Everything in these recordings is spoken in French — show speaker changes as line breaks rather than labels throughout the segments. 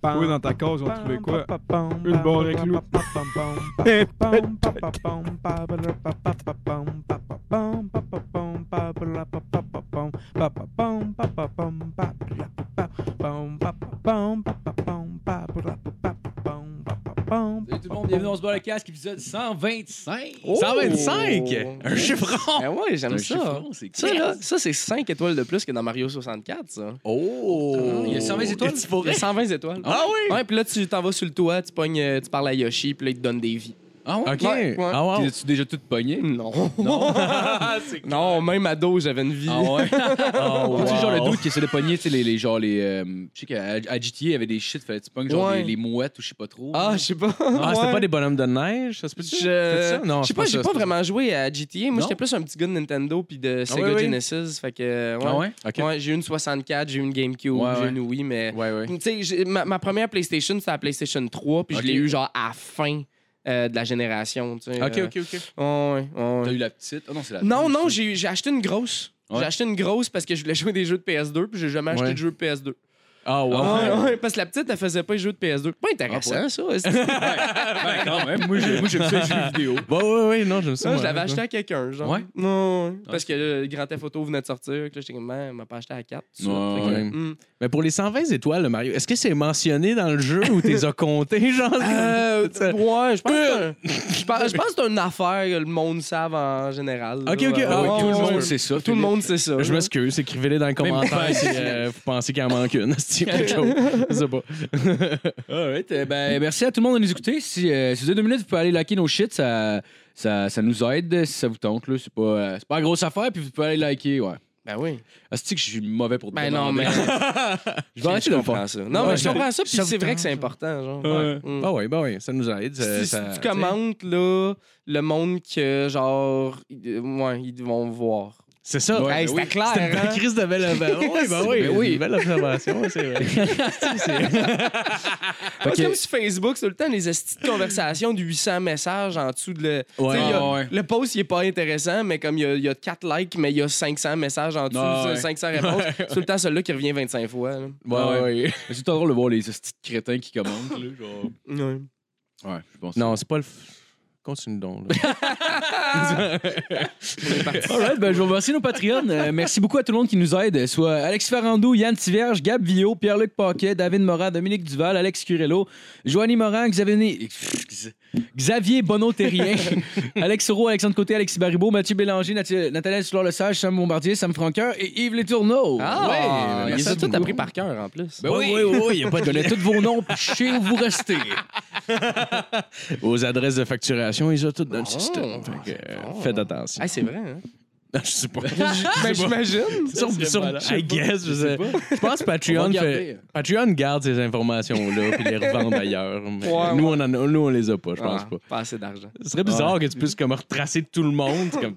Toi, dans ta cause, ils ont trouvé quoi? Une barre avec loup.
Salut tout le monde, bienvenue dans ce bar le casque, épisode 125.
Oh!
125! Un chiffron!
Ah ouais,
Un
j'aime ça.
chiffron, c'est
Ça, là, ça c'est 5 étoiles de plus que dans Mario 64, ça.
Oh!
Il y a 120 étoiles?
Est-ce
Il y
pour
a
vrai?
120 étoiles.
Ah oui!
Ouais, puis là, tu t'en vas sur le toit, tu, pognes, euh, tu parles à Yoshi, puis là, il te donne des vies.
Ah ouais?
OK.
Ouais, ouais.
Ah ouais.
tu déjà tout pogné?
Non. Non, même ado, j'avais une vie.
Ah ouais?
Oh,
Tu sais, genre le
wow.
doute qui essaie de pogner, tu sais, les, les, genre les. euh, je sais qu'à à GTA, il y avait des shit, fallait tu pognes genre
Ouais.
les, les mouettes ou je sais pas trop.
Ah, je sais pas.
Ah, c'était
Ouais.
pas des bonhommes de neige? Ça se peut
Je
Non,
je sais
c'est
pas, j'ai
ça,
pas
c'est
vraiment joué à GTA. Moi,
Non?
j'étais plus un petit gars de Nintendo puis de Sega
oui, oui.
Genesis. Fait que, ouais.
Ah ouais?
OK.
Ouais, j'ai eu une 64, j'ai eu une GameCube,
Ouais,
j'ai
ouais.
eu une Wii, mais.
Ouais, ouais.
Tu sais, j'ai- ma, ma première PlayStation, c'était la PlayStation 3, puis
Ok.
je l'ai eu genre à la fin euh, de la génération. tu sais,
OK,
euh,
OK, OK.
ouais, ouais, ouais.
T'as eu la petite? Ah non, c'est la
Non, non, j'ai j'ai acheté une grosse.
Ouais.
J'ai acheté une grosse parce que je voulais jouer des jeux de PS2, puis j'ai jamais acheté
Ouais.
de jeux de PS2.
Ah ouais.
Ah
Ouais, ouais, parce que la petite, elle faisait pas les jeux de PS2. Pas intéressant,
Ah, ouais.
ça. c'est-
Ouais, ouais, quand même. Moi, j'ai- moi, j'aime ça les jeux vidéo.
Ouais, ouais, ouais, non, j'aime ça.
Ça, je
moi,
l'avais
ouais.
acheté à quelqu'un, genre.
Ouais?
Non, ouais. Parce que là, le Grand Theft Auto venait de sortir. que Là, j'étais comme, man, elle m'a pas acheté à 4.
Ouais,
ouais.
Mm.
Mais pour les 120 étoiles, le Mario, est-ce que c'est mentionné dans le jeu ou t'es as compté, genre?
Euh,
Ça- Euh.
ouais, je pense que c'est un- je pense- je pense que c'est une affaire que le monde savent en général. là.
Ok, ok.
Ouais,
Ah
ouais,
oui,
tout le
ouais,
monde
ouais.
sait ça.
Tout le monde sait ça.
Je
là.
m'excuse, écrivez-les dans les
pas-
commentaires si euh, vous pensez qu'il en manque une. C'est quelque chose. Je sais pas.
Alright, euh, ben, merci à tout le monde de nous écouter. Si, euh, si vous avez deux minutes, vous pouvez aller liker nos shit. Ça, ça, ça nous aide si ça vous tente. là. C'est pas, euh, c'est pas une grosse affaire, puis vous pouvez aller liker. Ouais.
Ben oui.
Asti Ah, que je suis mauvais pour
Ben non,
demander.
mais.
Je vais arrêter de le faire.
ça. Non,
Ouais,
mais je comprends ça, puis
ça
c'est
vous
vrai
tente,
que c'est
ça.
important, genre.
Ouais.
Mm.
Bah oui, bah oui, ça nous aide. ça-
Si, si
ça-
tu commentes, là, le monde que, genre, ils- ouais, ils vont voir.
C'est ça.
Ouais,
Hey,
ben
c'était
oui.
clair,
C'était
hein?
une crise de belle observation. Oui, bah oui,
Ben oui.
une belle observation, c'est vrai.
Ouais,
Ok.
C'est comme sur Facebook, c'est tout le temps les esti de conversations de 800 messages en dessous de le.
Ouais,
Tu sais, il y a-
ouais, ouais.
Le post, il est pas intéressant, mais comme il y a, il y a 4 likes, mais il y a 500 messages en dessous,
Ouais,
c'est
ouais.
500 réponses. C'est tout le temps celui-là qui revient 25 fois. là.
Ouais,
Ouais, ouais.
C'est tout drôle de voir les asti de crétins qui commentent. là, genre.
Ouais.
Ouais, je pense.
Non, c'est pas le. f- Continue donc. là.
Alright, ben, je vous remercie nos Patreons. Euh, merci beaucoup à tout le monde qui nous aide, soit Alex Ferrandou, Yann Tiverge, Gab Villot, Pierre-Luc Paquet, David Morin, Dominique Duval, Alex Curello, Joanny Morin, Xavier, Xavier Bono-Terrien, Alex Soro, Alexandre Côté, Alexis Baribeau, Mathieu Bélanger, Nat- Nathalie Soulard-Lesage, Sam Bombardier, Sam Franqueur et Yves Letourneau.
Ah,
ouais,
ouais,
merci
ils ont tout
beaucoup.
appris par cœur en plus.
Ben oui, oui, oui, il y a pas de... Donnez tous vos noms, puis chez où vous restez.
Aux adresses de facturation, ils ont tout dans le
Oh,
système. Fait que, euh,
bon.
Faites attention.
Ah, c'est vrai, hein?
Je sais pas.
Ben, j'imagine.
Sur,
serait
sur-
malade.
I guess, je sais pas. Je pense que
On
Patreon,
va
fait-
regarder.
Patreon garde ces informations-là puis les revend ailleurs. mais
Ouais,
nous, on en a- nous, on les a pas, je pense
Ah,
pas.
Pas assez d'argent.
Ce serait bizarre que tu puisses comme retracer tout le monde. c'est comme,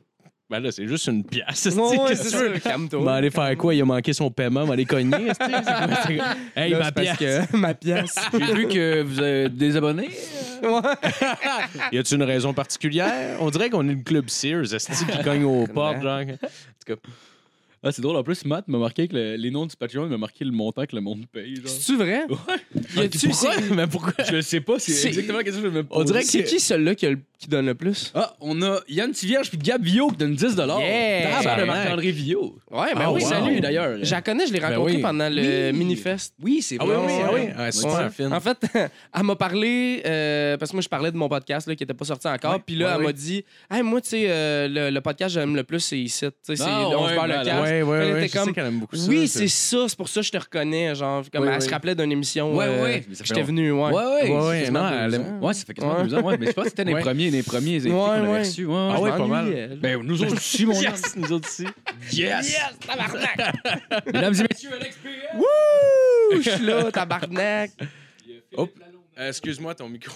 ben là, c'est juste une pièce. esti,
Ouais, ouais,
qu'est-ce que
c'est
tu veux?
sûr, calme-toi.
Ben, aller faire quoi? Il a manqué son paiement, va aller cogner. esti, c'est quoi, c'est quoi? Hey,
Là,
ma
c'est parce
pièce.
que- ma pièce.
J'ai vu que vous avez des abonnés.
Y a-tu une raison particulière? On dirait qu'on est le club Sears, esti, qui cogne aux portes, genre. En tout cas,
Ah, c'est drôle. En plus, Matt m'a marqué que le- les noms du Patreon, il m'a marqué le montant que le monde paye. Genre.
C'est-tu vrai? Y a-tu-
pourquoi? Mais pourquoi?
Je le sais pas, c'est
C'est-
exactement la question que je me pose.
On dirait que
C'est qui celui-là qui, a le- qui donne le plus?
Ah, on a Yann Tivierge puis Gab Villot qui donne 10
Yeah!
Tabarnak.
Tabarnak.
Marc-André Villot.
Ouais, ben
Ah,
oui,
wow.
salut.
d'ailleurs.
Je la connais, je l'ai
Ben
rencontrée
oui.
pendant le
Oui.
mini-fest.
Oui, c'est
Ah
vrai.
oui, oui, ah oui.
ouais.
Ah,
Ouais.
super fine.
En fait, elle m'a parlé, euh, parce que moi, je parlais de mon podcast là, qui n'était pas sorti encore. Puis là,
ouais,
elle
ouais.
m'a dit hey, Moi, tu sais, euh, le, le podcast que j'aime le plus, c'est ici. Tu sais, c'est
Ah,
là, on se
ouais,
parle
ben,
le
là,
casque.
ouais, ouais,
Elle
ouais,
était
je sais
comme,
qu'elle aime beaucoup ça.
oui,
ça.
c'est ça, c'est pour ça que je te reconnais. Genre, comme
Ouais,
elle se
ouais.
rappelait d'une émission.
Ouais,
euh,
ouais. Mais ça fait
J'étais
long-
venu, ouais.
Ouais,
Ouais,
c'est
ouais,
quasiment
non,
deux
elle
ans.
aime-
Ouais, ça fait quasiment
Ouais.
deux ans. Ouais, mais je pense que c'était les
Ouais.
premiers, les premiers invités qu'on
Ouais,
avait
ouais.
reçus. Ouais,
Ah
je
ouais,
m'en-
pas mal.
m'ennuyais, là.
Ben, nous autres aussi, mon gars.
Yes, nous autres aussi.
Yes! Mesdames et messieurs, Alex P.M.
Wouh, je suis là, tabarnak.
Euh, Excuse-moi ton micro.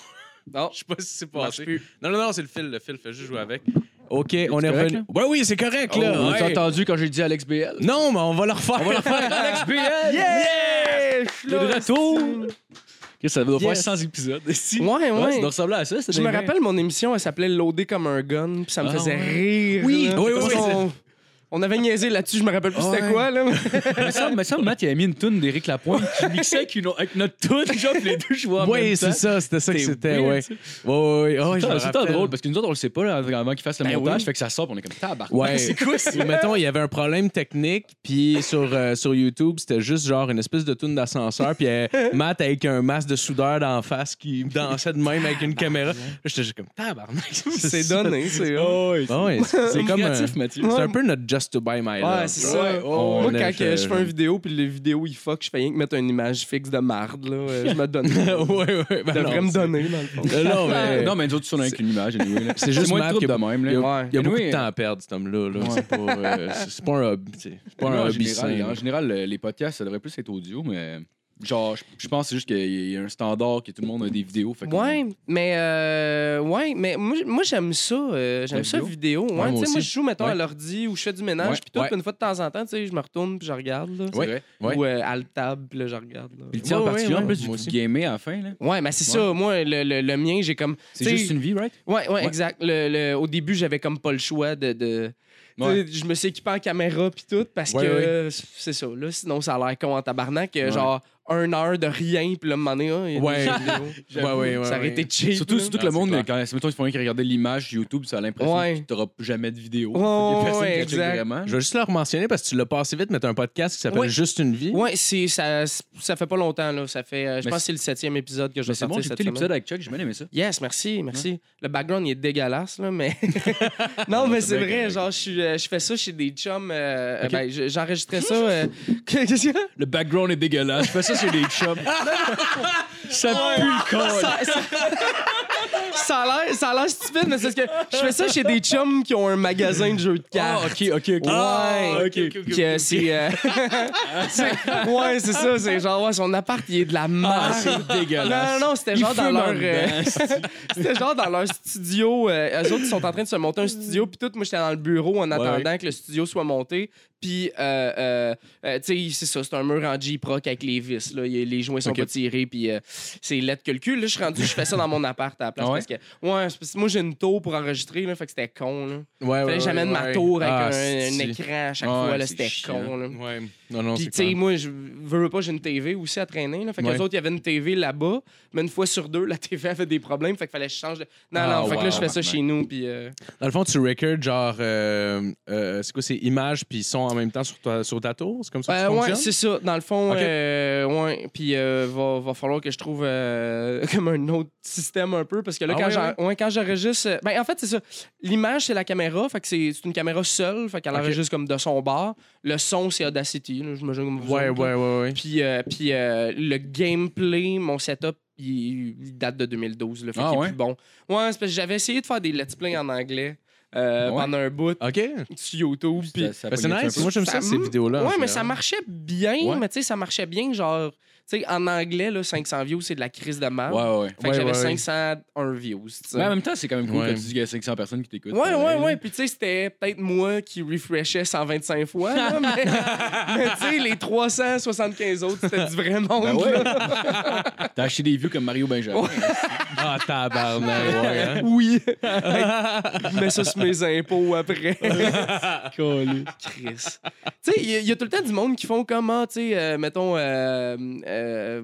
Non,
Je sais pas si c'est
marche
passé. Non, non, non, c'est le fil. Le fil, fais juste jouer avec. OK, on
C'est
est
correct,
revenu. Ouais, oui, c'est correct,
On
là.
a
Ah Oh, ouais.
entendu quand j'ai dit Alex BL?
Non, mais on va le refaire. On va le refaire.
Alex BL!
Yeah! Je suis
De
là.
retour! Chris, Ça doit faire
Yes.
100 épisodes. Si.
Ouais,
Ouais, ça
ouais.
doit ressembler à ça. c'était
Je me
dingue.
rappelle, mon émission, elle s'appelait Loader comme un gun, puis ça me
Ah,
faisait
ouais.
rire.
Oui,
là.
oui,
Parce
oui,
qu'on- On avait niaisé là-dessus, je me rappelle plus c'était
Ouais.
quoi, là. mais-
Il me semble, il me semble, Matt, il a mis une toune d'Éric Lapointe qui mixait avec, une- avec notre toune, genre, puis les deux jouaient en
Oui,
même temps.
c'est ça, c'était ça que
C'était
c'était,
weird,
ouais.
ça.
Ouais, ouais, ouais. Ah, ouais, je me
Putain, C'est tant
rappelle.
drôle parce que nous autres, on le sait pas là, avant qu'ils fassent le
Ben
montage.
oui.
Fait que ça sort, puis on est comme tabarnak.
Ouais.
C'est quoi ça?
Ou mettons, il y avait un problème technique, puis sur, euh, sur YouTube, c'était juste genre une espèce de tune d'ascenseur, puis euh, Matt avec un masque de soudeur d'en face qui dansait de même avec une caméra. Là, J'étais juste comme tabarnak.
C'est
ça.
donné, c'est.
ouais,
Ah ouais, c'est c'est comme un-
créatif,
c'est
Mathieu.
un peu notre Just to Buy My Love.
Ouais, c'est ça.
Ouais,
on
Moi,
est-
quand que je,
je-
fais une vidéo puis les vidéos ils fuck, je fais rien que mettre une image fixe de marde, là. euh, Je me donne. Je
ouais, ouais. ben
devrais
non,
me donner, dans le fond.
c'est- Non, mais-
Non, mais nous autres, on a avec une image. anyway, là.
C'est juste
moins de
Matt
trouble
qui a-
de même.
Il y
Là.
a,
Ouais.
il y a beaucoup
Anyway,
de temps à perdre, cet homme-là. là. C'est pas, euh, c'est- c'est pas un hobby. tu sais. C'est pas
Non,
un
en,
hobby
général,
sain.
en général, le- les podcasts, ça devrait plus être audio, mais genre, je- je pense que c'est juste qu'il y a un standard que tout le monde a des vidéos. Fait que-
Ouais, mais euh, ouais, mais moi, moi, j'aime ça, euh, j'aime
La
ça vidéo. Ouais,
Ouais, moi
tu sais,
aussi.
moi je joue mettons
Ouais.
à l'ordi ou je fais du ménage
Ouais,
puis tout,
ouais.
puis une fois de temps en temps, tu sais, je me retourne puis je regarde là.
C'est
Ouais.
vrai.
Ouais.
Ou euh, à la table puis là je regarde. là.
Puis le tien en
Ouais, ouais,
particulier, en
ouais,
plus,
moi
du
aussi.
gamer à la fin. là.
Ouais, mais c'est ça. Moi, le, le- le mien, j'ai comme.
C'est
T'sais-
juste une vie, right?
Ouais, ouais,
Ouais.
exact. Le- le- Au début, j'avais comme pas le choix de. de-
Ouais.
Tu sais, Je me suis équipé en caméra puis tout parce
Ouais,
que
ouais.
euh, c'est ça. Là, sinon, ça a l'air con en tabarnak. euh,
Ouais.
Genre, une heure de rien puis là, me donné, ah, il y a des
Ouais.
jeux vidéo.
Ouais, ouais, ouais,
ça aurait
ouais.
été cheap.
Surtout,
là.
surtout que
Ah,
le
c'est
monde, euh,
clair.
quand mettons, ils font rien que regarder l'image YouTube, ça a l'impression
Ouais.
que tu n'auras jamais de vidéo.
Ouais,
Il y a
ouais,
personne
ouais,
qui la check
exact.
vraiment.
Je vais juste leur mentionner parce que tu l'as passé vite, mais t'as un podcast qui s'appelle
Ouais.
Juste une vie.
Ouais, c'est ça, ça fait pas longtemps là, ça fait euh, je
Mais
pense que
c'est-
c'est le septième épisode que je
Mais
vais
c'est
sortir
bon, j'ai
cette
écouté
semaine.
l'épisode avec Chuck, j'ai bien aimé ça.
Yes, merci, merci. Le background il est dégueulasse là, mais Non,
Non,
mais
c'est
c'est
bien
vrai,
correct.
genre je suis, euh, je fais ça chez des chums euh, euh,
Ok.
ben, je- j'enregistrais ça euh, qu'est-ce qu'il y a?
Le background est dégueulasse. Je fais ça sur des chums. ça pue le corps.
ça, ça- ça a l'air ça a l'air stupide mais c'est ce que je fais ça chez des chums qui ont un magasin de jeux de
Ah,
cartes.
ok, ok, ok.
Ouais.
Ah, ok, Ah, ok, ok,
Que
ok.
c'est, euh, c'est- ouais, c'est ça, c'est genre ouais, son appart il est de la merde.
Ah,
Ah.
c'est
Non, non, non, c'était genre dans
fume
leur.
en
euh, c'était genre dans leur studio. euh, eux autres, ils sont en train de se monter un studio. Puis tout, moi, j'étais dans le bureau en attendant que le studio soit monté. Puis, euh, euh, euh, tu sais, c'est ça, c'est un mur en J-Proc avec les vis. Là. Il- Les joints sont
Ok.
pas tirés. Puis, euh, c'est lettre que le cul. Là, je suis rendu, je fais ça dans mon appart à la place.
Ah ouais?
Parce que, ouais, c'est parce que moi, j'ai une tour pour enregistrer. Là, fait que c'était con. Là.
Ah
Ouais,
Fallait
ouais,
que j'amène
ouais,
ma
ouais.
tour avec
Ah,
un, un
c'est-
écran à chaque
Ouais,
fois. là,
c'est
C'était
chiant.
con. Là.
Ouais. Non, non,
Puis,
c'est
tu sais,
clair.
moi, je veux veux pas, j'ai une TV aussi à traîner. Là. Fait que
Ouais.
les autres, il y avait une TV là-bas, mais une fois sur deux, la TV avait des problèmes. Fait qu'il fallait que je change. De... Non,
Ah,
non, fait que là,
wow,
je fais ça
man.
chez nous. Puis, euh,
Dans le fond, tu records genre. euh, euh, c'est quoi, c'est images puis son en même temps sur, toi, sur ta tour? C'est comme ça que
Euh,
tu
ouais, c'est ça. Dans le fond,
Ok.
euh, ouais. Puis, euh, va, va falloir que je trouve euh, comme un autre système un peu. Parce que là,
Ah
quand
ouais,
j'en- ouais, quand j'enregistre. euh, Ben, en fait, c'est ça. L'image, c'est la caméra. Fait que c'est c'est une caméra seule. Fait qu'elle
Ok.
enregistre comme de son bar. Le son, c'est Audacity. là, J'imagine comme vous
Ouais,
autres,
ouais, ouais, ouais.
Puis, euh, puis euh, le gameplay, mon setup, il, il date de 2012. Là, fait
Ah
qu'il est
ouais?
plus bon. Ouais, c'est parce que j'avais essayé de faire des let's play en anglais euh,
Ouais.
pendant un bout
OK. Ben,
sur YouTube. puis-
c'est nice. Moi, j'aime ça,
Ça
ces
me-
vidéos-là. en
ouais, mais ça
général.
marchait bien.
Ouais.
Mais tu sais, ça marchait bien. Genre, tu sais, en anglais, là, 500 views, c'est de la crise de mal.
Ouais, ouais.
Fait que
Ouais,
j'avais
ouais, ouais.
501 views. tu sais.
Mais en même temps, c'est quand même cool
Ouais.
que tu dis qu'il y a 500 personnes qui t'écoutent.
Ouais, ouais, ouais. Puis, tu sais, c'était peut-être moi qui refreshais 125 fois, là, mais, mais tu sais, les 375 autres, c'était du vrai monde.
Ben ouais.
là.
T'as acheté des vues comme Mario Benjamin.
Ah, tabarnak, ouais. hein.
Oui. Mais ça, c'est mes impôts après.
Collé.
Chris. Tu sais, il y, a- il y a tout le temps du monde qui font comment, tu sais, euh, mettons, euh, euh,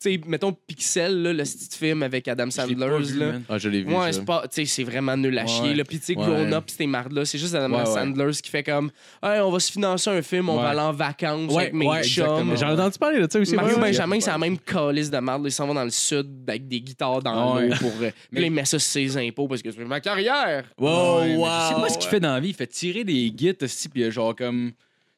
tu sais, mettons Pixel, là, le petit film avec Adam
Je l'ai
Sandler.
pas vu,
là.
man.
Ah, je l'ai vu.
Ouais,
ça.
c'est pas, tu sais, c'est vraiment nul à
Ouais.
chier. Là. Puis, tu sais,
Ouais.
Grown Up, c'était marde là. C'est juste Adam
Ouais, ouais.
Sandler qui fait comme, hey, on va se financer un film, on
Ouais.
va aller en vacances
Ouais,
avec mes
ouais,
chums.
exactement.
J'ai entendu parler de ça aussi.
Mario
ouais, ouais.
Benjamin, c'est la même calice de merde. là. Ils s'en vont dans le sud avec des guitares dans
Ouais.
l'eau pour. euh, Puis là, il met ça sur ses impôts parce que c'est ma carrière.
Wow,
Ouais, mais
wow.
Je sais pas ce qu'il fait dans la vie. Il fait tirer des guides aussi, puis euh, genre comme.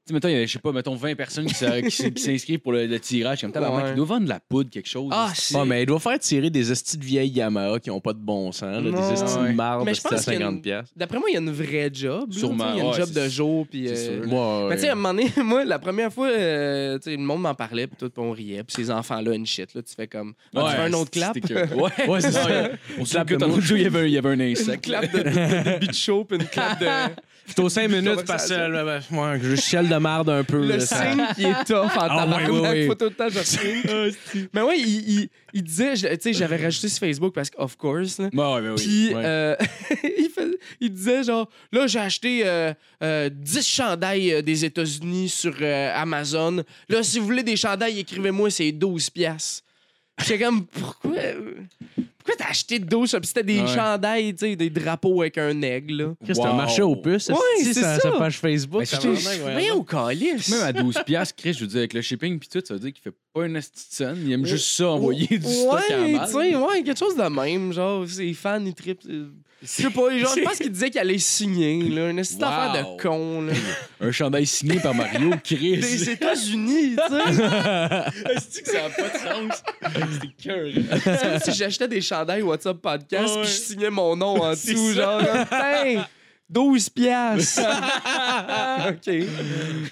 Tu sais, mettons, il y a, je sais pas, mettons 20 personnes qui s'a- qui s'- qui s'inscrivent pour le, le tirage. Comme tabarnak,
Ouais.
il doit vendre de la poudre, quelque chose.
Ah,
c'est-
c'est.
Ouais, mais il doit faire tirer des estis de vieilles Yamaha qui ont pas de bon sens, là,
Ouais.
des estis de marde
Mais
de
je pense qu'il y a une-
50$. piastres.
D'après moi, il y a une vraie job. là,
Sûrement,
tu sais, Il y a une
ouais,
job
c'est-
de jour. Puis,
c'est sûr.
euh,
Ouais,
Mais
ouais.
tu sais, à un moment donné, moi, la première fois, euh, tu sais, le monde m'en parlait, puis tout, puis on riait, puis ces enfants-là, une shit, là, tu fais comme, Ah, tu fais un autre
c'est-
clap,
c'était que- Ouais,
Ouais, c'est ça.
On se
Clap
dit que dans
de mouche.
l'autre jeu, il y avait un- il y avait un
une
insecte.
clap de, de, de beach show, puis une clap de...
Plutôt 5
Juste
minutes parce que
conversation.
euh, ouais, que je chiale de merde un peu.
Le
là, ça-
signe qui est tough en
Ah, ouais,
tabarnak.
ouais, ouais.
Faut tout le temps que je signe. Mais oui, il, il- il disait, je- tu sais, j'avais rajouté sur Facebook parce que, of course, là.
Bah ouais, ben oui.
Puis
ouais.
euh, il, fais- il disait genre là j'ai acheté euh, euh, 10 chandails euh, des États-Unis sur euh, Amazon. Là si vous voulez des chandails écrivez-moi c'est 12 pièces. J'étais comme pourquoi pourquoi t'as acheté 12 puis c'était des
Ouais.
chandails tu sais des drapeaux avec un aigle. Là.
Chris, C'est un
Wow.
marché aux puces.
Ouais,
esti,
c'est
sa-
ça.
Sa page Facebook.
Mais
ça
j'étais-
va, ouais.
Mais au calice.
Même à 12 piastres, Chris, je veux dire, avec le shipping puis tout, ça veut dire qu'il fait pas une astitine. Il aime juste ça, envoyer du stock à
Ouais,
la
tu sais, ouais, quelque chose de même. Genre, ses fans, ils trippent. euh, Je sais pas, genre, je pense qu'il disait qu'il allait signer, là. Une petite
Wow.
affaire de con, là.
Un chandail signé par Mario, Chris.
Des États-Unis, tu sais.
Est-ce que ça n'a pas de sens? C'était cœur.
C'est comme si j'achetais des chandails WhatsApp Podcast
Ouais, ouais.
puis je signais mon nom en
C'est
dessous, genre,
ça.
hey, 12 piastres. OK.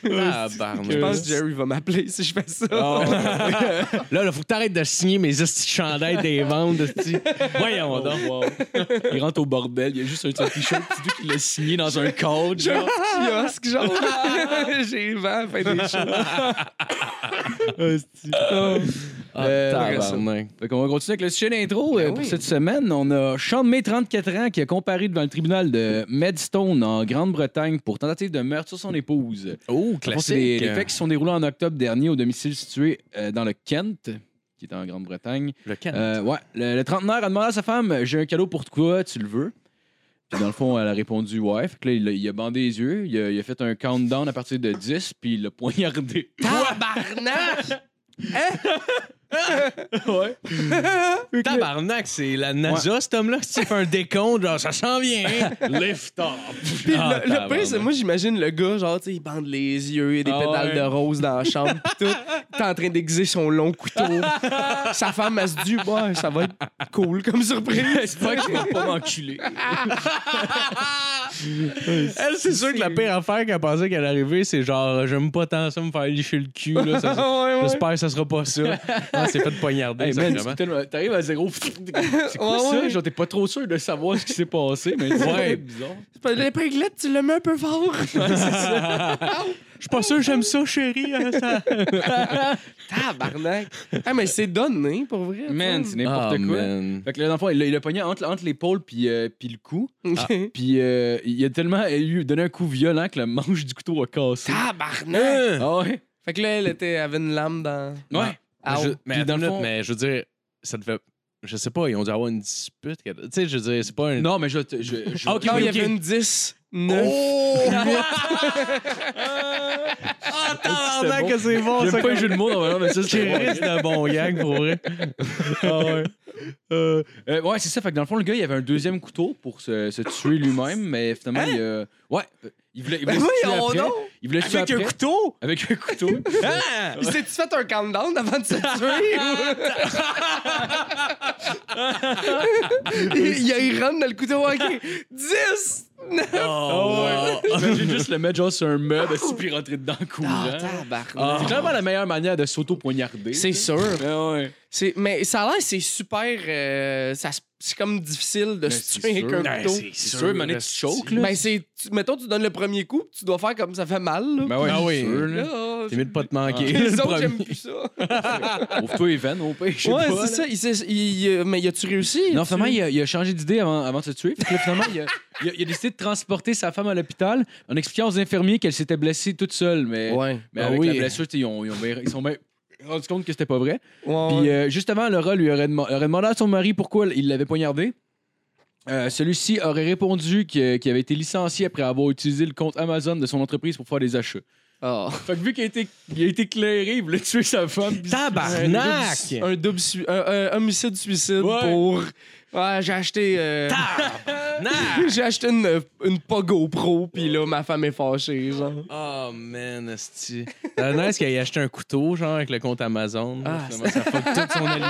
Tabarnak.
Je
euh,
pense que Jerry va m'appeler si je fais ça.
Ah.
Oh. Là, là, faut que t'arrêtes de signer mes esti de chandails des ventes. esti. Voyons donc.
Oh, Il rentre au bordel, il y a juste un petit t-shirt, tu dis qu'il l'a signé dans un code.
J'ai un
genre.
petit kiosque, genre. J'ai vent, fait des choses.
Euh,
Ah, Tabarnak.
Fait qu'on va continuer avec le sujet d'intro
Ben
euh, pour
oui.
cette semaine. On a Sean May, 34 ans, qui a comparé devant le tribunal de Medstone en Grande-Bretagne pour tentative de meurtre sur son épouse.
Oh,
Dans le fond, c'est Les,
classique.
les faits qui se sont déroulés en octobre dernier au domicile situé euh, dans le Kent, qui est en Grande-Bretagne.
Le can.
Euh, ouais, le, le trentenaire a demandé à sa femme J'ai un cadeau pour toi, tu le veux Puis dans le fond, elle a répondu Ouais. Fait que là, il a, il a bandé les yeux, il a, il a fait un countdown à partir de 10, puis il l'a poignardé.
Tabarnak!
ouais. Euh,
Tabarnak, c'est la NASA, cet homme-là. Si tu fais un décompte, genre, ça s'en vient. Ah, Lift off.
Puis le, le pire, c'est moi, j'imagine le gars, genre, tu sais, il bande les yeux, il y a des
Ah
pétales
ouais.
de rose dans la chambre, pis tout. T'es en train d'aiguiser son long couteau. Sa femme, elle se dit, ouais, ça va être cool comme surprise.
J'espère qu'il va pas m'enculer.
Elle, c'est sûr que la pire affaire qu'elle pensait qu'elle arrivait, c'est genre, j'aime pas tant ça me faire licher le cul. Là, ça- ça-
Ah Ouais, ouais.
J'espère que ça sera pas ça. Ah, c'est fait poignarder,
Hey, man,
exactement.
c'est tellement- t'arrives à zéro. C'est quoi
Ouais,
ça?
ouais.
Genre, t'es pas trop sûr de savoir ce qui s'est passé, mais
Ouais.
c'est bizarre.
Pas l'épinglette, tu le mets un peu fort.
Je suis pas sûr que j'aime ça, chérie. hein, ça-
Tabarnak. Ah, mais c'est donné, pour vrai.
Man,
ça.
c'est n'importe
Ah,
quoi.
man.
Fait que là, dans le fond, il l'a- il l'a pogné entre, entre l'épaule puis euh, puis le cou.
Ah.
Ok.
Puis euh, il a tellement eu donné un coup violent que le manche du couteau a cassé.
Tabarnak.
Euh.
Ah ouais?
Fait que là, elle était, avait une lame dans.
Ouais. Mais
Ah,
je,
oh.
mais
Puis dans
attends
le
une minute,
fond-
mais je veux dire, ça devait. Je sais pas, ils ont dû avoir une dispute. quelque- Tu sais, je veux dire, c'est pas un.
Non, mais je. te- je, je-
Ah, Ok,
non, il y
ok. Oh!
avait une 10, 9.
Ah,
tabarnak, que
c'est bon,
J'aime pas un jeu de mots, normalement, mais ça, c'est
Chérie, c'est un bon gag, pour vrai.
Ah ouais. Euh, euh, ouais, c'est ça. Fait que dans le fond, le gars, il avait un deuxième couteau pour se, se tuer lui-même, mais finalement, il. euh, ouais. Il voulait, il voulait
Hein?
se
Ben oui,
tuer
on
après.
non!
Il voulait se tuer après.
couteau?
Avec un couteau.
Ah!
Il s'est-tu fait un countdown avant de se tuer? ou- il, il, il rentre dans le couteau. OK. 10! 9!
Ah ouais. Imagine juste le mettre genre sur un meuble, assis, puis rentrer dedans courant.
Ah, tabarnak.
C'est clairement la meilleure manière de s'auto-poignarder.
C'est sûr.
Ah ouais.
C'est- Mais ça a l'air, c'est super. euh, ça se- c'est comme difficile de
Mais
se
c'est
tuer avec
sûr. Ben,
un couteau.
C'est sûr, mais tu choques, là.
Ben, c'est. tu- Mettons, tu donnes le premier coup, puis tu dois faire comme ça fait mal, là.
Ben ouais,
Ah
c'est
oui.
sûr,
Puis
là.
là,
T'es mieux de pas te manquer.
Ah,
Ah.
Les
le
autres,
premier.
j'aime plus ça.
Ouvre-toi les veines, au pire. je sais
ouais,
pas, là.
c'est ça. Il s'est- il- il- mais as-tu réussi?
Non,
Tu-
finalement, il a, il a changé d'idée avant, avant de se tuer. Fait que là, finalement, il a, il a- il a décidé de transporter sa femme à l'hôpital en expliquant aux infirmiers qu'elle s'était blessée toute seule. Mais,
Ouais.
mais
Ah
avec
oui.
la blessure, tu sais, ils, ont, ils, ont bien- ils sont bien rendus compte que c'était pas vrai.
Ouais,
Puis
ouais.
euh, juste avant, Laura lui aurait, dema- aurait demandé à son mari pourquoi il l'avait poignardé. Euh, Celui-ci aurait répondu que- qu'il avait été licencié après avoir utilisé le compte Amazon de son entreprise pour faire des achats.
Ah.
Oh.
Fait que vu qu'il a été, il a été éclairé, il voulait tuer sa femme.
Tabarnak!
Un double sui- un, un homicide-suicide
Ouais.
pour. Ouais, j'ai acheté. euh,
Tabarnak!
J'ai acheté une, une pas GoPro, puis là, ma femme est fâchée, genre.
Oh man, esti. C'est nice qu'il ait acheté un couteau, genre, avec le compte Amazon.
Ah,
Finalement, ça fuck tout son alibi.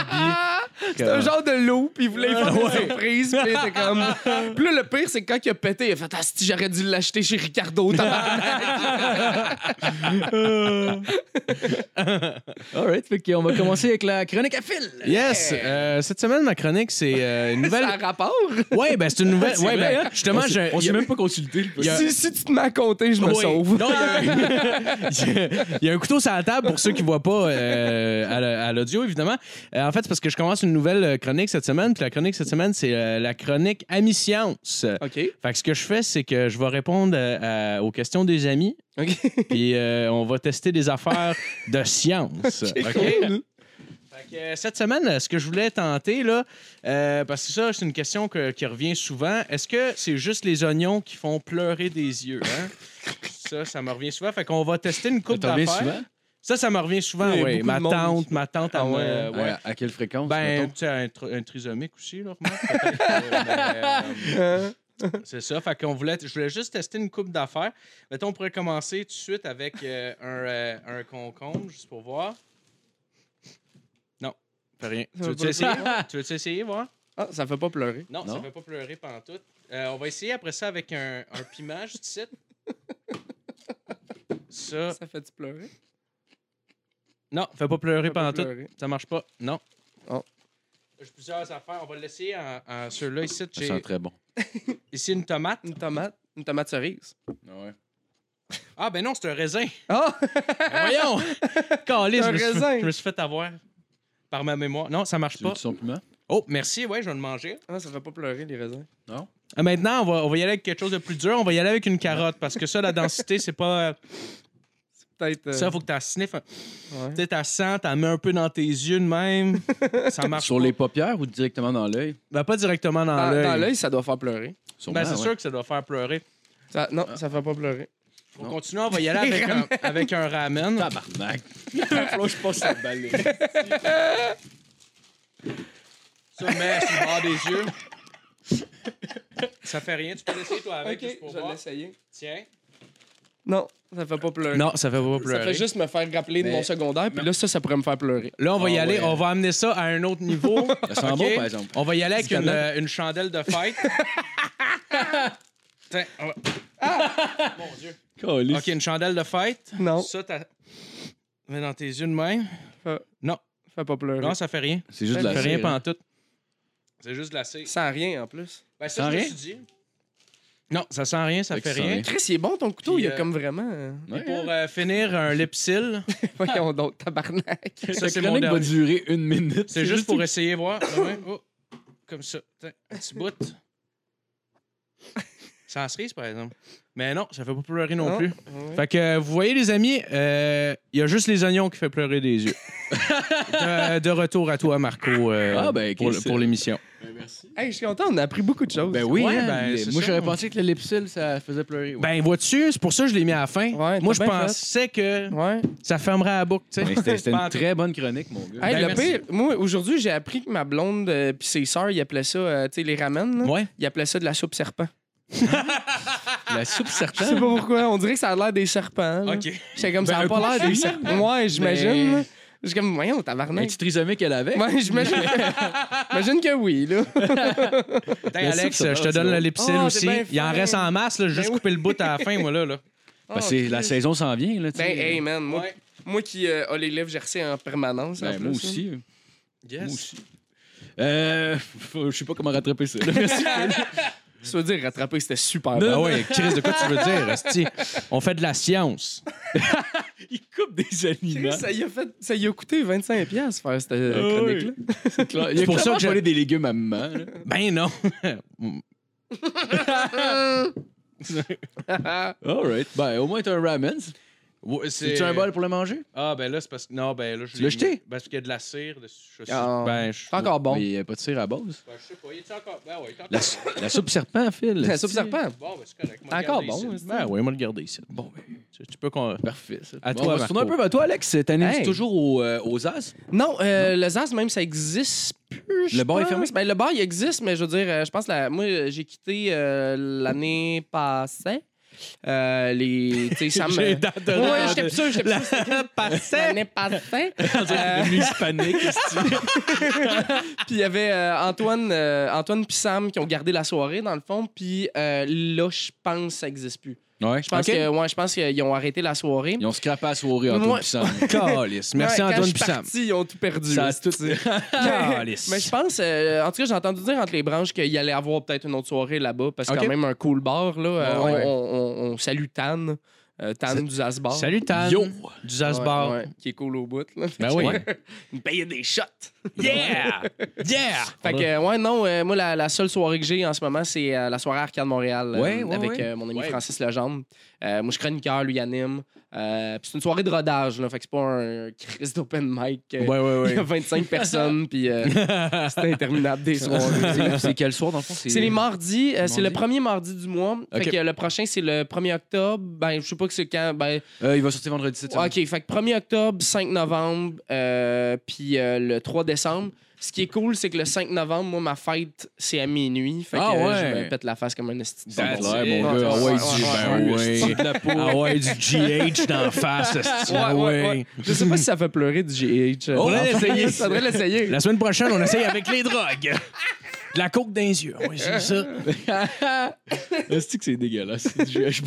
C'était un genre de loup, puis il voulait faire une surprise, puis là, il était comme. Puis là, le pire, c'est que quand il a pété, il a fait Ah, si j'aurais dû l'acheter chez Ricardo, tabarnak.
Alright, fait qu'on va commencer avec la chronique à fil.
Yes! euh, cette semaine, ma chronique, c'est euh, une
Ça
nouvelle.
a Eh, rapport.
Ouais, ben c'est une nouvelle.
C'est
Ouais,
vrai, hein?
ben justement,
on s'est-
je-
on
il y
s'est
a-
même pas consulté. le
il y a-
Si, si tu m'as compté, je me
Oui.
sauve.
Non, il y a un- il y, a, il y a un couteau sur la table pour ceux qui voient pas euh, à la- à l'audio, évidemment. Euh, en fait, c'est parce que je commence une nouvelle euh, chronique cette semaine. Puis la chronique cette semaine, c'est euh, la chronique Ami Science.
OK.
Fait que ce que je fais, c'est que je vais répondre euh, à- aux questions des amis.
OK.
Puis euh, on va tester des affaires de science. OK?
cool.
Fait que, euh, cette semaine, euh, ce que je voulais tenter, là, euh, parce que ça, c'est une question que- qui revient souvent. Est-ce que c'est juste les oignons qui font pleurer des yeux? hein? ça, ça me revient souvent. Fait qu'on va tester une coupe
T'en reviens
d'affaires.
souvent?
Ça, ça me revient souvent,
Oui,
oui.
beaucoup
Ma
de monde.
tante, ma tante à
Ah
moi.
ouais,
euh, ouais.
À, à quelle fréquence?
Ben,
mettons?
tu sais, un, tr- un trisomique aussi, là, remarque, peut-être, euh, mais, euh, C'est ça. Fait qu'on voulait, je voulais juste tester une coupe d'affaires. Mettons, on pourrait commencer tout de suite avec euh, un, euh, un concombre, juste pour voir. Non, fait rien. Tu
Ça
veux-tu
va
essayer?
pas
voir? tu veux-tu essayer, voir?
Ah, ça fait pas pleurer.
Non, ça
Non.
fait pas pleurer pantoute. Euh, on va essayer après ça avec un, un piment, juste ici. Ça.
Ça fait-tu pleurer?
Non, fait pas pleurer
Fait pas
pantoute.
pleurer.
Ça marche pas. Non.
Oh.
J'ai plusieurs affaires. On va l'essayer en, en ceux-là ici.
Ça
J'ai
sent très bon.
ici une tomate.
Une tomate? Une tomate cerise?
Ouais.
Ah, ben non, c'est un raisin.
Ah!
Ben voyons! Calé, je,
Un
me suis-
raisin.
je me suis fait avoir par ma mémoire. Non, ça marche
Tu veux
pas.
du son piment?
Oh, merci. Ouais, je vais le manger.
Ah, ça fait pas pleurer, les raisins.
Ah, Maintenant, on va, on va y aller avec quelque chose de plus dur. On va y aller avec une carotte parce que ça, la densité, c'est pas.
Euh.
Peut-être... euh,
Ça, faut que tu sniffes. un-
ouais.
Tu sais, t'as sens, t'en mets un peu dans tes yeux de même. Ça marche
Sur
pas.
les paupières ou directement dans l'œil?
Ben, pas directement dans,
Dans,
l'œil.
dans l'œil, ça doit faire pleurer.
Sûrement,
Ben, c'est
ouais.
sûr que ça doit faire pleurer.
Ça-
Ah.
non, ça fait pas pleurer.
On
Non.
continue, on va y aller avec un, avec un ramen.
Tabarnak! Flo, je passe la balle.
Ça, mais sur le bord des yeux. Ça fait rien. Tu peux l'essayer, toi, avec,
Ok,
juste pour
je vais
voir.
l'essayer.
Tiens.
Non, ça fait pas pleurer.
Non, ça fait pas
Ça fait
pleurer.
juste me faire rappeler de
Mais-
mon secondaire, puis là, ça, ça pourrait me faire pleurer.
Là, on va
Ah
y aller.
ouais.
On va amener ça à un autre niveau.
Ça sent
Ok?
bon, par exemple.
On va y aller avec
Du
une,
canard.
euh, une chandelle de fête. Tiens, on va-
Ah!
Calé.
OK, une chandelle de fête.
Non, ça
Ça, t'as... Mets dans tes yeux de même.
fait pas pleurer.
Non, ça fait rien.
C'est juste
Ça
de la
fait rien
cire, hein.
pantoute. C'est juste glacé.
Sans rien, en plus.
Ben,
Sans
ça, je me
rien?
suis dit. Non, ça sent rien, ça
Fait
fait
que ça sent
rien.
rien.
Chris, il est bon, ton couteau.
Puis,
il a
euh,
comme vraiment... euh,
Ouais, hein.
Pour euh, finir, un lipsil.
Voyons donc, tabarnak.
Ça, c'est
Cette
mon
chronique va
dernier.
durer une minute.
C'est juste pour essayer voir. Ah ouais, oh, comme ça. Tiens, un petit bout. Sans cerise, par exemple. Mais non, ça fait pas pleurer non,
Non. Ah
plus.
Ouais.
Fait que euh, vous voyez, les amis, euh, il y a juste les oignons qui fait pleurer des yeux. de, de retour à toi, Marco, euh,
Ah, ben,
pour,
Chris,
pour l'émission.
Hey, je suis content, on a appris beaucoup de choses.
Ben oui,
Ouais,
hein,
ben,
mais
c'est
moi
ça.
j'aurais pensé que le lipsil ça faisait pleurer. ouais.
Ben, vois-tu, c'est pour ça que je l'ai mis à la fin.
Ouais,
Moi,
t'as
je
bien
pensais que
Ouais.
ça fermerait la boucle, tu sais.
Mais c'était c'était
Pas en
une
tout.
très bonne chronique, mon gars.
Hey,
Ben,
le
merci.
pire, moi, aujourd'hui, j'ai appris que ma blonde euh, puis ses sœurs, ils appelaient ça, euh, tu sais, les ramen, là.
Ouais.
ils appelaient ça de la soupe serpent. Ah,
La soupe
Je sais pas
certaine.
pourquoi, on dirait que ça a l'air des serpents. là.
OK.
J'étais comme, ça a
Ben,
pas l'air des
oui.
serpents. Ouais, j'imagine.
Mais-
là. J'étais comme, voyons,
Un
tabarnak.
petit trisomique qu'elle avait.
Ouais, j'imagine que- j'imagine que oui, là.
Hey,
La
Alex, euh,
soupe, ça
je te
passe,
donne
là.
le lipsil
Ah, c'est
aussi.
bien
Il en
fin.
reste en masse, là, juste
Ben oui. Ah,
couper le bout à la fin, moi, là. là.
Parce que la saison s'en vient. Là, tu
Ben,
sais.
hey, man, moi, moi qui euh, a les lèvres gercées en permanence. en
Ben,
plus, hein.
moi
là.
aussi. euh,
Yes.
Moi aussi. Euh, faut- je sais pas comment rattraper ça. là. Merci.
Ça veut dire rattraper, c'était super
Ah
bon.
ben ouais, Chris, de quoi tu veux dire? esti? On fait de la science.
Il coupe des
Chris,
aliments.
Eh, Ça y a, fait, ça y a coûté 25$ piastres faire cette euh,
Ah oui.
chronique-là.
C'est clair. Il
C'est
a
pour ça
pour ça
que j'ai-
des légumes à maman. là.
Ben non.
All right. Ben, au moins, t'as un ramen.
Ouais,
C'est-tu un bol pour le manger?
Ah, ben là, c'est parce que. Non, ben là, je
Tu l'as
l'ai
jeté?
mis- Parce qu'il y a de la cire dessus. Je sais.
Ah.
Ben, je.
C'est encore bon.
Mais il n'y a pas de cire à base.
Ben, je sais pas. Il est encore. Ben ouais, il est encore.
La, sou- la soupe serpent, Phil.
La soupe
esti.
serpent.
Bon, ben, c'est correct. Moi,
Encore
regardez
bon.
ici.
esti.
Ben ouais, moi, le garder ici.
Bon, ben,
Tu, tu peux qu'on.
parfait. Ça.
À
Bon,
toi,
on va se tourner un
Marco.
peu vers toi, Alex. T'as une
Hey.
toujours au, euh, aux As.
Non, euh, le ZAS, même, ça existe plus. je
Le bar est fermé?
pense. Ben, le bar, il existe, mais je veux dire, euh, je pense, la... moi, euh, j'ai quitté euh, l'année passée. Euh, les, tu sais, Sam.
J'ai
euh,
hâte de
Ouais,
regarder.
j'étais plus sûr, j'étais plus sûr. c'était- L'année passée. Euh,
Une musique panique, est-ce que-
Puis il y avait euh, Antoine, euh, Antoine puis Sam qui ont gardé la soirée, dans le fond. Puis euh, là, je pense que ça n'existe plus.
Ouais.
Je pense
Ok.
que, ouais, je pense qu'ils ont arrêté la soirée.
Ils ont scrappé à sourire en
Moi-
tout ça.
Calisse. Merci
Ouais, quand
Antoine
je suis
Pissam.
parti, ils ont tout perdu.
Ça a tout.
Ah,
mais,
Calisse.
mais je pense, euh, en tout cas, j'ai entendu dire entre les branches qu'il allait avoir peut-être une autre soirée là-bas, parce que
Ok.
quand même un cool bar, là. Euh,
Ouais.
on, on- on- on salue Tan, euh, Tan
Sa-
du Zasbar.
Salut Tan.
Yo.
Du Zasbar.
Ouais, ouais, qui est cool au bout, là.
Ben oui.
Il me payait des shots.
Yeah! Yeah!
Fait que, euh, ouais, non, euh, moi, la, la seule soirée que j'ai en ce moment, c'est euh, la soirée Arcade Montréal euh,
Ouais, ouais,
avec
ouais.
euh, mon ami
Ouais.
Francis Legendre. Euh, moi, je suis chroniqueur, lui, il anime. Euh, puis c'est une soirée de rodage, là. Fait que c'est pas un crise d'open mic. euh,
Ouais, ouais,
Il y a
ouais.
25 personnes, puis euh, c'est interminable des soirées.
C'est- C'est quel soir, dans le fond?
C'est les mardis, euh, c'est
Mardi.
le premier mardi du mois.
Ok.
Fait que euh, le prochain, c'est le 1er octobre. Ben, je sais pas que c'est quand. Ben,
Euh, il va sortir vendredi cette semaine.
OK, fait que 1er octobre, 5 novembre, euh, puis euh, le 3 décembre. Ce qui est cool, c'est que le 5 novembre, moi, ma fête, c'est à minuit. Fait
Ah
que euh,
ouais.
je me pète la face comme un esti. de
That's
bon.
it.
Ouais, mon
Ouais,
gars. Ah
ouais,
ouais, du-
ouais,
ben
ouais.
ouais. de la peau.
Ah ouais, du GH d'en face. esti. Ah ouais.
Je sais pas si ça fait pleurer du GH. euh,
On
dans
va
la
l'essayer.
Ça devrait l'essayer.
La semaine prochaine, on essaye avec les drogues. De la coke dans les yeux. Ouais, c'est ça.
Est-ce que c'est dégueulasse? du GHB?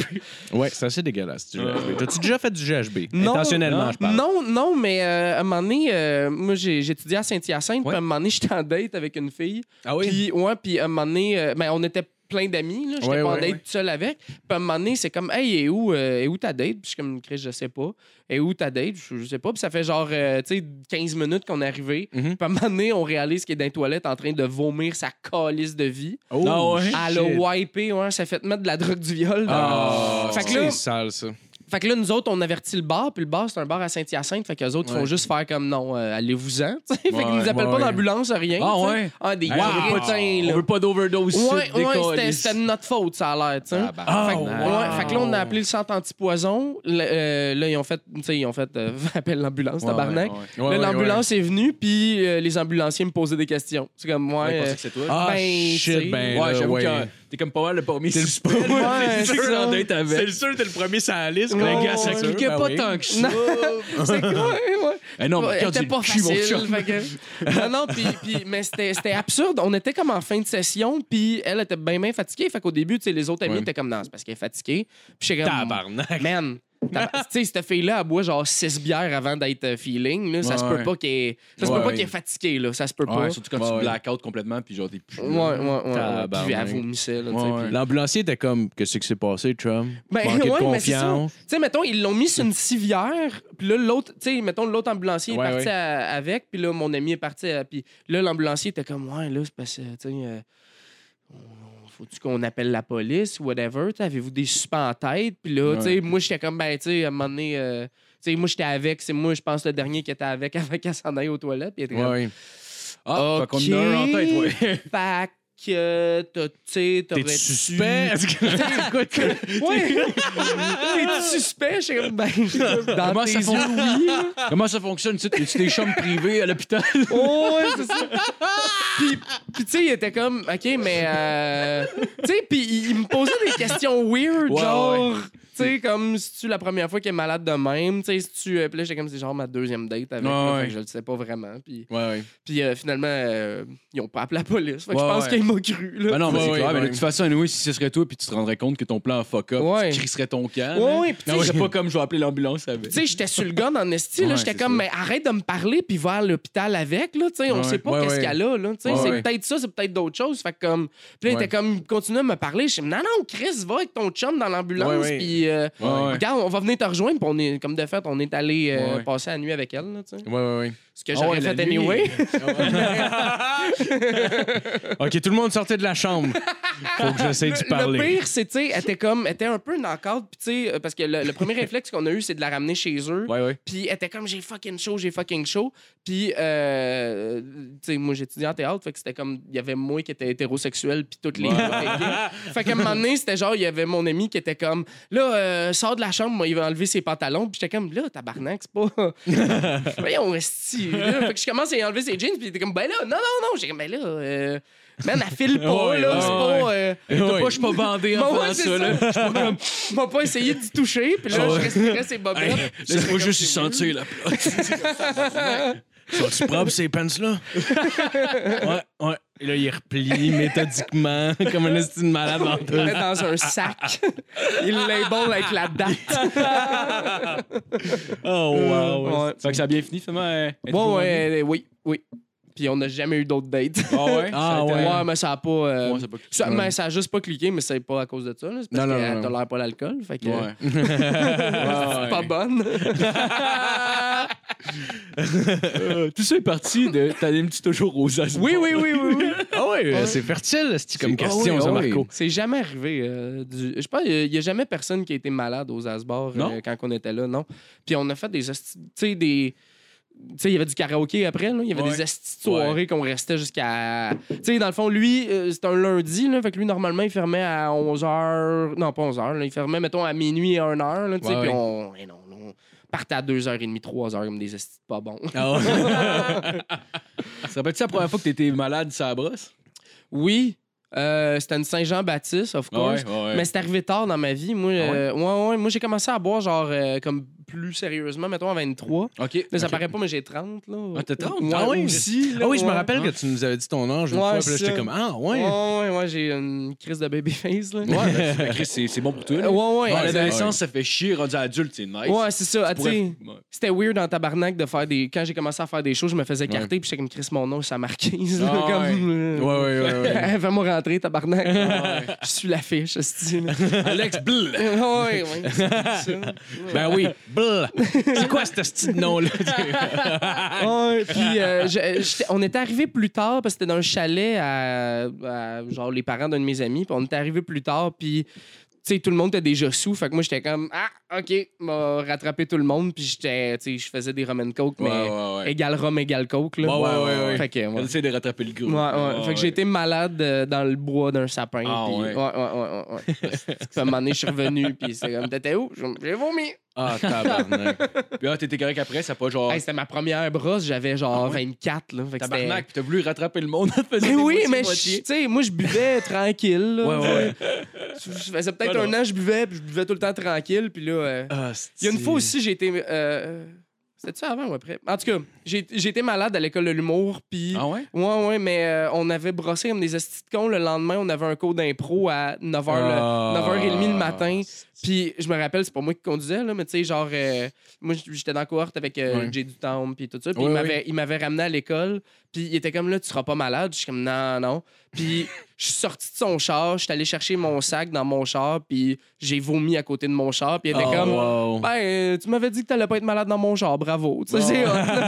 Ouais, c'est assez dégueulasse, du GHB. T'as-tu déjà fait du GHB?
Non.
Intentionnellement, je parle.
Non, non, mais euh, à un moment donné, euh, moi, j'ai- j'étudiais à Saint-Hyacinthe.
Ouais.
Puis à un moment donné, j'étais en date avec une fille.
Ah
Puis, ouais, puis à un moment donné, euh, ben, on était plein d'amis. là. J'étais
Ouais,
pas en
ouais,
date
ouais.
tout seul avec. Puis à un moment donné, c'est comme, hey, et où, euh, et où ta date? Puis je suis comme, Chris, je sais pas. Et où ta date? Je, je sais pas. Puis ça fait genre, euh, tu sais, 15 minutes qu'on est arrivé. Puis
Mhm.
à un moment donné, on réalise qu'elle est dans les toilettes en train de vomir sa calice de vie.
Oh,
Ah ouais.
shit.
Elle a wipé, ouais, ça fait mettre de la drogue du viol. dans-
Ah,
Fait que là-
c'est sale, ça.
fait que là, nous autres, on avertit le bar, puis le bar, c'est un bar à Saint-Hyacinthe. Fait qu'eux autres
Ouais.
font juste faire comme non, euh, allez-vous-en. tu sais. fait qu'ils nous appellent
ouais.
pas d'ambulance, rien.
Ah
tu sais.
ouais?
Ah, des
Hey, on veut
wow.
pas-
On veut pas d'overdose.
Ouais,
ici,
ouais,
décolle.
c'était- c'était de notre faute, ça a l'air, tu sais.
Ah, bah.
fait, que-
Oh,
ouais,
wow.
fait que là, on a appelé le centre antipoison. Le- euh, là, ils ont fait, tu sais, ils ont fait euh, appel à l'ambulance,
Ouais,
tabarnak.
ouais, ouais.
Ouais,
Là,
ouais,
l'ambulance est venue, puis euh, les ambulanciers me posaient des questions. C'est comme,
Ouais, ils
ouais. euh,
pensaient que c'est toi.
Ah,
Ben, tu sais.
shit, ben.
ouais,
là,
j'avoue
ouais.
que t'es comme pas mal le premier.
T'es le
suspect.
premier.
Ouais,
C'est
c'est
sûr,
ça.
en date
C'est
avec.
le seul, t'es le premier sur la liste.
Ouais,
le
ouais,
ben, gars, ça
ouais.
cliquait
cliquait
pas tant que
Non, c'est quoi? ouais.
Eh non, mais quand
C'était
tu
pas
le culs, mon
facile.
chum.
fait que- non, non, puis, puis- mais c'était c'était absurde. On était comme en fin de session, puis elle était bien, bien fatiguée. Fait qu'au début, tu sais, les autres amis
Ouais.
étaient comme, non, c'est parce qu'elle est fatiguée. Puis j'étais comme,
Tabarnak.
man, t'as- tu sais, cette fille-là, elle boit genre 6 bières avant d'être euh, feeling. là. Ça
Ouais,
se
ouais.
peut pas qu'elle ça se
Ouais,
peut pas
ouais.
qu'elle est fatiguée, là. Ça se peut pas.
Ouais, surtout quand
Ouais,
tu
ouais.
blackout complètement, puis genre t'es plus.
Ouais, ouais, ouais. ouais.
Tabarnak.
Puis elle vomissait, là, tu sais,
Ouais, ouais.
puis-
L'ambulancier était comme, qu'est-ce qui s'est passé, Trump?
Ben,
Manquer de
ouais, mais c'est ça.
confiance.
Tu sais, mettons, ils l'ont mis sur une civière, puis là, l'autre, tu sais, mettons, l'autre ambulancier
Ouais,
est parti
ouais.
à- avec, puis là, mon ami est parti, à- puis là, l'ambulancier était comme, ouais, là, c'est parce que, tu sais, euh, on- faut-tu qu'on appelle la police ou whatever, tu sais, avez-vous des suspens en tête, puis là, tu sais, moi, j'étais comme, ben, tu sais, à un moment donné, euh, tu sais, moi, j'étais avec, c'est moi, je pense, le dernier qui était avec avant qu'elle s'en aille aux toilettes, puis il était comme,
Ouais.
Ah,
OK.
fait qu'on en a un en tête, ouais.
Fait que, t'as- tu sais,
T'es
t'aurais-tu-
suspect?
Ouais! T'es suspect? Je suis comme, ben, dans
Comment
tes
ça fon-
yeux, oui.
Comment ça fonctionne? Tu tu des chambres privées à l'hôpital?
Oh, ouais, c'est ça. Puis, puis tu sais, il était comme, OK, mais. euh, tu sais, puis il, il me posait des questions weird,
Ouais,
genre.
ouais.
Tu sais, comme si tu la première fois qu'elle est malade de même, tu sais, si tu. euh, Puis là, j'étais comme, c'est genre ma deuxième date avec.
Ouais,
là,
ouais.
fait que je le sais pas vraiment. Puis,
Ouais, ouais.
puis euh, finalement, euh, ils ont pas appelé la police. Fait que
Ouais,
je pense
ouais.
qu'il m'a cru, là.
Ben non, mais
Ouais,
c'est
ouais,
clair. mais
ouais.
de toute façon, anyway, si ce serait toi, puis tu te rendrais compte que ton plan a fuck up,
Ouais.
tu crisserais ton camp.
Ouais,
là.
ouais, puis tu
Non,
sais,
c'est pas comme je vais appeler l'ambulance avec.
Tu sais, j'étais sur le gun en esti. là.
Ouais,
j'étais
c'est
comme,
ça.
mais arrête de me parler puis va à l'hôpital avec. Là, tu sais, on
Ouais,
sait pas
ouais,
qu'est-ce
ouais.
qu'elle a. Là, tu sais,
Ouais,
c'est
ouais.
peut-être ça, c'est peut-être d'autres choses. Fait que comme, puis là, il
Ouais.
était comme, il continuait à me parler. Je dis, non, non, Chris, va avec ton chum dans l'ambulance.
Ouais, ouais.
Puis, euh,
Ouais, ouais.
regarde, on va venir te rejoindre. Puis, on est, comme de fait, on est allé euh,
Ouais, ouais.
passer la nuit avec elle. Là, tu sais.
Ouais, ouais, ouais.
Ce que
Ah ouais,
j'aurais
la
fait
nuit.
anyway.
OK, tout le monde sortait de la chambre. Faut que j'essaie d'y
Le-
parler.
Le pire, c'est, tu sais, elle était comme, elle était un peu knock-out. Puis, tu sais, euh, parce que le, le premier réflexe qu'on a eu, c'est de la ramener chez eux.
Ouais, ouais.
Puis elle était comme j'ai fucking chaud, j'ai fucking chaud. Puis euh, tu sais moi j'étudiais en théâtre, fait que c'était comme il y avait moi qui était hétérosexuel puis toutes les Fait qu'à un moment donné, c'était genre il y avait mon ami qui était comme là euh, sors de la chambre, moi, il va enlever ses pantalons. Puis j'étais comme là tabarnak, c'est pas Voyons esti. là. Fait que je commence à y enlever ses jeans puis il était comme ben là non non non, j'ai comme ben là euh, Man, elle file pas,
Ouais,
là.
ouais,
c'est pas. euh,
T'as
Ouais.
pas, je suis pas bandé en
Bon, ouais,
faisant
c'est
ça, là.
ça. je m'ai pas essayé d'y toucher, puis là,
Ah ouais.
je respirais ses
Hey,
bobettes. Là, j'étais
Laisse-moi
comme,
juste y
c'est
sentir la plaque.
Sont-tu propres, ces pants-là? ouais, ouais. Et là, il replie méthodiquement, comme un estime malade dans
Il le met dans un sac. Il le label avec la date.
Oh, wow. ouais.
Ouais.
Fait que ça a bien fini, finalement.
hein?
euh, êtes-vous
Bon, ouais, euh, oui, oui. Puis on n'a jamais eu d'autres dates.
en vie? Ah, ouais. Ça a été-
Ah, ouais.
Ouais, mais ça a pas. euh,
Ouais, c'est pas-
ça, mais ça a juste pas cliqué, mais c'est pas à cause de ça. là. C'est parce
Non, non,
qu'elle
non, non.
tolère pas l'alcool. Fait que.
Ouais.
euh, c'est pas bonne.
Euh, tout ça est parti de. T'animes-tu toujours aux as?
oui, oui, oui, oui, oui.
Ah ouais, euh, c'est fertile, c'est comme
Ah
question,
oui,
ça,
ah oui.
Marco.
C'est jamais arrivé. euh, du- Je pense qu'il n'y a jamais personne qui a été malade aux Asbars euh,
Non?
quand on était là, non. Puis on a fait des. esti- Tu sais, des. Tu sais, il y avait du karaoké après, là. Il y avait
Ouais.
des esti de soirées qu'on restait jusqu'à. Tu sais, dans le fond, lui, euh, c'était un lundi, là. Fait que lui, normalement, il fermait à 11h. Non, pas 11h, là. Il fermait, mettons, à minuit et 1h, là. Tu sais,
Ouais,
puis
ouais.
on. eh non, on partait à 2h30, 3h, comme des esti de pas bons.
Ah ouais.
Ça rappelle-tu la première fois que t'étais malade, ça brosse?
Oui, euh, c'était une Saint-Jean-Baptiste,
Ah
of course.
ouais.
Mais c'est arrivé tard dans ma vie. Moi, euh, ouais, ouais, moi j'ai commencé à boire genre euh, comme plus sérieusement, mettons à 23.
OK.
Là, ça paraît pas, mais j'ai 30. Là.
Ah, t'as 30?
Ouais,
Ah oui,
aussi.
Ah oui, je me
ouais.
rappelle que
Hein?
tu nous avais dit ton âge une
Ouais,
fois, puis là,
c'est
j'étais
ça.
comme, ah
Ouais,
ouais.
ouais, ouais, j'ai une crise de babyface. Là.
Ouais, ben, ben, Chris, c'est c'est bon pour toi.
Euh,
là.
ouais, ouais.
Ouais, à
exact.
l'adolescence, ça fait chier. Rendu adulte, c'est nice.
Ouais, c'est ça. Ah, tu
Pourrais-
sais,
Ouais.
C'était weird en tabarnak de faire des. Quand j'ai commencé à faire des shows, je me faisais écarter, puis j'étais comme Chris, mon nom, ça marquise. là,
Ah,
comme. euh,
Ouais, ouais, ouais. ouais.
Fais-moi rentrer, tabarnak. Je suis l'affiche, ce style.
Alex, bleu.
ouais, ouais. c'est ça.
Ben oui, blah. C'est quoi ce petit nom-là?
Ouais, puis euh, je- j'étais- on était arrivé plus tard parce que c'était dans un chalet à, à, genre les parents d'un de mes amis. Puis on était arrivé plus tard, puis tu sais tout le monde était déjà sous. Fait que moi j'étais comme ah ok, m'a rattrapé tout le monde. Puis j'étais, tu sais, je faisais des rum and coke, mais
Ouais, ouais, ouais.
égal rhum égal coke là.
Ouais, ouais, ouais, ouais.
Fait que ouais.
Elle essaie de rattraper le
Ouais,
groupe.
ouais. fait que j'ai été malade euh, dans le bois d'un sapin.
Ah,
puis-
ouais.
ouais, ouais, ouais, ouais, ouais. Puis à un moment donné, je suis revenu, puis c'était comme, t'étais où? J'ai vomi.
Ah, tabarnak.
Puis ah, t'étais correct après, ça a pas genre.
Hey, c'était ma première brosse, j'avais genre 24, là. Fait que c'était-
Ah Tabarnak, puis t'as voulu rattraper le monde en te faisant des
Mais oui,
moitiés-
mais je-
moitiés.
tu sais, moi je buvais tranquille. Là,
Ouais, ouais.
Je je faisais peut-être
Ah,
un
non.
an, je buvais, puis je buvais tout le temps tranquille. Puis là, euh,
Ah,
il y a une
c'est-
fois aussi, j'ai été. euh, C'était ça avant ou après? En tout cas, j'ai j'ai été malade à l'école de l'humour, puis.
Ah ouais?
Ouais, ouais, mais euh, on avait brossé comme des estis de cons. Le lendemain, on avait un cours d'impro à 9h,
Ah.
9h30 le matin. Puis je me rappelle, c'est pas moi qui conduisais, là, mais tu sais, genre, euh, moi j- j'étais dans la cohorte avec euh,
Ouais.
Jay Dutombe, puis tout ça. Puis
Ouais,
il
ouais.
m'avait- il m'avait ramené à l'école, puis il était comme là, tu seras pas malade. Je suis comme, non, non. Puis je suis sorti de son char, je suis allé chercher mon sac dans mon char, puis j'ai vomi à côté de mon char, puis il était
Oh,
comme.
wow.
Ben, euh, tu m'avais dit que t'allais pas être malade dans mon char, bravo. Tu sais, c'est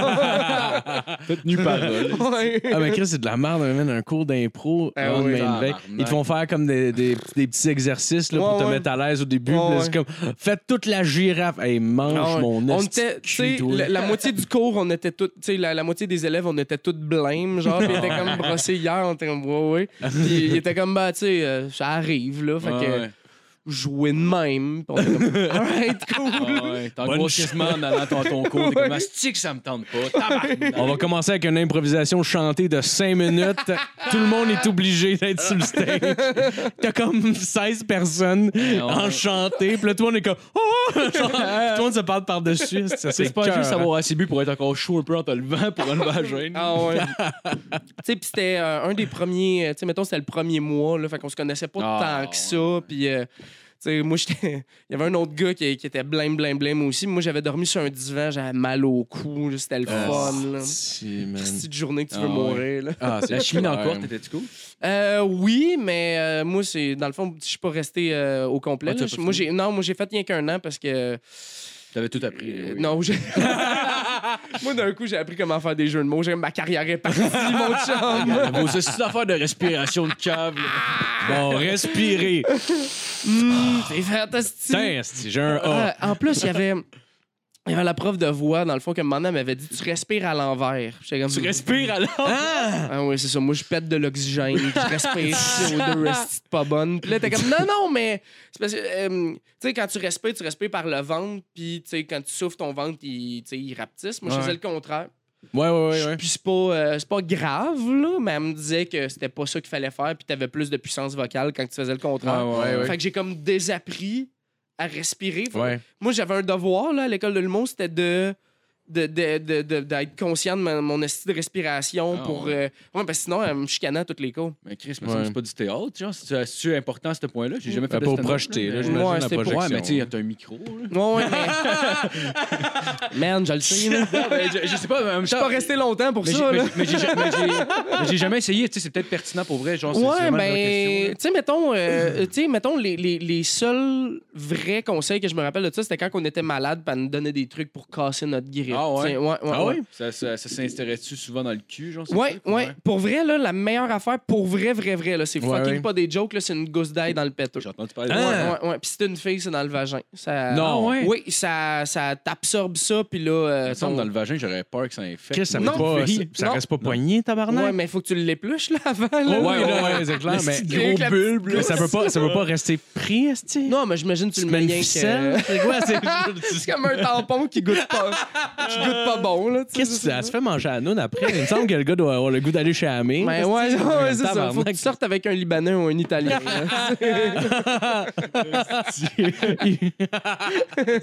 T'as tenu parole.
Ouais.
Ah, mais Chris, c'est de la merde, on amène un cours d'impro
Ah
avant de
oui.
main event.
Tabarnak.
Ils te font faire comme des, des, petits- des petits exercices là, pour
Ouais,
te
ouais.
mettre à l'aise au début.
Ouais,
puis là,
ouais.
c'est comme, faites toute la girafe. Hey, mange
Ah ouais.
mon
on
esti
était,
de
tu
cul,
sais,
toi.
la, la moitié du cours, on était toutes, tu sais, la, la moitié des élèves, on était toutes blêmes, genre, puis ils étaient comme brossés hier, on était comme, ouais, ouais. Puis ils étaient comme, bah, tu sais, euh, ça arrive, là, fait
Ouais,
que
Ah, ouais.
jouer de même. Puis on était comme, alright, cool.
Ah ouais, T'en
Bonne
gros quasiment en allant dans ton cours. T'es comme, Asti que ça me tente pas. Tabarnak.
On va commencer avec une improvisation chantée de 5 minutes. Tout le monde est obligé d'être sur le stage. T'as comme 16 personnes
Ah
enchantées. Puis là, tout le monde est comme. Oh! Genre, tout le monde se parle par-dessus. Ça,
C'est
C'est
pas
cœur,
juste
hein.
avoir assez bu pour être encore chaud un peu en te levant pour enlever la gêne.
Ah ouais. tu sais, puis c'était euh, un des premiers, euh, tu sais, mettons, c'était le premier mois, là, fait qu'on se connaissait pas
Ah,
tant que ça, puis... euh, tu sais, moi, j'étais. Il y avait un autre gars qui, qui était blême, blême, blême aussi. Moi, j'avais dormi sur un divan, j'avais mal au cou. là, C'était le fun. Là.
Si, man.
Christy de journée que tu
Ah
veux
ouais.
mourir. Là.
Ah, c'est
La chimie dans le
clair.
corps, t'étais-tu cool?
Euh, oui, mais euh, moi, c'est dans le fond, je suis pas resté euh, au complet.
Ah, tu
là.
as pas
moi,
fini?
j'ai non, moi j'ai fait rien qu'un an parce que
T'avais tout appris.
euh,
oui.
non, j'ai- moi d'un coup j'ai appris comment faire des jeux de mots. J'ai ma carrière est partie, mon chum.
Vos astuces d'affaires de respiration de cave. là.
Bon, respirez.
Hum, C'est fantastique.
Tiens, esti, j'ai un
Euh,
A.
Ah, en plus, il y avait. Il y avait la prof de voix, dans le fond, que maintenant m'avait dit Tu respires à l'envers. J'étais comme,
Tu respires alors?
Hein?
Ah oui, c'est ça. Moi, je pète de l'oxygène, puis je respire CO2, esti de pas bonne. Puis là, t'es comme, non, non, mais. C'est parce que, euh, tu sais, quand tu respires, tu respires par le ventre, puis, tu sais, quand tu souffles, ton ventre, il, tu sais, il rapetisse. Moi, je
Ouais.
faisais le contraire.
Ouais, ouais, ouais.
Je-
ouais.
Puis c'est pas, euh, c'est pas grave, là, mais elle me disait que c'était pas ça qu'il fallait faire, puis t'avais plus de puissance vocale quand tu faisais le contraire.
Ah Ouais, ouais, ouais.
Fait que j'ai comme désappris à respirer. Fait-
Ouais.
Moi, j'avais un devoir là, à l'école de l'humour, c'était de de- de- de- de- d'être conscient de ma- mon esti de respiration
Ah,
pour...
ouais.
euh, ouais, parce que sinon, elle me chicanait à toutes les cours.
Mais Chris, me semble que
Ouais.
c'est pas du théâtre, genre. C'est- C'est important à ce point-là. J'ai jamais fait
Euh,
de
pour
stand-up,
projeter, là,
mais-
j'imagine
Ouais,
la
c'était pour-
projection.
Ouais, mais tu sais, t'as un micro, là.
Ouais, ouais, mais... Man, je le sais, là.
Non, mais je, je sais pas, mais en même
Je suis
temps-
pas resté longtemps pour
mais j'ai-
ça,
mais
là.
j'ai- mais j'ai ja- mais j'ai- mais j'ai jamais essayé, tu sais, c'est peut-être pertinent pour vrai, genre, c'est
Ouais,
vraiment une vraie
ben,
question.
tu sais, mettons, euh, tu sais, mettons les, les, les seuls vrais conseils que je me rappelle de ça, c'était quand on était malade, puis elle nous donnait des trucs pour casser notre grippe.
Ah ouais?
Tu sais, ouais, ouais,
Ah
ouais.
ouais?
Ça, ça, ça s'intéresse-tu souvent dans le cul, genre? c'est
Ouais,
ça?
ouais. Pour vrai, là, la meilleure affaire, pour vrai, vrai, vrai, là, c'est
Ouais,
fucking
ouais.
pas des jokes, là, c'est une gousse d'ail dans le péteux.
J'ai entendu parler de
Hein?
Ouais, ouais.
Ouais, ouais. Puis si t'es une fille, c'est dans le vagin. Ça...
Non. Euh,
Ah ouais?
Oui, ça, ça t'absorbe ça, puis là. euh,
Il me semble
ton-
dans le vagin, j'aurais peur que ça infecte.
Chris, ça,
Non,
fait pas, ça,
fille.
ça
Non.
reste pas poigné, tabarnak.
Ouais, mais faut que tu l'épluches, là, avant. là.
Oh, oui, là, ouais, c'est clair,
Le
mais
petit
Avec la
gros
petite
bulbe, là.
mais ça peut pas, ça peut pas rester pris, esti.
Non, mais j'imagine que tu
Tu
le
mets
mets
une
bien que.
ficelle. C'est quoi, c'est
C'est comme un tampon qui goûte pas, qui goûte pas bon, là. tu sais,
Qu'est-ce que
c'est ça.
ça se fait manger à nous après? Il me semble que le gars doit avoir le goût d'aller chez Amé.
Mais Ben, ouais, ouais, ouais, c'est ça.
Tabarnak.
Faut que tu sortes avec un Libanais ou un Italien. là.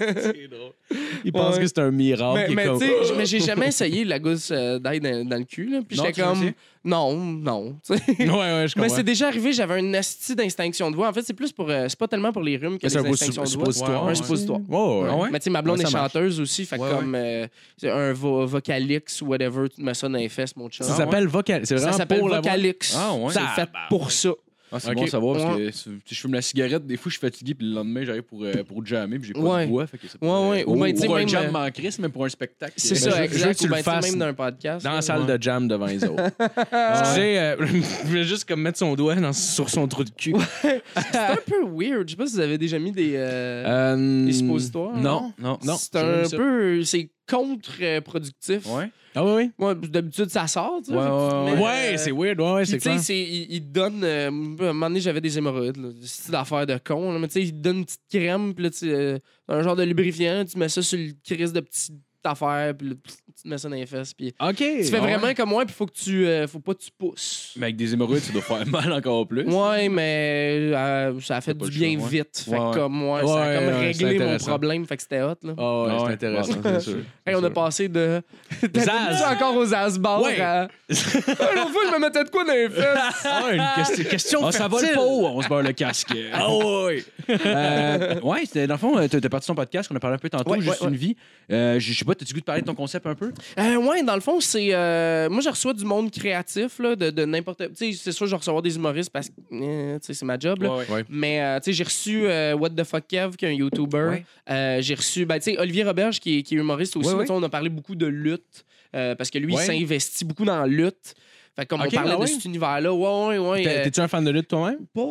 Il pense
Ouais.
que c'est un miracle.
mais
il est
mais
comme-
tu sais, j- mais j'ai jamais essayé la gousse euh, d'ail dans, dans le cul, là. Puis
Non,
j'étais
tu l'as
comme.
essayé?
Non, non. tu sais.
Ouais, Ah ouais, je
Mais
comprends.
c'est déjà arrivé, j'avais un asti d'instinction de voix. En fait, c'est plus pour. euh, c'est pas tellement pour les rhumes que
Mais
les
c'est un beau
instinctions
sup-
de voix.
suppositoire.
Ouais, un
ouais.
suppositoire.
Ouais, ouais.
Ah ouais?
Mais tu sais, ma blonde
Ouais, ça
est
marche.
chanteuse aussi, fait que
Ouais,
comme euh, c'est un vo- vocalix ou whatever, tu te mets ça dans les fesses, mon chum.
Ça s'appelle vocal. C'est
Ça
vraiment
s'appelle
pour la voix.
vocalix.
Ah, ouais.
C'est fait pour ça.
Ah, c'est
Ok.
bon à savoir parce que si si je fume la cigarette, des fois je suis fatigué, puis le lendemain j'arrive pour, euh, pour jammer, puis j'ai pas
Ouais.
de voix. Fait que c'est
Ouais, ouais. Ou
Ou,
ben, tu sais,
pour un
même,
jam,
euh,
m'en crisse, mais pour un spectacle.
C'est
euh,
je- je
ça,
veux
exact.
que tu
Ou
le
ben, tu sais,
fasses
même d'un podcast.
Dans
là.
la salle de jam devant les autres. Excusez, euh, je voulais juste comme mettre son doigt dans- sur son trou de cul.
C'est un peu weird. Je sais pas si vous avez déjà mis des. euh,
Euh,
Les suppositoires,
Non, non, non.
c'est
j'ai jamais
un
mis ça.
peu. C'est contre-productif.
Ouais.
Ah oui, oui.
Ouais, D'habitude, ça sort, tu sais.
Ouais, ouais,
Mais,
Ouais,
euh,
c'est weird. Ouais, ouais,
Puis,
c'est
tu sais,
clair.
c'est- il, il te donne. euh, à un moment donné, j'avais des hémorroïdes, là, des petites affaires de con, là, mais tu sais, il te donne une petite crème, puis là, tu, euh, un genre de lubrifiant, tu mets ça sur le crise de petite affaire, puis là, pff, tu te mets ça dans les fesses. Puis,
OK.
tu fais vraiment comme moi, puis faut que tu. euh, faut pas que tu pousses.
Mais avec des hémorroïdes, ça doit faire mal encore plus.
Ouais, mais euh, ça a fait
pas
du
le
bien
choix, ouais.
vite. Fait
Ouais,
que
ouais.
comme moi, ça a
Ouais,
comme
ouais, c'est
réglé mon
intéressant.
problème, fait que c'était hot, là.
Ah ouais,
Ah ouais.
c'est intéressant,
Ouais.
c'est sûr.
Hey, on a passé de.
Zaz.
T'as encore aux Asbars.
Ouais.
à- Ah, L'autre fois, je me mettais de quoi dans les fesses?
Ah, une question, question
Ah, ça va le
fertile.
pot, on se beurre le casque.
Ah ouais.
Euh, ouais, c'était- dans le fond, euh, t'es t'es parti de ton podcast qu'on a parlé un peu tantôt,
Ouais,
juste
ouais,
une vie. Euh, je je sais pas, t'as-tu le goût de parler de ton concept un peu?
Euh, ouais, dans le fond, c'est. euh, Moi, je reçois du monde créatif, là, de, de n'importe. Tu sais, c'est sûr, je vais recevoir des humoristes parce que. euh, tu sais, c'est ma job, là.
Ouais.
Mais, euh, tu sais, j'ai reçu euh, What the Fuck Kev, qui est un YouTuber.
Ouais.
Euh, j'ai reçu, ben, tu sais, Olivier Roberge, qui, est- qui est humoriste aussi.
Ouais,
Mais,
ouais.
tu sais, On a parlé beaucoup de lutte, euh, parce que lui,
Ouais.
il s'investit beaucoup dans la lutte. Fait que comme
Ok,
on parlait
ah
de
ouais.
cet univers-là, ouais, ouais, ouais.
T'es-
euh,
T'es-tu un fan de lutte toi-même?
pas,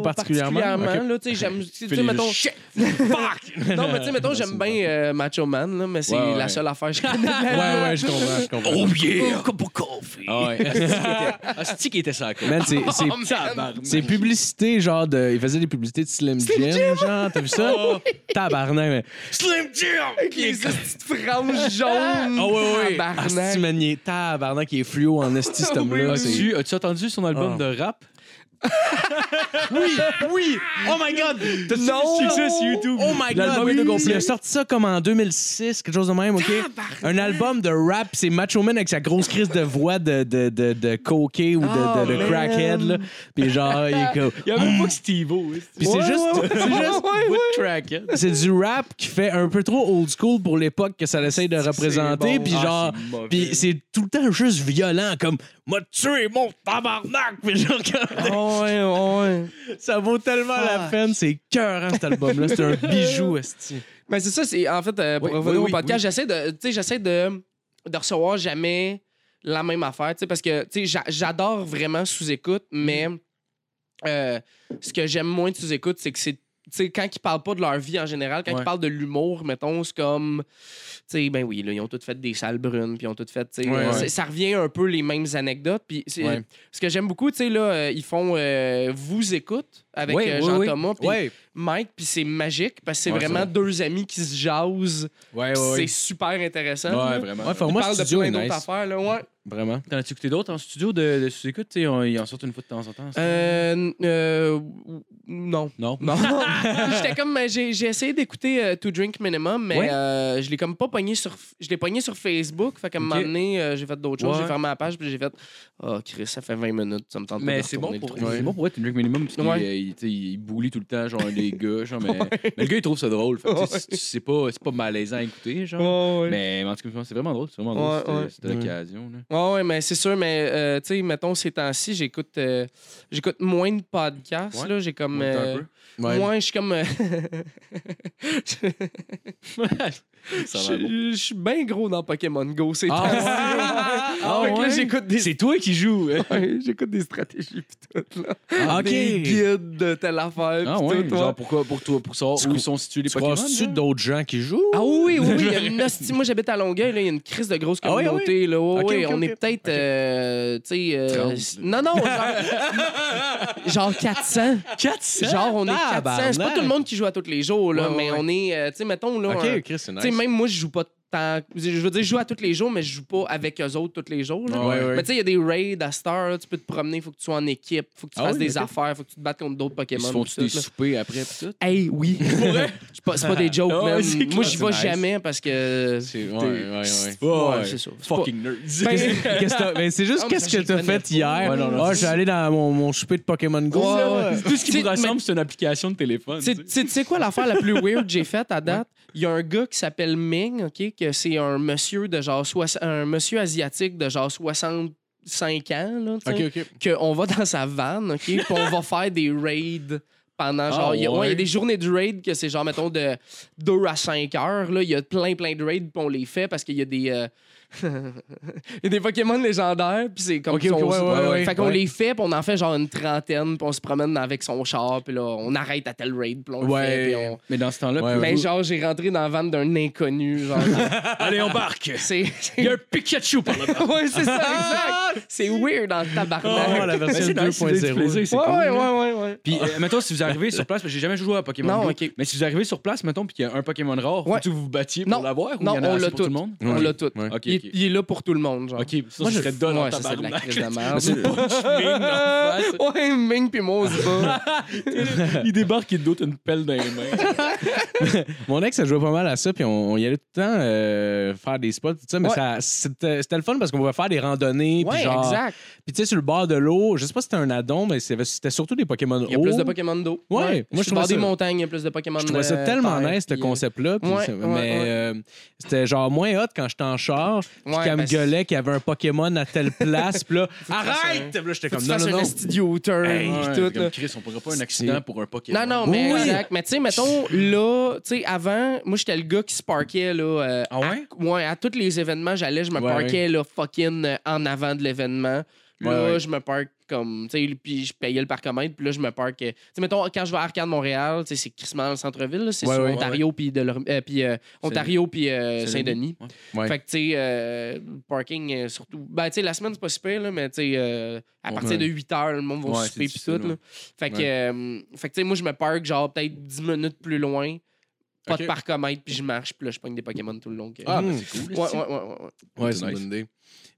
Pas particulièrement?
particulièrement, là, tu sais, j'aime. tu sais, mettons- non, mais tu sais, mettons, j'aime bien euh, Macho Man, là, mais c'est
Ouais, ouais.
la seule affaire que je connais.
Ouais, ouais, je comprends, je comprends.
yeah! Comme pour coffee! Ah ouais. Asti qui était ça, quoi.
Oh, Man, c'est- c'est-
Tabarnak.
c'est publicité, genre, de, il faisait des publicités de Slim Jim, genre, t'as vu ça? Tabarnak, mais.
Slim Jim!
Avec les petites franges jaunes.
Oh, ouais, ouais.
tabarnak.
Asti, man, il est tabarnak, il est fluo en esti, cet homme-là. c'est-
As-tu as-tu entendu son album
Ah.
de rap?
Oui! Oh my god! T'as-tu
Non!
vu ça sur YouTube? Oh my god!
L'album est au complet.
Il a sorti ça comme en 2006, quelque chose de même, OK? Un album de rap, c'est Macho Man avec sa grosse crise de voix de, de, de, de coquet ou de, de, de
Oh, man.
crackhead, là. Puis genre, il est comme...
Il y a même pas Steve-O.
Puis c'est
Ouais,
juste...
ouais,
c'est
ouais,
juste-
ouais, ouais.
C'est du rap qui fait un peu trop old school pour l'époque que ça essaye de représenter.
bon.
Puis
Ah,
genre,
c'est mauvais.
puis c'est tout le temps juste violent, comme m'a tué mon tabarnak. Puis genre, comme-
Oh, ouais, ouais.
ça vaut tellement la
Fuck.
peine. C'est cœur, hein, cet album-là. C'est un bijou, Esti.
Mais Ben, c'est ça, c'est en fait, euh, pour
Oui,
revenir
oui,
au
oui,
podcast, j'essaie de, tu sais, j'essaie de, de recevoir jamais la même affaire, tu sais, parce que, tu sais, j'a-
Mm-hmm.
j'adore vraiment sous-écoute, mais euh, ce que j'aime moins de sous-écoute, c'est que c'est tu sais, quand ils parlent pas de leur vie en général, quand
Ouais.
ils parlent de l'humour, mettons, c'est comme. Tu sais, ben oui, là, ils ont tous fait des salles brunes, puis ils ont toutes fait. tu sais,
Ouais,
euh,
ouais.
c'est- Ça revient un peu les mêmes anecdotes. Puis c'est-
Ouais.
ce que j'aime beaucoup, tu sais, là, euh, ils font euh, Vous écoute avec
Ouais,
euh,
ouais,
Jean-Thomas, puis
Ouais,
Mike, puis c'est magique parce que c'est
Ouais,
vraiment
ça.
deux amis qui se jasent.
ouais, ouais.
puis
ouais.
C'est super intéressant.
Ouais,
là.
vraiment.
Ouais,
Ils
format
parlent de
studio
plein
est
d'autres
nice.
affaires, là, ouais.
Vraiment.
T'en as-tu écouté d'autres en studio de, de sous-écoute? Tu sais, on- Ils en sortent une fois de temps en temps. ça.
Euh, euh, non.
Non.
Non. J'étais comme euh, j'ai j'ai essayé d'écouter euh, To Drink Minimum mais
Ouais.
euh, je l'ai comme pas pogné sur je l'ai pogné sur Facebook fait qu'à un
Ok.
moment donné euh, j'ai fait d'autres choses,
Ouais.
j'ai fermé la page puis j'ai fait oh Chris, ça fait 20 minutes, ça me tente pas
Mais
de
c'est bon,
retourner
pour,
le truc.
c'est bon pour être une drink minimum. Parce qu'il,
Ouais.
euh, il, tu sais, il bully tout le temps, genre, les gars. Genre, mais, mais le gars, il trouve ça drôle. Fait que, tu sais, c'est- c'est pas, c'est pas malaisant à écouter, genre. Mais en tout cas, c'est vraiment drôle. C'est vraiment drôle.
Ouais,
c'était-
ouais.
C'était l'occasion. là.
Ouais, ouais, mais c'est sûr, mais euh, tu sais, mettons ces temps-ci, j'écoute euh, j'écoute moins de podcasts.
Ouais.
Là, j'ai comme.
Monte un
euh,
peu.
Ouais.
Moins, je suis comme. euh,
Ça a l'air beau.
Je je suis bien gros dans Pokémon Go, c'est
Ah,
temps-ci.
Ah,
Fait que là,
ouais?
j'écoute des
C'est toi qui joues. hein.
Ouais, J'écoute des stratégies pis tout, là.
Ah,
Des guides de telle affaire
Ah
pis
ouais,
tout, ouais.
genre pourquoi pour toi pour savoir
Tu
où
crois-
sont situés les
Tu
Pokémon.
crois-tu
là?
d'autres gens qui jouent?
Ah oui, oui, oui, il y a une hostie- Moi, j'habite à Longueuil, là, il y a une crise de grosse
Ah oui,
communauté. là. Ouais,
Ok,
ouais,
ok,
on
ok.
est peut-être, euh, tu sais... euh,
30.
non, non, genre, genre 400.
400?
Genre, on est 400. C'est pas tout le monde qui joue à tous les jours, là,
Ouais,
mais
ouais.
on est... euh, tu sais, mettons, là...
OK,
un-
Chris, c'est
Tu sais,
nice.
même moi, je joue pas tant. Je veux dire, je joue à tous les jours, mais je joue pas avec eux autres tous les jours. là.
Ouais, ouais.
Mais tu sais, il y a des raids à Star, là, tu peux te promener, faut que tu sois en équipe, faut que tu
Ah
fasses
oui,
des
ok.
affaires, faut que tu te battes contre d'autres
Ils
Pokémon.
se font-tu
pis
des
tout, là.
soupers après pis tout?
Hey, oui. c'est pas, c'est pas des jokes,
Ah ouais,
man.
c'est clair,
Moi,
c'est
j'y vais
nice.
jamais parce que.
C'est-
t'es-
ouais, ouais, ouais.
Ouais,
Ouais.
c'est ça. C'est pas-
Fucking nerds.
Ben,
Qu'est-ce que t'as- ben, c'est juste
Ah, mais ça,
qu'est-ce que
je
t'as
connais
fait
pas.
hier.
Ouais, non, non,
Ah,
c'est-
j'ai allé dans mon, mon souper de Pokémon Go.
Ouais,
là.
ouais.
Tout ce qui
Tu sais,
vous ressemble,
mais-
c'est une application de téléphone.
Tu
tu sais.
sais- tu sais- tu sais quoi l'affaire la plus weird que j'ai faite à date? Il y a un gars qui s'appelle Ming, OK, que c'est un monsieur de genre soix- un monsieur asiatique de genre 65 ans, là, tu sais.
OK, OK.
qu'on va dans sa vanne, OK? Puis on va faire des raids pendant
Ah
genre. il y a- ouais, il y
ouais.
a des journées de raids que c'est genre, mettons, de 2 à 5 heures. Là. Il y a plein, plein de raids, puis on les fait parce qu'il y a des. euh, il y a des Pokémon légendaires, puis c'est comme
OK,
ça,
OK,
on-
ouais, ouais, ouais,
Fait qu'on
ouais.
les fait, puis on en fait genre une trentaine, puis on se promène avec son char, puis là, on arrête à tel raid, puis on le
Ouais.
fait, puis on.
Mais dans ce temps-là,
Ouais,
puis-
Ben, genre, j'ai rentré dans la vanne d'un inconnu, genre.
allez, on barque!
c'est.
Il y a un Pikachu par là-bas.
ouais, c'est ça, exact. C'est weird dans le tabarnak.
Oh, la version
C'est nice, c'est du
2.0.
plaisir, c'est
Ouais,
cool,
ouais,
là.
ouais, ouais, ouais.
Puis, euh, mettons, si vous arrivez sur place, parce que j'ai jamais joué à Pokémon.
Non,
Go,
ok.
Mais si vous arrivez sur place, mettons, puis qu'il y a un Pokémon rare,
Ouais.
faut-tu vous vous battiez pour
Non,
l'avoir? ou
non,
il y en a
on
assez
l'a
pour
tout.
le monde?
On
Ouais.
l'a tout.
Ouais.
Ok,
il,
ok.
il est là pour tout le monde, genre.
Ok, ça, ça
Moi, je-
serait dole en
Ouais, ça, c'est de la
tabarnak.
crise de merde.
C'est pas une chemise d'en face.
Ouais, Ming pis moi, on se bat.
Il débarque, il te doute une pelle dans les mains.
Mon ex, elle jouait pas mal à ça, puis on, on y allait tout le temps euh, faire des spots, tout ça, mais
Ouais.
ça- c'était c'était le fun parce qu'on pouvait faire des randonnées, puis
Ouais,
genre...
exact.
Puis tu sais, sur le bord de l'eau, je sais pas si c'était un addon, mais c'est- c'était surtout des Pokémon
Il y a
eau.
plus de Pokémon euh, d'eau.
Oh. Ouais, moi, je
Sur le bord des
trouvais ça-
montagnes, il y a plus de Pokémon
Je trouvais ça tellement nice, ce concept-là. puis
Ouais,
ça-
ouais,
mais
ouais.
euh, c'était genre moins hot quand j'étais en char, puis
Ouais,
qu'elle me
ben,
gueulait qu'il y avait un Pokémon à telle place, puis là,
fasses
arrête! Puis là, j'étais
Comme
comme
tu
non,
fasses
non,
un
non.
studio turn
Hey,
pis
ouais,
tout,
comme
là.
Chris, on prendra pas un accident pour un Pokémon.
Non, non, mais
Oui.
exact. Mais tu sais, mettons, là, tu sais, avant, moi, j'étais le gars qui se parquait, là. euh,
Ah ouais?
à- ouais, à tous les événements, j'allais, je me
Ouais,
parquais, là, fucking euh, en avant de l'événement. Là,
Ouais, ouais.
je me parque comme. Tu sais, puis je payais le parcomètre, puis là, je me parque. euh, Tu sais, mettons, quand je vais à Arcade Montréal, tu sais, c'est crissement le centre-ville, là, c'est
Ouais,
sur
ouais.
Ontario, puis de leur- euh, puis, euh, Ontario, puis euh, Saint-Denis.
Ouais.
Ouais.
Fait que, tu sais, euh, parking, euh, surtout. Ben, tu sais, la semaine, c'est pas si pire, là, mais, tu sais, euh, à
Ouais.
partir de 8 heures, le monde va
Ouais, c'est
souper, puis tout,
difficile,
là. Fait que, euh, fait que, tu sais, moi, je me parque, genre, peut-être 10 minutes plus loin, pas
Ok.
de parcomètre, puis je marche, puis là, je pogne des Pokémon tout le long. que-
Ah,
ouais,
ben,
C'est cool.
ouais, ouais, ouais, ouais.
Ouais,
C'est
c'est
nice.
une bonne idée.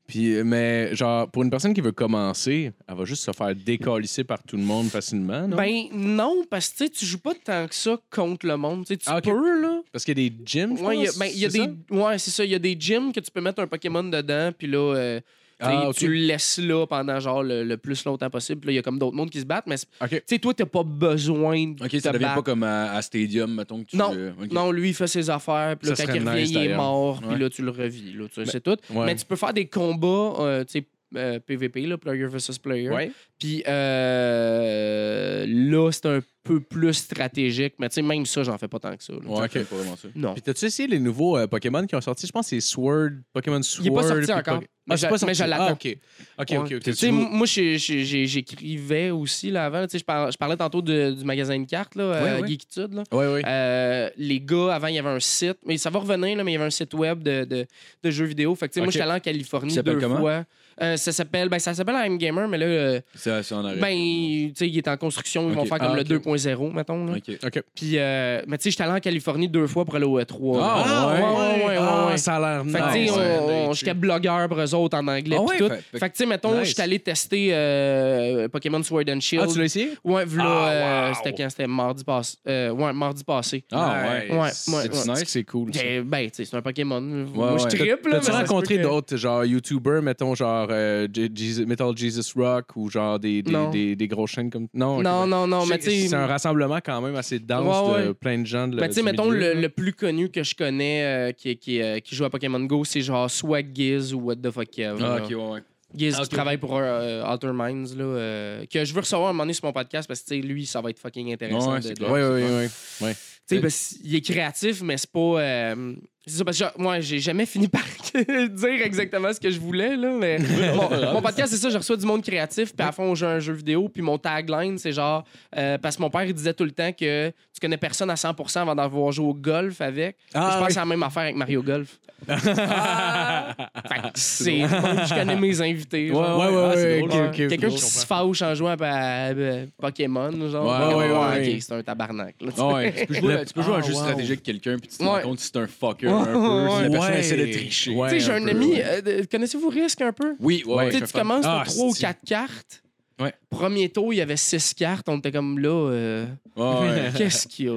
Puis, euh, mais genre, pour une personne qui veut commencer, elle va juste se faire décalisser par tout le monde facilement, non?
Ben, non, parce que, tu sais, tu joues pas tant que ça contre le monde. Tu sais, tu
Ah, ok.
peux, là.
Parce qu'il y a des gyms, je
Ouais, il y a,
pense,
ben, il y a
c'est
des.
ça?
Ouais, c'est ça. Il y a des gyms que tu peux mettre un Pokémon dedans, puis là, euh, tu sais,
Ah, ok.
tu le laisses là pendant genre le, le plus longtemps possible. Puis là, il y a comme d'autres mondes qui se battent, mais c'est-
Ok.
tu sais, toi, t'as pas besoin de.
Ok,
te
ça devient
battre.
pas comme à, à Stadium, mettons que tu.
Non,
euh, ok.
Non, lui, il fait ses affaires, puis là,
Ça
quand
serait
il revient,
nice,
il est
d'ailleurs.
mort,
Ouais.
puis là, tu le revis, là, tu sais,
Mais-
c'est tout.
Ouais.
Mais tu peux faire des combats, euh, tu sais,
Ah.
euh, PVP, là, player versus player.
Ouais.
Puis euh, là, c'est un peu plus stratégique. Mais tu sais, même ça, j'en fais pas tant que ça. là.
Ouais, ok.
C'est pas vraiment ça.
Non.
Puis t'as-tu essayé les nouveaux euh, Pokémon qui ont sorti? Je pense que c'est Sword, Pokémon Sword.
Il est pas sorti
puis
encore,
Poké-
mais
Ah,
je-
c'est pas
mais
sorti.
je l'attends.
Ah, OK. OK,
Ouais.
OK, OK.
Tu sais, m- moi, j'ai- j'ai- j'ai- j'écrivais aussi là, avant. Tu sais, Je par- je parlais tantôt de- du magasin de cartes, là, euh,
ouais.
Geekitude. là.
Ouais, ouais.
Euh, les gars, avant, il y avait un site, mais ça va revenir, là, mais il y avait un site web de, de- de jeux vidéo. Fait que, tu sais, moi,
Ok.
j'étais allé en Californie
Ça s'appelle
deux
comment?
fois. Euh, ça s'appelle, ben, ça s'appelle I'm Gamer, mais là, euh,
C'est c'est en
Ah,
arrêt.
ben, tu sais, il est en construction, ils vont
Ok.
faire comme
Ah,
le
ok.
2.0, mettons. là.
Ok.
OK.
Puis, euh, mais tu sais, j'étais allé en Californie deux fois pour aller au E3.
Ah,
là.
ouais.
ouais, ouais, ouais,
Ah,
ouais.
ça a l'air nice.
Fait que, tu sais,
Ouais.
on- on- j'étais blogueur pour eux autres en anglais.
Ah
pis
ouais,
tout.
fait-
Fait, que, tu sais, mettons,
Nice.
j'étais allé tester euh, Pokémon Sword and Shield.
Ah, tu l'as essayé?
Ouais, v'là,
Ah,
euh,
wow.
c'était quand? C'était mardi passé. Euh, ouais, mardi passé.
Ah, ouais.
Ouais, ouais, ouais.
C'est- C'est cool. ça.
Eh, Ben, tu sais, c'est un Pokémon. Moi, je
ouais.
trippe, là. mais
T'as-tu
ça se
rencontré
peut que-
d'autres, genre, YouTubers, mettons, genre, euh, J- Jesus- Metal Jesus Rock ou genre des, des,
Non.
des, des grosses chaînes comme. Non, ok,
Non,
ben,
non, non,
je
mais
sais que
tu
C'est un
sais.
rassemblement quand même assez dense
Ouais, ouais.
de plein de gens de la-
Mais tu sais,
du
mettons,
milieu.
le, le plus connu que je connais euh, qui, qui, euh, qui joue à Pokémon Go, c'est genre soit Giz ou What the fuck Kev.
Ah,
là.
ok, ouais, ouais.
Giz
Ah, ok.
qui travaille pour euh, Outer Minds, là, euh, que je veux recevoir un moment donné sur mon podcast parce que tu sais, lui, ça va être fucking intéressant.
Ouais, Ah,
de-
c'est
de-
clair.
Ouais, ouais, ouais, ouais.
Tu sais, parce qu'il est créatif, mais c'est pas. euh, c'est ça, parce que genre, moi, j'ai jamais fini par dire exactement ce que je voulais, là. Mais mon, mon podcast, c'est ça, je reçois du monde créatif, puis à fond, on joue à un jeu vidéo, puis mon tagline, c'est genre. euh, parce que mon père, il disait tout le temps que tu connais personne à 100% avant d'avoir joué au golf avec. je pense
Ah,
que c'est la même affaire avec Mario Golf. Ah! Fait que c'est. bon, je connais mes invités.
ouais,
genre.
ouais, ouais,
Ah, c'est
ouais,
drôle.
ok,
Ouais.
hein.
ok, ok,
Quelqu'un
je
qui se fâche en jouant à, à- à Pokémon, genre.
Ouais, ouais, ouais.
Ok, c'est un tabarnak. là.
Ah, Ouais, tu peux jouer, à- tu peux jouer à un
Ah,
jeu
wow.
stratégique quelqu'un puis tu te
Ouais.
rends compte si c'est un fucker un peu, si la
Ouais.
personne essaie de tricher.
Ouais.
Tu sais, j'ai
un
un
peu,
ami.
ouais.
euh, de- Connaissez-vous Risk un peu?
Oui, ouais,
Tu sais,
je
tu
suis un fan.
commences
Ah,
par 3 ou
c'est-
4 cartes.
Ouais.
Premier tour, il y avait 6 cartes. On était comme là. euh,
Ouais, ouais.
Qu'est-ce qu'il y a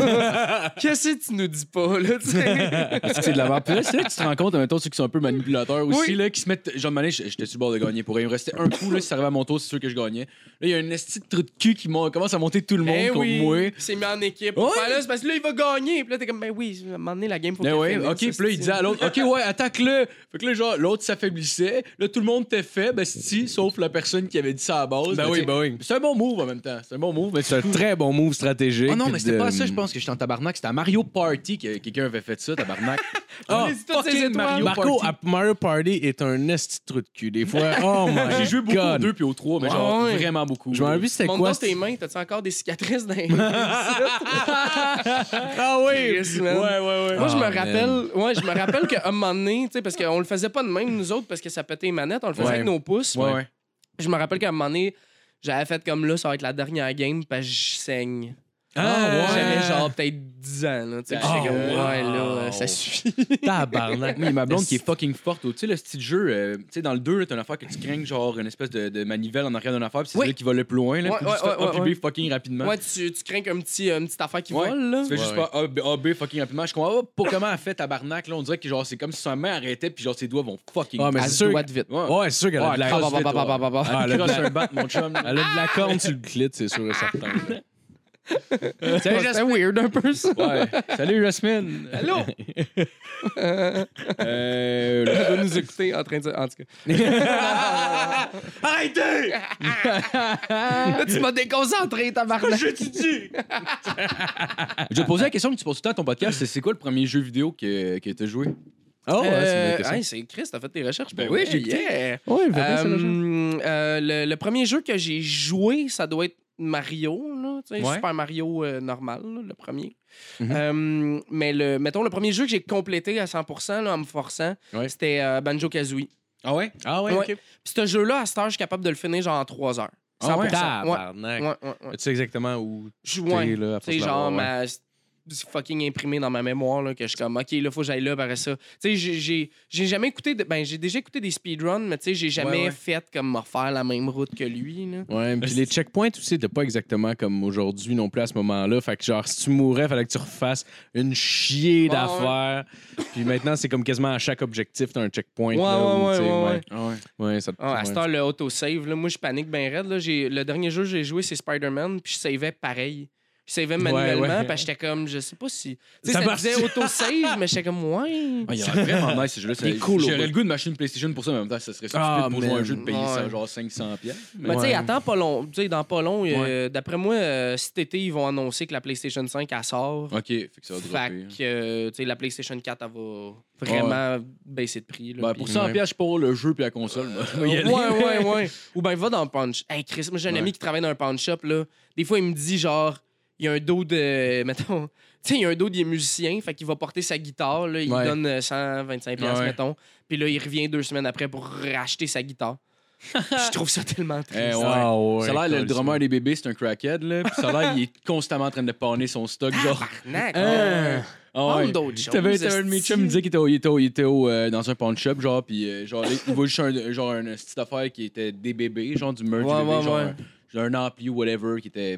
là? Qu'est-ce que tu nous dis pas là? tu sais?
Parce que c'est de la merde. Puis là, c'est là que tu te rends compte, en même temps, ceux qui sont un peu manipulateurs aussi,
Oui.
là, qui se mettent. Genre, mané, j'étais sur le bord de gagner. Pour rien, il me restait un coup, là, si ça arrivait à mon tour, c'est sûr que je gagnais. Là, il y a un esti de trou de cul qui mon- commence à monter tout le monde
Eh
contre
oui,
moi.
il s'est mis en équipe.
Ouais.
Enfin, là, c'est parce que là, il va gagner. Puis là, t'es comme, ben oui, à un moment donné, la game, faut
Ben
qu'elle
ouais,
finisse,
ok, puis
ça,
là, il
c'est-
disait à l'autre, ok, ouais, attaque-le. Fait que là, genre, l'autre s'affaiblissait. Là, tout le monde était faible, esti, sauf la personne qui avait dit ça à la base.
Ben
Mais
oui,
tu sais,
ben oui.
C'est un bon move en même temps. C'est un bon move, mais
C'est un très bon move stratégique.
Oh non, mais c'était
de-
pas ça, je pense que j'étais en tabarnak. C'était à Mario Party que quelqu'un avait fait ça, tabarnak.
Ah,
Allez, c'est toutes ces
fucking
étoiles.
Mario
Marco,
Party.
à Mario Party est un esti de trou de cul. Des fois, oh my god.
J'ai joué beaucoup au 2 puis au 3, mais
Ouais.
genre
Ouais.
vraiment beaucoup.
Je m'en rappelle, c'était
Montre
quoi?
donc tes mains, t'as-tu encore des cicatrices dans les mains?
Ah oui!
Chris, man.
ouais.
Moi, je
Ah,
me
man.
rappelle, ouais, je me rappelle qu'à un moment donné, tu sais, parce qu'on le faisait pas de même, nous autres, parce que ça pétait les manettes, on le faisait
Ouais.
avec nos pouces.
Ouais, ouais.
Je me rappelle qu'à un moment donné, j'avais fait comme là, ça va être la dernière game, parce que je saigne.
Ah ouais!
J'avais genre peut-être 10 ans, là, tu sais. puis j'étais
Oh,
comme,
wow.
ouais, là, euh, ça suffit.
Tabarnak.
Oui, ma blonde qui est fucking forte. Tu sais, le style de jeu, euh, tu sais, dans le 2, là, t'as une affaire que tu craignes, genre une espèce de, de manivelle en arrière d'une affaire, puis c'est
Oui.
celui qui va le plus loin, là,
Ouais,
puis
ouais,
tu te fais
ouais,
A puis
ouais.
B fucking rapidement.
Ouais, tu, tu crains qu'un petit, euh, une petite affaire qui
Ouais.
vole, là.
Tu fais juste
Ouais,
pas A, B, A, B, fucking rapidement. Je comprends pas pour comment elle fait tabarnak. Là, on dirait que genre, c'est comme si sa main arrêtait, puis genre, ses doigts vont fucking.
Ah, mais
Elle
c'est
se
sûr.
doit de vite.
Ouais. Ah,
Ouais, c'est sûr qu'elle a
Ouais,
de la
crasse
bah, bah,
vite,
bah,
ouais.
bah, bah, bah.
Elle
Ah, le
crasse
black.
un bat, mon chum.
Elle a de la corne sur le clit, c'est sûr et certain.
Ouais, C'était weird un peu, ça.
Ouais. Salut, Jasmine.
Allô?
Euh,
Elle doit nous écouter en train de dire. En tout cas.
Arrêtez!
Là, tu m'as déconcentré, tabarnak.
Je vais te poser la question que tu poses tout le temps à ton podcast. c'est- C'est quoi le premier jeu vidéo que, que t'as joué?
Oh, ouais, c'est
Euh,
une bonne question.
hey, c'est Chris, t'as fait tes recherches.
Ben
pour
oui,
vrai,
j'ai écouté.
yeah.
Ouais,
Euh, euh, le, le premier jeu que j'ai joué, ça doit être Mario, là, tu sais,
Ouais.
Super Mario euh, normal, là, le premier. Euh, mais le, mettons, le premier jeu que j'ai complété à 100% là, en me forçant,
Ouais.
c'était euh, Banjo Kazooie.
Ah ouais?
Ah ouais,
Ouais.
ok.
Puis ce jeu-là, à cette heure, je suis capable de le finir genre en 3 heures. 100%.
Ah ouais,
ouais. Ouais,
tabarnak.
ouais, ouais.
Tu sais exactement où
Je-
t'es,
ouais.
là, à force
Tu sais,
de
genre,
l'avoir, ouais.
ma... c'est fucking imprimé dans ma mémoire là, que je suis comme, OK, là, faut que j'aille là, par ça. Tu sais, j'ai- j'ai j'ai jamais écouté, de- ben, j'ai déjà écouté des speedruns, mais tu sais, j'ai jamais
ouais.
fait comme me refaire la même route que lui. Là.
Ouais, puis les checkpoints aussi, t'es pas exactement comme aujourd'hui non plus à ce moment-là. Fait que genre, si tu mourais, fallait que tu refasses une chier
Ouais,
d'affaires. Puis maintenant, c'est comme quasiment à chaque objectif, t'as un checkpoint.
Ouais,
là, où,
ouais,
tu sais,
ouais, ouais,
Ah ouais.
ouais. Ouais, ça te-
Ah, à cette
ouais.
heure, le autosave, là, moi, je panique bien raide. Là, J'ai- le dernier jeu que j'ai joué, c'est Spider-Man, puis je savais pareil. Je savais manuellement, parce que j'étais comme, je sais pas si. Tu sais,
Ça
ça,
marche.
disait auto-save, mais j'étais comme, ouais.
Ah, il y a vraiment nice ce jeu-là.
Il est cool, au
J'aurais
bout.
le goût de m'acheter une PlayStation pour ça, mais en même temps, ça serait stupide
Ah,
pour jouer à
man.
un jeu de payer ça,
Ouais.
genre 500$. piastres, Mais...
Mais tu sais,
Ouais.
attends pas long. Tu sais, dans pas long, euh, d'après moi, euh, cet été, ils vont annoncer que la PlayStation 5, elle sort.
Ok, fait que ça va
Fait
dropper. hein.
que euh, tu sais, la PlayStation 4, elle va vraiment baisser de prix. là,
Ben,
puis-
pour 100$, piastres, je pour le jeu puis la console. moi. Je vais y aller.
Ouais, ouais, ouais. Ou ben, va dans le punch. Hey, Chris, moi, j'ai un
Ouais.
ami qui travaille dans un punch shop, là. Des fois, il me dit, genre, il y a un dos de. Mettons. Tu sais, il y a un dos, il est musicien, fait qu'il va porter sa guitare, là. Il
Ouais.
donne euh, 125$, piastres,
Ouais.
mettons. Puis là, il revient deux semaines après pour racheter sa guitare. Puis je trouve ça tellement triste.
Eh, ouais.
Ah, ouais,
ça a l'air, le
cool,
drummer des bébés, c'est un crackhead, là. Puis ça a l'air, il est constamment en train de panner son stock, genre.
Tabarnak,
Hein?
on
Ah
Ah, parle
ouais.
d'autres choses.
T'avais t'avais un de mes
esti.
chums qui me disait qu'il était, au- il était, au- il était au, euh, dans un pawn shop, genre, puis euh, genre, là, il voit juste un, genre, un petite affaire qui était des bébés, genre du merch
Ouais,
bébé,
ouais,
genre,
ouais.
un- genre un ampli ou whatever, qui était.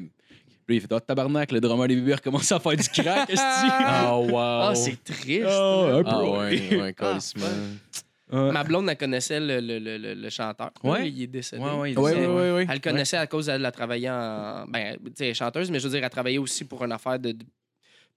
Puis il fait, oh, tabarnak, le drummer des bébés recommence à faire du crack, est
Ah,
Ah, wow.
Ah, c'est triste.
un peu.
Ah, ouais, ouais,
Ah,
calissement.
Ah.
Ma blonde, elle connaissait le, le- le- le- le chanteur.
Ouais.
Il est décédé.
Ouais, ouais, il est
Ouais,
décédé,
ouais, ouais, ouais.
Elle le connaissait à cause elle a travaillé en. Ben, tu sais, elle est chanteuse, mais je veux dire, elle travaillait aussi pour une affaire de, de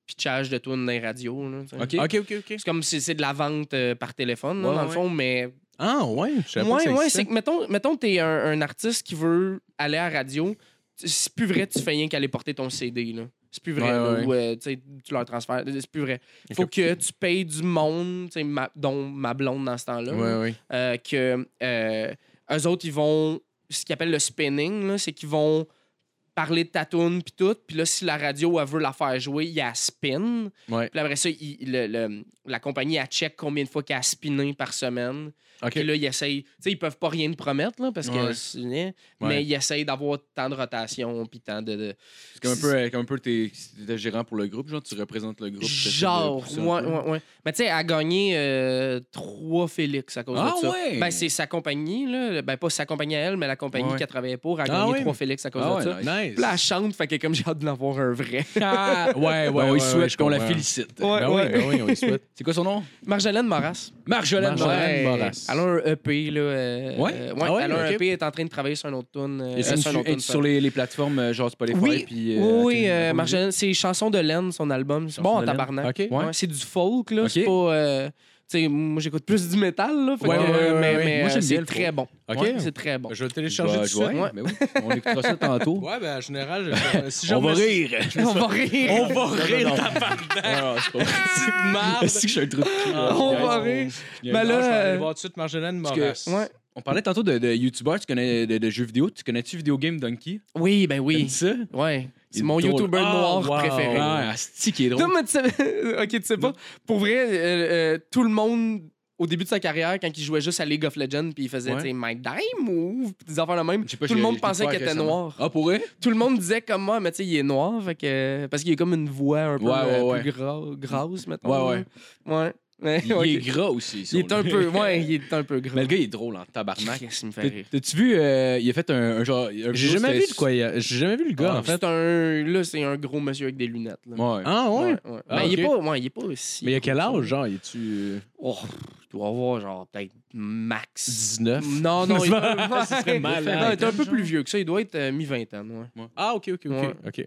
pitchage de tunes dans les radios. là, tu sais.
Ok.
OK, OK, OK.
C'est comme si c'est de la vente euh, par téléphone, là,
Ouais,
dans le
ouais.
fond, mais.
Ah, ouais. Je savais pas que
Ouais,
ça
ouais,
existait.
c'est que, mettons, mettons t'es un, un artiste qui veut aller à la radio, tu- c'est plus vrai, tu fais rien qu'aller porter ton CD, là. C'est plus vrai,
Ouais,
là,
ouais.
ou euh, tu sais, tu leur transfères. C'est plus vrai. Faut
Ok.
que tu payes du monde, tu sais, ma- dont ma blonde dans ce temps-là. là.
Ouais, ouais.
Euh, que euh, eux autres, ils vont. Ce qu'ils appellent le spinning, là, c'est qu'ils vont parler de ta toune puis tout. Puis là, si la radio, elle veut la faire jouer, il la spin.
Ouais.
Puis après ça, il- il- le- le- la compagnie, elle check combien de fois qu'elle a spiné par semaine.
OK.
Puis là, ils essayent. Tu sais, ils peuvent pas rien te promettre, là, parce que.
Ouais.
c'est- hein,
Ouais.
Mais ils essayent d'avoir tant de rotation, puis tant de. de-
C'est comme un peu, euh, comme un peu t'es, si t'étais gérant pour le groupe, genre, tu représentes le groupe. t'essaies de
Genre,
pousser un
ouais,
peu.
ouais, ouais. Mais tu sais, elle a gagné euh, trois Félix à cause
Ah
de ça.
ouais?
Ben, c'est sa compagnie, là. Ben, pas sa compagnie à elle, mais la compagnie
Ouais.
qu'elle travaillait pour a
Ah
gagné
ouais?
trois Félix à cause
Ah
de
ouais,
ça.
nice.
Nice.
Puis là, elle chante, fait que comme j'ai hâte d'en avoir un vrai.
Ah,
Ouais, ouais,
ben, on
ouais,
lui souhaite
ouais, je
qu'on la
comprends.
félicite.
Ben oui, ben oui, on y souhaite.
C'est quoi son nom?
Marjolaine Maras.
Marjolaine
Marjolaine.
Morin.
Marjolaine Maras.
Elle a un EP, là. euh,
Ouais?
euh,
Ah ouais,
elle a un
ok.
EP, elle est en train de travailler sur un autre tune. euh,
Et
euh,
c'est
sur un
sur,
autre tune,
sur les, les plateformes euh, genre Spotify
Oui,
puis
Oui,
euh,
oui,
Apple
euh,
Music.
Marjolaine, c'est Chansons de laine, son album. C'est
Chansons
bon en
de laine.
tabarnak.
OK.
Ouais, c'est du folk, là.
Ok.
C'est pas. euh, tu sais, moi, j'écoute plus du métal, là. fait
Ouais,
que,
ouais, ouais,
mais
ouais.
mais,
Moi,
euh,
j'aime bien
c'est
le
très
folk.
bon.
Ok.
Ouais, c'est très bon.
Je vais le
Je
télécharger
vais-
tout de
je vais-
suite.
ben oui, on écoutera ça tantôt.
Ouais, ben en général, je- si je
on va
me-
rire.
On va rire.
On va rire, tabarnak.
Est-ce que j'ai un truc de cul, là?
On
Guys,
va
on- on-
rire. Ben
Ah, je vais
là.
aller
euh,
voir tout de suite Marjolaine
Parce que-
Maurras.
Ouais.
On parlait tantôt de, de youtubeurs, tu connais de, de jeux vidéo, tu connais-tu Video Game Donkey?
Oui, ben
T'aimes
oui.
ça?
Ouais.
Il
C'est
est
mon
drôle.
YouTuber
Ah,
noir
wow.
préféré.
Ah, asti qui est
Toi,
drôle.
mais tu savais- ok, tu sais pas. Pour vrai, euh, euh, tout le monde, au début de sa carrière, quand il jouait juste à League of Legends, puis il faisait,
Ouais.
tu sais, Mike Dime ou des affaires la même,
Je sais pas,
tout le
j'ai-
monde
j'ai
pensait
découvert
qu'il était
récemment.
noir.
Ah, pour vrai?
Tout le monde disait comme moi, mais tu sais, il est noir, fait que, parce qu'il a comme une voix un peu
Ouais, ouais,
euh,
ouais.
plus gra- grasse, maintenant.
Ouais, ouais.
Ouais. Mais,
Il
ok.
est gras aussi.
Il est
son-
un peu, ouais, il est un peu
Mais
gras.
le gars, il est drôle en tabarnak.
Qu'est-ce qui me fait
T'as-
rire?
T'as-tu vu, euh, il a fait un, un genre. un
J'ai
vidéo,
jamais
c'était-
vu de quoi. il y a- J'ai jamais vu le gars,
Ah,
en fait.
C'est un, là, c'est un gros monsieur avec des lunettes. Là.
Ouais.
Ah, ouais.
ouais.
Ah,
Ben, il est
ok.
pas, ouais, il est pas aussi.
Mais il y a quel
gros que
âge,
ça.
genre Il est-tu
Oh, il doit avoir genre peut-être max.
19
Non, non, il
Ça serait mal, hein.
Non, il est un peu plus vieux que ça. Il doit être euh, mi-vingtaine. Ouais.
Ah, ok, ok, ok.
Ouais.
ok.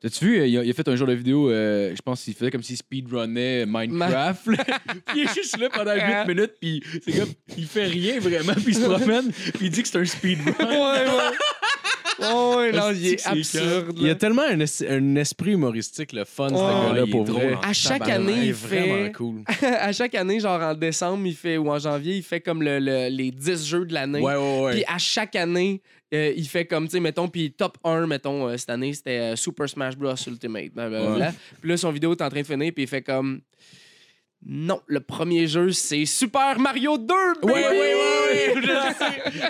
T'as-tu vu, euh, il a, il a fait un jour de vidéo, euh, je pense qu'il faisait comme s'il speedrunnait Minecraft. là. Puis il est juste là pendant 8 minutes, puis c'est comme, il fait rien vraiment, puis il se promène, puis il dit que c'est un speedrun.
ouais, ouais. Oh, ouais, non, il est
C'est
absurde.
Il y
là.
a tellement un, es- un esprit humoristique, le fun, ce
Oh,
gars-là,
il est
pour
drôle,
vrai. Ah,
hein.
À chaque
Tabarnak,
année,
il est
il
vraiment
fait.
cool.
À chaque année, genre en décembre, il fait ou en janvier, il fait comme le, le- les 10 jeux de l'année.
ouais,
Puis à chaque année, euh, il fait comme, tu sais, mettons, puis top 1, mettons, euh, cette année, c'était euh, Super Smash Bros. Ultimate. blablabla. Puis là, son vidéo est en train de finir, puis il fait comme. Non, le premier jeu, c'est Super Mario 2! Baby!
Ouais, ouais, ouais, ouais.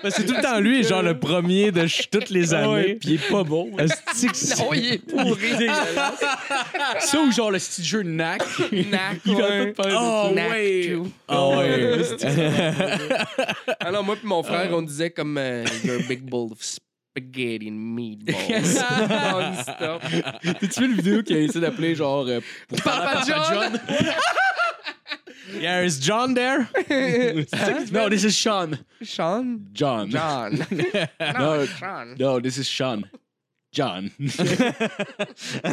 Parce que C'est tout le temps lui, genre le premier de ch- toutes les années.
Puis il est pas bon.
Asti que c'est-
Non, il est pourri!
Ça ou genre le petit jeu Knack.
Knack,
Il va
ouais.
tout parler de
Oh,
ça.
Knack,
ouais.
tout.
Ah ouais.
Alors, moi puis mon frère, on disait comme euh, You're a big bowl of spaghetti and meatballs. Non-stop.
T'as-tu vu le vidéo qui a essayé d'appeler genre. euh, pour
Papa John!
There's John there.
No, this is Sean.
Sean?
John.
John.
Non.
Sean.
No, this is Sean. John.
un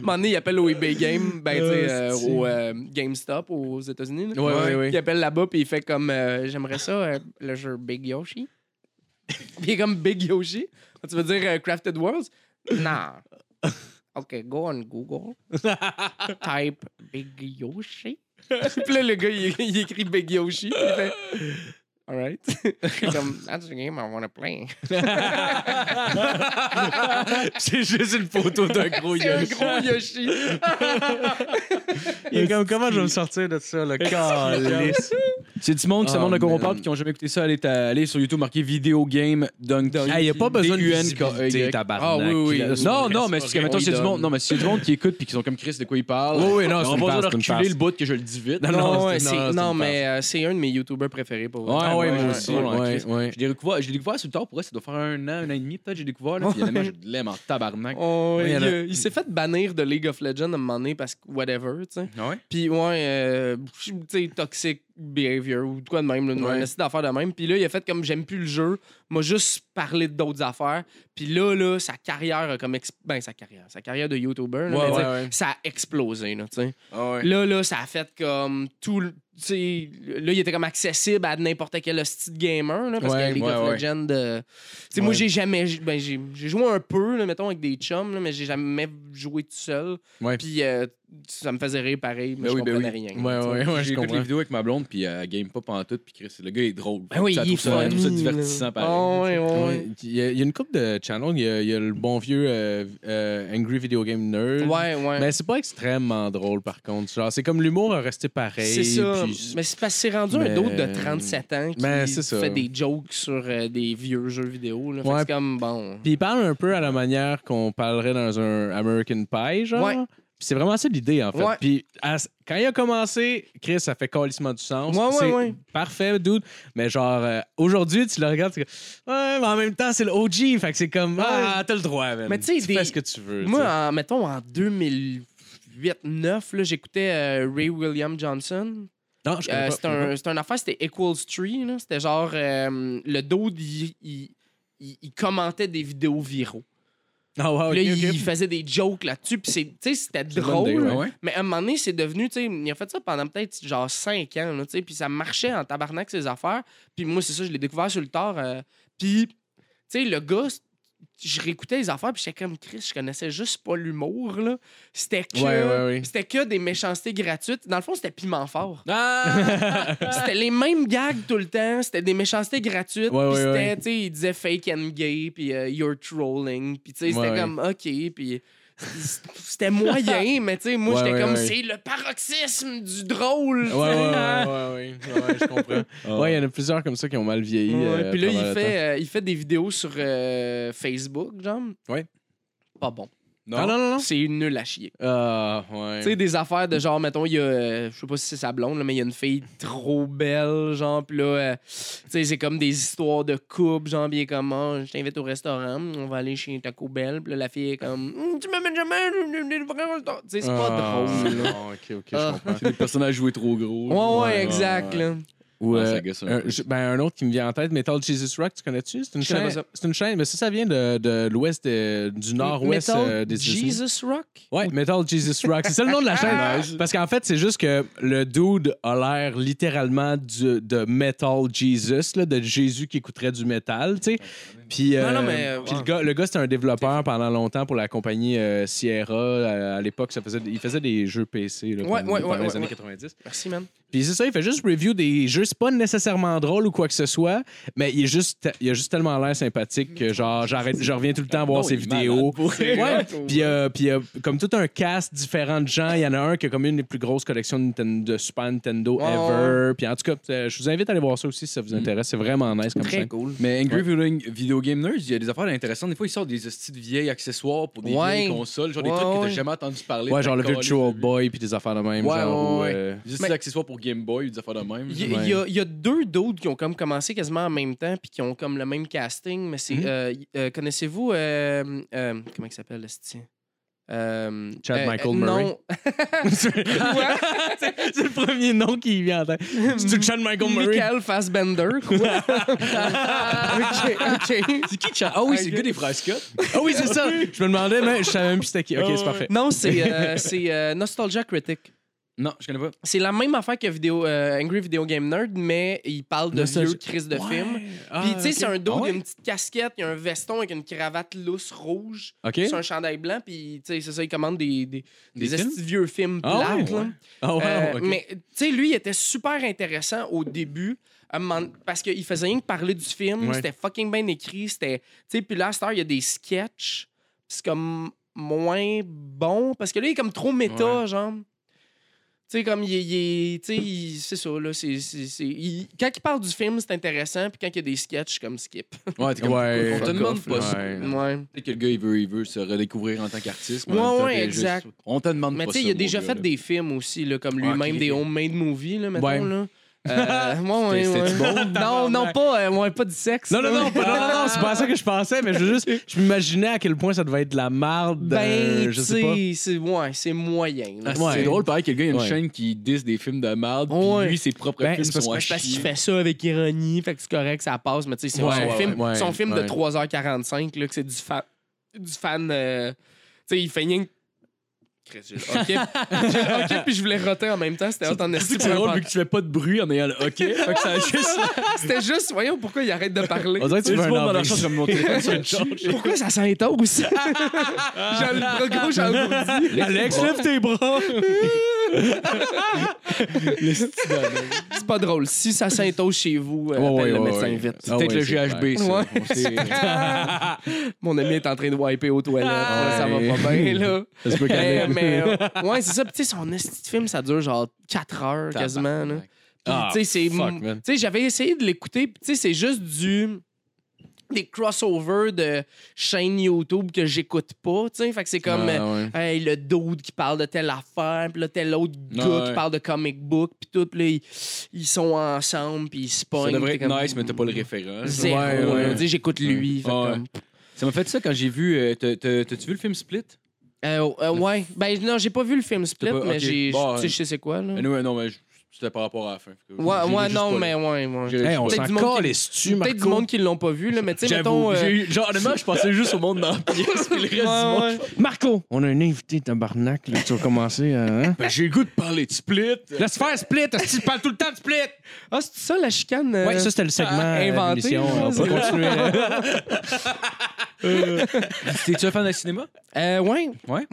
moment donné, il appelle au eBay Game, ben, tu sais,
Euh,
euh,
c'est-
au euh, GameStop aux États-Unis. là.
Ah, Ouais, ouais, ouais.
Il appelle là-bas, puis il fait comme euh, J'aimerais ça, euh, le jeu Big Yoshi. puis il est comme Big Yoshi. Tu veux dire euh, Crafted Worlds Non. OK, go on Google. Type Big Yoshi. puis là, le gars, il, il écrit Big Yoshi. puis il fait Alright. comme That's the game I want to play.
C'est juste une photo d'un gros
C'est un
Yoshi.
gros Yoshi.
Il est comme, comment je vais me sortir de ça, le calice?
C'est du monde qui
Oh,
savent de quoi on
man.
parle et qui ont jamais écouté ça. Allez, t'as- allez sur YouTube marquer Vidéo Game Dunk Dunk.
Il n'y a pas besoin de
D-U-N-K-E-Y.
visibilité, tabarnak.
Ah, oui, oui.
Là, sur
Non,
le
non,
reste,
mais
c'est
c'est que, mettons,
on
c'est
lui
du monde.
donne.
Non, mais c'est du monde qui écoute puis qui sont comme Chris de quoi il parle.
Oui, oui, non, c'est
On
une
va pas
passe,
besoin de
c'est une
reculer
passe.
le bout que je le dis vite.
Non, non,
Non,
c'est-
ouais,
non,
c'est-
c'est
non,
une
mais euh, c'est un de mes YouTubers préférés pour vrai.
Ouais,
Ah,
ouais,
ouais,
moi aussi.
ouais, ouais,
Ouais, ouais.
Je l'ai découvert, je l'ai découvert sur le tard, pour vrai, ça doit faire un an, un an et demi, peut-être, j'ai découvert, là, puis honnêtement, je l'aime en tabarnak.
Oh,
Ouais,
il
il y en a-
euh, il s'est fait bannir de League of Legends à un moment donné parce que whatever, tu sais.
Ah ouais?
Puis ouais, euh, tu sais, toxic behavior ou de quoi de même, là,
Ouais.
une essaie d'affaires de même. Puis là, il a fait comme j'aime plus le jeu, m'a juste parlé d'autres affaires. Puis là, là, sa carrière a comme... ex- Ben, sa carrière, sa carrière de YouTuber, là, mais
Ouais,
tu sais,
ouais, ouais.
ça a explosé, là, tu sais.
Ah, ouais.
Là, là, ça a fait comme tout. le- tu sais, Là, il était comme accessible à n'importe quel hostie de gamer, là, parce
Ouais,
que League
ouais,
of
ouais.
Legends. euh, tu sais, Moi,
Ouais.
j'ai jamais. j- Ben, j'ai j'ai joué un peu, là, mettons, avec des chums, là, mais j'ai jamais joué tout seul.
Ouais.
Puis euh, ça me faisait rire pareil, mais
Ben
je
oui, ben
comprenais rien.
Ouais,
tu sais.
ouais, ouais,
J'écoute
je
les
comprends. Ah
vidéos avec ma blonde, puis euh, elle game pas pantoute, puis Chris, le gars est drôle.
Ben oui,
Ça
il est
trouve ça- elle trouve ça
funny, là.
divertissant, pareil.
Ah ouais, ouais, ouais.
Ouais, Il y, a il y a une couple de channels. Il y a, il y a le bon vieux euh, euh, Angry Video Game Nerd.
Ouais, ouais.
Mais c'est pas extrêmement drôle, par contre. Genre, c'est comme l'humour a resté pareil.
C'est ça.
puis-
Mais c'est parce que c'est rendu un
Mais-
d'autre de 37 ans qui
Mais c'est ça.
fait des jokes sur euh, des vieux jeux vidéo. Là. Fait que
Ouais.
c'est comme bon.
Puis il parle un peu à la manière qu'on parlerait dans un American Pie, genre.
Ouais.
Puis c'est vraiment ça l'idée, en fait.
Ouais.
Puis à- quand il a commencé, Chris, ça fait calissement du sens.
Ouais, ouais,
c'est
ouais.
parfait, dude. Mais genre, euh, aujourd'hui, tu le regardes, tu fais, ouais, mais en même temps, c'est le OG. Fait que c'est comme, ah, t'as le droit, man.
Mais tu sais, des-
fais ce que tu veux.
Moi, en, mettons, en 2008-2009, j'écoutais euh, Ray William Johnson.
tu sais. non, je mhm.
Euh,
comprends
c'était un, c'était une affaire, c'était Equals Tree. là. C'était genre, euh, le dude, il, il- il- il commentait des vidéos viraux.
Ah, ouais,
Puis là,
ok,
il
ok.
faisait des jokes là-dessus. Puis c'est- tu sais, c'était drôle.
Monday, ouais.
Ah ouais?
Mais à un moment donné, c'est devenu, tu sais, il a fait ça pendant peut-être genre 5 ans, là, tu sais, puis ça marchait en tabarnak ses affaires. Puis moi, c'est ça, je l'ai découvert sur le tard. euh, puis, tu sais, le gars, c- je réécoutais les affaires, puis j'étais comme Chris, je connaissais juste pas l'humour, là. C'était que,
Ouais, ouais, ouais.
c'était que des méchancetés gratuites. Dans le fond, c'était piment fort.
Ah!
C'était les mêmes gags tout le temps, c'était des méchancetés gratuites.
Ouais,
puis
ouais,
c'était,
ouais.
tu sais, il disait fake and gay, puis euh, you're trolling. Puis, tu sais, c'était
Ouais, ouais.
comme, OK, puis c'était moyen, mais tu sais, moi,
Ouais,
j'étais
ouais,
comme,
ouais.
c'est le paroxysme du drôle. tu
Ouais,
sais.
ouais, ouais, ouais, ouais, ouais, je comprends.
Ah.
Ouais, il y en a plusieurs comme ça qui ont mal vieilli.
Ouais,
euh,
puis là,
pendant
il
le
fait, euh, il fait des vidéos sur euh, Facebook, genre.
Ouais.
Pas bon.
temps. Ah, non, non, non.
C'est nul à chier.
Ah, ouais.
Tu sais, des affaires de genre, mettons, il y a, euh, je sais pas si c'est sa blonde, là, mais il y a une fille trop belle, genre, pis là, euh, tu sais, c'est comme des histoires de couple, genre, bien comment, je t'invite au restaurant, on va aller chez Taco Bell, pis là, la fille est comme, Hum, tu m'amènes jamais, je me mets vraiment au restaurant. tu sais, c'est
Ah,
pas drôle, là.
non, ok, ok,
Ah.
je comprends.
Le personnage joué trop gros.
Ouais, ouais, exact, là.
Ou,
Ah,
euh,
ça gosse un
un,
peu.
je- ben, un autre qui me vient en tête, Metal Jesus Rock, tu connais-tu? C'est une,
Je connais
chaîne-
pas ça.
c'est une chaîne, mais ça, ça vient de, de l'ouest, euh, du nord-ouest
Metal
euh, des États-Unis.
Jesus Rock?
Ouais, Metal Jesus Rock. C'est ça le nom de la chaîne. Parce qu'en fait, c'est juste que le dude a l'air littéralement du- de Metal Jesus, là, de Jésus qui écouterait du métal, tu sais. Puis, euh,
Non, non, mais, euh,
puis
ouais.
le gars, le gars, c'était un développeur pendant longtemps pour la compagnie euh, Sierra. Euh, À, à l'époque, ça faisait, il faisait des jeux PC là,
Ouais,
pendant-
ouais,
pendant
ouais,
les
ouais,
années
ouais.
90.
Merci, man.
Puis c'est ça, il fait juste review des jeux. C'est pas nécessairement drôle ou quoi que ce soit, mais il, est juste, il a juste tellement l'air sympathique que genre, j'arrête, je reviens tout le temps voir ses vidéos. Ouais. Puis euh, puis, euh, comme tout un cast différent de gens, il y en a un qui a comme une des plus grosses collections de, Nintendo, de Super Nintendo
Ouais,
ever. Puis en tout cas, euh, je vous invite à aller voir ça aussi si ça vous intéresse. C'est vraiment nice comme
Très
ça.
cool.
Mais Angry Video- Video Game Nerds, il y a des affaires intéressantes. Des fois, ils sortent des hosties de vieilles accessoires pour des
Ouais.
vieilles consoles, genre des
Ouais,
trucs que
ouais.
t'as jamais entendu parler.
Ouais, genre le
T'as collé
Virtual
sur-
Boy puis des affaires de même.
Ouais,
genre,
ouais, ouais.
ou, euh,
Juste
Mais-
des accessoires pour Game Boy ou des affaires de même.
Il y, il y a, il y a deux d'autres qui ont comme commencé quasiment en même temps puis qui ont comme le même casting, mais c'est.
Mhm.
euh, y- euh, Connaissez-vous. euh, euh, comment il s'appelle, le Euh,
Chad
euh,
Michael
euh,
Murray.
Non.
c'est
Quoi?
c'est le premier nom qui vient en tête. C'est Chad Michael Murray.
Michael Fassbender. Quoi? ok, ok.
C'est qui, Chad? Ah oui, c'est
Ok.
le gars des frères Scott.
Ah oui, c'est ça. Ah Je me demandais, mais je savais même plus c'était qui. Ok, c'est parfait.
Non, c'est euh, c'est, euh, Nostalgia Critic.
Non, je connais pas.
C'est la même affaire que vidéo, euh, Angry Video Game Nerd, mais il parle de
Nostalgia-
vieux crises de films.
Ah,
Puis, tu sais, c'est un dos, il y a une petite casquette, il y a un veston avec une cravate lousse rouge.
Ok.
C'est un chandail blanc, puis, tu sais, c'est ça, il commande des, des, des,
films?
estis de vieux films
Ah ouais,
plates, là.
ouais. Ah, wow,
Euh,
ok.
Mais tu sais, lui, il était super intéressant au début. à un moment- Parce qu'il faisait rien que parler du film,
Ouais.
c'était fucking bien écrit, c'était... Tu sais, puis là, à cette heure, il y a des sketchs, c'est comme moins bon, parce que là, il est comme trop méta, genre... Tu sais, comme il est... il est- Tu sais, il- c'est ça, là, c'est... c'est- c'est- il- Quand il parle du film, c'est intéressant, puis quand il y a des sketchs, je suis comme skip.
Ouais, t'es comme.
Ouais,
on te
fuck
demande
off,
pas
là.
ça.
Ouais.
Ouais.
Peut-être que le gars, il veut, il veut se redécouvrir en tant qu'artiste. mais en
Ouais,
même temps,
ouais,
t'es
exact.
juste- On te demande
Mais
pas
tu
ça.
sais, il a
mon
déjà
gars,
fait
là.
des films aussi, là, comme
Ah, ok,
lui-même, des
ok.
homemade movies, là, mettons,
Ouais.
là. Euh, ouais, ouais,
C'était-
ouais.
c'était-tu
Non, non, pas, euh, ouais, pas du sexe.
Non, non,
là.
non, pas- non, non, non, c'est pas à ça que je pensais, mais je veux juste, je m'imaginais à quel point ça devait être de la marde.
Ben,
euh, je sais pas.
tu sais, c'est ouais, c'est moyen. là.
Ah,
Ouais.
C'est drôle, pareil, que le gars, il y a une
Ouais.
chaîne qui disse des films de merde, puis
Ouais.
lui, ses propres
Ben,
films
c'est parce-
sont à
C'est parce qu'il
chier.
fait ça avec ironie, fait que c'est correct, ça passe, mais tu sais, c'est
Ouais,
son,
ouais,
film,
ouais,
son film
ouais.
de 3h45, là, que c'est du, fa- du fan. euh, tu sais, il fait rien que- Chris, j'ai- Ok, Ok, puis je voulais roter en même temps, c'était hot en esti pour
C'est
un
drôle, vu
podcast.
que tu fais pas de bruit en ayant le OK. fait que ça a juste.
C'était juste, voyons pourquoi il arrête de parler.
On dirait que tu
Tout
veux
le monde dans
un
leur chambre,
envie.
comme mon téléphone sur le
Pourquoi ça sent tôt aussi? Jean le gros, Jean le
Alex, lève tes bras.
C'est pas drôle. Si ça sent tôt chez vous, euh,
Ouais, ouais,
appelle le
ouais,
médecin
ouais.
vite.
Ah
Peut-être
ouais,
le
c'est
GHB, ça.
Ouais.
On sait-
Mon ami est en train de wiper aux toilettes. là, ça va pas bien, là.
Ah, Ça se peut qu'elle
Mais,
ait-
mais, euh, ouais, c'est ça. Puis, tu sais, son esti de film, ça dure genre 4 heures quasiment. là. Puis,
Ah,
tu sais, c'est-
fuck, man.
tu sais, j'avais essayé de l'écouter. Puis, tu sais, c'est juste du. Des crossovers de chaînes YouTube que j'écoute pas. Tu sais, fait que c'est comme.
Ah,
euh,
ouais.
Hey, le dude qui parle de telle affaire, puis là, tel autre gars
Ouais.
qui parle de comic book, puis tout, puis là, ils, ils sont ensemble, puis ils se pognent.
Ça devrait
t'es
être
comme-
nice, mais t'as pas le référent.
Zéro,
Ouais,
là.
ouais.
Tu sais, J'écoute lui. fait
Ouais.
comme-
Ça m'a fait ça quand j'ai vu. euh, t'as- t'as- T'as-tu vu le film Split?
Euh, euh, ouais. Ben non, j'ai pas vu le film Split,
T'as pas-
mais
ok.
j'ai,
Bon,
tu sais, je sais c'est quoi, là.
Anyway, non, mais je- c'était par rapport à la fin. Fait que je-
ouais,
je l'ai
ouais,
juste
non,
pas
mais
là.
ouais, ouais.
J'ai-
Hey, Eh, on
Peut-être
s'en
du monde qui-
calisse-tu,
Peut-être du
Marco?
monde qui l'ont pas vu, là, mais tu sais, mettons.
J'avoue,
euh,
j'ai eu- genre, honnêtement, je pensais juste au monde dans la pièce, puis le reste du monde. Ben,
ouais, ouais.
Marco, on a un invité tabarnak. Là, tu vas commencer à. Hein?
Ben, j'ai le goût de parler de Split.
Laisse faire split. Tu parles tout le temps de split.
Ah, c'est ça la chicane. euh,
Ouais, ça, c'était le segment
Ah, inventé,
inventé.
là,
on peut
c'est-
continuer. là.
T'es-tu un fan de cinéma?
euh, ouais.
Ouais.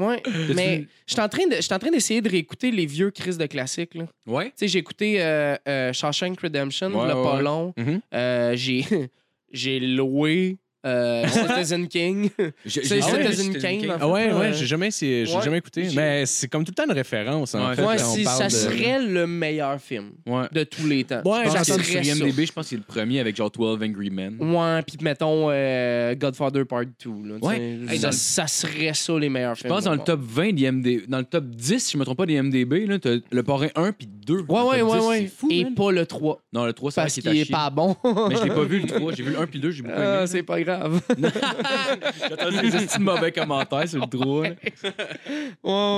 Mais je suis en train de- je suis en train d'essayer de réécouter les vieux crises de classiques, là.
Ouais.
Tu sais, j'ai écouté euh, euh, Shawshank Redemption,
Ouais, ouais,
le
Mm-hmm.
pas
ouais.
long.
Mhm.
Euh, j'ai, j'ai loué euh, Citizen King.
J'ai
C'est
j'ai-
Citizen
Ah ouais, Citizen
Kane, en
Ah ouais, ouais, j'ai jamais, essayé- j'ai
Ouais.
jamais écouté.
J'ai-
Mais c'est comme tout le temps une référence. En
Ouais.
fait,
Moi,
quand on
si
parle
ça
de-
serait le meilleur film
Ouais.
de tous les temps.
Ouais,
Je
ça
pense que
serait
sur
ça.
IMDb, je pense qu'il est le premier avec genre 12 Angry Men.
Ouais, puis mettons euh, Godfather Part 2. Là, tu
Ouais.
sais,
Hey,
ça,
dans-
ça serait ça les meilleurs
Je
films.
pense dans
au
le
monde.
top 20 d'IMDb, dans le top 10, si je me trompe pas, d'IMDb, là, t'as le parrain 1 puis 2.
Ouais, ouais, ouais, ouais.
C'est fou,
Et
man.
pas le 3.
Non, le 3, c'est vrai
Parce
qu'il
qu'il
est à
est
chier.
pas bon.
Mais je l'ai pas vu le 3, j'ai vu le 1 puis le 2, j'ai beaucoup aimé.
Ah, c'est pas grave.
J'attends des estis de mauvais commentaires sur le 3. là.
Ouais, ouais,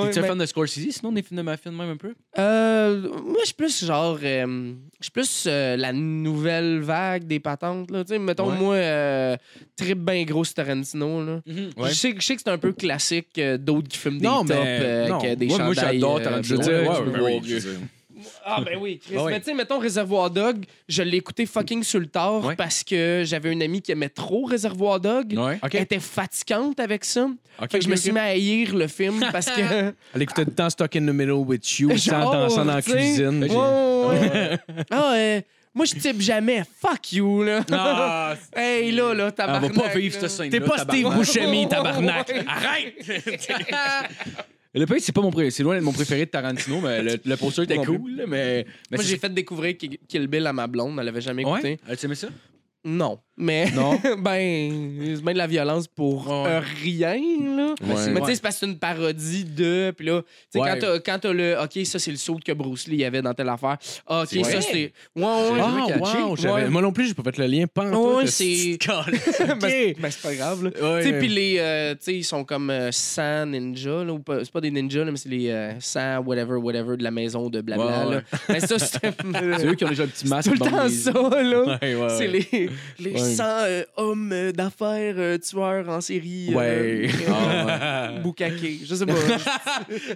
T'es-tu un
mais-
fan de Scorsese, sinon des films de mafia de même un peu?
Euh, moi, je suis plus genre. euh, je suis plus euh, la nouvelle vague des patentes. Là. Tu sais, Mettons,
Ouais.
moi, euh, trip bien gros sur Tarantino. Là.
Mhm. Ouais.
Je, sais, que- je sais que c'est un peu classique euh, d'autres qui fument des
Non,
tops
mais
euh,
non.
avec euh, des
Moi, moi,
chandails,
j'adore
euh,
Tarantino.
Je veux
bleus.
dire,
Ouais,
tu peux
ouais,
voir,
ouais,
je veux dire.
Ah, ben oui. Chris.
Ah ouais.
Mais tu sais, mettons Réservoir Dog, je l'ai écouté fucking sur le tard
Ouais.
parce que j'avais une amie qui aimait trop Réservoir Dog.
Ouais.
Ok.
Elle était fatigante avec ça.
Ok,
fait que je me
ok,
suis
ok.
mis à haïr le film parce que.
Elle écoutait tout le temps Stuck in the Middle with You, sans
Genre,
dansant dans la
Oh, tu sais,
cuisine.
ouais, ouais, ouais. Ah, euh, moi, je type jamais. Fuck you, là.
Ah,
hey, là, là,
Ah, On
tabarnak.
va pas vivre
là.
cette scène
T'es pas Steve Buscemi, tabarnak.
Ouais.
Arrête!
Le pays, c'est pas mon préféré. C'est loin d'être mon préféré de Tarantino, mais le, le poster était
Non plus.
cool. là, Mais, mais
Moi,
c'est-
j'ai fait découvrir Ki- Kill Bill à ma blonde. Elle l'avait jamais écouté.
Ouais? Ah, Tu aimais ça?
Non. Mais
Non.
ben, c'est bien de la violence pour euh, rien, là.
Ouais.
Mais tu sais, c'est parce que c'est une parodie de. Puis là, tu sais,
Ouais.
quand t'as- quand t'as le. Ok, ça, c'est le saut que Bruce Lee avait dans telle affaire. Ah, Ok,
C'est
ça,
vrai?
c'est. Ouais, ouais,
Ah,
j'ai catché.
wow, j'avais-
Ouais.
Moi non plus, j'ai pas fait le lien. Pas
Ouais, c'est- Ben, c'est- ben, c'est pas grave, là.
Ouais,
Tu sais,
mais-
puis les. euh, tu sais, ils sont comme euh, 100 ninjas, là. ou pas- C'est pas des ninjas, là, mais c'est les euh, 100 whatever, whatever de la maison de blabla,
Ouais,
là.
ouais.
Mais ça, c'est.
C'est eux qui ont déjà le petit masque.
tout le
dans
temps
les-
ça, là.
Ouais, ouais,
C'est
ouais.
les, les
Ouais.
100 euh, hommes euh, d'affaires euh, tueurs en série. euh,
Ouais. Ah,
Ah,
euh, Boukake. Je sais pas.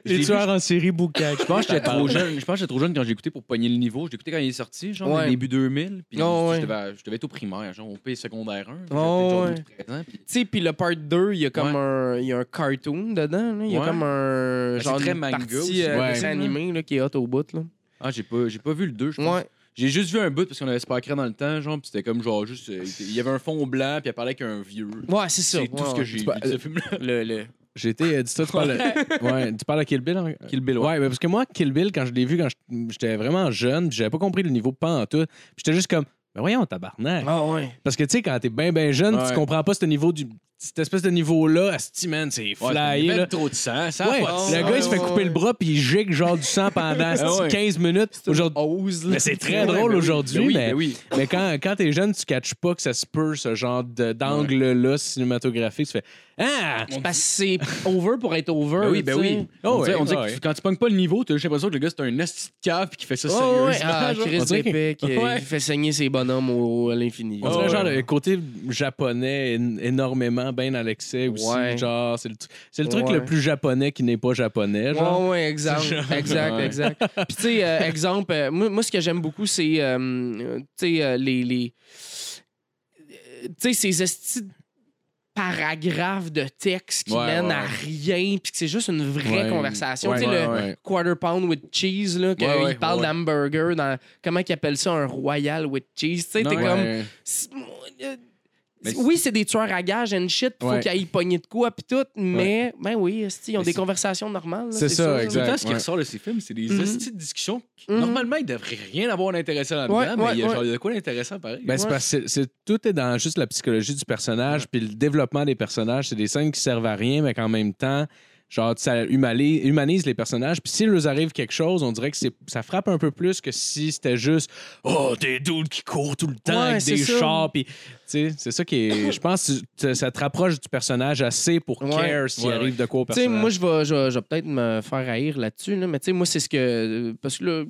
Les tueurs en série Boukak.
Je pense que j'étais trop jeune. Je pense que j'étais trop jeune quand j'ai écouté pour pogner le niveau. J'ai écouté quand il est sorti, genre
Ouais.
début 2000. Puis
Oh, ouais.
je, devais, je devais être au primaire, genre au P secondaire 1. J'avais
Oh,
peut-être genre
ouais.
12-13 ans, puis-
tu sais, puis le part 2, il y a comme
Ouais.
un, il y a un cartoon dedans. là. Il y a
Ouais.
comme un
Ben, c'est
genre
très
une
manga
partie
aussi.
euh,
Ouais.
dessin animé là, qui est hot au bout. Là.
Ah, j'ai pas, j'ai pas vu le 2, je pense.
Ouais.
J'ai juste vu un bout parce qu'on avait Sparkray dans le temps, genre, puis c'était comme genre juste. euh, Il y avait un fond blanc, puis elle parlait avec un vieux.
Ouais, c'est euh, ça.
C'est tout
Ouais,
ce que
ouais.
j'ai
Tu
vu
vois,
de ce film-là.
Le, le...
J'ai été. euh, dis ça, tu parles. ouais, tu parles à Kill Bill. hein?
Kill Bill,
ouais. mais parce que moi, Kill Bill, quand je l'ai vu, quand je- j'étais vraiment jeune, puis j'avais pas compris le niveau pas en tout. J'étais juste comme, mais voyons, tabarnak.
Ah ouais.
Parce que, tu sais, quand t'es bien, bien jeune, tu
Ouais.
comprends pas ce niveau du. Cette espèce de niveau-là, asti, man, c'est
Ouais,
flyé.
il y
là.
avait trop de sang, ça a
Ouais,
pas de
le
sens. Ah
gars, il se fait
ouais,
couper
ouais.
le bras, puis il gicle genre du sang pendant asti,
ouais.
15 minutes. Aujourd'hui.
Ose, là.
Mais c'est très
Ouais,
drôle
ben oui.
aujourd'hui,
Ben oui,
mais,
ben oui.
mais quand, quand t'es jeune, tu catches pas que ça se peut, ce genre de- d'angle-là cinématographique. Tu fais Ah!
C'est Parce que c'est over pour être over.
Ben oui, ben
tu sais.
oui.
Oh,
on dirait,
ouais,
on dirait
ouais.
que tu- quand tu pognes pas le niveau, t'as juste l'impression que le gars c'est un esti de cave pis qui fait ça
Oh, ouais.
sérieusement.
Ah,
genre.
Chris
On dirait qu'il-
Dépec, euh,
Ouais.
il fait saigner ses bonhommes au- à l'infini.
On dirait genre le côté japonais é- énormément, bien à l'excès aussi.
Ouais.
Genre, c'est le, tru- c'est le truc
Ouais.
le plus japonais qui n'est pas japonais. Genre.
Ouais, ouais, exact. Exact,
Ouais.
exact. Puis, tu sais, euh, exemple, euh, moi, moi, ce que j'aime beaucoup, c'est, euh, tu sais, euh, les. les... euh, Tu sais, ces estis de paragraphes de texte qui
Ouais,
mènent
ouais,
à
ouais.
rien, puis que c'est juste une vraie
Ouais.
conversation.
Ouais,
tu sais,
ouais,
le
ouais.
quarter pound with cheese, là, qu'il
Ouais, ouais,
parle
ouais.
d'hamburger, dans, comment qu'ils appellent ça, un royal with cheese. Tu sais, t'es
Ouais.
comme. C'est- euh,
Mais
oui, c'est des tueurs à gages and shit, faut
Ouais.
qu'ils aillent pogner de quoi pis tout, mais ben oui, esti, ils ont
Mais
des
c'est-
conversations normales. là,
C'est ça,
là.
Tout le temps,
exact.
ce qui
Ouais.
ressort de ces films, c'est des
Mhm.
esti de discussions. qui,
Mhm.
Normalement, il devrait rien avoir d'intéressant là-dedans,
Ouais,
mais
ouais,
il y a
ouais.
genre il y a de quoi d'intéressant pareil.
Ben, c'est
Ouais.
parce que c'est- c'est- tout est dans juste la psychologie du personnage, puis le développement des personnages. C'est des scènes qui servent à rien, mais qu'en même temps, genre, ça humali- humanise les personnages. Puis s'il leur arrive quelque chose, on dirait que c'est- ça frappe un peu plus que si c'était juste Oh, des dudes qui courent tout le temps
Ouais,
avec
c'est
des
ça.
chars. Puis, tu sais, c'est ça qui est. Je pense que tu- tu- ça te rapproche du personnage assez pour
Ouais.
care s'il
Ouais,
arrive de quoi au
Tu sais,
personnage.
moi, je vais, je vais- je vais peut-être me faire haïr là-dessus, là, mais tu sais, moi, c'est ce que. Parce que là,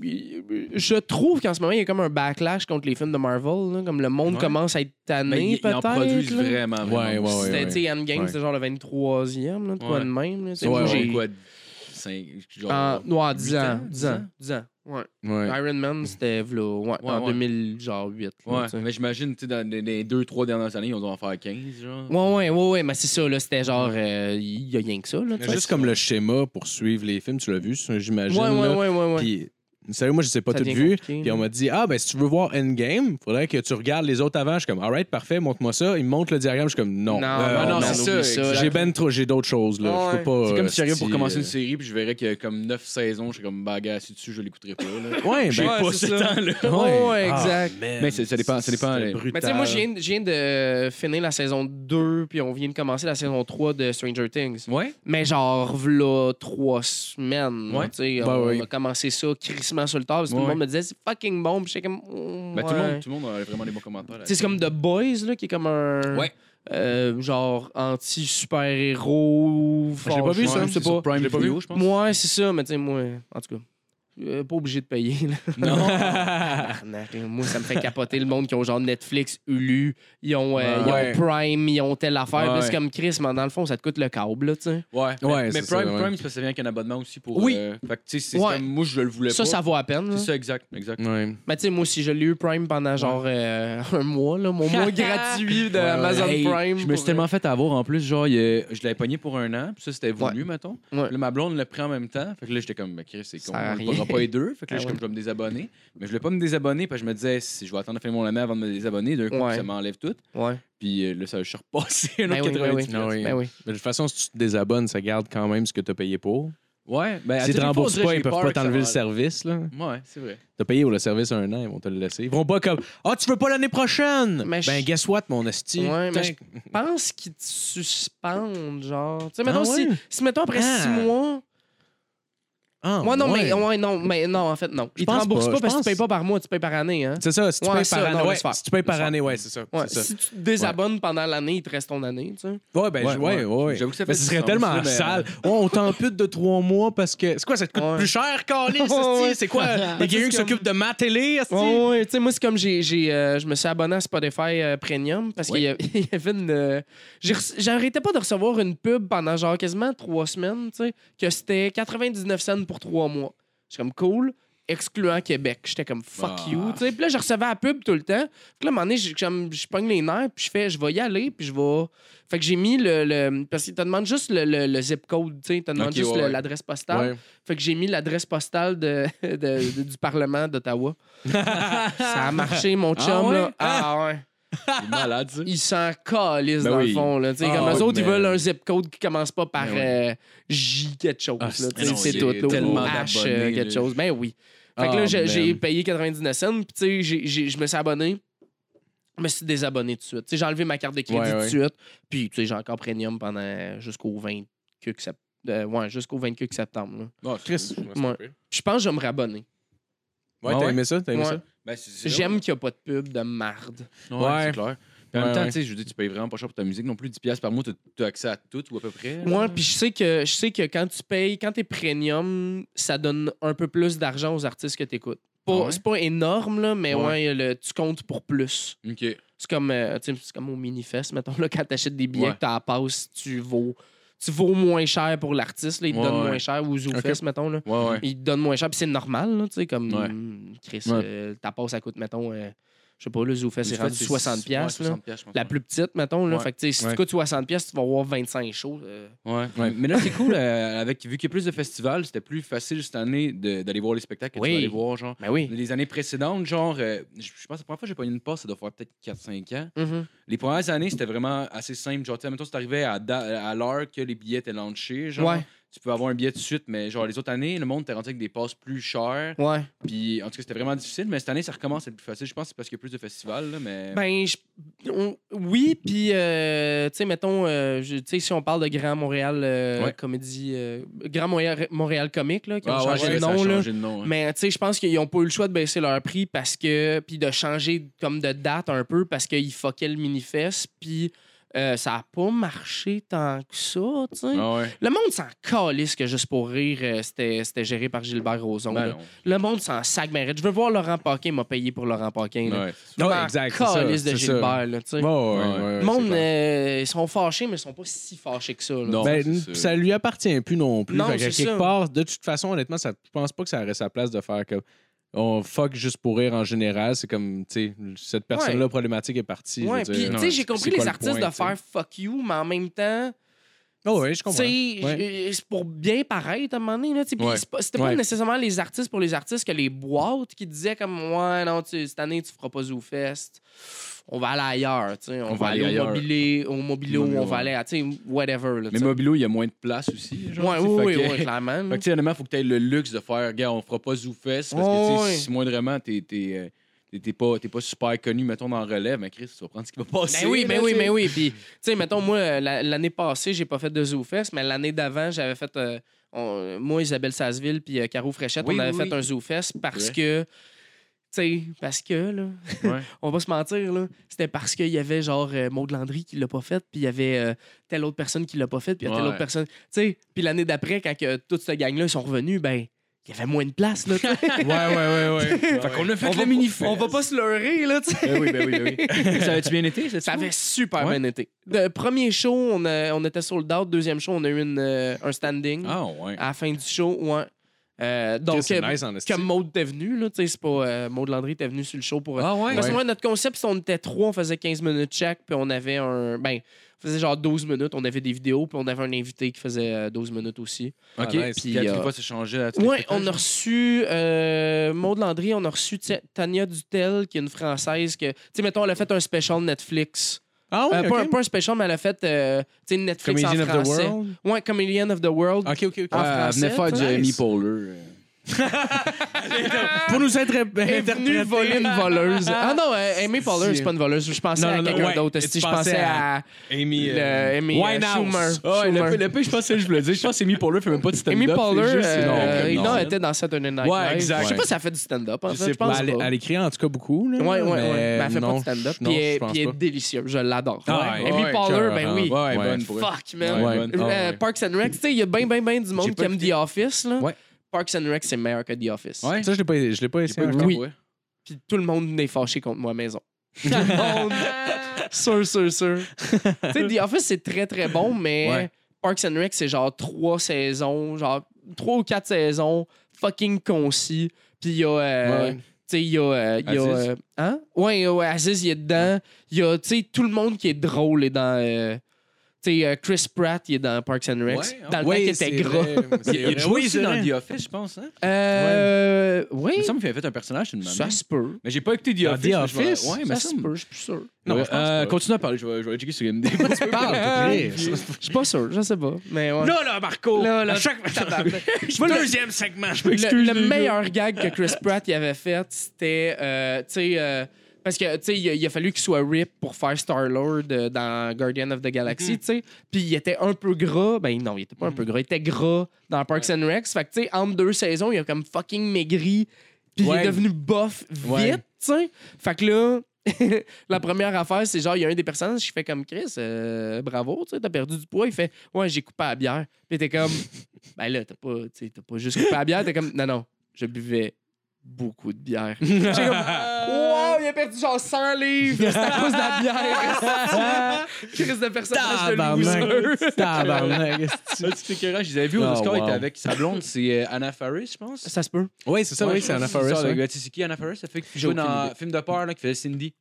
je trouve qu'en ce moment, il y a comme un backlash contre les films de Marvel, là, comme le monde
Ouais.
commence à être
Mais
tanné,
ils, ils Ben, en
peut-être.
produisent
là.
vraiment.
Ouais,
vraiment.
ouais, ouais.
C'était, tu sais, Endgame,
Ouais.
c'était genre le 23e, là, de quoi
Ouais.
de même. là. Tu sais,
Ouais,
moi,
ouais,
j'ai.
quoi, cinq- genre,
En- ouais, 10
huit
ans,
ans,
10 ans, 10 ans. Ouais.
Ouais.
Iron Man, c'était v'là, ouais,
Mhm. Ouais,
en
ouais.
2008. là,
Ouais,
tu sais.
mais j'imagine, tu sais, dans les, les deux, trois dernières années, ils ont dû en faire 15, genre.
Ouais, ouais, ouais, ouais, mais c'est ça, là, c'était genre, euh, il y a rien que ça, là. tu
Mais
sais.
juste comme le schéma pour suivre les films, tu l'as vu, ça,
Ouais,
j'imagine.
ouais,
là.
ouais, ouais, ouais.
Puis, sérieux, moi, je sais pas
Ça
tout
devient
vu.
compliqué,
Puis
là.
on m'a dit, ah, ben, si tu veux voir Endgame, faudrait que tu regardes les autres avant. Je suis comme, alright, parfait, montre-moi ça. Il me montre le diagramme. Je suis comme, non.
Non, non,
Euh,
non,
non,
c'est ça,
oublie ça.
exact.
là.
J'ai ben trop, j'ai d'autres choses, là. Je
Ouais.
peux pas.
C'est comme
euh,
si j'arrive pour
si,
commencer
euh,
une série, puis je verrais qu'il y a comme 9 saisons, je suis comme, bah, gars, si dessus, je l'écouterai pas, là.
Ouais,
J'ai
ben,
pas
c'est
ce
ça.
temps-là. Ah,
Ouais, ouais,
Ah,
exact.
Mais c'est- ça dépend- ça dépend, euh, les-
brutal.
Mais tu sais, moi, je viens, je viens de finir la saison 2, puis on vient de commencer la saison 3 de Stranger Things.
Ouais.
Mais genre, v'là trois semaines.
Ouais. Bah
Tu sais,
Ben
on
oui.
a commencé ça crissement sur le tard, parce que tout
Ouais.
le monde me disait, c'est fucking bon, puis j'étais comme. mm,
Ben, tout, le
ouais.
monde, tout le monde a vraiment des bons commentaires. là.
Tu sais, c'est comme The Boys, là, qui est comme un.
Ouais.
euh, genre
Ben,
anti-super-héros.
j'ai pas vu
fâché,
ça,
je
c'est
sais
sur
pas.
Prime Video, je pense.
Moi, c'est ça, mais tu sais, moi, en tout cas, euh, pas obligé de payer. là. Tabarnak, là. moi, ça me fait capoter le monde qui ont genre Netflix, Hulu, ils ont, euh, ils ont
Ouais.
Prime, ils ont telle affaire. Puis là, C'est
Ouais.
comme Chris, mais dans le fond, ça te coûte le câble, là, tu sais.
Ouais.
Ouais,
Mais- mais
c'est ça,
Prime,
ouais.
Prime, c'est parce que ça vient avec un abonnement aussi pour.
Oui.
euh, fait que, tu sais, c'est
Ouais.
comme, moi, je le voulais
Ça,
pas.
ça vaut à peine. là.
C'est ça, exact. exact.
Ouais.
Mais tu sais, moi, si je l'ai eu Prime pendant genre euh, un mois, là, mon mois gratuit de
Ouais, ouais.
Amazon
Hey,
Prime.
Je me
pour,
suis tellement fait avoir en plus, genre, il y a- je l'avais pogné pour un an, puis ça c'était voulu, mettons.
Ouais.
Puis Là, ma blonde l'a pris en même temps. Fait que là, j'étais comme, mais Chris, c'est con,
Ça a
on
rien.
ne pourra pas les deux. Fait que là, je,
Ah
suis comme, je vais me désabonner. Mais je voulais pas me désabonner, parce que je me disais, si je vais attendre la fin de mon année avant de me désabonner, d'un coup,
Ouais.
ça m'enlève tout.
euh, Ouais.
Puis euh, là, ça, je suis repassé un
Ben
autre
oui, ben oui.
90
Ah oui.
Ben oui.
Mais de toute façon, si tu te désabonnes, ça garde quand même ce que t'as payé pour.
Ouais, ben, à
S'ils
toutes les fois, on
te remboursent
dirait
pas,
que
ils
j'ai
peuvent
peur
pas
que ça
t'enlever le
râle.
service. là.
Ouais, c'est vrai.
T'as payé pour le service un an, ils vont te le laisser. Ils vont pas comme Ah, tu veux pas l'année prochaine
Mais je-
Ben, guess what, mon esti.
Ouais, mais
Putain.
je pense qu'ils te suspendent, genre. Tu sais,
Ah
mettons,
ouais?
si, si, mettons, après
Ah.
six mois.
Ah,
Moi, non,
ouais.
mais, ouais, non, mais non, en fait, non. Ils te
pense
remboursent
pas,
pas,
je
parce que
pense-
tu payes pas par mois, tu payes par année, hein.
C'est ça, si tu
Ouais,
payes
ça,
par
non,
année.
laisse
ouais,
faire.
si tu payes par
Laisse
année, ouais, c'est ça.
Ouais,
c'est ça.
si tu te désabonnes pendant l'année, il te reste ton année, tu sais.
Ouais, ben,
Ouais,
ouais, ouais. ouais.
J'avoue que ça fait
Mais ce
du
serait
sens,
tellement
mais- euh,
sale. Oh, on t'ampute de trois mois parce que. C'est quoi, ça te coûte
Ouais.
plus cher, Carlis?
Ouais, ouais.
C'est quoi? Il y a quelqu'un qui s'occupe de ma télé, esti?
Ouais, ouais, tu sais, moi, c'est comme j'ai, j'ai, euh, je me suis abonné à Spotify euh, Premium parce qu'il y a- il y avait une. euh, j'ai reçu- j'arrêtais pas de recevoir une pub pendant genre quasiment trois semaines, tu sais, que c'était 99 cents pour trois mois. J'étais comme cool, excluant Québec. J'étais comme fuck
Ah.
you, tu sais. Puis là, je recevais la pub tout le temps. Puis là, à un moment donné, j'ai- comme, je pogne les nerfs, puis je fais, je vais y aller, puis je vais. Fait que j'ai mis le. le- parce qu'il te demande juste le, le- le zip code, tu sais. Il te demande
Ok,
juste
ouais,
le-
ouais.
l'adresse postale.
Ouais.
Fait que j'ai mis l'adresse postale de, de- de- du Parlement d'Ottawa. ça a marché, mon chum.
ouais?
là. Ah ouais.
Il est malade, ça.
Ils s'en calissent
Ben
dans
oui.
le fond. Là. Tu sais,
Ah
comme
oui,
eux autres, ils
mais-
veulent un zip code qui commence pas par
Ben oui.
euh, J quelque chose.
Ah,
là, tu sais,
mais non,
c'est
il y a
tout. là, ou
tellement
H
d'abonnés,
euh,
là.
quelque chose. Ben oui. Fait que
Ah,
là, j'ai-
man.
j'ai payé 99 cents. Puis tu sais, j'ai- j'ai- je me suis abonné. Je me suis désabonné tout de suite. Tu sais, J'ai enlevé ma carte de crédit
Ouais,
tout de suite. Puis tu sais, j'ai encore Premium pendant jusqu'au 20 cuc sept- euh, ouais, jusqu'au 20 cuc septembre. là.
Oh, Chris.
Ouais. Je pense que je vais me rabonner.
Ouais,
Ah
t'as
ouais?
aimé ça? T'as aimé
Ouais.
ça?
Ben, c'est- c'est-
J'aime qu'il n'y a pas de pub de marde.
Ouais,
Ouais.
c'est clair. Puis en même
Ouais,
temps,
ouais.
tu sais, je veux dire, tu payes vraiment pas cher pour ta musique non plus. 10$ par mois, t'as- t'as accès à tout ou à peu près. là.
Moi, puis je sais que je sais que quand tu payes, quand t'es premium, ça donne un peu plus d'argent aux artistes que t'écoutes. Pas-
Ah ouais?
C'est pas énorme là, mais
Ouais.
ouais, le- tu comptes pour plus.
Ok.
C'est comme euh, tu sais, c'est comme au mini-fest, mettons là, quand t'achètes des billets
Ouais.
que t'as à passe, tu vaux tu vaux moins cher pour l'artiste, là, ils te
Ouais,
donnent
ouais.
moins cher ou aux ZooFest, mettons là.
Ouais, ouais.
Ils te donnent moins cher, puis c'est normal, là, tu sais, comme
Ouais.
hum, Chris,
Ouais.
euh, ta passe, ça coûte, mettons, euh, je sais pas, le ZooFest, c'est
Je
rendu
fais-
60$. piastres,
ouais,
là.
60 piastres, je pense,
La
ouais.
plus petite, mettons. Là.
Ouais.
Fait que, tu sais, si
Ouais.
tu coûtes 60 pièces, tu vas avoir 25 shows. euh.
Ouais. Mais là, c'est cool. euh, avec, vu qu'il y a plus de festivals, c'était plus facile cette année de- d'aller voir les spectacles que tu
Oui.
vas aller voir. Genre,
Ben oui.
les années précédentes, genre, euh, je je pense que la première fois que j'ai pogné une passe, ça doit faire peut-être 4-5 ans.
Mhm.
Les premières années, c'était vraiment assez simple. Genre, tu sais, mettons, si t'arrivais à, da- à l'heure que les billets étaient lancés, genre,
Ouais.
tu pouvais avoir un billet tout de suite, mais genre, les autres années, le monde était rentré avec des passes plus chères.
Ouais.
Puis, en tout cas, c'était vraiment difficile, mais cette année, ça recommence à être plus facile. Je pense que c'est parce qu'il y a plus de festivals, là, mais.
Ben, je- on- oui, puis, euh, tu sais, mettons, euh, je- tu sais, si on parle de Grand Montréal euh,
Ouais.
Comédie, euh, Grand Montréal, Montréal Comique, là, qui ont
Ah ouais,
changé
j'ai
de
ça a
nom, là.
changé de nom, hein.
Mais tu sais, je pense qu'ils n'ont pas eu le choix de baisser leur prix parce que. Puis de changer comme de date un peu parce qu'ils fuckaient le manifeste. Puis euh, ça n'a pas marché tant que ça, tu sais.
Ah ouais.
Le monde s'en calisse que juste pour rire, euh, c'était c'était géré par Gilbert Roson.
Ben
là.
non.
Le monde s'en sac ben raide. Je veux voir Laurent Paquin m'a payé pour Laurent Paquin. là.
Ouais.
Je
Ouais,
m'en
exact, c'est ça,
calisse de
c'est ça.
Gilbert. Là, tu sais.
Ouais, ouais,
Ouais.
ouais, ouais,
le monde,
c'est clair.
euh, ils sont fâchés, mais ils sont pas si fâchés que ça. là.
Non.
Ben,
c'est
n-
ça.
ça lui appartient plus non plus.
Non,
Fait que
c'est
quelque
ça.
part, de toute façon, honnêtement, ça, je pense pas que ça aurait sa place de faire comme on fuck juste pour rire en général. C'est comme, tu sais, cette personne-là problématique est partie.
Ouais,
je veux dire.
puis tu sais, j'ai
c'est
compris
quoi
les
le
artistes
point,
de
tu sais?
faire fuck you, mais en même temps,
Oh, ouais, je
tu
comprends.
sais, j- c'est pour bien paraître à un moment donné. Là, tu sais. Puis
Ouais.
c'est pas- C'était pas
Ouais.
nécessairement les artistes pour les artistes que les boîtes qui disaient comme Ouais, non, tu, cette année, tu feras pas Zoofest. On va aller ailleurs. tu sais. On, va aller au
ailleurs.
mobilé, au mobilo,
Mobilo,
on va
ouais.
aller à tu sais, whatever. Là, tu
Mais
sais.
Mobilo, il y a moins de place aussi. Genre,
Ouais,
tu sais,
oui,
fait
oui,
que-
oui,
Fait
clairement.
que, tu sais, honnêtement, faut que tu aies le luxe de faire, gars, on fera pas ZooFest. Parce que,
Oh,
tu sais,
ouais.
si moindrement, t'es, t'es, euh, t'es- t'es pas, t'es pas super connu, mettons, dans le relève, mais Chris, tu vas prendre ce qui va passer.
Ben oui, ben
là,
oui,
tu sais.
ben oui. Puis, tu sais, mettons, moi, euh, la- l'année passée, j'ai pas fait de ZooFest, mais l'année d'avant, j'avais fait. euh, on- moi, Isabelle Sasseville, puis euh, Caro Fréchette,
Oui,
on avait
oui,
fait
oui.
un ZooFest parce
Ouais.
que. Tu sais, parce que, là.
Ouais.
on va se mentir, là. C'était parce qu'il y avait, genre, euh, Maud Landry qui l'a pas fait, puis il y avait euh, telle autre personne qui l'a pas fait, puis il y a telle
Ouais.
autre personne. Tu sais, puis l'année d'après, quand que toute cette gang-là ils sont revenus, ben, il y avait moins de place, là. tu sais.
Ouais, ouais, ouais, ouais.
Fait qu'on a fait
on,
le
va,
mini-fest.
on va pas se leurrer, là, tu sais.
Ben oui, ben oui, ben oui. ça a-tu bien été? cette
Ça
fois?
avait super
Ouais.
bien été. Le premier show, on, a- on était sold out. Deuxième show, on a eu une, euh, un standing
Ah, ouais.
à la fin du show. Ouais. Euh,
Chris,
donc,
c'est
euh,
nice en esti.
comme Maud était venue, là, tu sais, c'est pas euh, Maud Landry était venue sur le show pour. euh,
Ah, ouais.
Parce que moi, notre concept, c'est on était trois, on faisait 15 minutes chaque, puis on avait un. Ben, on faisait genre 12 minutes, on avait des vidéos, puis on avait un invité qui faisait euh, 12 minutes aussi.
Ok.
Ah, nice.
Puis, à toutes
Puis, euh,
les fois, ça changeait. à tous les
Ouais,
spectacles.
on a reçu euh, Maud Landry, on a reçu Ti- Tania Dutel, qui est une Française que. Tu sais, mettons, elle a fait un special Netflix
Ah
Euh,
ouais,
pas, un-
ok.
pas un special, mais elle a fait euh, tu sais, Netflix
Comedian
en
of the
français.
World.
Ouais, Comedian of the World.
Ok, ok, ok.
En
Ah,
français,
venez faire
nice.
Jeremy Poehler.
Pour nous être
Ah, Elle est venue voler une voleuse. Ah non, euh, Amy Poehler, c'est pas une voleuse. Je pensais
Non,
à
non, non,
quelqu'un
ouais.
d'autre.
Tu
Si je
pensais
pensais
à-
à,
Amy.
le- Amy euh,
Winehouse.
Schumer.
Ah, ouais,
Schumer.
le, le pire, je pense que je voulais dire. Je pense que Amy Poehler fait même pas de stand-up.
Amy
c'est
Poehler,
juste-
euh,
Non,
il
non.
en était dans Saturday Night
Ouais,
Live.
exact.
Je sais
Ouais.
pas si elle fait du stand-up, en
Je
fait.
sais
Je pense
pas. Ben, Elle,
pas.
elle écrit en tout cas beaucoup. Là,
Ouais, ouais,
mais,
ouais. Mais elle fait
non,
pas de stand-up.
non,
Puis
je
elle
pense
puis elle est
pas.
délicieuse. Je l'adore.
Ah,
ouais.
Amy
Ouais,
Poehler, ben oui.
Ouais,
Ouais,
bonne
pour
Fuck, man.
Ouais, bonne-
Ah,
Euh,
ouais.
Parks and Rec, tu sais, il y a ben, ben, ben du
J'ai
monde
pas
qui aime
écouté.
The Office. Là.
Ouais.
Parks and Rec, c'est meilleur que The Office.
Ouais.
Ça, je l'ai pas, je l'ai pas essayé.
pas
encore.
écouté. Puis tout le monde est fâché contre moi à maison. Tout le monde. sûr, sûr, sûr. tu sais, The Office, c'est très, très bon, mais
Ouais.
Parks and Rec, c'est genre trois saisons, genre trois ou quatre saisons, fucking concis. Puis il y a. euh,
Ouais.
Tu sais, il y a. euh, il y a,
Aziz.
euh, hein? Ouais, ouais, Aziz, il est dedans. Il y a, tu sais, tout le monde qui est drôle est dans. euh, tu sais, euh, Chris Pratt, il est dans Parks and Rec. dans le
Ouais,
temps qu'il
c'est
était gras.
vrai, c'est
Il il a
vrai.
joué
Oui,
Ben aussi
c'est
dans
vrai.
The Office, je pense. Hein?
Euh, oui.
Il me semble qu'il avait fait un personnage une
Ça
manière.
se peut.
Mais j'ai pas écouté The
Dans
Office.
The
mais je vais-
Office?
Ouais, mais
Ça
ça
se
me-
peut, je suis plus sûr.
Non,
Ouais,
je pense
euh,
pas.
Continue à parler, je vais, je vais checker sur IMDb.
Parle, Chris.
Je suis pas sûr, je sais pas. Mais ouais.
Là, là, Euh, Marco.
Là, là,
à chaque
tabarnak.
Moi, le deuxième segment. Je
le, le meilleur gag que Chris Pratt y avait fait, c'était, euh, tu sais, euh, parce que tu sais, il, a- il a fallu qu'il soit rip pour faire Star Lord dans Guardian of the Galaxy,
Mm-hmm.
tu sais. Puis il était un peu gras, ben non, il était pas un peu gras, il était gras dans Parks and Rec. Fait que tu sais, entre deux saisons, il a comme fucking maigri, puis il
Ouais.
est devenu bof vite,
Ouais.
tu sais. Fait que là. la première affaire, c'est genre, il y a un des personnages qui fait comme Chris, euh, bravo, tu sais, t'as perdu du poids. Il fait, ouais, j'ai coupé à la bière. Puis t'es comme, ben là, t'as pas, tu sais, t'as pas juste coupé la bière, t'es comme, non, non, je buvais beaucoup de bière. J'ai comme, wow, il a perdu genre 100 livres, c'est à cause de la bière. Chris de personnage de loser.
Tabarnak. Tabarnak.
Ah, tu t'écœurais, je les avais vus
Ah,
au Discord, il était
wow.
avec sa blonde, c'est euh, Anna Faris, je pense.
Ça se peut.
Oui, c'est ça, oui, c'est Anna Faris.
C'est ça, le
ouais.
gars, tu sais, c'est qui Anna Faris? Ça fait que
J'ai
joue dans
aucune
un
idée.
film de peur là, qui faisait Cindy.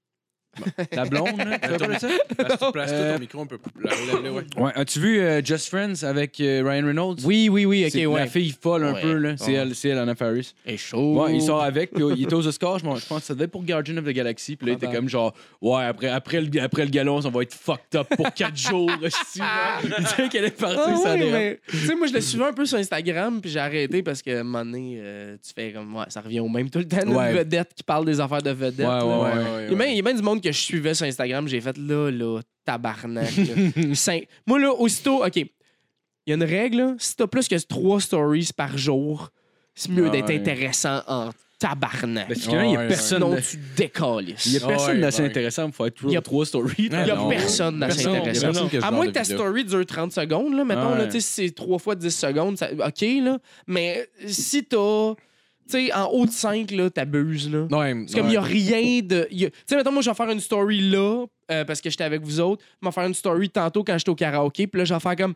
La blonde, là, tu te rappelles de ça?
Place-toi
Euh,
ton micro un peu plus. là, là, là, ouais.
Ouais, as-tu vu euh, Just Friends avec euh, Ryan Reynolds?
Oui, oui, oui,
C'est La fille folle un
Ouais.
peu, là. C'est
Ouais.
elle, c'est elle, Anna Faris.
Et chaud.
Ouais, il sort avec, puis il était aux Oscars, je m'en- je pense que ça devait être pour Guardian of the Galaxy, puis là, il était comme genre, ouais, après, après, le, après le galon, on va être fucked up pour 4 jours, esti, là. Il disait qu'elle est partie,
Ah
ça
oui,
dérape.
mais tu sais, moi, je le suivais un peu sur Instagram, puis j'ai arrêté parce que, à un moment donné, euh, tu fais comme, ouais, ça revient au même tout le temps,
Ouais.
une vedette qui parle des affaires de vedette.
Ouais, ouais, ouais, ouais,
il, y a même, il y a même du monde que je suivais sur Instagram, j'ai fait, là, là, tabarnak. là. Cinq- Moi, là, aussitôt, OK, il y a une règle, là, si t'as plus que trois stories par jour, c'est mieux
Ah
d'être
ouais.
intéressant en tabarnak.
Parce Ben, que là, il y a
Ouais,
personne.
Sinon,
de-
tu décalisses.
Il y a personne
ouais,
d'assez
ouais.
intéressant pour faire Ah,
Il y a-
trois, trois stories.
Il n'y a
Non.
personne d'assez
Personne, il y a
intéressant.
personne que je
À
genre
moins
de
que ta
vidéo.
story dure 30 secondes, là, mettons,
Ah ouais.
là, tu sais, si c'est 3 fois 10 secondes, ça- OK, là. Mais si t'as. Tu sais, en haut de 5, là, t'abuses, là.
Ouais,
C'est comme, il
ouais.
n'y a rien de. y a- Tu sais, mettons, moi, je vais faire une story là, euh, parce que j'étais avec vous autres. Je vais faire une story tantôt quand j'étais au karaoké, puis là, je vais faire comme.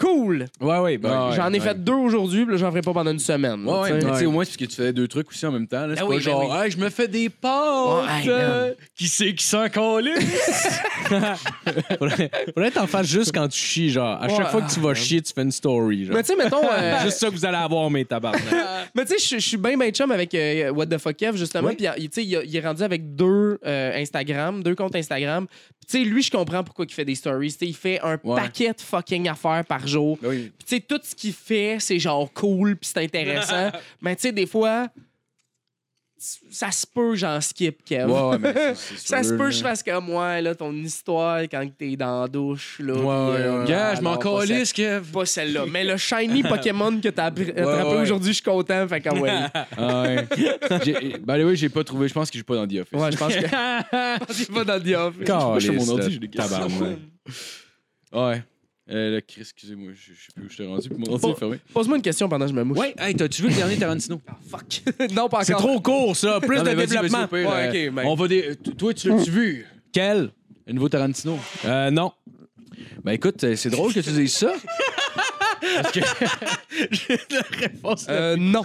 Cool!
Ouais, ouais, bah, ouais,
J'en ai
ouais.
fait deux aujourd'hui, puis là, j'en ferai pas pendant une semaine. là,
Ouais, ouais,
tu sais.
mais tu sais, au moins, c'est parce que tu fais deux trucs aussi en même temps. là. C'est
Ben
pas
oui, ben
genre, hey, je me fais des pâtes.
Ouais, hey,
euh, qui c'est qui s'en calisse?
Faudrait faudrait t'en faire juste quand tu chies, genre. À
Ouais,
chaque fois que tu vas chier, tu fais une story, genre.
Mais tu sais, mettons. euh,
Juste ça que vous allez avoir, mes tabarnak.
Mais tu sais, je- je suis bien ben chum avec euh, What the Fuck Kev, justement. Puis il- tu sais, il a- il est rendu avec deux euh, Instagram, deux comptes Instagram. Puis, Tu sais, lui, je comprends pourquoi il fait des stories. Tu sais, il fait un
Ouais.
paquet de fucking affaires par jour. Puis
ah, oui.
tu sais, tout ce qu'il fait, c'est genre cool, puis c'est intéressant. Mais tu sais, des fois, ça se peut, j'en skip, Kev.
Ah, Ouais, ouais, mais c'est- c'est
Ça se
sûr,
peut,
là.
je fasse comme moi, là, ton histoire quand t'es dans la douche, là. puis, euh,
Ouais, Ah Gars, je m'en
alors, pas ça-
calisse, Kev.
Pas celle-là. Mais le shiny Pokémon que t'as attrapé
ouais.
aujourd'hui, je suis content. Fait que, ouais.
Ah, ouais. J'ai- Ben, oui, j'ai pas trouvé. Je pense que j'ai pas dans The Office.
Ouais, je pense que. je pense qu'il est pas dans The Office.
Moi, je suis sur mon ordi,
Caliste,
j'ai des questions.
tabarnak.
Ouais. Euh, le Chris, excusez-moi, je je sais plus où je t'ai rendu. Puis mon ordi
Oh.
est fermé.
Pose-moi une question pendant que je me mouche.
Ouais, hey, t'as-tu vu le dernier Tarantino?
Ah, fuck. non, pas encore.
C'est trop court, ça. Plus
Non,
de
mais vas-y, vas-y,
développement.
au pire,
Ouais,
euh,
ok, ben.
On va des. t- Toi, tu l'as-tu vu?
Quel?
Le nouveau Tarantino.
Euh, non.
Ben écoute, euh, c'est drôle que tu dises ça.
Euh, non.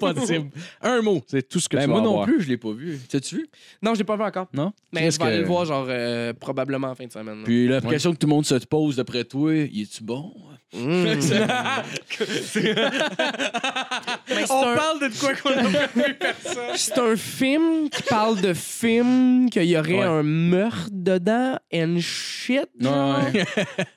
Possible. Un mot, c'est tout ce que
Ben,
tu vas
moi non
avoir.
plus, je l'ai pas vu. T'as-tu vu?
Non, je l'ai pas vu encore.
Non?
Mais
Qu'est-ce
je vais aller
que-
le voir, genre, euh, probablement en fin de semaine. là.
Puis la question que tout le monde se te pose d'après toi, il est-tu bon?
Hmm. On parle de quoi qu'on n'a plus personne. C'est un film qui parle de film, qu'il y aurait
Ouais.
un meurtre dedans and shit. genre.
Ouais,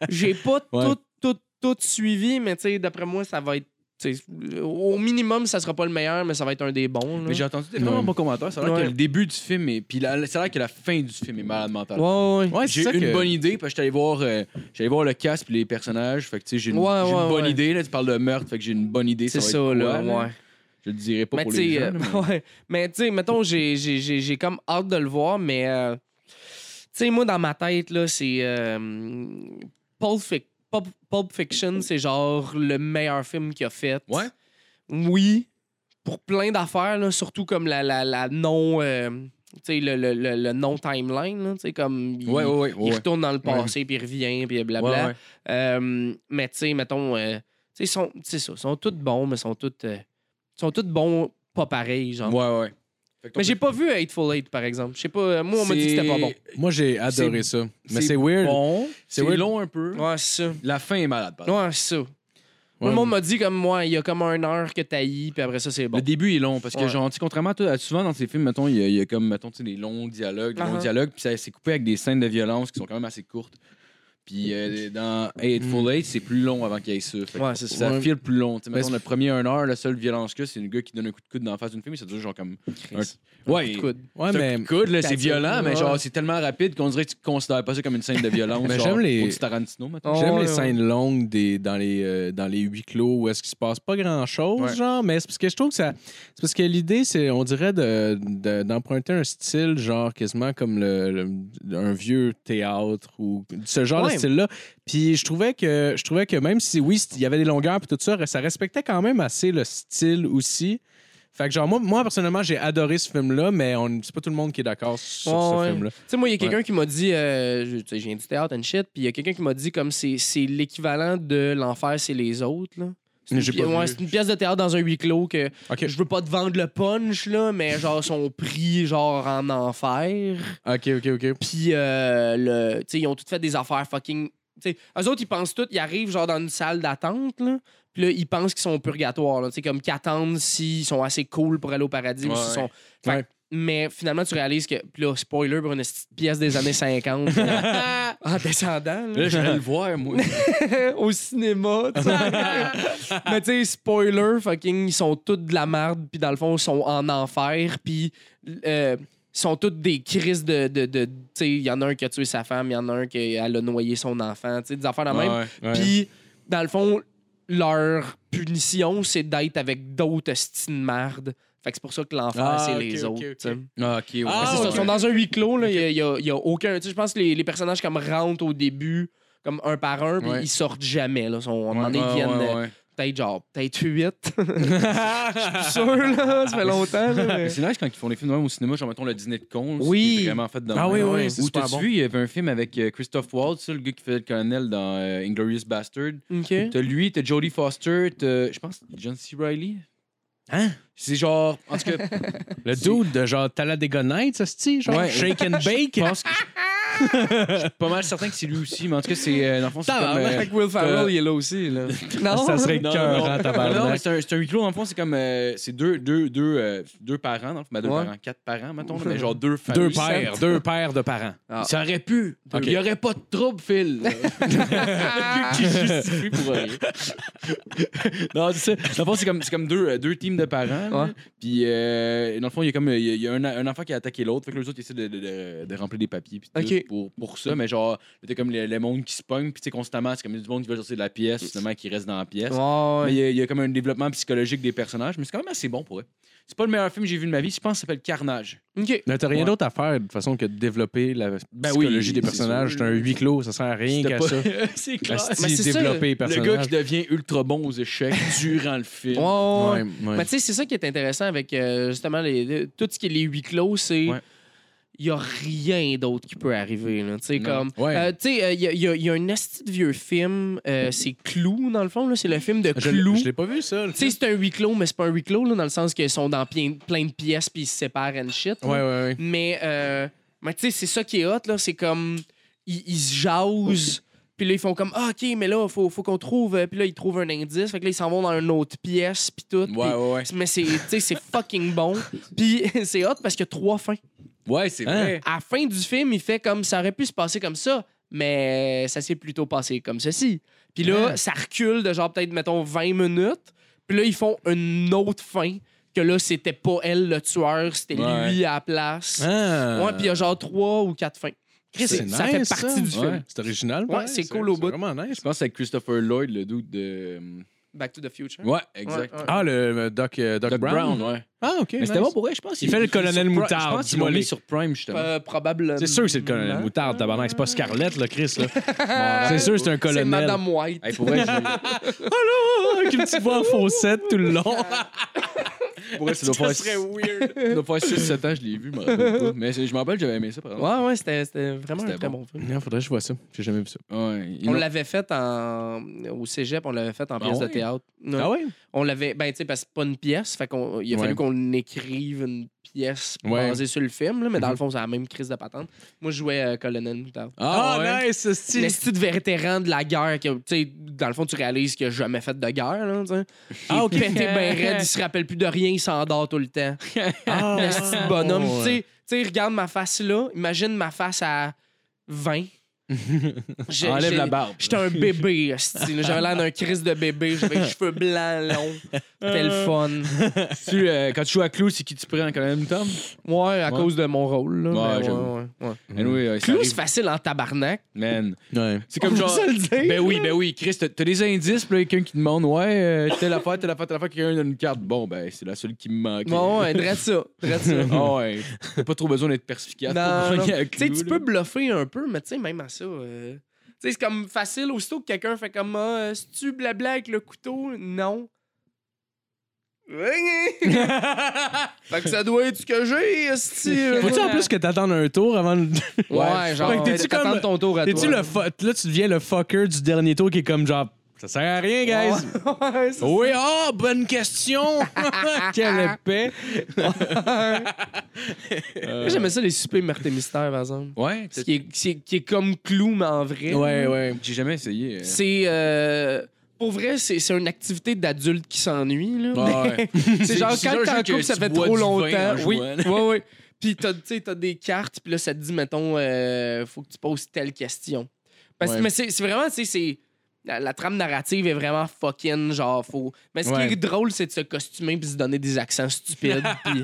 J'ai pas
Ouais.
tout, tout, tout suivi, mais tu sais, d'après moi, ça va être. tu sais, Au minimum, ça sera pas le meilleur, mais ça va être un des bons. là.
Mais j'ai entendu des vraiment
Ouais.
bons commentaires. Ça a l'air
Ouais.
que le début du film est. Puis la- ça a l'air que la fin du film est malade mentale.
Ouais, ouais.
Ouais,
j'ai
c'est ça
une
que-
bonne idée parce que j'étais allé voir euh, j'étais allé voir le casque puis les personnages fait que tu sais j'ai une,
Ouais,
j'ai une
ouais,
bonne
ouais.
idée là tu parles de meurtre fait que j'ai une bonne idée
C'est
va
ça,
être quoi,
là. Ouais.
je le dirai pas
mais
pour
tu
les
sais,
gens
euh,
là, mais-
ouais. Mais tu sais, mettons, j'ai- j'ai j'ai- j'ai comme hâte de le voir, mais euh, tu sais, moi, dans ma tête, là, c'est. euh, Pulp, Fic- Pulp- Pulp Fiction, c'est genre le meilleur film qu'il a fait.
Ouais?
Oui. Pour plein d'affaires, là, surtout comme la, la, la non. euh, tu sais, le, le, le, le non-timeline, là, tu sais, comme. il-
ouais ouais ouais,
Il
ouais, ouais.
retourne dans le passé, puis il revient, puis blabla.
Ouais, ouais.
Euh, mais tu sais, mettons, euh, tu sais, sont, c'est ça, sont tous bons, mais sont tous, euh, sont tous bons, pas pareils, genre.
ouais ouais Fait que ton-
mais j'ai pas vu Hateful Eight, par exemple. Je sais pas, euh, moi, on m'a dit que c'était pas bon.
Moi, j'ai adoré ça. Mais c'est weird.
bon c'est
weird.
long un peu
Ouais, c'est ça.
la fin est malade par exemple.
Ouais, c'est ça. Moi, Le monde m'a dit comme moi, il y a comme un heure que t'haïs, puis après ça, c'est bon.
Le début est long parce que,
Ouais.
genre, tu sais, contrairement à, toi- à souvent dans ces films, mettons, il y, a- il y a comme, mettons, tu sais, des longs dialogues, des longs
Uh-huh.
dialogues, puis ça s'est coupé avec des scènes de violence qui sont quand même assez courtes. Puis euh, dans Hateful Eight, c'est plus long avant qu'il y ait ça. Fait que
Mm. Ouais, c'est ça.
Ça file plus long. Tu sais,
Mais
mettons,
c'est-
le premier 1 heure, la seule violence que c'est le gars qui donne un coup de coude dans la face d'une fille, mais ça dure genre comme. Un... Ouais,
Coup de coude.
Ouais,
c'est
mais.
un coup de coude, là,
T'as
c'est
dit-
violent, mais
Ouais.
genre, c'est tellement rapide qu'on dirait que tu considères pas ça comme une scène de violence.
Mais
genre,
j'aime les-
pour du Tarantino, mettons.
Oh,
J'aime
ouais,
les
ouais.
scènes longues des, dans, les, euh, dans les huis clos où est-ce qu'il se passe pas grand-chose,
Ouais.
genre, mais c'est parce que je trouve que ça... C'est parce que l'idée, c'est, on dirait, de- de- d'emprunter un style, genre, quasiment comme le, le- un vieux théâtre ou ce genre
Ouais.
de style-là. Puis je trouvais que, je trouvais que même si, oui, il y avait des longueurs et tout ça, ça respectait quand même assez le style aussi. Fait que genre, moi, moi personnellement, j'ai adoré ce film-là, mais on, c'est pas tout le monde qui est d'accord sur
Ouais,
ce
ouais.
film-là.
Tu sais, moi, il y a quelqu'un qui m'a dit, euh, je- tu sais, je viens du théâtre and shit, puis il y a quelqu'un qui m'a dit comme c'est c'est l'équivalent de l'enfer, c'est les autres, là. C'est une,
J'ai
pi-
pas vu.
ouais, c'est une pièce de théâtre dans un huis clos que
OK.
je veux pas te vendre le punch, là, mais genre, sont pris, genre, en enfer.
OK, OK, OK.
Puis, euh, le, tu sais, ils ont toutes fait des affaires fucking. tu sais, eux autres, ils pensent tout, ils arrivent genre dans une salle d'attente, là. Puis là, ils pensent qu'ils sont au purgatoire, là. Tu sais, comme qu'ils attendent s'ils sont assez cool pour aller au paradis ou
Ouais,
s'ils
ouais.
sont. Fait que-
Ouais.
Mais finalement, tu réalises que. Puis là, spoiler pour une petite pièce des années 50. en descendant, là.
Là, j'allais le voir, moi.
au cinéma, tu sais. Mais tu sais, spoiler, fucking, ils sont tous de la merde, puis dans le fond, ils sont en enfer, puis euh, ils sont tous des crises de. de, de tu sais, il y en a un qui a tué sa femme, il y en a un qui elle a noyé son enfant, tu sais, des affaires de même. Puis, dans le fond, leur punition, c'est d'être avec d'autres hosties de merde. Fait que c'est pour ça que l'enfer,
Ah,
c'est
ok,
les
ok,
autres,
ok.
tu sais.
Ah, ok, ouais.
Ah,
Mais c'est ça,
ok.
Ils sont dans un huis clos, là. Il y a- il y a, il y a aucun. Tu sais, je pense que les, les personnages comme rentrent au début, comme un par un, puis
Ouais.
ils sortent jamais. Là. Ils Sont, on
Ouais,
demandait
ouais,
ils viennent
ouais,
euh,
ouais.
peut-être genre peut-être huit. Je suis plus sûr, là. Ça fait longtemps. là, mais-
Mais c'est nice quand ils font les films de même au cinéma, genre mettons le dîner de con. là,
Oui.
c'est vraiment fait dans
Ah oui, oui, c'est
Ou
super
t'as-tu
bon.
vu, il y avait un film avec euh, Christophe Waltz, ça, le gars qui fait le colonel dans euh, Inglorious Bastard.
OK.
T'as lui, t'as Jodie Foster, t'as, je pense, John C. Reilly.
Hein?
C'est genre, en tout cas,
Le
C'est-
dude de genre Talladega Nights, ça se genre
Ouais.
Shake and Bake.
je pense que. Je suis pas mal certain que c'est lui aussi, mais en tout cas, c'est. euh, dans le fond, c'est comme. euh,
Fait que Will Ferrell, il est là aussi, là. non?
Ah, ça serait
non,
cœur
non,
en
non, mais
tabarnak.
c'est un, c'est un huis clos, dans le fond, c'est comme. euh, c'est deux, deux, deux, euh, deux parents, dans le fond, ben, deux
Ouais.
parents, quatre parents, mettons, là, mais genre deux familles.
Deux pères, deux pères de parents.
Ah.
Ça aurait pu.
Ok.
Il n'y aurait pas de trouble, Phil. qui justifie pour rien. non, tu sais, dans le fond, c'est comme, c'est comme deux, euh, deux teams de parents. là.
Ouais.
Puis, euh, dans le fond, il y a comme euh, il y a, il y a un, un enfant qui a attaqué l'autre. Fait que les autres, ils essaient de, de- de- de remplir des papiers. Puis tout
Ok.
pour, pour ça, mais genre, c'était comme le, le monde qui se pogne. Puis, tu sais, constamment, c'est comme du monde qui veut sortir de la pièce, finalement, qui reste dans la pièce.
Ouais,
Mais
ouais.
il y, a, il y a comme un développement psychologique des personnages. Mais c'est quand même assez bon pour eux. C'est pas le meilleur film que j'ai vu de ma vie. Je pense que ça s'appelle Carnage.
OK.
Mais t'as rien
Ouais.
d'autre à faire de toute façon que de développer la
Ben oui,
psychologie des
c'est
personnages.
sûr.
C'est un huis clos, ça sert à rien
C'était
qu'à
pas-
ça.
c'est clair.
Asti,
Mais c'est ça,
développer les personnages.
Le gars qui devient ultra bon aux échecs durant le film.
Ouais, ouais, ouais.
Ouais, ouais.
Mais tu sais, c'est ça qui est intéressant avec euh, justement les, les- tout ce qui est les huis clos, c'est.
Ouais.
Il n'y a rien d'autre qui peut arriver. là. Tu sais,
Non.
comme.
Ouais.
euh, tu sais, euh, il y, a- il y a- il y a un asti de vieux film, euh, c'est Clou, dans le fond. là. C'est le film de
Ah, Je,
Clou.
je l'ai pas vu, ça. le-
Tu sais, c'est un huis clos, mais c'est pas un huis clos, là, dans le sens qu'ils sont dans plein, plein de pièces puis ils se séparent and shit. là.
Ouais, ouais, ouais.
Mais, euh, mais tu sais, c'est ça qui est hot, là. C'est comme. Ils, ils se jasent, Puis là, ils font comme, ah, OK, mais là, faut, faut qu'on trouve. euh, Puis là, ils trouvent un indice. Fait que là, ils s'en vont dans une autre pièce, puis tout.
Ouais,
Puis-
ouais, ouais.
Mais c'est, tu sais, c'est fucking bon. Puis c'est hot parce qu'il y a trois fins.
Ouais, c'est
Hein?
vrai.
À la fin du film, il fait comme ça aurait pu se passer comme ça, mais ça s'est plutôt passé comme ceci. Puis là, ça recule de genre peut-être, mettons, 20 minutes. Puis là, ils font une autre fin que là, c'était pas elle le tueur, c'était
Ouais.
lui à la place.
Ah.
Ouais, puis il y a genre trois ou quatre fins. Chris,
C'est
ça fait
nice,
partie
ça.
du film.
Ouais, C'est original.
Ouais,
pareil,
c'est cool au bout.
C'est vraiment nice.
Je pense à Christopher Lloyd, le doute de.
Back to the Future.
Ouais, exact.
Ouais, ouais.
Ah, le euh, Doc, euh, Doc
Doc
Brown.
Brown, ouais.
Ah, OK.
Mais c'était
nice.
bon pour vrai, je pense.
Il fait le colonel
Je
Moutarde,
pense qu'ils l'ont
dis-moi.
mis sur Prime, justement.
Euh, probablement.
C'est sûr que c'est le colonel Moutarde, tabarnak. C'est pas Scarlett, là, Chris. là. c'est sûr que c'est un
C'est
colonel.
Madame White.
Hey, pour vrai, je-
Allô! Avec une petite voix en faussette tout le long.
pour vrai, ça doit faire- ça
weird.
doit faire 6-7 ans, je l'ai vu, je m'en rappelle pas. Mais c'est- je m'en rappelle, j'avais aimé ça, par exemple.
Ouais, ouais, c'était c'était vraiment
C'était
un très
bon.
bon film.
Non, faudrait que je vois ça. J'ai jamais vu ça.
Ouais, ils
On
l'ont-
l'avait fait en... au cégep, on l'avait fait en
Ah
pièce
ouais?
de théâtre. Ouais.
Ah ouais?
On l'avait, ben, tu sais, parce que c'est pas une pièce, fait qu'on, il a
Ouais.
fallu qu'on écrive une pièce
Ouais.
basée sur le film, là, mais dans le fond, c'est la même crise de patente. Moi, je jouais euh, Colonel Moutarde.
Ah, nice,
Le
hostie.
style de vétéran de la guerre, que, tu sais, dans le fond, tu réalises qu'il a jamais fait de guerre, là, tu sais. Il est pété ben raide, il se rappelle plus de rien, il s'endort tout le temps.
Ah,
Le style de bonhomme. Tu sais- Tu sais, regarde ma face là, imagine ma face à 20. J'ai-
Enlève
j'ai-
la barbe.
J'étais un bébé, hostie, là. j'avais l'air d'un crise de bébé, j'avais les cheveux blancs longs, c'était le fun.
Tu, euh, quand tu joues à Clou, c'est qui tu prends quand même, Tom?
Ouais, à
Ouais.
cause de mon rôle. Là,
Ouais,
mais ouais,
j'avoue.
ouais, ouais.
Anyway, euh, ça
Mhm. Clou,
arrive.
c'est facile en tabarnak.
Man.
Ouais.
C'est comme genre.
le dire.
Ben oui, ben oui, Chris, t'as t'as des indices, puis là, quelqu'un qui demande, ouais, euh, telle affaire, telle affaire, telle affaire, quelqu'un donne une carte. Bon, ben, c'est la seule qui me manque.
Bon, Ben, ouais, dresse ça. dresse ça.
Ah ouais, t'as pas trop besoin d'être perspicace
Non,
pour
non.
gagner à
Tu sais,
Clou,
tu
là.
peux bluffer un peu, mais tu sais, même à ça. euh, Tu sais, c'est comme facile. Aussitôt que quelqu'un fait comme ah, euh, tu blabla avec le couteau Non. fait que ça doit être ce que j'ai, esti.
Faut-tu en plus que t'attendes un tour avant de.
Ouais,
Fait que
genre,
t'es-tu
t'attends
comme-
ton tour à
T'es-tu
toi.
le fu- Là, tu deviens le fucker du dernier tour qui est comme genre. Ça sert à rien, guys.
Ouais, c'est
Oui, ah, bonne question. Quelle épée.
ça. J'aimais ça, les soupers Meurthe et Mystère, par exemple.
Euh. Ouais, t'as-
Ce Qui est, qui est- qui est comme clou, mais en vrai.
Ouais, ouais.
j'ai jamais essayé. euh.
C'est. euh, pour vrai, c'est c'est une activité d'adulte qui s'ennuie. là.
Ah ouais.
c'est genre
c'est
quand
un
t'es en
jeu que
couple, ça
tu
fait
bois
trop
du vin en
longtemps. Oui,
jouant,
oui, oui. Puis t'as, tu sais, t'as des cartes, puis là, ça te dit, mettons, euh, faut que tu poses telle question. Parce que
Ouais.
mais c'est, c'est vraiment, tu sais, c'est. La, la trame narrative est vraiment fucking, genre, faut. Mais ce qui
Ouais.
est drôle, c'est de se costumer puis se donner des accents stupides, puis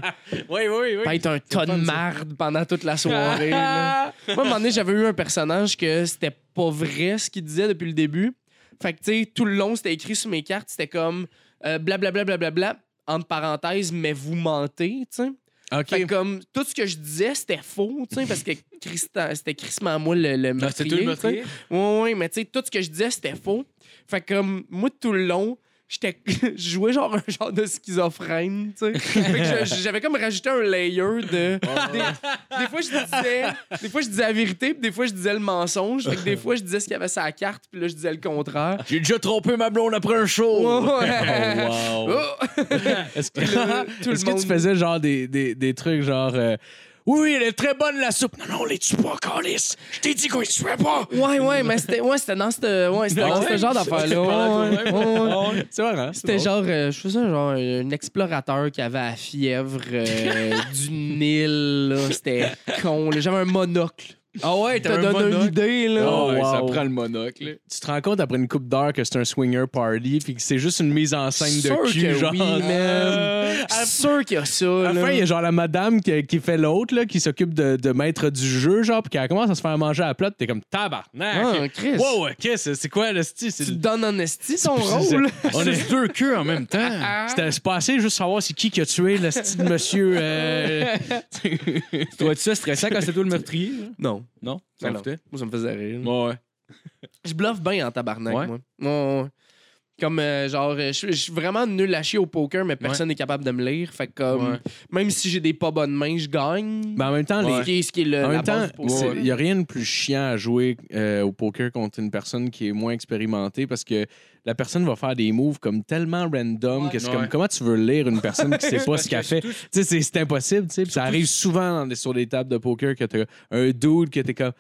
Oui, oui,
pas être un ton
fun,
de
ça.
marde pendant toute la soirée. là. Moi, à un moment donné, j'avais eu un personnage que c'était pas vrai ce qu'il disait depuis le début. Fait que, tu sais, tout le long, c'était écrit sur mes cartes, c'était comme euh, blablabla, blablabla, entre parenthèses, mais vous mentez, tu sais.
OK.
Fait que comme tout ce que je disais, c'était faux, tu sais, parce que Christa- c'était Christmas, moi, le, le
Ah,
meurtrier.
c'était tout le
tu sais.
meurtrier?
Ouais, ouais, mais tu sais, tout ce que je disais, c'était faux. Fait que, comme, moi, tout le long, j'étais- je jouais genre un genre de schizophrène, tu sais. Fait que je- j'avais comme rajouté un layer de...
Oh,
Des, des fois, je disais... Des fois, je disais la vérité, puis des fois, je disais le mensonge. Fait que des fois, je disais ce qu'il y avait sur la carte, puis là, je disais le contraire.
J'ai déjà trompé ma blonde après un show.
Ouais.
Oh, wow.
Oh!
Est-ce que,
là, tout
est-ce
le
que tu
monde-
faisais genre des, des, des trucs genre. euh, oui, oui, elle est très bonne la soupe. Non, non, on les tue pas, Carlis. Je t'ai dit qu'on les tuait pas.
Oh, Ouais, ouais, mais c'était ouais, c'était dans ce ouais, c'était dans ce genre d'affaire-là. Ouais, ouais, ouais, ouais.
C'est vrai, hein?
C'était genre, euh, je faisais genre un, un explorateur qui avait la fièvre euh, du Nil. là. C'était con. là. J'avais un monocle.
Ah ouais,
Ça donne une idée, là.
Ah ouais, ça
wow.
prend le monocle.
Tu te rends compte après une coupe d'heure que c'est un swinger party puis que c'est juste une mise en scène
Sûr
de cul,
que
genre.
oui, man.
Euh,
Je suis sûr qu'il y a ça.
À la
là.
fin, il y a genre la madame qui, qui fait l'autre, là, qui s'occupe de, de maître du jeu, genre, puis qui commence à se faire manger à la plate, t'es comme tabarnak.
Ah, Chris.
wow, ok, c'est c'est quoi le style? C'est
Tu te donnes en esti son
c'est-
rôle.
on est-
deux queues en même temps.
Ah.
C'était c'est passé juste savoir c'est qui qui a tué le style de monsieur. euh,
Toi, tu sais, stressant quand c'est toi le meurtrier? là?
Non.
Non?
Ben
Ça
non.
me foutait?
Moi, ça me faisait rire.
Ouais, ouais.
Je bluffe bien en tabarnak,
Ouais.
moi. Ouais, ouais. Comme, euh, genre, euh, je suis- je suis vraiment nul à chier au poker, mais personne n'est capable de me lire. Fait que, comme,
Ouais.
même si j'ai des pas bonnes mains, je gagne.
Ben, en même temps,
Ce
les.
qui est, ce qui est le,
En
la
même temps,
base du poker.
il n'y a rien de plus chiant à jouer euh, au poker contre une personne qui est moins expérimentée parce que la personne va faire des moves comme tellement random que c'est
Ouais.
comme comment tu veux lire une personne qui sait pas ce qu'elle fait. Tu sais, c'est- c'est impossible. tu sais. Puis Ça arrive souvent dans des- sur des tables de poker que tu un dude que tu comme.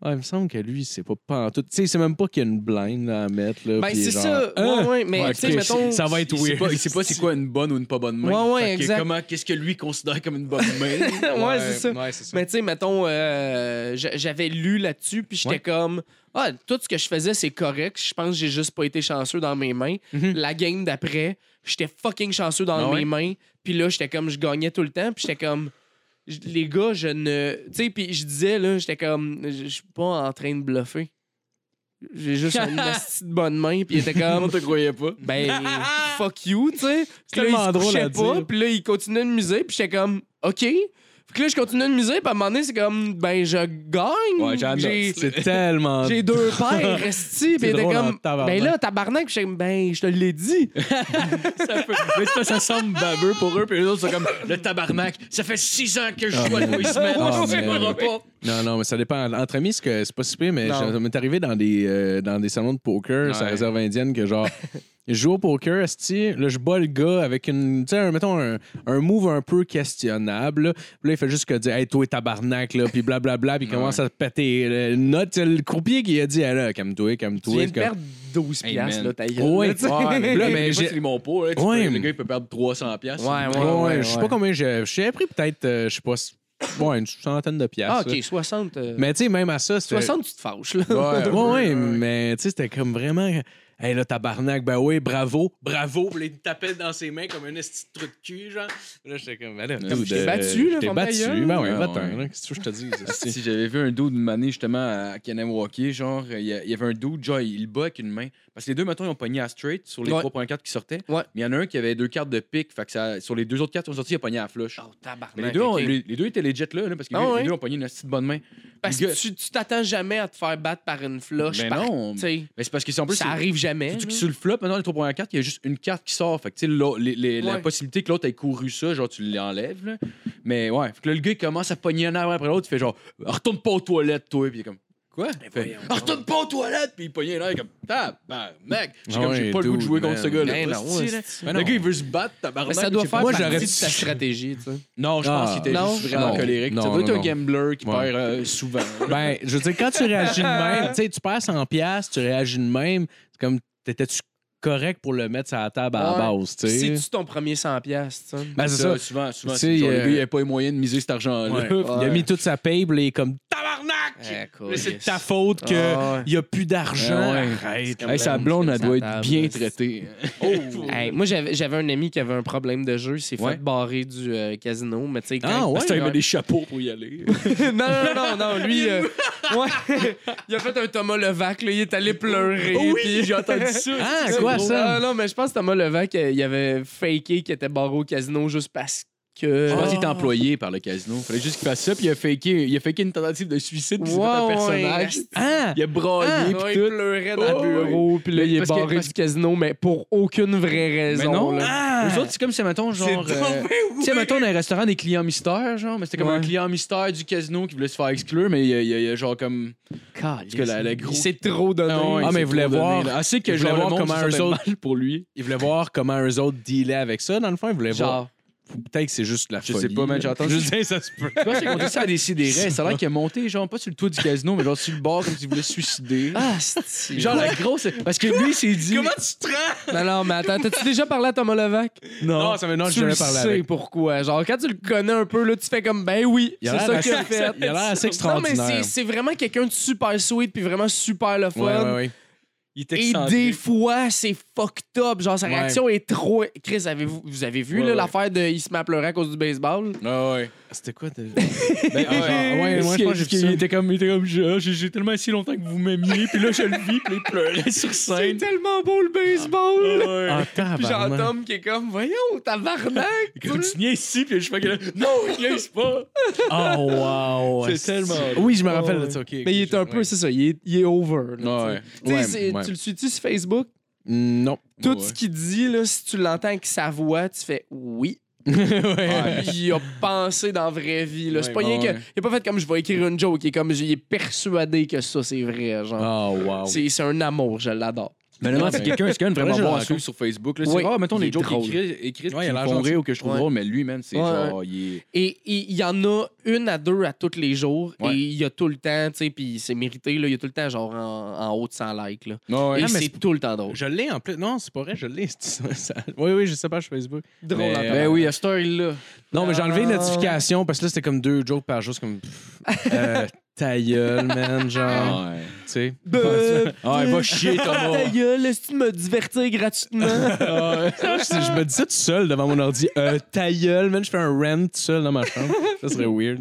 Ah, il me semble que lui, c'est pas pantoute. Tu sais, c'est même pas qu'il y a une blinde à mettre. Là,
Ben,
puis
c'est
genre,
ça.
Ah!
Ouais, ouais, mais
Ouais,
tu sais,
ok,
mettons.
Ça va être
Il sait
weird.
pas, il sait pas c'est quoi une bonne ou une pas bonne main.
Ouais, ouais,
Fait que
exact.
comment- Qu'est-ce que lui considère comme une bonne main?
ouais, c'est ça.
Ouais, c'est ça.
Mais tu sais, mettons, euh, j'a- j'avais lu là-dessus, puis j'étais
Ouais.
comme, ah, tout ce que je faisais, c'est correct. Je pense que j'ai juste pas été chanceux dans mes mains.
Mhm.
La game d'après, j'étais fucking chanceux dans
Ah ouais?
mes mains. Puis là, j'étais comme, je gagnais tout le temps, puis j'étais comme, j- les gars, je ne. Tu sais, puis je disais, là, j'étais comme, je je suis pas en train de bluffer. J'ai juste une esti de bonne main, puis il était comme,
On te croyait pas.
ben, fuck you, tu sais. Puis là, il
tellement
se
drôle
couchait
à
pas,
dire.
puis là, il continuait de miser, puis j'étais comme, OK. Fait que là, je continuais de miser, puis à un moment donné, c'est comme, ben, je gagne.
Ouais, j'adore.
j'ai,
C'est tellement.
j'ai deux paires, resti, puis il était
drôle en
comme,
tabarnak.
ben là, tabarnak, Puis j'étais comme, ben, je te l'ai dit.
ça, peut- mais ça, ça semble baveux pour eux, puis les autres sont comme le tabarnak. Ça fait six ans que je joue à Louis Smith.
Ah,
on se
mais-
verra pas.
Non, non, mais ça dépend. Entre amis, c'est que- c'est pas si pire, mais
Non.
j'ai- ça m'est arrivé dans des, euh, dans des salons de poker, sur la
Ouais.
réserve indienne, que genre, je joue au poker, esti, là, je bats le gars avec une, tu sais, un- mettons, un, un move un peu questionnable. Là, Puis là, il fait juste que dire, hey, toi, tabarnak, là, puis blablabla, puis il commence à te péter euh, une note. Tu sais, Le croupier qui a dit, hey, là, calme-toi,
Tu
calme-toi.
viens de
Comme-
perdre 12
Hey,
piastres,
man.
là, ta gueule.
Ouais.
là, tu sais.
Ouais, mais, là,
mais
mais
j'ai-
j'ai... mon pot, là, hein, tu
Ouais.
peux- le gars, il peut perdre 300$. piastres.
Ouais,
Ouais, ouais, je sais pas combien j'ai j'ai pris, peut-être, euh, je sais pas, ouais, une centaine de piastres.
Ah,
là.
OK, 60. euh,
Mais tu sais, même à ça, c'était.
60, tu te fâches, là.
Ouais, ouais, mais tu sais, c'était comme vraiment. Hey, là, tabarnak, ben oui, bravo, bravo. Puis là, il te tapait dans ses mains comme un esti de truc de cul, genre. Là, j'étais comme, allez,
Comme
je t'ai battu, là,
T'es
ferme ta
battu,
gueule.
ben ouais, Ah,
Ouais,
va-t'en,
ouais.
là, Qu'est-ce que je te dis? esti?
Si j'avais vu un dude une année justement à Kanawaki, genre, il y, a- il y avait un dude, genre, il le bat avec une main. Parce que les deux, mettons, ils ont pogné à straight sur les
Ouais.
3.4 qui sortaient.
Ouais.
Mais il y en a un qui avait deux cartes de pique. Fait que ça, sur les deux autres cartes qui sont sorties, il a pogné à la flush.
Oh, tabarnak.
Mais les deux, ont-
ok.
les, les deux étaient legit là, là, parce que
Ah
les,
ouais?
les deux ont pogné une petite bonne main.
Parce que tu tu t'attends jamais à te faire battre par une flush.
Mais
par-
Ben non.
tu sais,
Mais c'est parce que c'est en plus.
Ça
c'est-
arrive jamais.
Surtout que
Eh, là.
sur le flop, maintenant, les trois premières cartes, il y a juste une carte qui sort. Fait que, tu sais, l'au- les- les- la
Ouais.
possibilité que l'autre ait couru ça, genre, tu l'enlèves, là. Mais ouais, fait que là, le gars, il commence à pogner un arbre après l'autre, il fait genre, retourne pas aux toilettes, toi, puis il est comme. Quoi? Il fait,
Ben voyons.
retourne pas aux toilettes! Puis il pognait un air comme, tabarnak! J'ai
Ah
comme, j'ai
ouais,
pas le goût de
dude,
jouer
man.
contre ce gars-là.
Ben non,
Hostie, là.
hostie.
Ben
Le
non.
gars, il veut se battre, tabarnak.
Mais ça doit
je sais
faire
pas.
Moi,
partie
j'aurais
de
dû-
ta stratégie, tu sais.
Non, je
Ah,
pense qu'il était
non.
juste vraiment
Non.
colérique.
Non,
ça doit
non,
être un
non.
gambler qui
Ouais.
perd euh, souvent.
Ben, je veux dire, quand tu réagis de même, tu sais, tu perds 100 piastres, tu réagis de même, c'est comme, t'étais-tu correct pour le mettre sur la table à la
Ouais.
base, tu sais?
C'est-tu ton premier 100$, piastres, tu sais?
Ben, c'est ça.
Souvent, souvent.
Tu
c'est
sais,
genre, Le
euh,
gars, il avait pas les moyens de miser cet argent-là.
Ouais. Il a mis toute sa paye, puis là, il est comme, tabarnak!
Eh, cool,
Là, c'est de
yes.
ta faute qu'il
Ah ouais.
y a plus d'argent.
Ah ouais.
Arrête.
Ben,
Hey, sa blonde, elle
Sa
doit être
table,
bien
là,
traitée.
Hey, moi, j'avais j'avais un ami qui avait un problème de jeu. Il s'est
Ouais.
fait barrer du euh, casino. Mais tu sais, quand
Ah, ouais?
Parce qu'il met des chapeaux pour y aller.
non, non, non, non, lui, euh, ouais, il a fait un Thomas Levac, là, il est allé pleurer.
j'ai
puis-
entendu ça.
Ah, quoi ça?
Ah, non, mais je pense que Thomas Levac, euh, il avait faké qu'il était barré au casino juste parce que.
Je pense qu'il est employé par le casino. Il fallait juste qu'il fasse ça, puis il a faké, il a faké une tentative de suicide, puis c'est un
Ouais,
personnage.
ouais,
Ah!
Il a braillé,
Ah,
puis
ouais,
tout.
il pleurait dans
Oh,
le bureau, puis là,
Mais
il est
parce que-
barré
parce
du casino, mais pour aucune vraie raison.
non,
là.
Ah!
Eux autres, c'est comme si, mettons, genre.
C'est
euh, Tu sais, mettons, dans un restaurant des clients mystères, genre, mais c'était comme
Ouais.
un client mystère du casino qui voulait se faire exclure, mais il y a, il y a- il y a genre comme. Parce que la, la
Il
grosse.
s'est trop donné.
ouais,
Ah, mais
c'est
il voulait
trop donné,
voir-
là. Ah, c'est que
il voulait
genre, le
voir
monde
comment
se
eux
sentait
autres-
mal pour lui.
Ils voulaient voir comment eux autres dealaient avec ça. Dans le fond, ils voulaient voir.
Genre,
Peut-être que c'est juste la
Je
folie.
sais pas, man, j'ai entendu-
Je sais, ça se peut.
Je pense qu'il a compté ça à décider. Ça a l'air qu'il a monté, genre, pas sur le toit du casino, mais genre sur le bord, comme s'il voulait se suicider.
ah, c'est
Genre la grosse. Parce que lui, il s'est dit.
tu te rends?
Non, non, mais attends, t'as-tu déjà parlé à Thomas Levac?
Non, ça, mais non, je
tu le
jamais parlé
sais
avec.
pourquoi. Genre, quand tu le connais un peu, là, tu fais comme, ben oui,
Il
c'est
a
ça
l'air
qu'il a
assez,
fait.
il a l'air assez
Non, mais
extraordinaire.
c'est- c'est vraiment quelqu'un de super sweet puis vraiment super le fun.
Ouais, ouais, ouais. Il était
Et des fois, c'est fucked up. Genre, sa
Ouais.
réaction est trop. Chris, avez-vous, vous avez vu
Ouais,
là,
ouais.
l'affaire de Il se met à pleurer à cause du baseball?
Ah ouais.
C'était quoi déjà? ben, ah, ouais, ouais, moi,
Parce que-
je pense que
parce qu'il
j'ai vu
était comme, il était comme, j'ai j'ai tellement si longtemps que vous m'aimiez, puis là je le vis, puis il pleurait sur
C'est
scène.
tellement beau le baseball!
ça.
Ah, Ouais.
En
Puis j'entends
Ah, tabarnak.
Tom qui est comme, voyons, tabarnak!
Comme tu viens ici, puis je fais que là, non, il laisse pas.
Oh, wow.
C'est tellement-
Oui, je me
Oh,
rappelle de
ouais.
ça. ok,
Mais il
ok,
est un
je-
peu, c'est ça, il est, il est over. là,
Ouais.
tu sais. Tu sais,
Ouais,
c'est-
ouais.
Tu le suis-tu sur Facebook?
Non.
Tout
Ouais.
ce qu'il dit, là, si tu l'entends avec sa voix, tu fais oui.
Ouais.
Il a pensé dans la vraie vie. Là. C'est pas
Ouais,
rien
ouais.
que. Il a pas fait comme je vais écrire une joke. Il est comme il est persuadé que ça, c'est vrai. Genre.
Oh, wow.
C'est, c'est un amour, je l'adore.
Mais non, c'est quelqu'un, c'est quand même
Vraiment
vraiment
je
bon
bon
à suivre. Ah,
sur Facebook. Là,
Oui.
C'est rare, mettons,
Il est
les jokes
drôle.
écrits, écrites
Ouais,
qui
il a
me
l'air
font
gentil.
rire ou que je trouve
Ouais.
drôle, mais lui-même, c'est
Ouais,
genre, il est...
Et il il y en a une à deux à tous les jours.
Ouais.
Et il y a tout le temps, tu sais, puis c'est mérité, là, il y a tout le temps genre en, en haut de 100 likes. Là.
Non,
et
Non, mais
c'est
c'est-
tout le temps drôle.
Je l'ai en plus. Non, c'est pas vrai, je l'ai. c'est- ça- Oui, oui, je sais pas, je Facebook. Euh.
Drôle
Mais-
en
Ben
Ben
tabarnak.
oui, à cette heure-là.
Non, mais j'ai enlevé les
Ah.
notifications parce que là, c'était comme deux jokes par jour. C'est comme. pff, euh, ta gueule, man, genre.
Ouais.
Tu sais.
Bah,
Ah, va chier, Thomas.
Ta gueule, est-ce que tu me divertir gratuitement?
Ah, je, je me dis ça tout seul devant mon ordi. Euh, ta gueule, man, je fais un rant tout seul dans ma chambre. Ça serait weird.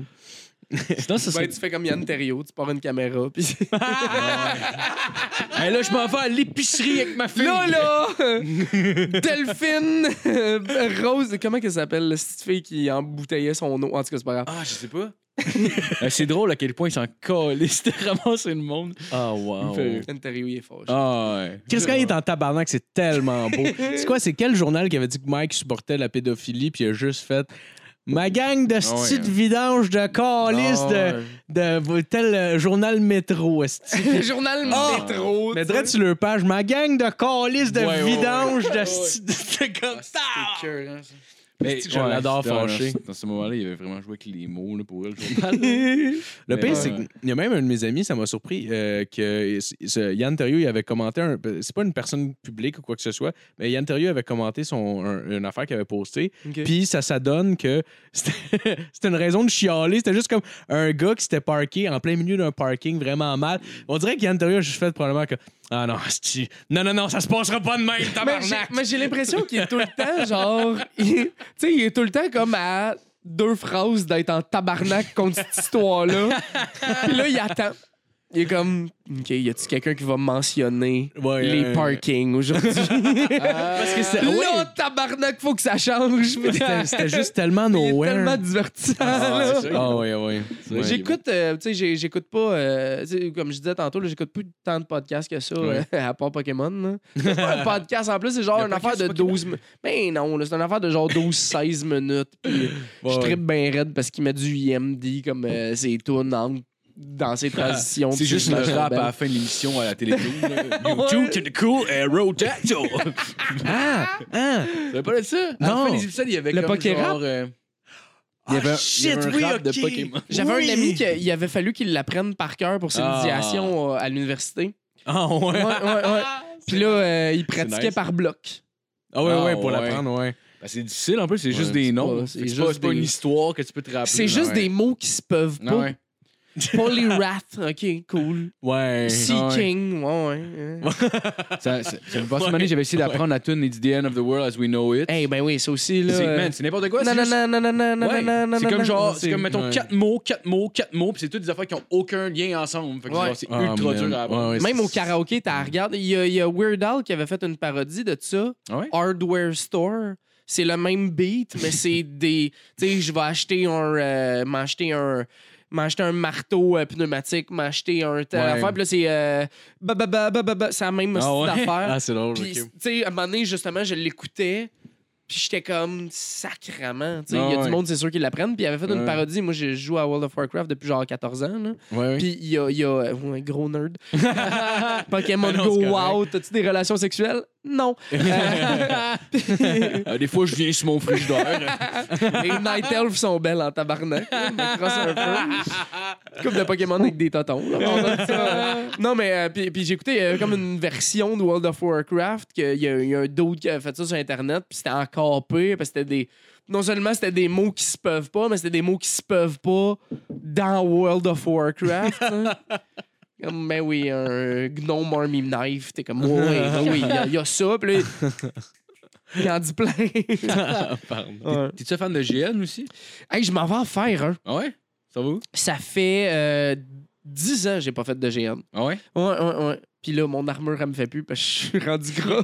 Sinon, ça
Ben,
serait.
tu fais comme Yann Terriot, tu pars une caméra. Puis...
Hey, là, je m'en vais à l'épicerie avec ma fille.
là, là! Delphine! euh, Rose, comment qu'elle s'appelle, la petite fille qui embouteillait son eau? En tout cas, c'est pas grave.
Ah, je sais pas.
Euh, c'est drôle à quel point ils s'en calissent de ramasser le monde.
Oh, wow.
Yann Terriot, il est fâché.
Ah, ouais.
Qu'est-ce qu'il est en tabarnak, c'est tellement beau. c'est quoi, c'est quel journal qui avait dit que Mike supportait la pédophilie puis il a juste fait ma gang
Ah
de petites
hein.
vidanges de calice de, de tel euh, journal métro, esti.
Le journal
Ah!
métro.
Mais
tu sais.
dirais sur leur page ma gang de calice de
Ouais, ouais, ouais.
vidanges de sti- de comme ça.
hein,
Mais
Je l'adore fâché.
Dans ce moment-là, il avait vraiment joué avec les mots là, pour elle. le journal.
Le
Mais
pire,
ouais.
c'est qu'il y a même un de mes amis, ça m'a surpris, euh, que ce- ce- Yann Terriot, il avait commenté, un- c'est pas une personne publique ou quoi que ce soit, mais Yann Terriot avait commenté son, un- une affaire qu'il avait postée,
Ok.
puis ça, ça donne que c'était c'était une raison de chialer, c'était juste comme un gars qui s'était parké en plein milieu d'un parking vraiment mal. On dirait que Yann Terriot a juste fait probablement que « Ah non, asti, non, non, non, ça se passera pas de même,
Mais j'ai-
tabarnak!
Mais j'ai l'impression qu'il est tout le temps, genre. il- Tu sais, il est tout le temps comme à deux phrases d'être en tabarnak contre cette histoire-là. Puis là, il attend. Il est comme, OK, y a-tu quelqu'un qui va mentionner
Ouais,
les
euh,
parkings aujourd'hui?
Parce que c'était-
là,
ouais,
tabarnak, faut que ça change.
c'était- c'était juste tellement
Il est
nowhere.
tellement divertissant. là.
c'est ça.
Ah oui, oui.
Ouais,
J'écoute, euh, tu sais, j'ai- j'écoute pas, euh, tu sais, comme je disais tantôt, là, j'écoute plus tant de podcasts que ça,
Ouais.
euh, à part Pokémon. là. C'est pas un podcast en plus, c'est genre
Le
une affaire
podcast
de 12 minutes. Ben non, là, c'est une affaire de genre 12-16 minutes. Puis je
Ouais.
trippe bien raide parce qu'il met du IMD comme euh, ses tunes en- dans ses transitions.
C'est
puis
juste
je
le
trouve ça
rap à
belle.
la fin de l'émission à la télé.
Ouais.
YouTube to the cool aerodactyl.
Ah! Ah!
T'avais pas de ça? À
Non.
la fin des épisodes, il y avait
Le
comme
poké rap?
genre, euh, Il y avait,
Ah,
un- il y
shit,
avait un
oui,
rap
ok.
de Pokémon.
J'avais
Oui.
un ami qu'il avait fallu qu'il l'apprenne par cœur pour ses
Ah.
médiations euh, à l'université.
Ah ouais!
Ouais, ouais, ouais. Puis là, euh, il pratiquait
nice.
par bloc.
Ah ouais,
Ah
ouais, pour
ouais.
l'apprendre, ouais.
Ben, c'est difficile un peu, c'est juste
Ouais,
des
c'est
noms.
pas-
Fait
c'est
que C'est
juste
pas, c'est pas
des-
une histoire que tu peux te rappeler.
C'est juste des mots qui se peuvent
Ah
pas
ouais.
Polyrath, ok, cool.
Ouais.
Ah
Sea King, ouais, hein. ouais. ouais.
Ça, ça, ça me passe une année, j'avais essayé d'apprendre la tune It's the end of the world as we know it.
Eh ben oui, ça aussi, là.
c'est
euh,
man, c'est n'importe quoi.
non,
c'est
non,
juste-
non, non, non, non, non,
Ouais,
non, non,
c'est
non,
comme
non,
genre,
non,
c'est comme mettons
ouais.
quatre mots, quatre mots, quatre mots, puis c'est toutes des affaires qui ont aucun lien ensemble. Fait que
Ouais.
genre, c'est
Ah,
ultra
man.
dur à apprendre.
Ouais, ouais,
Même
c'est-
au karaoké,
Mm.
t'as regardé. Il y, a- il y a Weird Al qui avait fait une parodie de ça.
Ah ouais?
Hardware Store. C'est le même beat, mais c'est des. Tu sais, je vais acheter un. euh, m'acheter un. M'acheter un marteau euh, pneumatique, m'acheter un telle
Ouais.
affaire. Puis là, c'est. euh, ba, ba, ba, ba, ba, ba. c'est la même
Ah
style
ouais?
d'affaire.
Ah, c'est drôle.
Puis,
ok.
tu sais, à un moment donné, justement, je l'écoutais. Puis j'étais comme sacrament. Tu sais, Il y a
Ah
du
ouais.
monde, c'est sûr, qui l'apprennent. Puis il avait fait une
Ouais.
parodie. Moi, je joue à World of Warcraft depuis genre 14 ans. là.
Ouais, ouais.
Puis il y a, il y a euh, ouais, gros nerd. Pokémon
Mais Ben non,
Go,
c'est correct.
wow, t'as-tu des relations sexuelles? Non. Euh,
Euh, des fois, je viens sur mon frigidaire.
les Night Elves sont belles en tabarnak. là, mais crosse un peu. Coupe de Pokémon avec des totons. là, on va dire ça. Non, mais euh, puis, puis j'ai écouté euh, comme une version de World of Warcraft. qu'il y, a- il y a un dude qui a fait ça sur Internet. Puis c'était encore pire. Parce que c'était des. Non seulement c'était des mots qui se peuvent pas, mais c'était des mots qui se peuvent pas dans World of Warcraft. hein. Comme, ben oui, un gnome army knife. T'es comme, ouais, ouais, ben oui, il y a- il y, a ça. Puis là, il en dit plein. Ouais.
T'es-tu fan de GN aussi?
Hey, je m'en vais en faire un.
Ah ouais? Ça va où?
Ça fait euh, 10 ans que j'ai pas fait de GN.
Ah ouais?
Ouais, ouais, ouais. Puis là, mon armure, elle me fait plus parce que je suis rendu gras.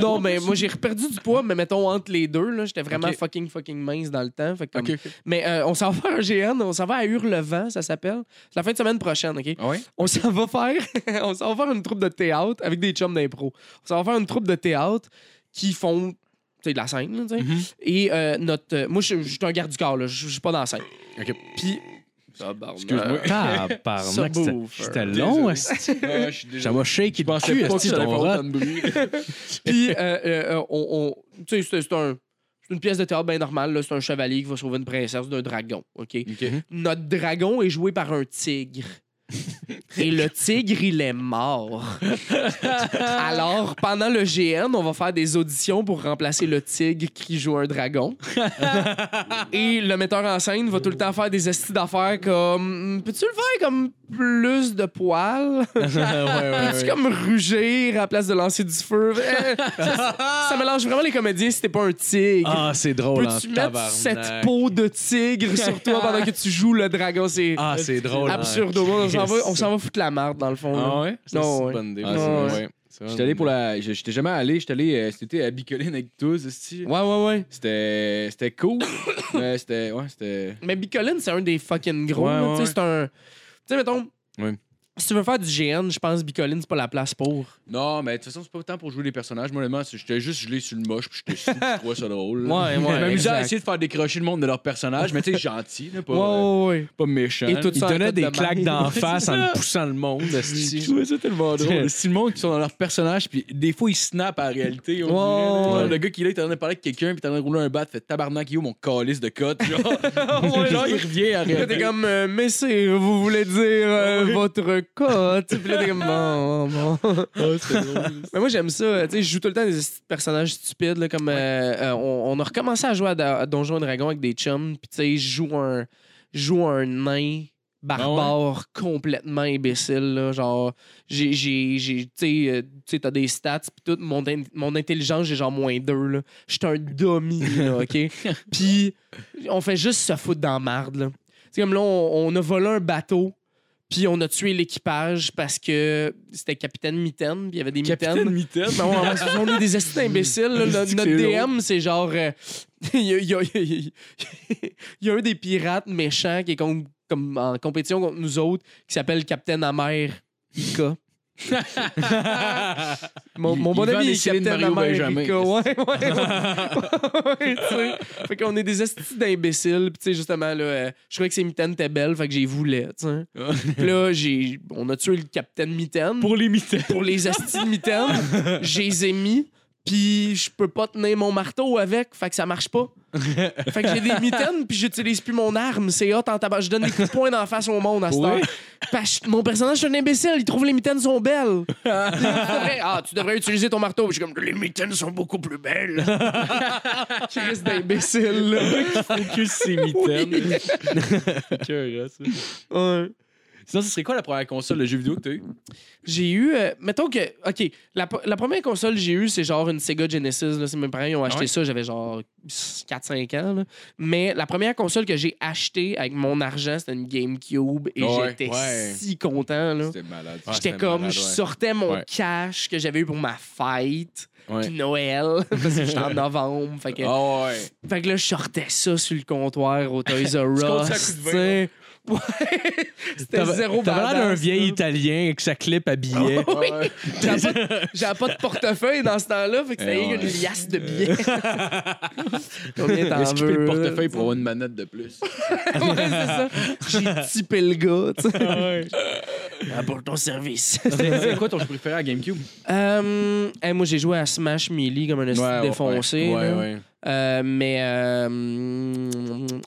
non, mais moi, j'ai reperdu du poids, mais mettons entre les deux, là, j'étais vraiment
Ok.
fucking, fucking mince dans le temps. Fait que comme-
Ok.
Mais euh, on s'en va à un GN, on s'en va à Hurlevent, ça s'appelle. C'est la fin de semaine prochaine, OK?
Ah ouais?
On s'en va faire, on s'en va faire une troupe de théâtre avec des chums d'impro. On s'en va faire une troupe de théâtre qui font tu sais, de la scène, là, tu sais. Et euh, notre. euh, moi, je je suis un garde du corps, là. Je je suis pas dans la scène.
Ok.
Puis Excuse-moi.
Ah, Tabarnak,
Ça
c'était-
bouffe.
c'était long. esti.
Ah, je suis déjà-
Ça m'a shaké le cul, esti, ton rap.
Puis, euh, euh, euh, on, on- tu sais, c'est- c'est un- c'est une pièce de théâtre bien normale. là. C'est un chevalier qui va sauver une princesse d'un dragon. OK? Notre dragon est joué par un tigre. Et le tigre, il est mort. Alors, pendant le GN, on va faire des auditions pour remplacer le tigre qui joue un dragon. Et le metteur en scène va tout le temps faire des estis d'affaires comme Peux-tu le faire comme plus de poils
Ouais, ouais,
Peux-tu
ouais.
comme rugir à la place de lancer du feu Eh, ça, ça mélange vraiment les comédiens si t'es pas un tigre.
Ah, c'est drôle, en
Peux-tu mettre
tabarnak.
cette peau de tigre sur toi pendant que tu joues le dragon C'est
Ah, c'est
hein.
drôle. en
absurde. au moins, On s'en va, on
Christ.
s'en va foutre la merde, dans le fond. là.
Ah ouais? Ça,
Non,
c'est
ouais.
une bonne idée.
Ah,
Ouais,
c'est-
c'est-
ouais.
ouais. C'est
J'étais allé pour la. je- J'étais jamais allé. J'étais allé. euh, C'était à Bicoline avec tous. esti.
Ouais, ouais, ouais.
C'était. C'était cool. mais c'était. Ouais, c'était.
Mais Bicoline, c'est un des fucking gros.
Ouais,
là.
ouais,
Tu sais, c'est un. Tu sais, mettons.
Ouais.
Si tu veux faire du GN, je pense Bicoline, c'est pas la place pour.
Non, mais de toute façon, c'est pas autant pour jouer les personnages. Moi, honnêtement, c'est- j'étais juste gelé sur le moche. Puis j'étais sous. Je trouvais ça drôle. là.
Ouais, ouais,
Je m'amusais à
exact.
essayer de faire décrocher le monde de leurs personnages. Mais tu sais, gentil. là, Pas,
Ouais, ouais, ouais.
pas méchant.
Et tout
euh, Il
ça en
donnait
tête
des
de
claques
maille.
d'en face en le poussant le monde.
Je
esti.
trouvais ça tellement drôle. Si le monde qui sont dans leur personnage, puis des fois ils snappent à la réalité. on
Ouais,
dirait, là.
ouais.
Le gars qui est là, il est en train de parler avec quelqu'un, puis t'es en train de rouler un bat, fait tabarnak, yo, mon calice de cote. Genre,
Ouais,
Genre,
genre,
il revient à la
Là, t'es
réalité.
comme, euh, messire, vous voulez dire euh, votre cote? Puis là, t'es comme, bon, bon, bon. Mais moi, j'aime ça. euh, Tu sais, je joue tout le temps des petits personnages stupides. Là, comme, euh, euh, on, on a recommencé à jouer à, Da- à Donjons et Dragons avec des chums. Puis, tu sais, je joue un, je joue un nain barbare complètement imbécile. Là, genre, j'ai, j'ai, j'ai- tu sais, euh, tu sais, t'as des stats. Puis tout, mon, in- mon intelligence, j'ai genre moins 2. Là. J'étais un dummy, là, OK? Puis, on fait juste se foutre dans la marde, là. C'est comme là, on, on a volé un bateau, puis on a tué l'équipage parce que c'était Capitaine Mitaine, puis il y avait des mitaines.
Mitaine.
Ben ouais, ouais, c'est- on est des assistants imbéciles. là. Le-
C'est
notre
drôle.
DM, c'est genre. euh, Il y, a- il y a- il y a un des pirates méchants qui est con- comme en compétition contre nous autres qui s'appelle Capitaine Amer Ika. mon,
Il-
mon
il
bon
vend
ami
des
est
Céline
Capitaine
Mario
Amer
Benjamin.
Ika. Ouais, ouais, ouais. Ouais, tu sais. fait qu'on est des astis d'imbéciles. Puis, tu sais, justement, là, euh, je trouvais que ces mitaines étaient belles, fait que j'y voulais, tu sais. Puis là, j'ai, on a tué le capitaine mitaine. Pour les mitaines. Pour les astis de mitaines. je les ai mis, puis je peux pas tenir mon marteau avec, fait que ça marche pas. fait que j'ai des mitaines, puis j'utilise plus mon arme. C'est hot en tabac. Je donne des coups de poing d'en face au monde à cette
Oui.
heure. Parce que mon personnage, c'est un imbécile. Il trouve les mitaines sont belles. Il devrait- ah, tu devrais utiliser ton marteau. Je suis comme, les mitaines sont beaucoup plus belles. Chris d'imbécile, là.
Focus, c'est Mitaine. Écœurant, ça.
Ouais.
Sinon, ce serait quoi la première console de jeux vidéo que t'as eu?
J'ai eu. euh, mettons que. OK. La, po- la première console que j'ai eue, c'est genre une Sega Genesis. Là. C'est mes parents ils ont
Ah
acheté
ouais?
ça. J'avais genre 4-5 ans. là. Mais la première console que j'ai achetée avec mon argent, c'était une GameCube. Et
Ah Ouais,
j'étais
ouais.
si content. Là.
C'était Ah, malade.
Ouais,
J'étais
Ah, c'était
comme,
malade,
je
ouais.
sortais mon
Ouais.
cash que j'avais eu pour ma fête,
Ouais.
puis Noël, parce que j'étais en novembre. Fait que,
Ah ouais.
fait que là, je sortais ça sur le comptoir au Toys R
comptes ça à coups de
Us. tu sais. Ouais. C'était
T'avais
zéro
t'avais l'air d'un
badass,
vieil
là.
Italien avec sa clip à billets.
Oui. J'avais pas, de- j'avais pas de portefeuille dans ce temps-là, fait que c'était rien
Eh
qu'une liasse de billets. Combien t'en
Est-ce qu'il fait le
veux,
portefeuille
là,
pour avoir une manette de plus?
tu sais? Ouais, c'est ça. J'ai typé le gars, tu sais. Ah, pour ton service.
C'est quoi ton jeu préféré à GameCube?
Euh, hey, moi, j'ai joué à Smash Melee comme un esti
Ouais, ouais,
défoncé.
ouais,
là.
ouais.
Euh, mais euh,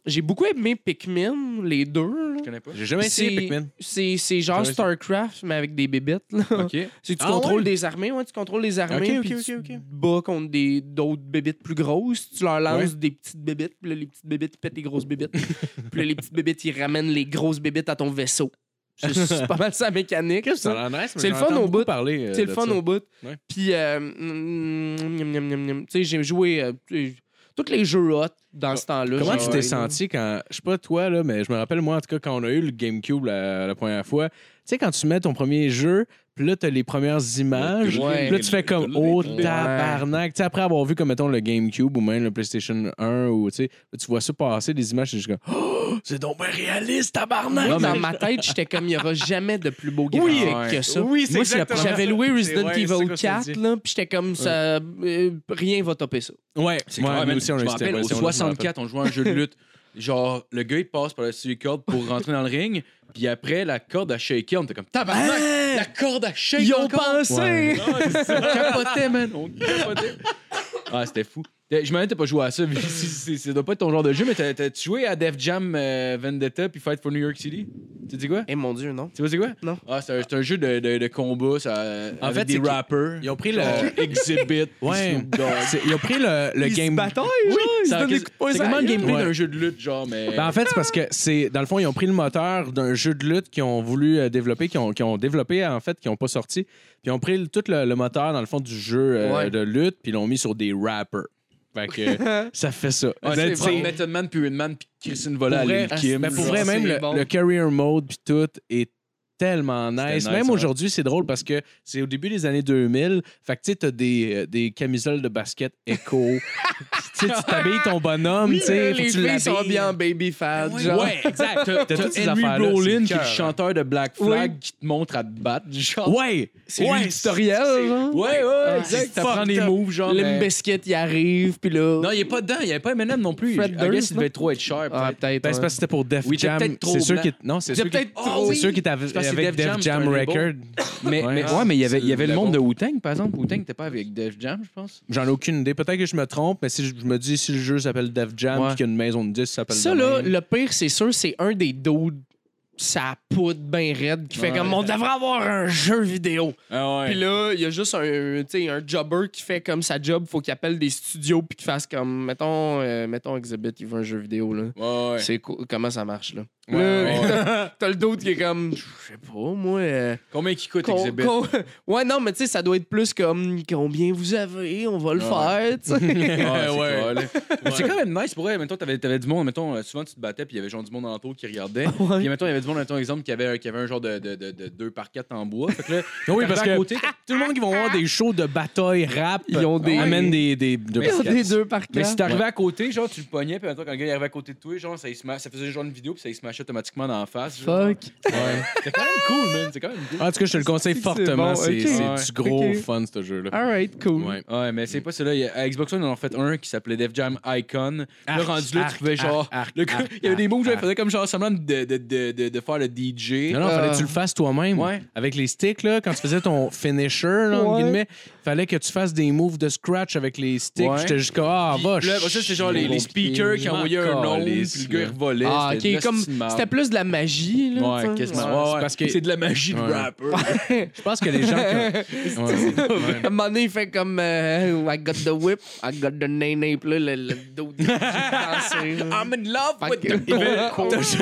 j'ai beaucoup aimé Pikmin, les deux. là.
Je connais pas.
J'ai jamais essayé
C'est-
Pikmin.
C'est c'est genre
Jamais essayé.
StarCraft, mais avec des bébites. Là.
Ok.
C'est que tu
Ah
contrôles
ouais?
des armées, ouais, tu contrôles des armées,
Ok,
puis
ok,
tu
ok,
te
ok.
bats contre des- d'autres bébites plus grosses, tu leur lances
Ouais.
des petites bébites, puis là, les petites bébites pètent les grosses bébites, puis là, les petites bébites, ils ramènent les grosses bébites à ton vaisseau. C'est c'est pas mal sa mécanique.
Ça
ça.
a l'air nice, mais
C'est le
j'en
fun
entends
au
beaucoup
bout.
parler, euh,
C'est le
de
fun
ça.
au bout.
Ouais.
Puis, euh, mm, mm, mm, mm, mm, tu sais, j'ai joué euh, tu sais, tous les jeux hot dans ce temps-là.
Ah, Comment
j'ai
tu t'es
joué, là.
senti quand. Je sais pas toi, là, mais je me rappelle, moi, en tout cas, quand on a eu le GameCube la, la première fois. Tu sais, quand tu mets ton premier jeu, puis là, t'as les premières images.
Ouais.
Hein? Puis là, tu fais comme oh tabarnak. Tu sais, après avoir vu, comme mettons, le GameCube ou même le PlayStation 1, ou tu sais, là, tu vois ça passer, des images, c'est juste comme oh, c'est donc bien réaliste, tabarnak.
Ouais, Dans ma tête, j'étais comme, il n'y aura jamais de plus beau graphique que ça.
Oui,
Moi, c'est la première- J'avais loué Resident
ouais, c'est
Evil
quoi ça
4,
dit.
là, puis j'étais comme ça. euh, rien va topper ça.
Ouais,
C'est clair,
nous
man.
aussi, on a
je
eu
me
cette
rappelle, au
version-là, je me rappelle.
64, on jouait à un jeu de lutte.
Genre, le gars, il passe par-dessus les cordes pour rentrer dans le ring. Puis après, la corde a shaké. On était comme, tabarnak! La corde a shaké!
Ils ont
encore!
pensé!
Ouais.
On capotait, man. On capotait. Ah, c'était fou. Euh, Je m'en t'as pas joué à ça. mais c'est- c'est- Ça doit pas être ton genre de jeu, mais t'as t'as joué à Def Jam euh, Vendetta puis Fight for New York City. Tu dis quoi?
Eh mon Dieu, non.
Tu vois, c'est quoi?
Non.
Ah, c'est un, c'est un jeu de, de, de combat. Ça, en
fait,
des
c'est qu'ils-
rappers.
Ils ont pris le.
Exhibit.
Ouais.
Snoop Dogg.
c'est- Ils ont pris le, le
Ils se
game.
bataillent,
Oui,
genre, ils se
ça a
donnent des
quasi-
coups de poing
c'est
sur la
vraiment le
gueule.
gameplay
Ouais.
d'un jeu de lutte, genre, mais.
Ben, en fait, c'est parce que c'est dans le fond ils ont pris le moteur d'un jeu de lutte qu'ils ont voulu euh, développer, qu'ils ont, qu'ils ont développé en fait, qu'ils n'ont pas sorti, puis ils ont pris le- tout le, le moteur dans le fond du jeu euh,
Ouais.
de lutte, puis ils l'ont mis sur des rappers. Fait que euh, ça fait ça.
Ah,
Ben,
c'est
tu sais,
vraiment Method Man puis Windman puis Christine Vola à
Pour vrai,
Lil Kim.
ben, pour vrai,
genre,
même
c'est
le,
bon.
le career mode puis tout est tellement
C'était
nice.
nice, hein.
même
ouais.
aujourd'hui, c'est drôle parce que c'est au début des années 2000. Fait que tu sais, t'as des, euh, des camisoles de basket écho. tu sais, tu t'habilles ton bonhomme, tu
euh,
sais,
euh, Les
faut que tu
filles sont
l'habilles.
bien en baby fat, genre.
Ouais, exact. T'as
T'as
t'as
toutes ces
Henry
affaires-là, c'est
Rollin,
le
qui est le
cœur, hein.
chanteur de Black Flag, qui te montre à te battre. Genre.
Ouais,
C'est
ouais,
lui le tutoriel, genre.
Ouais, ouais, exact.
c'est
Ah, Ça prend
fucked
des
up.
moves, genre. ben-
Limp
mais-
Bizkit, il arrive, puis là...
Non, il est pas dedans. Il n'y avait pas Eminem non plus.
Fred
I
Durst,
guess il
non?
devait trop être cher.
Ah,
peut-être.
peut-être,
Ben, c'est
ouais.
parce que c'était pour Def
Oui, t'es
Jam.
peut-être trop
C'est sûr
blanc.
qu'il non, c'est
T'es
sûr qu'il
peut-être trop-
c'est sûr qu'il était
Je pense
avec
que c'est Def
avec Def
Jam,
Jam
c'est un
Record.
Mais,
Ouais.
mais,
Ah,
ouais, mais il y avait,
c'est
il y avait le
le
monde
bon.
de Wu-Tang, par exemple. Wu-Tang n'était pas avec Def Jam, je pense.
J'en ai aucune idée. Peut-être que je me trompe, mais si je je me dis si le jeu s'appelle Def Jam
Ouais.
puis qu'il y a une maison de 10 qui s'appelle
Ça,
de
là,
même.
le pire, c'est sûr, c'est un des dos sa poudre ben raide qui fait
Ouais.
comme on devrait avoir un jeu vidéo.
Ah
Puis là, il y a juste un, tu sais, un jobber qui fait comme sa job, faut qu'il appelle des studios puis qu'il fasse comme mettons euh, mettons Exhibit, il veut un jeu vidéo là.
Ouais, ouais.
C'est co- comment ça marche là.
Ouais,
Là,
ouais, ouais.
t'as- T'as le d'autre qui est comme je sais pas moi euh,
Combien qui coûte
con-
Exhibit?
con- Ouais non, mais tu sais ça doit être plus comme combien vous avez, on va le
Ouais.
faire, tu sais.
Ah, c'est
Ouais.
cool. Mais C'est quand même nice pour elle. Mettons, t'avais, t'avais du monde. Mettons, euh, souvent, tu te battais, puis il y avait genre du monde en tour qui regardait. Puis, mettons, il y avait du monde, mettons, exemple, qui avait, qui avait un genre de 2 de, de, deux par 4 en bois. Fait que là,
Oui,
t'arrivais
parce
à
que
côté,
tout le monde qui va voir des shows de bataille rap,
Ils ont des-
amènent des des de
Mais
baskets.
des deux par
Mais si
quatre.
t'arrivais à côté, genre, tu le pognais, puis mettons, quand le gars il arrivait à côté de toi, genre, ça, il se ma- ça faisait genre une vidéo, puis ça il se mâchait automatiquement dans la face. genre.
Fuck.
Ouais.
C'est quand même cool, man. C'est quand même cool.
Ah, En tout cas, je te le conseille
C'est
fortement.
bon,
C'est
ok.
c'est
Ouais.
du gros
Ok.
fun, ce jeu-là.
All right, cool.
Ouais.
Ouais, mais c'est pas celui-là. Il y a- À Xbox One, ils en ont fait un qui s'appelait Def Jam Icon.
Arc,
le rendu là,
arc,
tu pouvais genre.
arc, arc,
le gars,
arc,
il y avait des moves, genre, il
arc.
faisait comme genre semblant de, de, de, de, de faire le DJ.
Non, non,
Euh,
fallait que tu le fasses toi-même.
ouais.
Avec les sticks, là, quand tu faisais ton finisher, là, entre
Ouais.
guillemets, fallait que tu fasses des moves de scratch avec les sticks.
Ouais.
J'étais jusqu'à ah,
Puis
va.
là, après ça, c'était genre les,
chier,
les speakers
je
qui
m'en
envoyaient un nom, puis
calisse,
le gars, il
là.
revolait.
Ah,
c'était
ok,
une
comme
hostie de merde.
c'était plus de la magie là. tu
Ouais,
sais.
quasiment. Ouais,
C'est parce que-
C'est de la magie de
Ouais.
rapper.
Je pense que les gens. qui ont- Ouais.
À un moment donné, il fait comme euh, I got the whip, I got the nay-nay, puis là, le, le dos du
I'm in love
Fait
with
que-
the bon
T'as ju-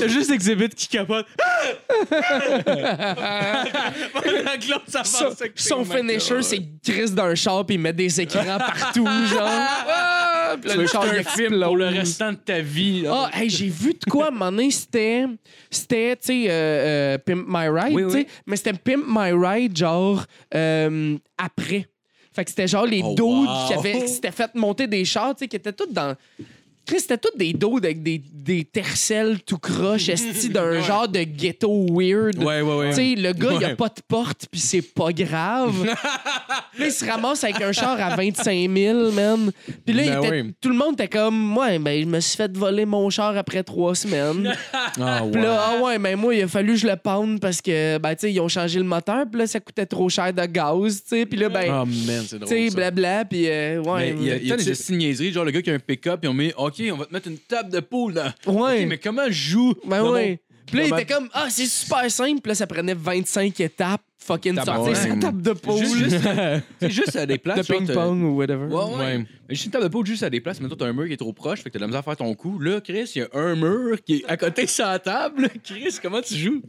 T'as juste Exhibit qui capote.
Son, son finisher, c'est qu'il crisse d'un char, puis il met des écrans partout, genre. Ah! Puis là, le char, il film
pour le restant de ta vie. là.
Ah, hey, j'ai vu de quoi, à un moment donné, c'était, c'était, tu sais, euh, euh, Pimp My Ride,
Oui,
tu sais,
oui.
mais c'était Pimp My Ride, genre, euh, après. Fait que c'était genre les
Oh,
dos
wow.
qui, avaient, qui s'étaient fait monter des chars, tu sais, qui étaient tous dans... Chris, c'était tous des dos avec des, des tercelles tout croche, esti d'un genre de ghetto weird.
Ouais, ouais, ouais.
Tu sais, le gars, il a
Ouais.
pas de porte, puis c'est pas grave. là, il se ramasse avec un char à 25 000, man. Puis là, il
Ben
était-
oui.
tout le monde était comme, ouais, ben, je me suis fait voler mon char après trois semaines.
Ah, ouais.
Puis là, ah ouais, ben, moi, il a fallu que je le pound parce que, ben, tu sais, ils ont changé le moteur, puis là, ça coûtait trop cher de gaz, tu sais. Puis là, ben,
Ah, man, c'est
tu
drôle.
sais,
ça.
blabla, puis euh,
Mais
ouais.
il y a, il y a
tu
des
sais,
petites niaiseries, genre le gars qui a un pick-up, ils ont mis OK, on va te mettre une table de poule là.
Ouais.
OK, mais comment je joue
Ben
dans
ouais. Puis là, il
dans
était comme, ah, c'est super simple. Puis là, ça prenait 25 étapes, fucking sortir
ouais.
sa table de
mon-
poule.
Juste, juste, euh, c'est juste à des places.
de
genre, t'as-
ping-pong ou whatever.
Ouais, ouais.
Ouais.
Mais Juste une table de poule juste à des places. Mais toi, t'as un mur qui est trop proche, fait que t'as de la misère à faire ton coup. Là, Chris, il y a un mur qui est à côté de sa table. Chris, comment tu joues?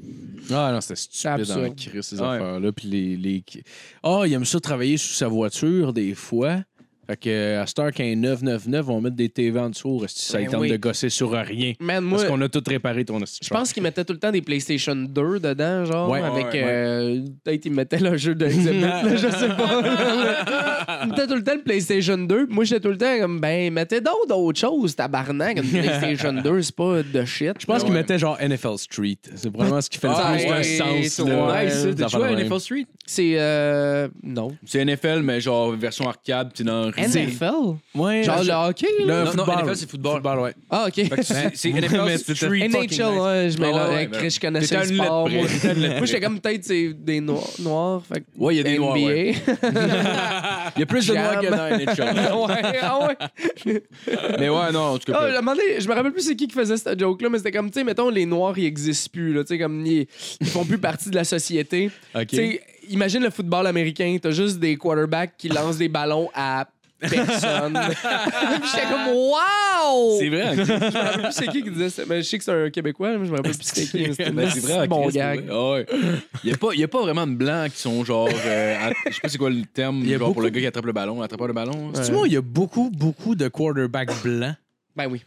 Ah non, c'était stupide
Absurde.
en crise, ces
Ouais.
affaires-là. Puis les. les... Ah, il aime ça travailler sous sa voiture, des fois. Fait que à Star quand il est 999, on va mettre des TV en dessous. Reste, ça, il
Ben
tente
oui.
de gosser sur rien.
Man, moi,
Parce qu'on a tout réparé ton
je pense qu'ils mettaient tout le temps des PlayStation 2 dedans, genre,
Ouais,
avec...
ouais, ouais.
euh, Peut-être ils mettaient le jeu de Exhibit, là, je sais pas. ils mettaient tout le temps le PlayStation 2. Moi, j'étais tout le temps comme, ben, mettez donc d'autres choses, tabarnak. Une PlayStation 2, c'est pas de shit.
Je pense qu'il
Ouais.
mettait genre NFL Street. C'est probablement ce qui fait le
Ah,
plus de
ouais,
sens.
ouais.
là.
Nice,
Des
t'as
affaires
joué
de
à
même.
NFL Street?
C'est... euh, non.
C'est NFL, mais genre version arcade, pis dans
NFL?
Ouais,
Genre le
je-
hockey? là?
le
Non, non,
football.
NFL, c'est football.
ouais.
Ah, OK.
Fait que c'est- Ben, c'est
Mais
NFL
c'était
Street.
NHL,
fucking nice.
ouais, je
Ah, ouais,
mélange.
ouais, ben,
Chris, je connaissais
t'étais
le
à une
sport.
lettre
Moi,
près.
moi j'étais comme peut-être c'est des noirs, noirs fait que
Ouais, il y a des
NBA.
noirs. ouais. Il y a plus de noirs que dans la NHL.
ouais, ah ouais.
Mais ouais, non, en tout
Ah,
cas.
je me demandais- je me rappelle plus c'est qui qui faisait cette joke-là, mais c'était comme, tu sais, mettons, les Noirs, ils existent plus, là, tu sais, comme, ils, ils font plus partie de la société.
OK.
Tu sais, imagine le football américain, t'as juste des quarterbacks qui lancent des ballons à personne. Puis j'étais comme, wow!
C'est vrai, en Christ,
Je me rappelle plus c'est qui qui disait ça, mais je sais que c'est un Québécois, mais je me rappelle plus c'est qui. mais c'était
Ben,
mais Ben, c'est vrai. en
bon
Christ,
gag.
ouais. Ah ouais. Il n'y a, pas vraiment de blancs qui sont genre. euh, à- je sais pas c'est quoi le terme
y a
genre pour
beaucoup-
le gars qui attrape le ballon, attrapeur de ballon.
Tu vois, il y a beaucoup, beaucoup de quarterbacks blancs.
Ben oui.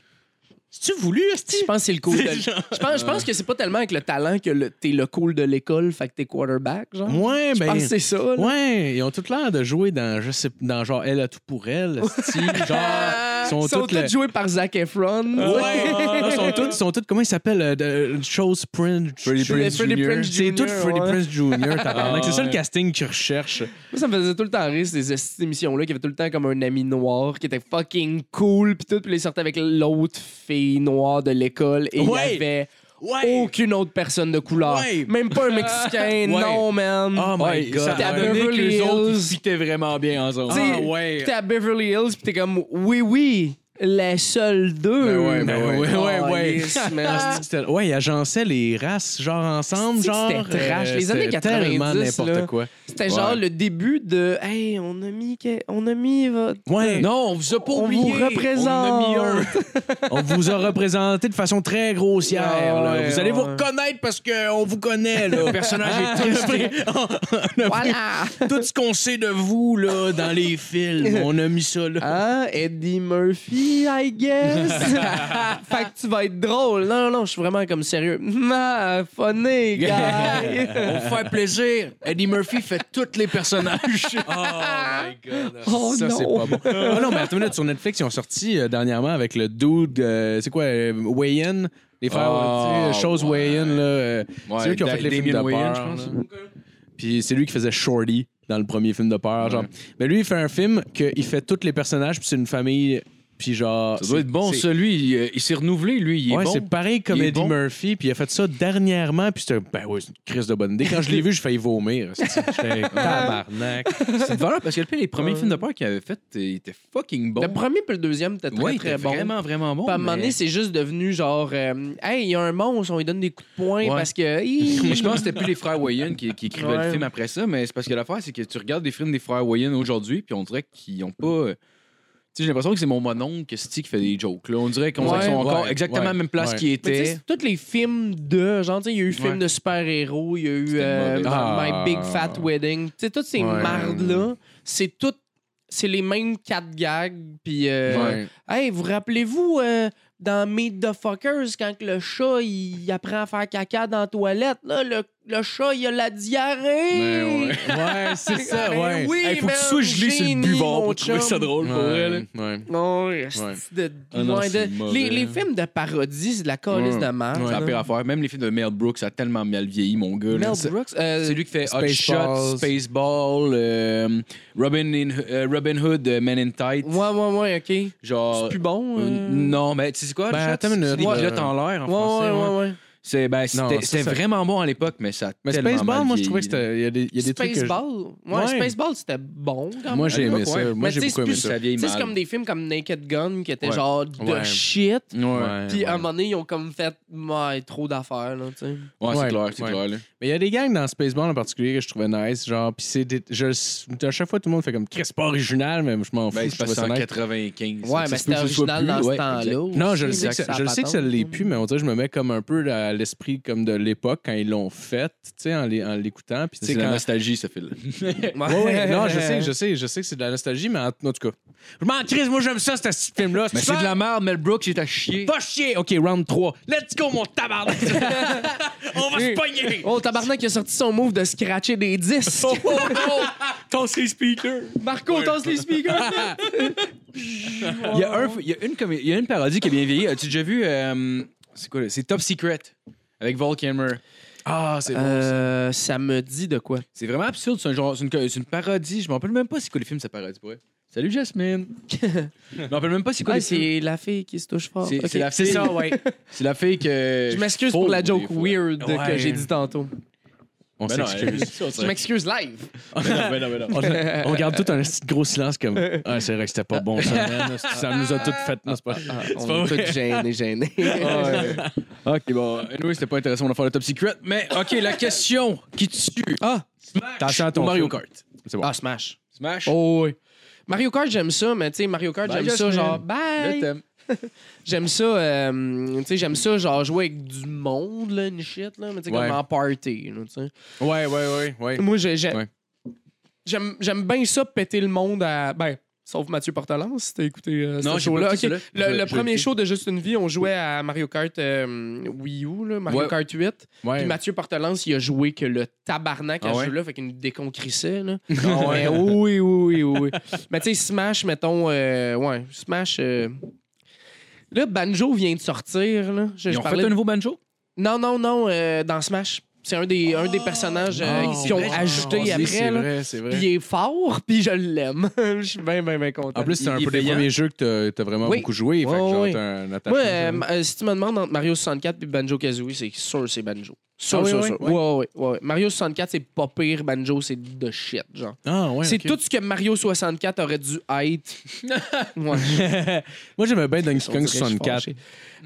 C'est-tu voulu,
Je pense que c'est le cool. de- Je pense, je pense que c'est pas tellement avec le talent que le- t'es le cool de l'école, fait que t'es quarterback, genre.
Ouais,
je
ben.
pense que c'est ça. là.
Ouais, ils ont tout l'air de jouer dans, je sais, dans genre Elle a tout pour elle, esti. genre, ils sont
Ils sont
toutes
tous
le-
joués par Zac Efron.
Ouais, ils sont tous, ils sont tous- comment ils s'appellent, euh, de- de- chose Prince,
Freddie
Jr.
Prinze
Freddie
Jr.
Prinze
C'est tout
Jr.,
Freddie
ouais.
Prince Jr. tabarnak. C'est ça le
ouais.
casting qu'ils recherchent.
Moi, ça me faisait tout le temps rire, ces esti d'émissions-là, qui avait tout le temps comme un ami noir, qui était fucking cool, puis tout, puis il sortait avec l'autre fille noire de l'école, et
Ouais.
il y avait
Ouais.
aucune autre personne de couleur.
Ouais.
Même pas un Mexicain, non, man.
Oh my
Ouais,
god.
ça
T'es à
a donné que
Beverly
les autres ils
Hills.
fitaient vraiment bien ensemble.
T'sais,
Ah ouais.
Puis t'es à Beverly Hills, puis t'es comme, oui, oui, les seuls deux.
Ben ouais, ben
Ben ouais, ouais, ouais.
Calisse, man.
Ah, c'est-tu que c'était- Ouais, ils agençaient les races, genre ensemble,
C'est-tu que
genre.
c'était trash?
euh,
Les années
c'était
90,
Tellement
là.
n'importe quoi.
C'était genre
Ouais.
le début de, hey, on a mis, que- on a mis votre.
Ouais.
Non, on vous a pas
On
oublié.
vous représente.
On a mis un.
On vous a représenté de façon très grossière.
Ah
Ouais,
là.
ouais,
vous allez vous
ouais.
reconnaître parce qu'on vous connaît. Là. Le personnage est triste. On a pris
Voilà!
Tout ce qu'on sait de vous là, dans les films, on a mis ça là.
Hein? Eddie Murphy, I guess. fait que tu vas être drôle. Non, non, non, je suis vraiment comme sérieux. Ah, funny, guy.
On vous fait plaisir. Eddie Murphy fait tous les personnages.
oh
ça,
non.
c'est pas bon. Ah non, mais attends une minute, sur Netflix, ils ont sorti euh, dernièrement avec le dude, euh, c'est quoi, euh, Wayan? Les frères,
Ah,
tu sais, chose
ouais.
Wayan, là. euh,
Ouais,
c'est eux qui ont fait les
Damien
films de
Wayans,
peur,
je pense.
là. Ah, Puis c'est lui qui faisait Shorty dans le premier film de peur. Genre. Mais lui, il fait un film qu'il fait tous les personnages, puis c'est une famille, puis genre...
Ça doit
c'est-
être bon,
c'est-
ça, lui. Il, euh, il s'est renouvelé, lui. Il est
ouais,
bon.
c'est pareil comme
Il est
Eddie
bon.
Murphy, puis il a fait ça dernièrement, puis c'était ben ouais, c'est une crise de bonne idée. Quand je l'ai vu, j'ai failli vomir. J'étais tabarnak.
C'est de valeur parce que le pire, les premiers
Ouais.
films de peur qu'il avait fait, euh, ils étaient fucking bons.
Le premier puis le deuxième, t'es très,
ouais,
très bon.
Vraiment, vraiment bon.
Puis à un moment donné, c'est juste devenu genre, euh, hey, il y a un monstre, on lui donne des coups de poing
Ouais.
parce que.
Mais je pense que c'était plus les frères Wayans qui, qui écrivaient
Ouais.
le film après ça, mais c'est parce que l'affaire, c'est que tu regardes des films des frères Wayans aujourd'hui, puis on dirait qu'ils ont pas. euh, Tu sais, j'ai l'impression que c'est mon mononcle que Sty qui fait des jokes. Là. On dirait qu'on
Ouais.
qu'ils sont encore
Ouais.
exactement à la même place
Ouais.
qu'ils
Mais tu
étaient.
sais, c'est tous les films de. Genre, tu sais, il y a eu film
Ouais.
de super-héros, il y a eu
C'était
euh,
mauvais.
Ah.
My Big Fat Wedding. Tu sais, toutes ces
Ouais.
mardes-là, c'est toutes. C'est les mêmes quatre gags, puis. euh,
Ouais.
Hey, vous rappelez-vous euh, dans Meet the Fuckers, quand que le chat il apprend à faire caca dans la toilette, là, le, le chat il a la diarrhée.
Ouais, c'est ça,
Ben
ouais.
oui,
Ben Hey, faut que tu
man,
sois gelé sur le
génie,
buvard
mon
pour trouver
chum.
ça drôle pour
Ouais,
elle.
ouais.
Non, esti
Ouais.
de-
Ah non,
ouais,
c'est
de-
mauvais.
les, les films de parodie, c'est de la calice
Ouais.
de merde.
C'est la
là.
pire affaire. Même les films de Mel Brooks a tellement mal vieilli, mon gars. là.
Mel
C'est-
Brooks, euh,
C'est lui qui fait Hot
Spaceballs.
Shot, Spaceball, euh, Robin, in- euh, Robin Hood, euh, Men in Tight.
Ouais, ouais, ouais, ok.
Genre.
C'est plus bon.
Euh,
euh?
Non, mais tu sais c'est quoi?
Ben,
le chat?
attends une minute,
C'est des
ouais.
pilotes en l'air en
Ouais,
français.
ouais,
ouais.
ouais, ouais.
C'est, ben, c'était,
Non, c'est
c'était
ça.
vraiment bon à l'époque, mais ça a
Mais
tellement
Spaceball,
mal
moi, je
vieilli,
trouvais que
là.
c'était. Il y a des, il y a des trucs. que je-
Spaceball. Ouais,
Ouais.
Spaceball, c'était bon quand
Moi,
même.
j'ai aimé ça. Moi,
Mais
j'ai
tu sais, c'est
beaucoup aimé
plus-
ça.
Ça vieillit
Tu sais,
mal.
c'est comme des films comme Naked Gun qui étaient
Ouais.
genre de
Ouais.
shit.
Ouais, ouais,
Puis à un moment donné, ils ont comme fait ouais, trop d'affaires. Là, tu sais.
c'est
Ouais.
clair, c'est
Ouais.
clair. là.
Mais il y a des gangs dans Spaceball en particulier que je trouvais nice. Genre, pis c'est. des- je- À chaque fois, tout le monde fait comme. Chris, c'est pas original, mais je m'en fous.
Ben,
je
c'est
trouvais
passé
ça
en
nice.
95.
ouais,
ça
mais
se peut
c'était
que ce soit
original
plus,
dans
ouais,
ce temps-là.
exact.
aussi,
Non, je le
là,
sais que, ça-
a
je le
pas
sais que ça
tant,
l'est
là.
plus, mais on dirait que je me mets comme un peu à l'esprit comme de l'époque quand ils l'ont fait, tu sais, en l'é- en l'écoutant. Puis tu
C'est
sais,
la
quand.
nostalgie, ce film.
Ouais, ouais, non, je sais, je sais, je sais que c'est de la nostalgie, mais en, en tout cas. Je m'en crise, moi j'aime ça, ce petit film-là.
Mais c'est de la merde, Mel Brooks, il est à chier.
Va chier! Ok, round 3. Let's go, mon tabarnak! on va se pogner!
Oh, tabarnak, il a sorti son move de scratcher des disques.
Oh,
Tasse les speakers.
Marco, tasse les
Ah,
speakers.
Il y a, un- il y a une, comé- il y a une parodie qui a bien vieilli. As-tu déjà vu. euh, c'est quoi, là? C'est Top Secret avec Volkheimer.
Ah, c'est bon.
Euh, ça me dit de quoi?
C'est vraiment absurde. C'est un genre- c'est une, c'est une parodie. Je m'en rappelle même pas c'est quoi les films, ça parodie, pour vrai. Salut Jasmine. Je me rappelle même pas c'est quoi
Ah,
les films.
c'est la fille qui se touche fort.
C'est-
Ok.
c'est la
C'est
fille.
ça, ouais.
C'est la fille que.
Je m'excuse pour la joke
oui.
weird que
Ouais.
j'ai dit tantôt.
On
Ben non,
s'excuse.
Je m'excuse live.
ben non, ben non.
On, on garde tout un petit gros silence comme Ah, c'est vrai que c'était pas bon ça. man. Ça nous a tout fait. Non, c'est pas.
Ah, on est tous gênés, gênés.
Ok, bon. Anyway, c'était pas intéressant, on va faire le top secret. Mais ok, la question qui tue.
Ah,
Attention à
Ou
ton
Mario
feu.
Kart.
C'est bon.
ah, Smash.
Smash.
Oh, oui. Mario Kart, j'aime ça, mais tu sais, Mario Kart,
Bye,
j'aime ça,
Jasmine.
genre,
Je
bye.
t'aime.
J'aime ça, euh, tu sais, j'aime ça, genre, jouer avec du monde, là, une shit, là, mais tu sais,
Ouais.
comme en party, là, tu sais.
Ouais, ouais, ouais, ouais.
Moi, j'ai- j'ai-
Ouais.
j'aime j'aime bien ça, péter le monde à. Ben, sauf Mathieu Portalance, si t'as écouté
Non,
euh, ce
j'ai pas
show-là.
écouté
Ok,
celui-là.
Le, le
Je- je
premier
l'ai
show de Juste une vie, on jouait à Mario Kart euh, Wii U, là, Mario
Ouais.
Kart 8. Puis
ouais.
Mathieu Portelance, il a joué que le tabarnak à
Ah
ce
ouais? Ah
jeu-là, fait qu'il nous déconcrissait. Là. Mais oui, oui, oui, oui. Mais tu sais, Smash, mettons, euh, ouais, Smash. euh, Là, Banjo vient de sortir. Là. Je, je
Ils ont
parlais
fait un
de-
nouveau banjo?
Non, non, non, euh, dans Smash. C'est un des, un des personnages euh,
Oh,
qu'ils ont
c'est vrai,
ajouté
j'ai pensé,
après.
C'est
là.
vrai, c'est vrai.
Puis il est fort, puis je l'aime. Je suis bien, bien, bien content.
En plus, c'est un
il est
peu des
payant.
premiers jeux que t'as- t'as vraiment
Oui.
beaucoup joué. Fait que
Ouais,
genre,
ouais.
t'as hein? un
Moi,
attachement.
euh, m- euh, si tu me demandes entre Mario 64 et Banjo Kazooie, c'est sûr c'est Banjo. Sûr,
Ah oui,
sûr,
oui,
sûr.
oui.
Ouais, ouais, ouais, ouais. Mario 64, c'est pas pire. Banjo, c'est de shit, genre.
Ah, ouais.
c'est
ok.
tout ce que Mario 64 aurait dû être. ouais.
Moi, j'aimais bien Donkey
On dirait que
Kong
je suis
64.
fâché.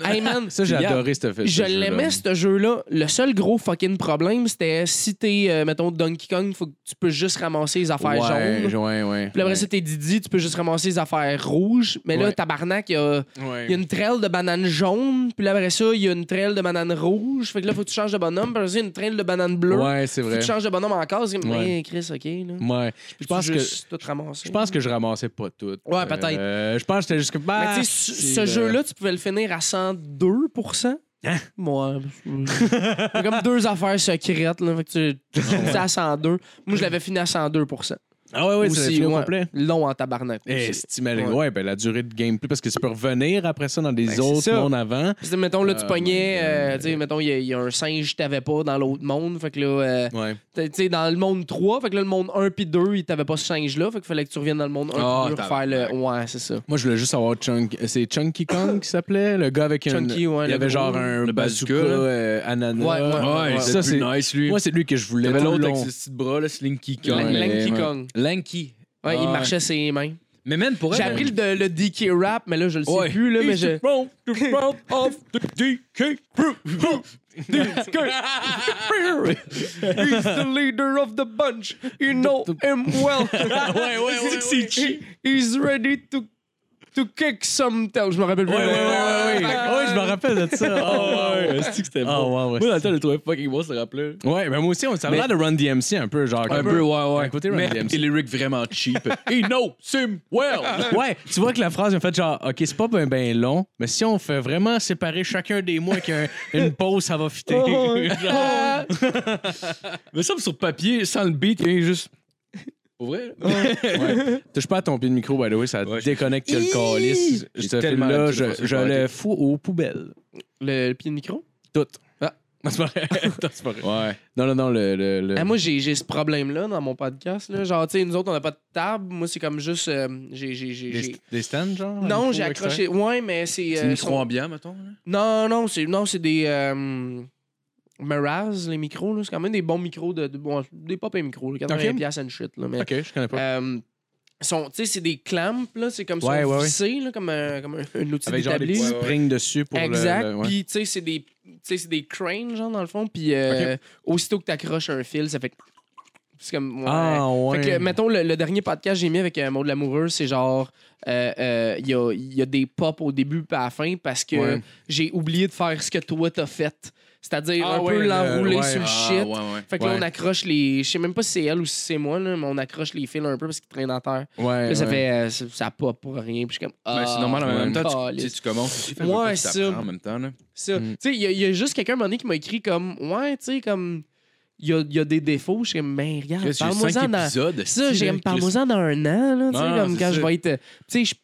Hey man,
Ça, j'ai
regarde,
adoré ce fait.
Je l'aimais, ce jeu-là. Le seul gros fucking problème, c'était si t'es, euh, mettons, Donkey Kong, faut que tu peux juste ramasser les affaires
ouais,
jaunes.
Ouais, ouais.
Puis après ça, t'es Didi, tu peux juste ramasser les affaires rouges. Mais là,
Ouais.
tabarnak, il y a.
Ouais.
Il y a une traîne de bananes jaunes, puis là, après ça, il y a une traîne de bananes rouges. Fait que là, faut que tu changes de bonhomme. Puis après ça, il y a une traîne de bananes bleues.
Ouais, c'est
faut que
vrai.
tu changes de bonhomme encore. C'est comme,
Ouais.
Eh, Chris, OK. Là.
Ouais. Je pense que.
juste tout ramasser.
Je pense que je ramassais pas tout.
Ouais, peut-être.
Euh, je pense que j'étais juste comme.
Mais
bah,
tu sais, ce-
c'est
ce
le- Hein?
jeu-là, tu pouvais le finir à 102 Moi, c'est comme deux affaires secrètes. Là, fait que tu- tu finis à 102. Moi, je l'avais fini à 102
Ah, ouais, ouais, c'est
Aussi,
le film
ouais.
complet.
Long en tabarnak.
Eh,
aussi.
c'est-tu malin.
Ouais.
ouais. ben la durée de gameplay, parce que tu peux revenir après ça dans des
Ben, c'est
autres
ça.
mondes avant.
Puis, mettons, là, tu
Euh,
pognais,
ouais,
euh, tu sais, mettons, il y, a- il y a un singe que t'avais pas dans l'autre monde. Fait que là, euh,
Ouais.
T'sais, t'sais, dans le monde 3, fait que là, le monde 1 puis 2, il t'avait pas ce change-là, fait qu'il fallait que tu reviennes dans le monde 1
Ah,
puis 2 refaire le. Ouais, c'est ça.
Moi, je voulais juste savoir Chunk... euh, c'est Chunky Kong qui s'appelait, le gars avec un.
Chunky, ouais.
il
le
avait
gros.
genre un
le
bazooka,
bazooka,
euh, ananas.
Ouais, ouais, ouais, ouais.
Ah, Ça, c'est.
nice, lui.
Moi, c'est lui que je
Il y
voulais.
avait
tout le
l'autre
long.
avec ce petit bras, là, Slinky Kong.
Lan-
mais-
Lanky Kong.
Lanky.
Ouais, il
Ah,
marchait ses mains.
Mais man, pour
J'ai
elle,
appris le, de- le DK rap, mais là, je le sais
Ouais.
plus, là, mais je. He's the leader of the bunch. You know him well. ouais, ouais, ouais. C'est cheap. He's ready to. To kick some tail. Je me rappelle plus.
Ouais, ouais, ouais, ouais, ouais. Ouais, je me rappelle de ça. Ah, ouais, ouais.
c'est que c'était
Ah,
bon.
ouais, ouais.
Moi, dans le temps, je le trouvais fucking beau, ce rap-là.
Ouais, mais moi aussi, on savait
Mais-
l'air de Run DMC un peu, genre.
Un
comme-
peu, ouais, ouais.
côté Run
mais
DMC.
des lyrics vraiment cheap. He knows him well.
Ouais, tu vois que la phrase, en fait, genre, OK, c'est pas ben, ben long, mais si on fait vraiment séparer chacun des mots avec un- une pause, ça va fitter.
Oh, Euh,
mais ça, sur papier, sans le beat, il est juste. Pour vrai?
Euh,
là.
Ouais. Touche pas à ton pied de micro, by the way, ça
Ouais, je-
déconnecte le calice.
J'ai
Ce
tellement
film-là,
l'habitude de
je,
faire
je
ça,
le fous aux poubelles.
Le pied de micro?
Tout.
Ah.
Non, c'est pas vrai. Non, c'est pas vrai.
Ouais.
Non, non, non, le. le, le-
Ah, moi, j'ai j'ai ce problème-là dans mon podcast. Là. Genre, tu sais, nous autres, on n'a pas de table. Moi, c'est comme juste. euh, j'ai- j'ai- j'ai-
des,
j'ai-
des stands, genre
Non,
micro
j'ai
externe?
accroché. Ouais, mais c'est.
C'est
euh,
une micro
sont-
ambiant, mettons. là.
Non, non, c'est non, c'est des. Euh... Meraz, les micros, là. C'est quand même des bons micros de. de- bon, des pas pires micros, là, 80$ piastres and shit, là. Mais.
Ok, je connais pas.
euh, sont- tu sais, c'est des clamps, là. C'est comme
Ouais,
ça,
ouais, ouais.
vissés, là, comme un, comme un- un outil
Avec genre des
d'établi.
petits
Ouais, ouais.
springs dessus pour le-
exact.
le. ouais.
Puis, tu sais, c'est des. tu sais, c'est des cranes, genre, dans le fond. Puis, euh, aussitôt que t'accroches un fil, ça fait. C'est comme. ouais.
Ah, ouais.
Fait que, mettons, le, le dernier podcast que j'ai mis avec euh, Maud Lamoureux, c'est genre, euh, euh, il y, a, il y a des pops au début pas à la fin parce que
Ouais.
j'ai oublié de faire ce que toi t'as fait. C'est-à-dire
Ah
un
ouais,
peu
le-
l'enrouler
ouais.
sur le
Ah,
shit.
ouais, ouais.
Fait que là,
Ouais.
on accroche les. Je sais même pas si c'est elle ou si c'est moi, là, mais on accroche les fils un peu parce qu'ils traînent en terre.
Ouais,
Là, ça
ouais.
fait. euh, ça, ça pop pour rien. Puis je suis comme. Ah,
Ben, c'est normal, en même temps, tu,
caliste.
tu, sais, tu commences aussi. fait que
Ouais,
faut que tu
ça.
t'apprends En même temps, là.
Ça.
Mm.
Tu sais, il y, a- il y a juste quelqu'un, à un moment donné, qui m'a écrit comme. Ouais, tu sais, comme. Il y a, il y a des défauts. Je suis comme, ben, regarde,
Chris, j'ai
parle-moi-en
cinq
dans-
épisodes.
Ça,
si, là,
j'aime parle-moi-en dans un an, là, tu sais,
Non, non,
comme
c'est
quand
ça.
je vais être. euh, Tu sais, je.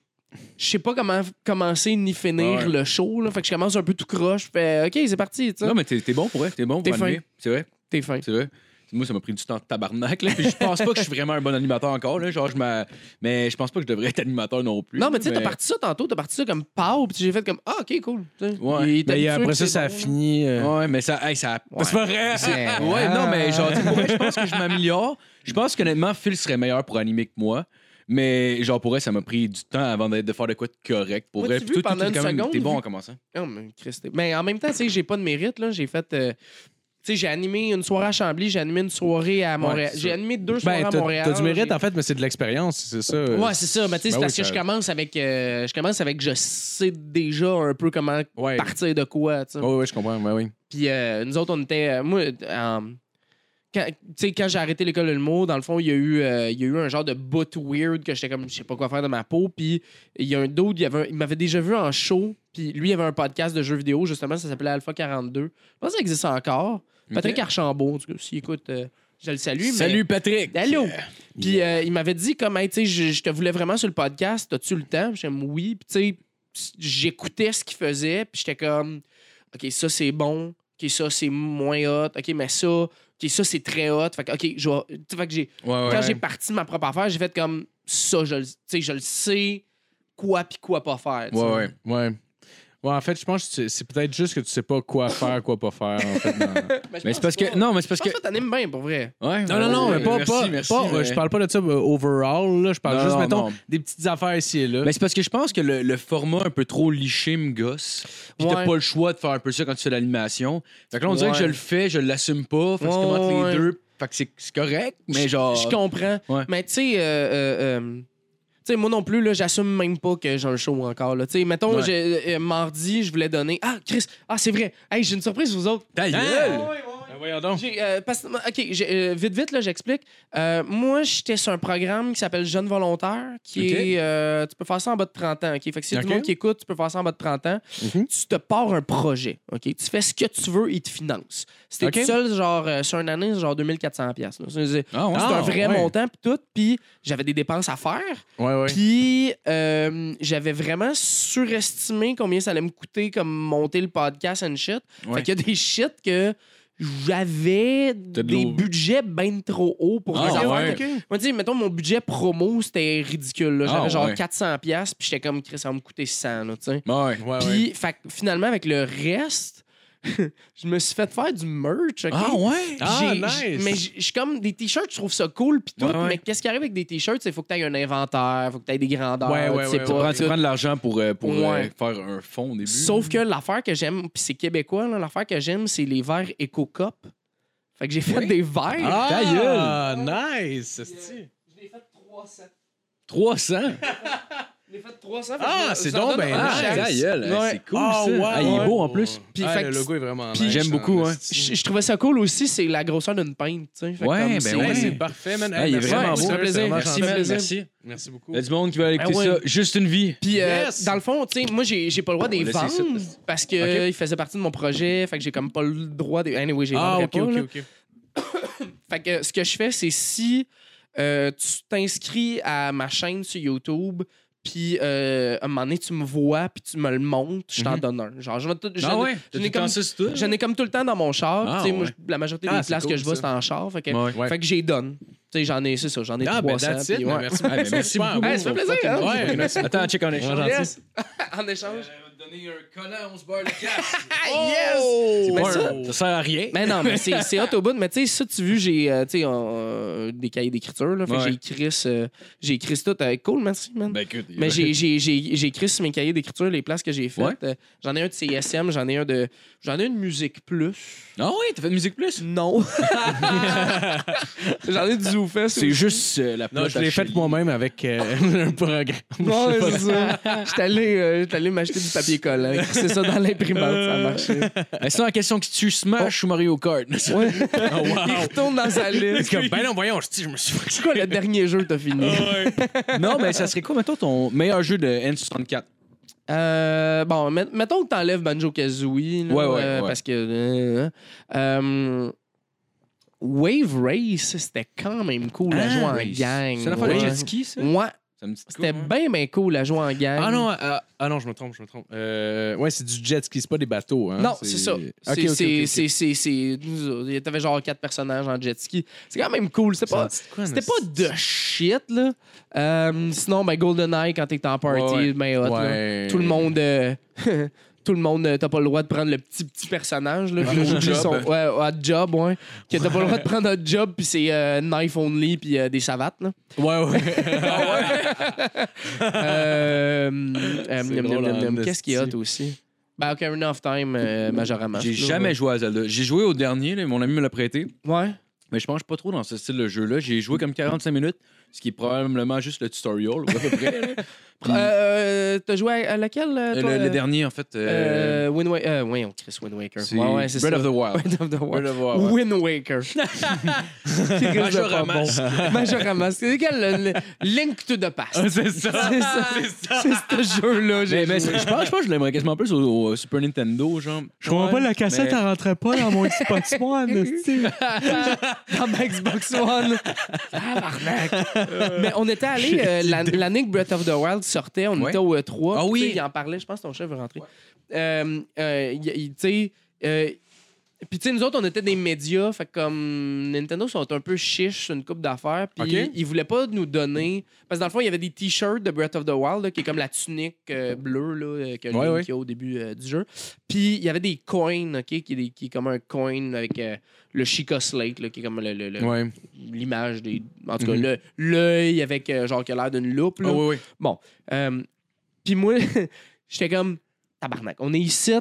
Je sais pas comment f- commencer ni finir
Ouais.
le show, là. Fait que je commence un peu tout croche. Je fais OK, c'est parti, tu sais.
Non, mais t'es t'es bon pour vrai. T'es bon
T'es
pour animer. C'est vrai,
T'es fin.
c'est vrai.
Moi, ça m'a pris du temps de tabarnak. Là. Puis je pense pas que je suis vraiment un bon animateur encore. Là. Genre, je m'a- mais je pense pas que je devrais être animateur non plus.
Non, mais tu sais, t'as parti ça tantôt, t'as parti ça comme pow, puis j'ai fait comme ah, ok, cool. Tu sais.
Ouais.
Il était habitué
Mais après
que
ça,
c'est
ça a
bon, là.
fini. euh,
Ouais, mais ça. hey, ça
Ouais.
C'est pas vrai!
C'est-
Ouais, non, mais genre, tu sais, pour vrai, je pense que je m'améliore. Je pense qu'honnêtement, Phil serait meilleur pour animer que moi. Mais genre, pour vrai, ça m'a pris du temps avant d'être- de faire de quoi de correct. Pour
Moi,
vrai,
tu
Puis
veux,
toi,
pendant
t'es
une
quand même-
seconde,
t'es bon
vu-
en commençant.
Non, mais Oh, Christ. Mais en même temps, tu sais, j'ai pas de mérite, là. J'ai fait. euh, tu sais, j'ai animé une soirée à Chambly, j'ai animé une soirée à Montréal.
c'est ça.
j'ai animé deux soirées
Ben,
à
t'as
Montréal.
t'as du mérite,
j'ai-
en fait, mais c'est de l'expérience, c'est ça.
Ouais, c'est ça. Mais tu sais,
Ben
c'est
oui,
parce que
ça-
je commence avec. euh, je commence avec. Je sais déjà un peu comment
Ouais.
partir de quoi, tu sais.
Ouais, ouais, je comprends. Ouais, ouais.
Puis euh, nous autres, on était. euh, moi, euh, quand, tu sais, quand j'ai arrêté l'école de l'humour, dans le fond, il y, a eu, euh, il y a eu un genre de bout weird que j'étais comme, je sais pas quoi faire de ma peau. Puis il y a un dude, il, y avait un- il m'avait déjà vu en show. Puis lui, il avait un podcast de jeux vidéo, justement, ça s'appelait Alpha 42. Je pense que ça existe encore. Patrick Archambault, en tout cas, s'il écoute, euh, je le salue. mais-
Salut Patrick!
Allô? Puis euh, il m'avait dit comme, Hey, tu sais, je, je te voulais vraiment sur le podcast, as-tu le temps? J'aime oui. Puis tu sais, j'écoutais ce qu'il faisait, puis j'étais comme, OK, ça c'est bon, OK, ça c'est moins hot, OK, mais ça, OK, ça c'est très hot. Fait que, OK, je vais- tu sais, fait que j'ai, quand j'ai parti de ma propre affaire, j'ai fait comme, ça, je, le- tu sais, je le sais, quoi puis quoi pas faire. tu sais.
ouais. Ouais. Ouais, en fait, je pense que c'est- c'est peut-être juste que tu sais pas quoi faire, quoi pas faire. En fait, dans-
je
Mais
pense
c'est parce que.
pas.
Non, mais c'est
Je
parce que.
pense que t'animes bien pour vrai.
Ouais,
Non, non, non,
ouais,
mais pas.
merci,
pas,
merci,
pas-
mais-
Je parle pas de ça euh, overall, là. Je parle
Non,
juste,
non,
mettons,
non.
des petites affaires ici et là.
Mais Ben, c'est parce que je pense que le, le format un peu trop liché me gosse. Puis t'as
Ouais.
pas le choix de faire un peu ça quand tu fais l'animation. Fait que là, on dirait
Ouais.
que je le fais, je l'assume pas. Fait que je
Ouais,
commente les
ouais.
deux. Fait que c'est c'est correct, mais genre.
Ah.
Je comprends.
Ouais.
Mais tu sais, euh, euh, euh, tu sais, moi non plus, là, j'assume même pas que j'ai un show encore. Là. Tu sais, mettons,
Ouais.
j'ai- euh, mardi, je voulais donner. Ah, Chris, ah, c'est vrai. Hey, j'ai une surprise pour vous autres. Ah,
Ta gueule!
voyons donc.
J'ai, euh, parce- OK, j'ai, euh, vite, vite, là, j'explique. Euh, moi, j'étais sur un programme qui s'appelle Jeunes volontaires, qui
OK.
est. euh, tu peux faire ça en bas de 30 ans. OK? Fait que si y a du
OK.
monde qui écoute, tu peux faire ça en bas de 30 ans.
Mhm.
Tu te pars un projet. OK? Tu fais ce que tu veux, ils te financent. Si t'es
OK.
tout seul, genre, euh, sur une année, c'est genre 2400$. piastres, là. C'est- c'est-
Ah, ouais.
c'est un vrai
ouais.
montant, puis tout. Puis j'avais des dépenses à faire.
Ouais, ouais.
Puis euh, j'avais vraiment surestimé combien ça allait me coûter comme monter le podcast and shit.
Ouais.
Fait qu'il y a des shit que j'avais
T'as de
des
l'eau.
budgets ben trop hauts pour
Ah,
les
ouais.
affaires. Moi, tu sais, mettons, mon budget promo, c'était ridicule. là. J'avais
Ah,
genre
ouais.
400$, piastres, puis j'étais comme, Chris, ça va me coûter 100$, là, tu sais.
Ah, Ouais.
Ouais, ouais.
Puis, fait que finalement, avec le reste, je me suis fait faire du merch. ok?
Ah, ouais?
Puis
Ah,
j'ai- j'-
nice.
Mais j'- je suis comme des t-shirts, je trouve ça cool. Puis tout,
Ouais, ouais.
Mais qu'est-ce qui arrive avec des t-shirts? C'est faut que tu aies un inventaire, faut que tu aies des grandeurs.
Ouais, ouais,
tu sais
ouais,
Tu
pas,
prends,
tout.
tu prends de l'argent pour, euh, pour euh,
Ouais.
faire un fond au début.
Sauf que l'affaire que j'aime, puis c'est québécois, là, l'affaire que j'aime, c'est les verres EcoCup. Fait que j'ai fait des verres.
Ah, nice! esti.
Je l'ai fait 300.
300?
Je l'ai fait 300.
Ah, c'est donc ben nice.
Ah, ta gueule, hey,
Ouais.
c'est cool
Ah,
ça.
ouais,
Ah, il est
ouais.
beau en plus.
Puis,
Ah,
fait
le
que-
logo est vraiment
puis
nice,
j'aime
en
beaucoup, hein.
esti.
Je, je trouvais ça cool aussi, c'est la grosseur d'une pinte. tu sais. Fait que
Ouais,
comme
ben
c'est-
ouais.
Ouais, c'est parfait, man.
Ah, il est
merci,
vraiment
man.
beau.
C'est
Ça fait plaisir.
vraiment
Merci,
gentil.
man.
Merci.
Merci beaucoup.
Il y a du monde qui va aller
Ah,
écouter
ouais.
ça. Juste une vie.
Puis, euh,
Yes!
dans le fond, tu sais, moi, j'ai j'ai pas le droit des
laisse ici,
vendre parce que
Ok.
il faisait partie de mon projet. Fait que j'ai comme pas le droit des. Anyway, j'ai
Ah,
vendu
ok,
pas,
ok,
là.
ok.
Fait que ce que je fais, c'est si euh, tu t'inscris à ma chaîne sur YouTube, puis euh, à un moment donné, tu me vois, puis tu me le montres, je
Mhm.
t'en donne un. Genre, je vais tout. je-
Ah ouais?
je
T'as
n'ai
tout
comme-
pensé sur toi?
J'en ai comme tout le temps dans mon char.
Ah,
tu sais, moi,
ouais.
je- la majorité
Ah,
des
c'est
places
cool,
que je vois,
ça.
c'est en char. Fait que,
Ouais.
Ouais.
fait que j'y donne. Tu sais, j'en ai, c'est ça, j'en ai
Ah, ben,
300.
that's it.
puis
man.
ouais.
Merci,
Ah, ben, merci
Super
beaucoup.
beau.
Hey, ça fait plaisir, hein?
Ouais, merci.
Attends, check en échange.
Yes. en échange.
Oh!
Ben,
Ouais,
ça-
Ça sert à rien.
Mais non, mais c'est c'est hot au bout. Mais tu sais, ça, tu vois, j'ai euh, tu sais, euh, des cahiers d'écriture. là. Fait que
Ouais.
j'ai écrit, ce- j'ai écrit ça tout. euh, cool, merci, man.
Ben, écoute,
mais j'ai- j'ai j'ai- j'ai écrit sur mes cahiers d'écriture les places que j'ai faites.
Ouais.
Euh, j'en ai un de CSM, j'en ai un de. J'en ai une musique plus.
Ah ouais, t'as fait de musique plus?
Non. j'en ai du zoufest.
C'est juste euh, la
Non,
plate
je
à
l'ai
chier.
faite moi-même avec euh, un programme.
Non, c'est ça. J'étais allé, euh, j'étais allé m'acheter du papier collant. C'est ça dans l'imprimante, ça a marché.
Mais c'est la question que tu Smash ou Mario Kart.
Ouais.
Oh, wow.
Il retourne dans sa liste.
Comme, ben non, voyons, je je me suis
C'est quoi le dernier jeu que t'as fini?
non, mais ça serait quoi, mettons, ton meilleur jeu de N64?
Euh, bon, met- mettons que t'enlèves Banjo Kazooie.
Ouais, ouais, ouais.
Parce que. euh, euh, Wave Race, c'était quand même cool à jouer en gang.
Ah,
Ah, C'est l'affaire
ouais.
de jet ski, ça?
Ouais.
Ça me dit de quoi, hein?
C'était
ouais.
bien, bien cool à jouer en gang.
Ah non, ah, ah non, je me trompe, je me trompe. Euh, ouais, c'est du jet ski, c'est pas des bateaux. Hein?
Non, c'est ça.
Ok, ok,
C'est-
ok,
c'est-
ok.
c'est- c'est- c'est- nous- T'avais genre quatre personnages en jet ski. C'est quand même cool. C'était pas,
Ça me dit quoi,
c'était
mais-
pas de shit, là. Euh, sinon, ben, GoldenEye, quand t'es en party,
Ouais,
ben hot, là.
Ouais.
Tout le monde. euh, Tout le monde, euh, t'as pas le droit de prendre le petit petit personnage, là. que les OG sont- ouais, hot job, ouais. Que t'as pas le droit de prendre hot job, puis c'est euh, knife only, puis euh, des savates, là.
Ouais, ouais.
Euh, euh, miam, miam,
drôle,
miam,
en
hein,
miam. Qu'est-ce qu'il y a
esti.
aussi? Ben, Ocarina of Time, euh, Majora's Mask,
J'ai
là,
jamais joué à Zelda. J'ai joué au dernier, là, mon ami me l'a prêté.
Ouais.
Mais je pense pas trop dans ce style de jeu-là. J'ai joué comme 45 minutes, ce qui est probablement juste le tutorial, ou à peu près. là. Puis,
Euh, T'as joué à, à laquelle, euh,
le-
toi?
le, dernier, en fait. euh,
Euh, Wind Waker. Euh, oui, on Chris Wind Waker.
c'est
Ouais, ouais, c'est
Breath of
ça.
the Wild.
Breath of the Wild.
Breath of the Wild, ouais.
Wind Waker. Majoramas. Majoramas. C'est quel le- le- Link to the Past?
c'est ça.
C'est ça. C'est ce jeu-là.
Mais,
j'ai
mais
joué.
c'est- je pense, je pense que je l'aimerais quasiment plus au, au Super Nintendo, genre.
Je comprends pas, la cassette,
mais-
elle rentrait pas dans mon Xbox One. esti.
dans ma Xbox One. Tabarnak. Mais on était allé euh, l'an- l'année que Breath of the Wild sortait, on
Ouais.
était au E3.
Ah
puis,
oui.
tu sais, Il en parlait, je pense que ton chef veut rentrer. Euh, euh, il- il- tu sais, euh, puis tu sais, nous autres, on était des médias, fait que comme Nintendo sont un peu chiches sur une coupe d'affaires, puis
Ok.
ils voulaient pas nous donner... Parce que dans le fond, il y avait des T-shirts de Breath of the Wild, là, qui est comme la tunique euh, bleue là, euh, que
Ouais,
Link
ouais.
a au début euh, du jeu. Puis il y avait des coins, OK, qui est, des- qui est comme un coin avec euh, le Chica Slate, là, qui est comme le- le- le-
Ouais.
l'image des. En tout cas,
Mhm. Ah
le- l'œil avec euh, genre qui a l'air d'une loupe. là.
oui, oui.
Euh, Puis moi, j'étais comme, tabarnak, on est ici.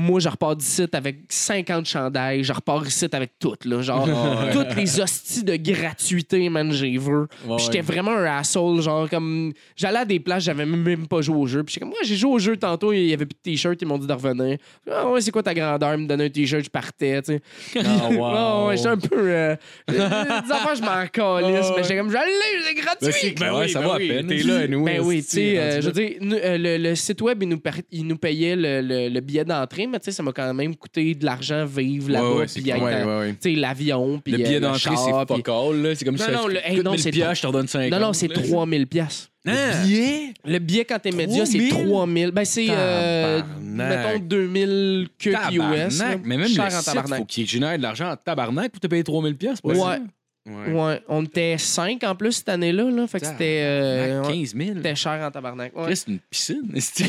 Moi, je repars d'ici avec 50 chandails. Je repars ici avec toutes, là. Genre,
ouais.
toutes les hosties de gratuité, man, j'ai vu.
Ouais,
Puis j'étais
ouais.
vraiment un asshole, genre comme j'allais à des places, j'avais même pas joué au jeu. Puis j'étais comme moi, j'ai joué au jeu tantôt, il y avait plus de t-shirt, ils m'ont dit de revenir. Ah ouais, c'est quoi ta grandeur, ils me donnait un t-shirt, je partais, tu sais.
Ah, wow.
Ah ouais, j'étais un peu euh, des affaires je m'en calisse, mais j'étais comme j'allais, c'est
Ben,
gratuit.
c'est- ben
Ouais,
oui,
ça
ben
va à
oui,
peine.
T'es là, anyway,
Ben oui, tu
esti,
sais, euh,
rendu
je veux
là.
dire, nous, euh, le, le site web, il nous, par- il nous payait le, le- le billet d'entrée, mais tu sais, ça m'a quand même coûté de l'argent vivre là-bas,
Ouais, ouais, c'est
puis être
Ouais,
dans-
ouais, ouais.
tu sais, l'avion, puis
Le
euh,
billet d'entrée,
char,
c'est
puis-
fuck all, là. C'est comme
Non,
ça.
non, le- hey, non, c'est
je t'en donne 50.
Non, non, c'est 3000 piastres.
Ah!
Billet?
Le billet quand t'es média, c'est
3000?
3000. Ben, c'est, euh,
Tabarnak.
mettons, 2000 que
Tabarnak,
US. là.
Mais même
Cher
le
en
site,
tabarnak.
faut qu'il génère de l'argent en tabarnak pour te payer 3000 pièces.
Ouais,
Ouais.
ouais. On était 5 en plus cette année-là. Là. Fait que c'était euh, ouais,
15 000.
c'était cher en tabarnak. Ouais.
Chris, c'est une piscine. esti.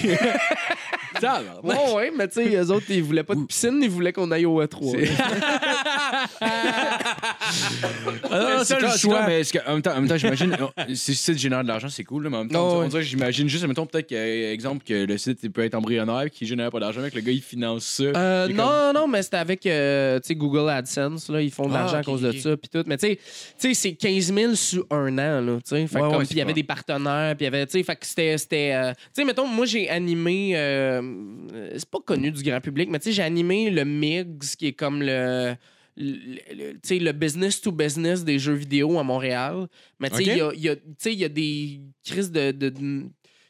Tabarnak.
Ouais, ouais, mais tu sais, eux autres, ils voulaient pas de piscine, ils voulaient qu'on aille au E3. là.
Ah non, non, c'est
le
clair,
choix.
c'est clair, mais c'est que- en même temps, en même temps, j'imagine, euh, si le site génère de l'argent, c'est cool, là, mais en même temps,
Oh,
on
ouais.
dirait que j'imagine juste, mettons, peut-être que, euh, exemple, que le site il peut être embryonnaire, qu'il génère pas d'argent, mais que le gars, il finance ça.
Euh,
Il est
non, non, mais c'était avec euh, tu sais, Google AdSense. Là, ils font de
Ah,
l'argent
ok,
à cause de
ok.
ça. Puis tout. Mais tu sais, tu sais, c'est 15 000 sur un an. Là, tu sais. Fait que
Ouais,
comme-
ouais,
puis il y avait
c'est
des partenaires. Puis il y avait. tu sais, Fait que c'était. c'était, euh, Tu sais, mettons, moi, j'ai animé. euh, euh, c'est pas connu du grand public, mais tu sais, j'ai animé le MIGS, qui est comme le. le- le- tu sais, le business to business des jeux vidéo à Montréal. Mais tu sais,
Ok.
il y a- il y a- tu sais, il y a des crises de- de- de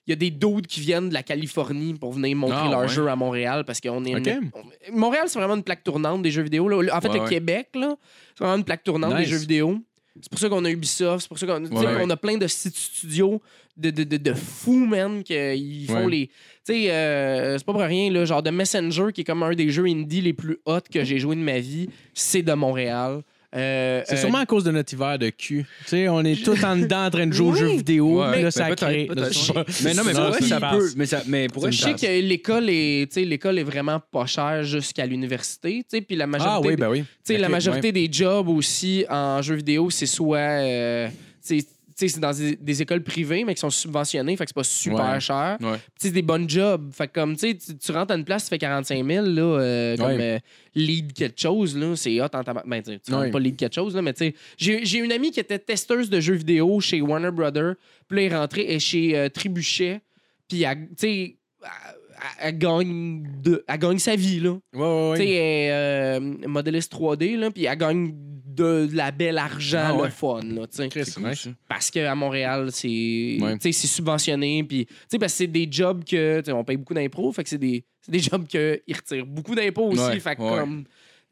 il y a des dudes qui viennent de la Californie pour venir montrer
Ah,
leur
ouais.
jeu à Montréal parce qu'on est.
Ok.
une- on- Montréal, c'est vraiment une plaque tournante des jeux vidéo. là. En fait,
Ouais,
le
ouais.
Québec, là, c'est vraiment une plaque tournante des
Nice.
jeux vidéo. C'est pour ça qu'on a Ubisoft, c'est pour ça qu'on tu sais,
Ouais, ouais.
qu'on a plein de sites studios de, de, de, de fous, man, qu'ils font
Ouais.
les. Tu sais, euh, c'est pas pour rien, là, genre de Messenger, qui est comme un des jeux indie les plus hot que j'ai joué de ma vie, c'est de Montréal. Euh,
C'est
euh,
sûrement à cause de notre hiver de cul. Tu sais, on est tout en dedans en train de jouer aux
Oui.
jeux vidéo.
Ouais,
puis là,
mais
ça
peut-être,
crée.
peut-être.
là, c'est pas-
Mais non, mais
Non,
pour vrai,
c'est
ça
une
peut.
farce.
Mais, ça, mais pour vrai,
C'est
Je
une
ça-
sais
chance.
que l'école est, tu sais, l'école est vraiment pas chère jusqu'à l'université, tu sais, puis la majorité,
Ah
des-
oui, ben oui.
tu sais, la
Ok,
majorité des jobs aussi en jeux vidéo, c'est soit, euh, tu sais, tu sais, c'est dans des, des écoles privées mais qui sont subventionnées, fait que c'est pas super
Ouais.
cher.
Ouais.
Puis C'est des bonnes jobs, fait que comme tu sais, tu- tu rentres à une place, tu fais 45 000 là, euh, comme
Ouais.
euh, lead quelque chose là, c'est hot en tabac. Ben, tu sais, tu rentres
Ouais.
pas lead quelque chose là, mais tu sais, j'ai j'ai une amie qui était testeuse de jeux vidéo chez Warner Brothers, puis là, elle est rentrée elle est chez euh, Tribuchet, puis elle, tu sais, elle- elle- elle gagne de- elle gagne sa vie là.
Ouais, ouais,
Tu sais, elle
ouais.
est euh, modéliste 3D, là, puis elle gagne de, de la belle argent,
Ah ouais.
le fun, là, tu sais.
Chris, nice.
Parce qu'à Montréal, c'est
Ouais.
tu sais, c'est subventionné, puis tu sais, parce que c'est des jobs que, tu sais, on paye beaucoup d'impôts, fait que c'est des, c'est des jobs qu'ils retirent beaucoup d'impôts aussi,
Ouais,
fait que
ouais.
comme...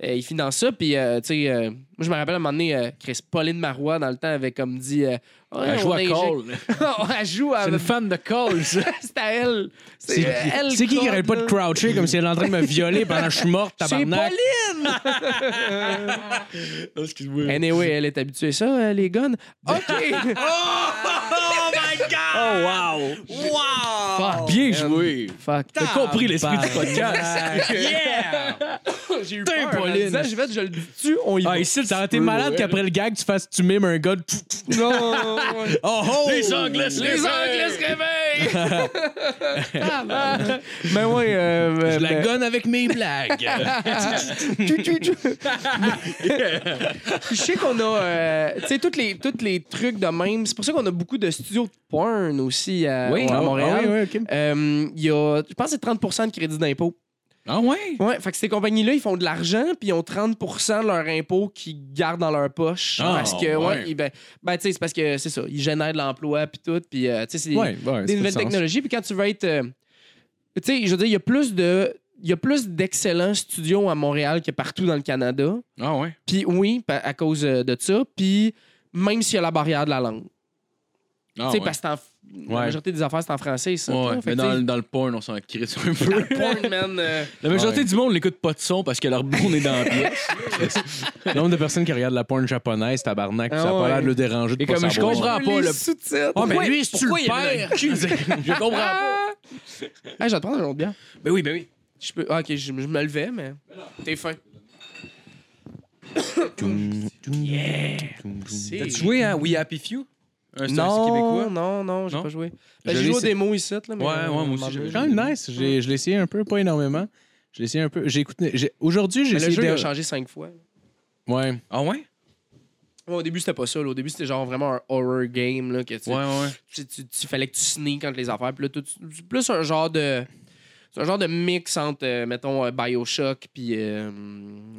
euh, il finance ça. Puis, euh, tu sais, euh, moi, je me rappelle à un moment donné, euh, Chris Pauline Marois, dans le temps, avait comme dit. euh, Ouais,
Ah,
Elle joue
on
à
injecte-
Cole.
elle joue à.
C'est une fan de Cole, ça.
C'est à elle.
C'est
euh, elle,
qui- c'est qui qui
Claude,
arrête pas de
là?
croucher comme si elle était en train de me violer pendant que je suis morte, tabarnak?
Non, Excuse-moi.
Anyway, elle est habituée à ça, euh, les guns. OK!
Ah,
Bien joué.
Fuck.
T'as compris l'esprit du podcast.
J'ai eu
Putain,
peur. en
Pauline.
disant, je vais, je le dis on y va.
Ah, ici, ça aurait été malade qu'après le gag, tu fasses tu mimes un gars de.
Non!
Oh oh!
Les Anglais, se
Les
réveillent.
Anglais se réveillent! Mais ouais, euh,
Je
euh,
la
ben-
gonne avec mes blagues!
Tu, tu, tu. Je sais qu'on a, euh, tu sais, toutes les, toutes les trucs de même. C'est pour ça qu'on a beaucoup de studios de porn aussi à,
Oui.
à Montréal.
Ah, ouais, ouais, ok.
Euh, il y a, je pense que c'est 30 de crédit d'impôt.
Ah ouais?
Ouais, fait que ces compagnies-là, ils font de l'argent, puis ils ont 30 de leur impôt qu'ils gardent dans leur poche.
Ah,
parce que, ouais,
ouais.
ils- ben, ben, tu sais, c'est parce que c'est ça, ils génèrent de l'emploi, puis tout, puis, euh, tu sais, c'est
Ouais, ouais,
des nouvelles
ça fait sens.
technologies. Puis quand tu vas être. euh, tu sais, je veux dire, il y a plus de. Il y a plus d'excellents studios à Montréal que partout dans le Canada.
Ah ouais.
Puis oui, pa- à cause euh, de ça. Puis même s'il y a la barrière de la langue.
Ah
tu sais,
ouais.
parce que c'est en f- la
Ouais.
majorité des affaires, c'est en français, ça.
Ouais, mais
Fait que,
dans,
tu
le- dans le porn, on s'en crisse un peu.
sais, porn, man, euh,
La majorité
Ouais.
du monde n'écoute pas de son parce que leur bourne est dans la pièce.
Le nombre de personnes qui regardent la porn japonaise, tabarnak,
Ah
ça a pas
ouais.
l'air de le déranger de
Et
pas
comme je
savoir.
comprends- pas,
les
là.
sous-titres.
Ah, mais
Ouais.
lui, si tu
pourquoi
le
il y en a
perds,
Je comprends pas.
Ah, je vais te prendre un autre bien.
Ben oui, ben oui.
Je peux. ah, ok, je, je me levais, mais. T'es fin. yeah!
T'as joué à We Happy Few? Un style
Non,
québécois?
non, non, j'ai
Non?
pas joué.
Je
Ben, j'ai
l'ai
joué
essayé.
des mots ici, là. Mais
Ouais, ouais,
euh,
moi aussi,
m'en
j'ai-
vais.
j'ai-
quand même nice. J'ai- Je l'ai essayé un peu, pas énormément. Je l'ai essayé un peu. J'ai écouté. j'ai- Aujourd'hui, j'ai
Mais Ben, le
essayé.
jeu il a
de-
changé cinq fois.
Ouais.
Ah ouais?
Ouais, au début, c'était pas ça. là. Au début, c'était genre vraiment un horror game. Là, que tu,
Ouais, ouais.
tu, tu- tu- fallait que tu sneak contre les affaires. Puis là, tout- c'est plus un genre de. C'est un genre de mix entre, euh, mettons, euh, Bioshock puis euh,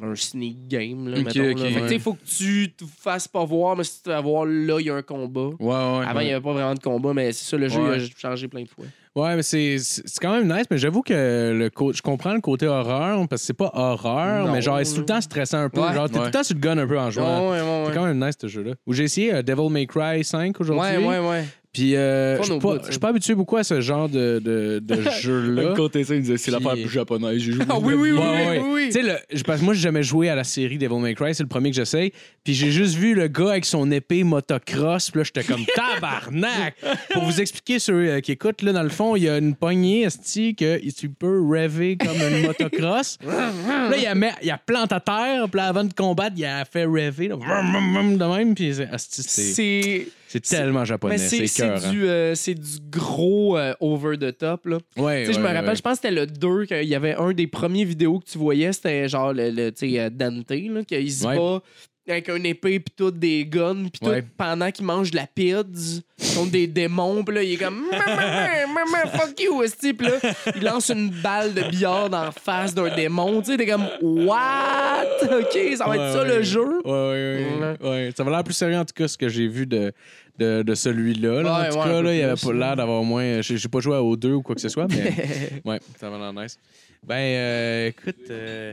un sneak game. Là,
Ok,
mettons, là.
ok.
Fait que, tu sais, il faut que tu te fasses pas voir, mais si tu te fais voir, là, il y a un combat.
Ouais, ouais.
Avant, il n'y avait pas vraiment de combat, mais c'est ça, le jeu
Ouais.
il a changé plein de fois.
Ouais, mais c'est c'est c'est quand même nice, mais j'avoue que le cô- je comprends le côté horreur, parce que c'est pas horreur,
Non.
mais genre, c'est tout le temps stressant un peu.
Ouais.
Genre, t'es tout le temps sur le gun un peu en jouant.
ouais, ouais,
C'est quand même nice, ce jeu-là. Où j'ai essayé euh, Devil May Cry 5 aujourd'hui.
Ouais, ouais, ouais.
Puis euh,
Fun
je suis
au
pas,
bout, ça.
je suis pas habitué beaucoup à ce genre de,
Euh,
de, de jeu-là.
côté ça, il me disait c'est
Puis-
l'affaire plus japonaise. J'ai joué.
Ah oui, oui, oui,
Ouais,
oui,
ouais.
oui, oui.
Tu sais, le- je- parce que moi, j'ai jamais joué à la série Devil May Cry, c'est le premier que j'essaye. Puis j'ai juste vu le gars avec son épée motocross, puis là, j'étais comme tabarnak! Pour vous expliquer, ceux euh, qui écoutent, là, dans le fond, il y a une poignée, esti, que tu peux rêver comme une motocross. là, il y a, met- il y a plante à terre, puis là, avant de combattre, il a fait rêver, là, vroom, vroom, vroom, de même, puis c'est- esti, c'est
C'est.
c'est tellement japonais,
Mais
c'est
c'est
cœur. hein.
c'est du, euh, c'est du gros euh, over the top. Là.
Ouais,
Tu sais, je me
ouais,
rappelle,
ouais.
je pense que c'était le 2, qu'il y avait un des premiers vidéos que tu voyais, c'était genre le, le, tu sais, euh, Dante, là, qu'il se
Ouais.
bat avec un épée puis tout, des guns puis tout,
Ouais.
pendant qu'il mange de la pids contre des démons puis là, il est comme Maman, maman, fuck you, esti Puis là, il lance une balle de billard dans la face d'un démon, tu sais, t'es comme what? Ok, ça va être
Ouais,
ça le
ouais.
jeu?
Ouais, ouais, ouais, ouais. Ça va l'air plus sérieux, en tout cas, ce que j'ai vu de, de, de celui-là. là.
Ouais,
en tout
ouais, un
cas,
peu
là, il avait
plus,
pas
là.
l'air d'avoir moins. euh, J'ai j'ai pas joué aux deux ou quoi que ce soit, mais. ouais, ça va l'air nice. Ben, euh, écoute. euh,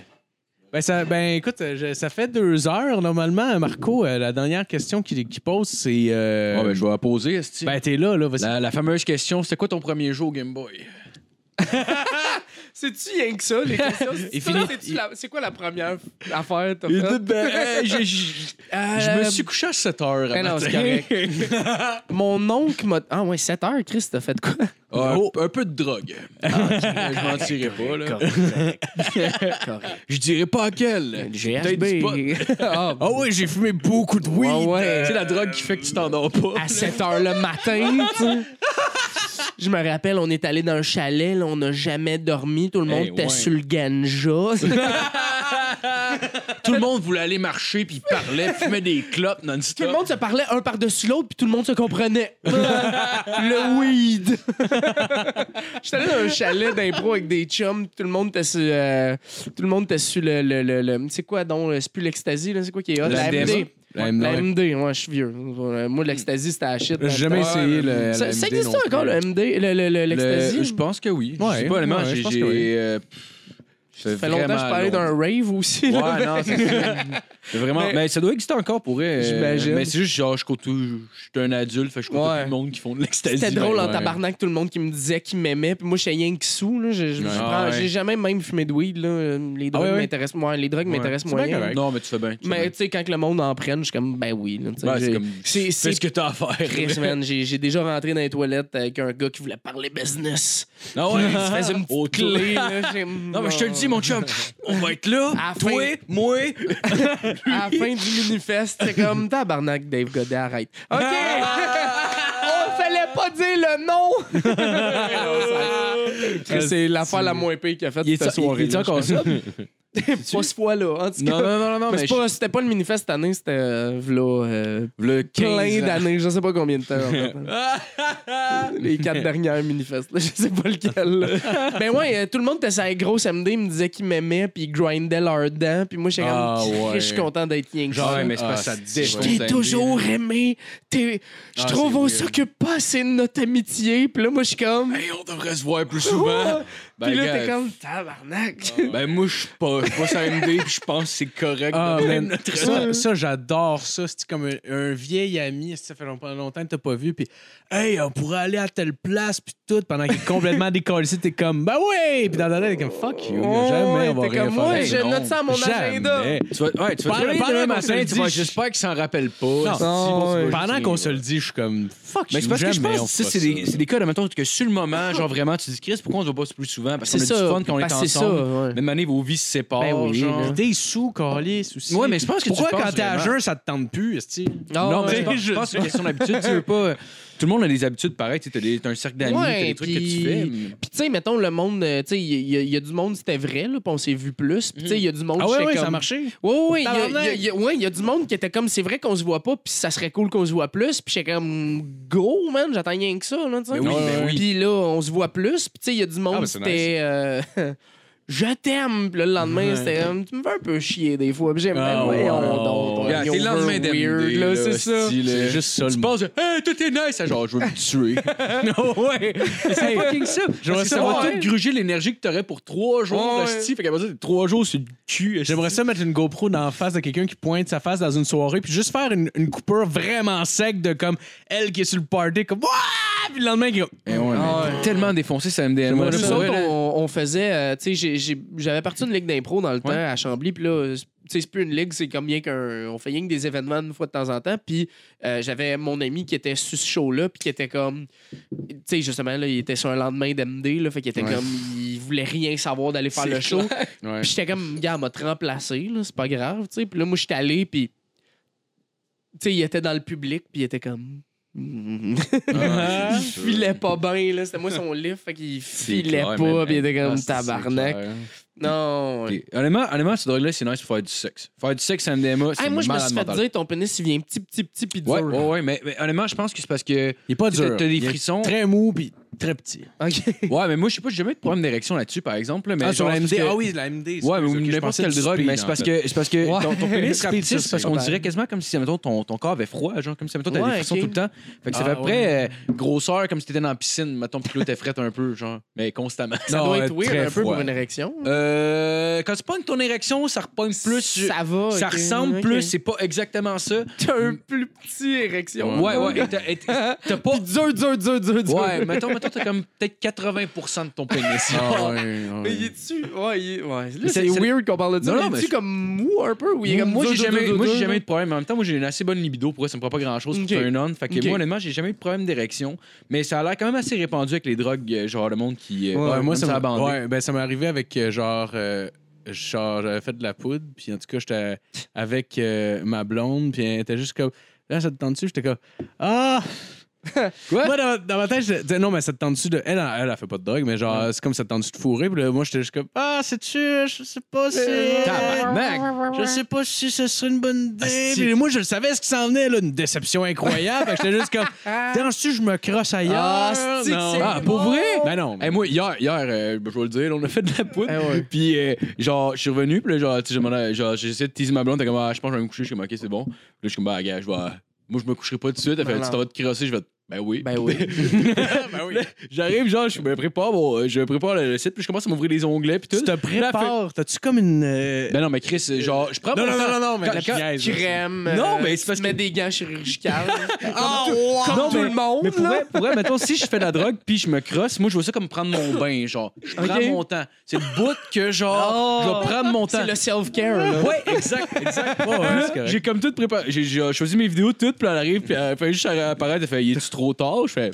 Ben, ça, ben, écoute, euh, je- ça fait deux heures, normalement. Marco, euh, la dernière question qu'il qu'il pose, c'est. euh,
Ouais, ben, je vais la poser, est
ben, t'es là, là. vas-y.
Euh,
la, la fameuse question, c'était quoi ton premier jeu au Game Boy?
C'est-tu rien que ça, les questions?
Il
C'est-tu
finit-
ça? C'est-tu la- C'est quoi la première affaire que t'as
Il
faite? Euh,
dit, ben, euh, j'ai- j'ai- je me suis couché à 7 heures.
Ben non,
matin.
c'est correct. Mon oncle m'a. Ah ouais, 7 heures, Chris, t'as fait quoi?
Ah, un- un peu de drogue. Ah, je m'en tirais pas. Là. Je dirais pas à
Euh,
quelle. Peut-être du pot.
Ah,
Ah ouais, j'ai fumé beaucoup de weed.
ouais, ouais.
C'est la drogue qui fait que tu t'endors pas.
À 7 heures le matin, tu sais. Je me rappelle, on est allé dans un chalet, là, on n'a jamais dormi, tout le monde
Hey,
était
ouais.
sur le ganja.
Tout le monde voulait aller marcher, puis il parlait, fumait des clopes
tout le
non-stop.
monde se parlait un par-dessus l'autre, puis tout le monde se comprenait. le weed. J'étais allé dans un chalet d'impro avec des chums, tout le monde était sur, euh, tout le monde était sur le, le, le, le- c'est quoi donc, euh, c'est plus l'ecstasy là, c'est quoi qui est hot?
La
MD.
MD.
La
La
ben,
MD.
MD, ouais, je suis vieux. Euh, Moi, l'ecstasy, c'était la shit.
J'ai jamais
Ça-
essayé le.
Ça,
la
ça
MD
existe
non plus.
encore, le MD, le- le- le-
Le-
Euh,
l'ecstasy?
Je pense que oui.
Ouais,
je sais pas, honnêtement,
ouais, je
j'ai-
pense
j'ai
que oui.
euh,
Ça fait longtemps que je parlais d'un rave aussi. là.
Ouais, non, c'est ça. C'est vraiment. Mais,
Mais-
ça doit exister encore pour vrai. euh,
J'imagine.
Mais c'est juste genre, je côtoie. Je suis un adulte, fait que je côtoie
Ouais.
tout le monde qui font de l'extasie.
C'était drôle en
ouais.
tabarnak, tout le monde qui me disait qu'il m'aimait. Puis moi, j'étais rien que sous. Là. Je, je- je
Ouais.
prends-
Ah ouais. Ah
J'ai jamais même fumé de weed. Là. Euh, Les drogues
ouais, ouais.
m'intéressent moins. Les drogues
Ouais.
m'intéressent
C'est bien
moyen.
correct.
Non, mais tu fais bien. tu fais
Mais
bien.
tu sais, quand que le monde en prenne, je suis comme, ben oui. là, tu sais,
Ouais, c'est
j'ai-
comme.
c'est-
Fais ce que t'as à faire.
Chris, man, j'ai j'ai déjà rentré dans les toilettes avec un gars qui voulait parler business.
Ah
Ouais,
ouais,
il se faisait une petite clé. là, j'ai-
Non, mais je te le dis, mon chum, on va être là.
À la
toi,
fin-
moi.
À la fin du mini-fest, c'est comme tabarnak, Dave Godet, arrête.
Ah!
OK! On fallait pas dire le nom! Chris, c'est l'affaire la moins pire qu'il a faite cette soirée.
est encore ça?
Pas ce fois-là, en tout
Non,
cas.
non, non, non, non.
Mais c'est pas- C'était pas le mini-fest cette année, c'était euh, v'là, euh,
Le
plein
15 ans.
d'années, je sais pas combien de temps. en fait. hein. Les quatre dernières manifestes, je sais pas lequel. là. ben ouais, euh, tout le monde était sur la grosse MD, il me disait qu'ils m'aimaient, puis ils grindaient leurs dents, puis moi, j'étais comme,
Ah
Christ,
ouais.
je suis content d'être rien que
Genre,
ça.
ouais, mais c'est parce que
Ah,
ça
Je
défonce.
t'ai toujours aimé. T'es- Je
Ah,
trouve
c'est
on
weird.
s'occupe pas assez de notre amitié. Puis là, moi, je suis comme.
Hey, on devrait se voir plus souvent.
puis là,
Ben,
gars,
t'es comme tabarnak.
Ben, moi, je suis pas, je suis pas sur MD, puis je pense que c'est correct.
Ah,
de-
man, ça, ça, j'adore ça. C'est comme un, un vieil ami, ça fait long- longtemps que t'as pas vu, puis hey, on pourrait aller à telle place, puis tout, pendant qu'il est complètement décollé, t'es comme, bah ouais, puis dans la tête, t'es comme, fuck you,
Ouais,
jamais on va
t'es
rien
comme,
faire. Ben,
ouais, je
Non,
note ça à mon
jamais.
agenda.
Tu vas, ouais, tu vas
Pendant-
travailler
pendant
demain
qu'on se
matin,
le
tu
dit,
vas,
je-
j'espère qu'ils s'en rappellent pas. Si,
Non,
tu vas-
ouais.
Pendant qu'on se le dit, je suis comme, fuck
Mais
you,
c'est parce que je
jamais
pense
on
que ça,
fera
c'est des, c'est des cas, de mettons, que sur le moment, genre vraiment, tu dis, Chris, pourquoi on se voit pas plus souvent? Parce qu'on a du fun quand on est
parce que
ensemble.
Ben, c'est ça, ouais.
Même année, vos vies se séparent.
Ben oui,
genre.
là.
T'es sous, calice aussi.
Ouais, mais je pense que tu
Pourquoi
penses
quand t'es à
vraiment.
jeun, ça te tente plus, esti?
Ah,
Non, mais
ouais.
je pense- je pense que c'est une question d'habitude. Tu veux pas. euh, Tout le monde a des habitudes pareilles. Tu sais, t'as des- t'as un cercle d'amis,
Ouais,
t'as des trucs
puis-
que tu fais.
Puis, tu sais, mettons, le monde, euh, tu sais, il y, a- il y a du monde, c'était vrai, là, puis on s'est vu plus. Puis, tu sais, il y a du monde,
Ah ouais,
j'étais
ouais,
comme...
ça a marché.
Ouais, ouais, ouais, il y a-
Tabarnak.
il y, a- ouais, il y a du monde qui était comme, c'est vrai qu'on se voit pas, puis ça serait cool qu'on se voit plus. Puis, j'étais comme, go, man, j'attends rien que ça, là, tu sais.
Ben oui, ben oui.
Puis là, on se voit plus, puis, tu sais, il y a du monde,
Ah, ben, c'est
c'était. euh, Je t'aime! Puis là, le lendemain, c'était comme, tu me fais un peu chier des fois. Puis j'ai
Ah,
ben,
ouais,
voyons
ouais,
donc,
ouais.
ton
Regarde, t'es le
hangover
lendemain
weird,
d'MD,
là,
là,
c'est ça.
style, euh,
C'est juste ça,
Tu
le
penses, hey, tout est nice. Ah, Genre, je veux me tuer.
mot. ouais.
C'est fucking ça. Parce que ça
savoir,
va
ouais.
tout gruger l'énergie que t'aurais pour trois jours.
Ouais.
hostie. Fait qu'à partir de trois jours, c'est le cul. hostie.
J'aimerais ça mettre une GoPro dans la face de quelqu'un qui pointe sa face dans une soirée, puis juste faire une, une coupure vraiment sec de comme elle qui est sur le party, comme Wouah! Puis le lendemain, qui est comme,
Eh ouais,
Ah,
mais
ouais.
Tellement défoncé, ça me
J'aimerais
Nous
ça.
autres, on, on faisait, euh, tu sais, j'ai- j'ai- j'avais parti d'une ligue d'impro dans le temps à Chambly, puis là, euh, c'est- tu sais, c'est plus une ligue, c'est comme bien qu'un. On fait rien que des événements une fois de temps en temps, puis euh, j'avais mon ami qui était sur ce show-là, puis qui était comme. Tu sais, justement, là, il était sur un lendemain d'MD, là, fait qu'il était
Ouais.
comme. Il voulait rien savoir d'aller faire le show. Puis j'étais comme, gars, m'a te remplacé, là, c'est pas grave, tu sais. Puis là, moi, j'étais allé, puis. Tu sais, il était dans le public, puis il était comme. Mm.
Ah,
il
c'est
filait pas bien, là. C'était moi son livre, fait qu'il
C'est
filait
clair,
pas,
man.
puis il était
Ah,
comme
c'est
tabarnak.
clair.
Non. ouais.
Puis, Honnêtement, honnêtement, cette drogue-là, c'est nice pour faire du sexe. Faire du sexe à MDMA, c'est
Hey, moi, je me
malade
suis fait
mental.
dire, ton pénis, il vient petit, petit, petit, puis dur.
Ouais, ouais, ouais, mais, mais honnêtement, je pense que c'est parce que
Il est pas
t'as
dur.
t'as des
Il est
frissons.
Très mou, puis très petit.
OK.
Ouais, mais moi, je sais pas, j'ai jamais eu de problème d'érection là-dessus, par exemple. là, Mais
ah, sur
genre,
la
c'est
MD.
parce que-
Ah oui, la MD.
Ouais, mais
ok, je
n'importe
pensais
quelle
du
drogue,
speed,
mais c'est
en
parce
fait.
que, c'est parce que
Ouais.
ton, ton pénis
Speed,
rapide,
ça,
c'est parce
c'est
qu'on
pas
dirait quasiment comme si, mettons, ton, ton corps avait froid, genre, comme si, mettons, t'avais
Ouais,
des frissons
ok.
tout le temps. Fait que ça
Ah,
fait à peu près euh, grosseur, comme si t'étais dans la piscine, mettons, puis que là, t'es frette un peu, genre, mais constamment.
Ça
Non,
doit
euh,
être weird
très
un peu
froid.
pour une érection.
Euh, quand tu pognes ton érection, ça repogne plus.
ça va.
ça
ok,
ressemble
ok.
plus, c'est pas exactement ça.
T'as un plus petit érection.
Ouais, ouais, et t'as- et t'as t'as pas.
Puis dur, dur, dur, dur, dur.
Ouais, mettons, mettons, t'as comme peut-être 80% de ton pénis.
Ah, ouais, ouais.
Mais il est-tu. Ouais, il est. Ouais. Là,
Mais
c'est
c'est- c'est-
weird qu'on parle de ça.
Non,
mais
non,
il
mais
est-tu
je-
comme mou un peu ou il est comme.
moi,
dur,
j'ai
dur,
jamais,
dur,
moi, j'ai
dur,
jamais eu
là?
de problème. En même temps, moi, j'ai une assez bonne libido. Pour vrai, ça me prend pas grand-chose
Ok.
pour faire un on. Fait que
Ok.
moi, honnêtement, j'ai jamais eu de problème d'érection. Mais ça a l'air quand même assez répandu avec les drogues, euh, genre le monde qui. euh,
Ouais,
comme
moi, ça
a
m'a-
bandé.
ouais, ben, ça m'est arrivé avec euh, genre. euh, genre, j'avais fait de la poudre, puis en tout cas, j'étais avec euh, ma blonde, puis elle était juste comme. Là, ça te tente dessus? J'étais comme. Ah!
Quoi?
Moi, dans, dans ma tête, je disais, non, mais ça te tente dessus de. Elle, elle, elle, elle fait pas de drogue, mais genre, c'est comme ça te tente dessus de fourrer, puis là, moi, j'étais juste comme. Ah, c'est-tu? Je sais pas si.
Tabarnak!
Je sais pas si ce serait une bonne idée. Puis moi, je le savais ce qui s'en venait, là, une déception incroyable. fait que j'étais juste comme. Danses-tu, je me crosse ailleurs?
Ah, c'est-tu que
Non.
c'est
Ah,
Pour vrai?
ben non.
Hey, moi, hier, hier euh, je vais le dire, là, on a fait de la poudre.
Eh ouais.
Puis, euh, genre, je suis revenu, puis là, genre, tu sais, je m'en ai- genre, j'ai essayé de teaser ma blonde, t'es comme, ah, je pense que je vais me coucher, je suis comme, ok, c'est bon. Puis là, je suis comme, bah, gars, je vais. Moi, je me coucherai pas tout de suite. Elle fait,
Non,
tu
non.
t'en vas te crosser, je vais te
Ben oui.
Ben oui.
Ben oui. J'arrive, genre, je me prépare, bon, je prépare le, le site, puis je commence à m'ouvrir les onglets, puis
Tu
tout.
te prépares. T'as-tu comme une. euh,
Ben non, mais Chris, genre, je prends
Non,
mon
non,
temps.
non, non, non, mais
Quand-
la
quand-
pièce, là.
Crème.
Non,
euh,
mais c'est parce
tu
que-
mets des gants chirurgicales.
Ah,
Comme
Non,
tout
mais-
le monde.
Mais pour
là.
vrai, pour vrai, mettons, si je fais de la drogue puis je me crosse, moi, je vois ça comme prendre mon bain, genre. Je prends
Ok.
mon temps. C'est le bout que, genre,
Oh.
je vais prendre mon temps.
C'est le self-care. là.
Ouais, exact, exact.
ouais, ouais, c'est
Là,
correct.
j'ai comme tout préparé. J'ai, j'ai choisi mes vidéos toutes, puis elle arrive, puis elle fait juste apparaître. Elle fait, il est-tu trop tard? Je fais,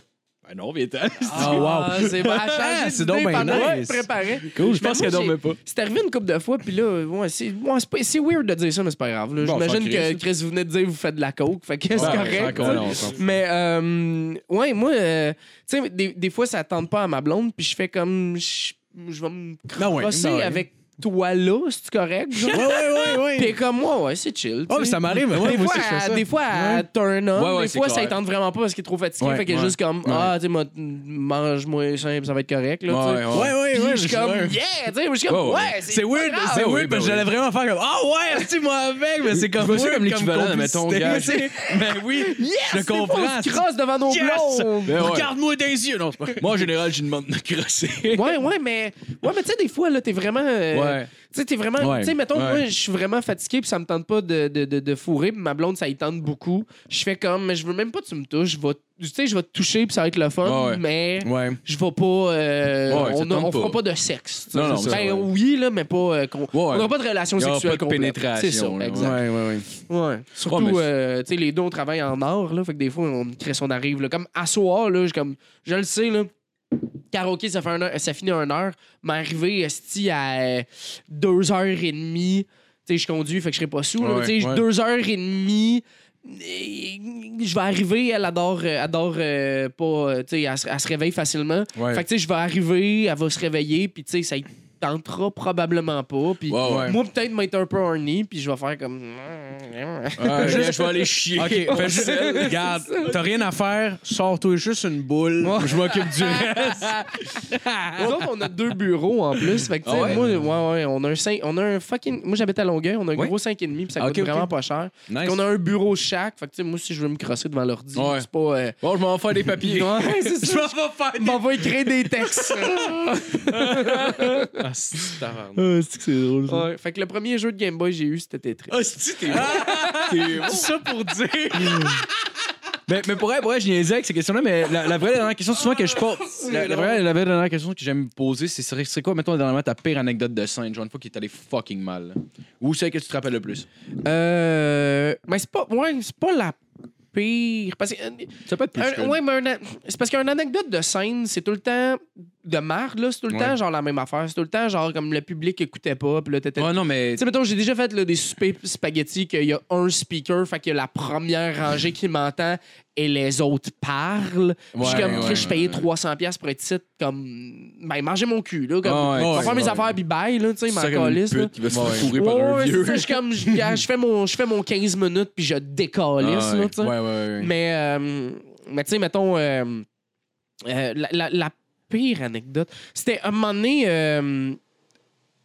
ben non, viens t'en.
Ah, wow.
C'est bon. Ah,
c'est donc ben nice.
préparé.
Cool, je
Mais
pense
moi,
qu'elle dormait
j'ai-
pas.
C'est arrivé une couple de fois, puis là, ouais, c'est ouais, c'est pas- c'est weird de dire ça, mais c'est pas grave. là.
Bon,
J'imagine
sans
que
Chris.
Chris vous venez de dire vous faites de la coke, fait que c'est
Ouais,
correct.
sans
tu sais.
con, on s'en fout.
Mais, euh, ouais, moi, euh, tu sais, des, des fois, ça tente pas à ma blonde, puis je fais comme. Je je vais me
Non, Ah ouais,
crosser
non, ouais.
avec toi là, c'est correct? Genre?
Ouais, ouais, ouais,
Puis
ouais.
elle est comme moi, ouais, c'est chill. tu
Oh, mais
sais.
ça m'arrive. ouais,
des,
moi
fois,
aussi, je fais
elle-
ça.
des fois, elle turn on.
Ouais, ouais,
des
c'est
fois, ça
clair.
ne tente vraiment pas parce qu'il est trop fatigué.
Ouais,
fait qu'elle est
ouais.
juste comme, ah, tu sais, moi, mange moins simple, ça va être correct. Là, tu sais.
Ouais, ouais.
ouais,
Puis
ouais,
je suis
je
comme,
suis
yeah!
un-
Tu sais, moi, je suis comme,
Ouais,
ouais,
ouais.
C'est weird,
pas
c'est
Ah
grave.
oui,
weird,
ben
parce que
oui.
j'allais vraiment faire comme Ah ouais, c'est moi avec, mais c'est comme.
Je vois ça
weird
comme l'équivalent, mettons,
complicité.
gars.
Mais c'est- Ben oui,
Yes!
je
des fois,
comprends.
On se crosse devant nos
Yes!
blondes.
Ben ouais.
Regarde-moi dans les yeux, non, c'est pas.
Moi, en général, j'ai demande de me crosser.
Ouais, ouais, mais, ouais, mais tu sais, des fois, là, t'es vraiment. euh,
Ouais.
Tu sais, t'es vraiment.
Ouais.
Tu sais, mettons,
Ouais.
moi, je suis vraiment fatigué, puis ça me tente pas de, de, de, de fourrer, puis ma blonde, ça y tente beaucoup. Je fais comme, mais je veux même pas que tu me touches. Je vais- Tu sais, je vais te toucher, puis ça va être le fun,
Ouais, ouais.
mais.
Ouais.
je vais pas. euh,
Ouais, ça
on
tente
ne on fera
pas.
pas de sexe. tu sais.
Non, non,
C'est
ça,
ben,
ouais.
oui, là, mais pas. euh, qu'on- On n'aura pas de relation
Il y aura
sexuelle.
pas de
complète.
pénétration,
C'est ça,
là,
exact.
Ouais, ouais, ouais.
Ouais. Surtout,
Ouais, mais-
euh, tu sais, les deux, on travaille en or, là. Fait que des fois, on crée son arrive, là. Comme à soir, là, je, comme, je le sais, là. Karaoké, ça, fait un heure- ça finit à 1h. Mais arrivé, esti, à euh, 2h30, tu sais, je conduis, fait que je serai pas sous, là.
Ouais,
tu sais,
ouais.
2h30, et- je vais arriver, elle adore, euh, adore euh, pas, euh, tu sais, elle, se- elle se réveille facilement.
Ouais.
Fait que tu sais, je vais arriver, elle va se réveiller, puis tu sais, ça y tentera probablement pas. Puis
Ouais, ouais.
moi, peut-être m'être un peu horny, puis je vais faire comme.
Ouais, Je vais aller chier.
Ok, fais juste. Regarde, t'as rien à faire, sors-toi juste une boule, je m'occupe du reste.
Nous autres, on a deux bureaux en plus. Fait que, tu sais,
Ah ouais?
moi, ouais, ouais, on a un cinq- on a un fucking. Moi, j'habite à Longueuil, on a un
Ouais.
gros 5,5, puis ça
Ah,
coûte
ok, ok.
vraiment pas cher.
Nice.
On a un bureau chaque. Fait que, tu sais, moi, si je veux me crosser devant l'ordi,
Ouais.
c'est pas. euh,
Bon, je m'en vais faire des papiers.
Ouais, c'est ça.
m'en vais faire
Je m'en vais écrire des textes.
Ah, c'est taverne.
Ouais, Fait que le premier jeu de Game Boy que j'ai eu, c'était Tetris.
Hostie, t'es T'es
Tout ça pour dire.
Mais, mais pour vrai, pour vrai, je niaisais avec ces questions-là, mais la, la vraie dernière question, souvent que je pose. La, la vraie, la vraie dernière question que j'aime me poser, c'est c'est c'est quoi, mettons, dernièrement, ta pire anecdote de scène, genre une fois qui est allé fucking mal? là? Ou celle que tu te rappelles le plus?
Euh. Mais c'est pas. Ouais, c'est pas la pire. Parce que. euh,
Ça peut être plus.
Un-
que-
ouais, mais un an- c'est parce qu'une anecdote de scène, c'est tout le temps de marre, là. C'est tout le temps, genre, la même affaire. C'est tout le temps, genre, comme le public écoutait pas, puis là, t'étais...
Ouais, Ah non, mais.
Tu sais, mettons, j'ai déjà fait là, des soupers spaghettis qu'il y a un speaker, fait qu'il y a la première rangée qui m'entend et les autres parlent. Puis je suis
Ouais,
comme,
ouais,
Chris, je
ouais,
payais
ouais.
300$ pour être site, comme, ben, mangez mon cul, là. Comme,
Ah ouais,
je vais
ouais,
faire mes
ouais.
affaires, puis bye, là, tu sais,
c'est
ma
ça comme une
calisse, là.
pute qui va se faire
Ouais.
fourrer par un
Ouais,
vieux.
c'est ça, je suis comme, je je fais mon, je fais mon 15 minutes, puis je décalisse,
Ah,
là, tu sais.
ouais, ouais, ouais.
Mais, euh, mais tu sais, mettons, euh, euh, la, la- la pire anecdote, c'était un moment donné. euh,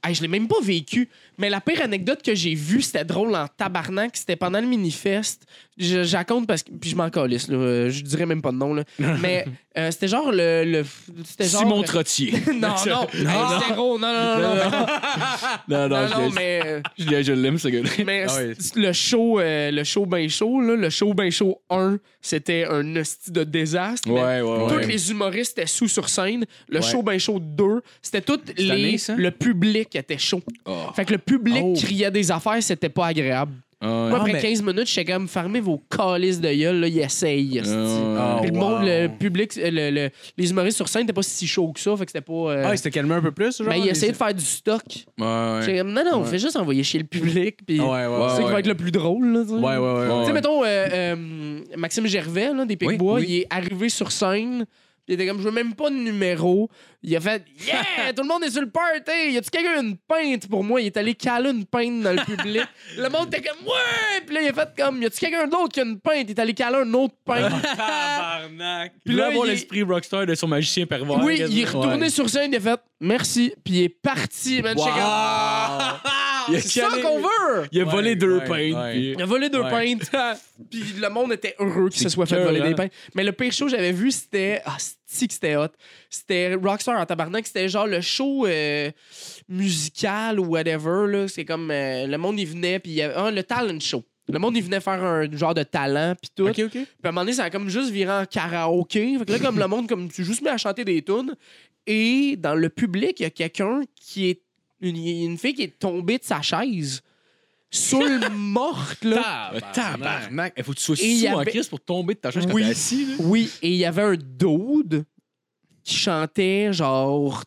hey, je l'ai même pas vécu, mais la pire anecdote que j'ai vue, c'était drôle en tabarnak, c'était pendant le mini-fest. Je, je raconte parce que. Puis je m'en calisse, là, euh, je dirais même pas de nom, là. mais euh, c'était genre le. le c'était genre.
Simon Trottier.
non, non, Hey, c'était gros, non, non, non, non,
non,
non,
non,
non,
je l'ai-
mais. euh,
je l'ai- je l'aime, ce gars-là.
Mais
Ah ouais.
c- le show, euh, le show ben chaud, là, le show ben chaud 1, c'était un hostie de désastre. mais
Ouais, ouais, ouais.
Tous les humoristes étaient sous sur scène. Le show ben chaud 2, c'était tout les...
année, ça?
le public était chaud.
Oh.
Fait que le public
Oh.
criait des affaires, c'était pas agréable.
Ah, ouais.
Moi, après
mais-
15 minutes, j'étais comme, fermez vos calices de gueule, là, ils essayent. hostie.
Ah,
Puis le,
wow.
monde, le public, euh, le- le- les humoristes sur scène n'étaient pas si chauds que ça, fait que c'était pas. euh,
Ah, il s'était calmé un peu plus, genre.
mais ils
les-
essayaient de faire du stock.
Ouais, ouais.
J'étais comme, non, non, on fait juste envoyer chez le public. Puis
Ouais, ouais, ouais.
c'est ça qui va être le plus drôle. Là, tu sais.
Ouais, ouais, ouais.
Ouais.
Tu sais, mettons, euh, euh, Maxime Gervais, là, des Picbois,
Oui, oui.
il est arrivé sur scène. Il était comme, je veux même pas de numéro. Il a fait, yeah, tout le monde est sur le party. Y a-tu quelqu'un qui a une pinte pour moi? Il est allé caler une pinte dans le public. le monde était comme, ouais! Puis là, il a fait comme, y a-tu quelqu'un d'autre qui a une pinte? Il est allé caler un autre pinte.
Ah, Tabarnak.
Puis
Puis
là,
là, avoir
il est-
l'esprit rockstar de son magicien pervers.
oui, il est retourné sur scène, il a fait, merci. Puis il est parti, man. J'étais comme,
Wow.
Il a
ah, C'est ça
calé-
qu'on veut!
Il a volé deux
ouais,
pintes.
ouais.
puis-
Il a volé deux pintes, puis le monde était heureux que ce soit fait
cœur,
voler
hein?
des pintes. Mais le pire show que j'avais vu, c'était. Ah, si que c'était hot. C'était Rockstar en tabarnak, c'était genre le show euh, musical ou whatever. là. C'est comme. euh, le monde y venait, puis il y avait. ah, le talent show. Le monde, y venait faire un genre de talent, puis tout.
OK, OK.
Puis à un moment donné, ça a comme juste viré en karaoké. Fait que là, comme le monde, comme tu juste mis à chanter des tunes. Et dans le public, il y a quelqu'un qui est. Une, une fille qui est tombée de sa chaise. Saoule morte, là.
Tabarnak. Il faut que tu sois
Et il y
sous en
avait-
crise pour tomber de ta chaise quand
Oui.
t'es assis. là.
Oui, et il y avait un dude qui chantait genre.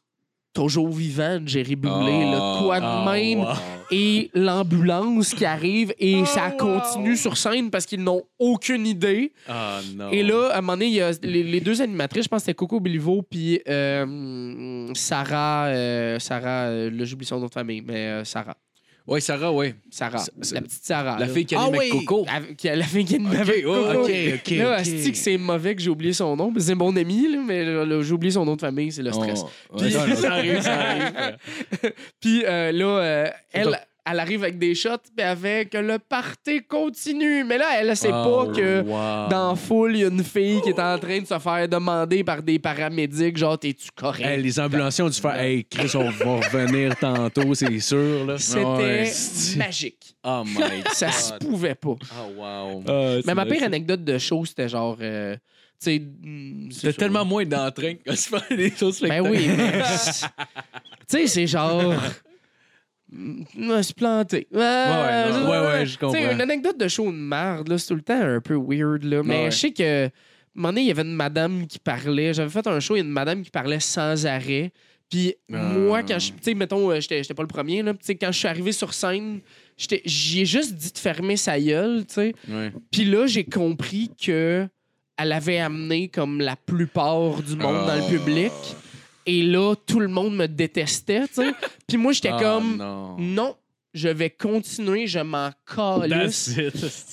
Toujours vivant, de Jerry Boulet,
Ah.
là, de quoi de même. Et l'ambulance qui arrive et ça continue sur scène parce qu'ils n'ont aucune idée.
Ah non.
Et là, à un moment donné, il y a les, les deux animatrices, je pense que c'était Coco Béliveau puis euh, Sarah, euh, Sarah, euh, là j'oublie son nom de famille, mais euh, Sarah.
Ouais, Sarah, ouais.
Sarah,
S- s-
la petite Sarah.
La
là.
fille qui anime
Ah
avec
oui.
Coco.
Avec- qui a la fille qui anime
Ok,
avec
oh,
Coco.
ok,
ok,
Là,
ok.
asti que c'est mauvais que j'ai oublié son nom. C'est mon ami, là, mais là, là, j'ai oublié son nom de famille, c'est le stress.
Oh,
Puis-
ouais, non, non, non.
Puis euh, là, euh, elle, elle arrive avec des shots, puis avec le party continue. Mais là, elle
Ah,
Ah,
sait pas que dans la foule, il y a une fille qui est en train de se faire demander par des paramédics, genre, t'es-tu correct?
Hey, les ambulanciers ont dû faire Hey, Chris, on va revenir tantôt, c'est sûr. Là.
C'était
Ah,
Ah, Ouais.
magique.
Oh my God.
Ça se pouvait pas.
Oh wow.
Mais ma pire anecdote de show, c'était genre. euh, tu sais. hmm, c'est
T'as
sûr.
tellement moins d'entrain que quand tu fais des choses
Ben oui, mais. tu sais, c'est genre. hmm, Je me suis planté. Ouais,
ouais, ouais, ouais, je comprends.
une anecdote de show de merde, là, c'est tout le temps un peu weird, là. Mais
ouais.
je sais que. un moment donné, il y avait une madame qui parlait. J'avais fait un show, il y a une madame qui parlait sans arrêt. Puis moi, quand je. Tu sais, mettons, euh, j'étais j'étais pas le premier, là. Tu sais, quand je suis arrivé sur scène, j'étais- j'y ai juste dit de fermer sa gueule, tu sais.
Ouais.
Puis là, j'ai compris que elle avait amené comme la plupart du monde dans
Ah.
le public. Et là, tout le monde me détestait, tu sais. Puis moi, j'étais
Ah,
comme, non. je vais continuer, je m'en calisse.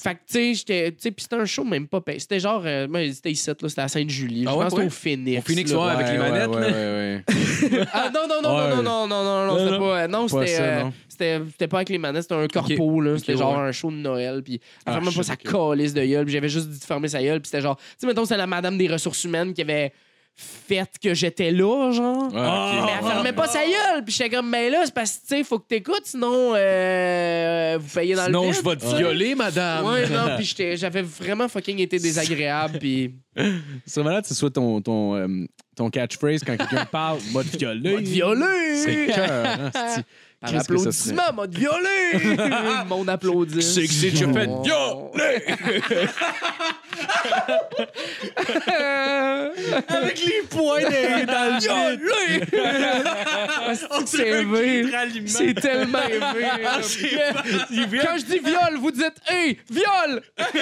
Fait que, tu sais, j'étais. tu sais, Puis c'était un show même pas payé. C'était genre. euh, moi, c'était ici, là, c'était à Sainte-Julie.
Ah
je
ouais,
pense que
ouais.
c'était au Phoenix.
Au Phoenix,
là.
ouais, avec les manettes, là.
Ah non, non, non, non,
Ouais.
non, non, non, non, non, c'était
non.
pas. euh, Non,
Pas
c'était.
ça,
euh,
non.
C'était c'était pas avec les manettes, c'était un corpo, là. C'était
Ok,
genre un show de Noël. Puis elle fermait pas
shit,
sa calisse de gueule. puis j'avais juste dit de fermer sa gueule. Puis c'était genre. Tu sais, mettons, c'est la madame des ressources humaines qui avait fait que j'étais là, genre. Mais elle
Ah.
fermait pas sa gueule. Puis j'étais comme, ben là, c'est parce que, tu sais, faut que t'écoutes, sinon, euh, vous payez dans le
Non,
vide.
je vais te violer, madame.
Ouais, non, puis j'étais- j'avais vraiment fucking été désagréable. Puis.
C'est malade que ce soit ton, ton, euh, ton catchphrase quand quelqu'un parle mode violet.
M'a violé!
C'est cœur. hein,
Par
Qu'est-ce que ça serait?
applaudissement, m'a violé! Le monde applaudit.
C'est que c'est déjà fait violer.
Avec les poings dans le violé! C'est élevé. C'est tellement élevé. là. Quand je dis viol, vous dites Hey, viol! Hey,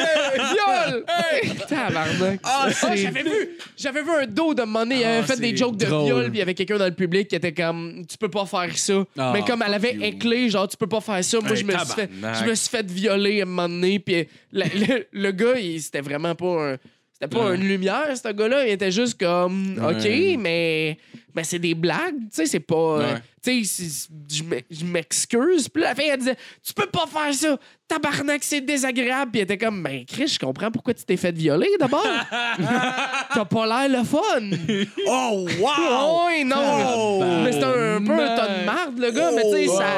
viol! Hey! Tabarnak. Ah, j'avais vu! J'avais vu un dos de monnaie. Il avait fait des jokes de
drôle.
viol, puis il y avait quelqu'un dans le public qui était comme Tu peux pas faire ça.
Ah,
Mais comme elle avait éclé, genre Tu peux pas faire ça. Moi,
Hey,
je, me suis fait,
tabarnak.
je me suis fait violer à un moment donné, puis la- le, le gars, il- c'était vraiment pas un. C'était pas une lumière, ce gars-là. Il était juste comme, OK,
Ouais.
mais, mais c'est des blagues. Tu sais, c'est pas. euh,
Ouais.
Tu sais, c'est- je m'e- je m'excuse. Puis là, la fille, elle disait, Tu peux pas faire ça. Tabarnak, c'est désagréable. Puis elle était comme, Ben, Chris, je comprends pourquoi tu t'es fait violer d'abord. T'as pas l'air le fun.
Oh wow!
Oh, non. mais c'était un peu un tas de marde, le gars. mais tu sais, ça.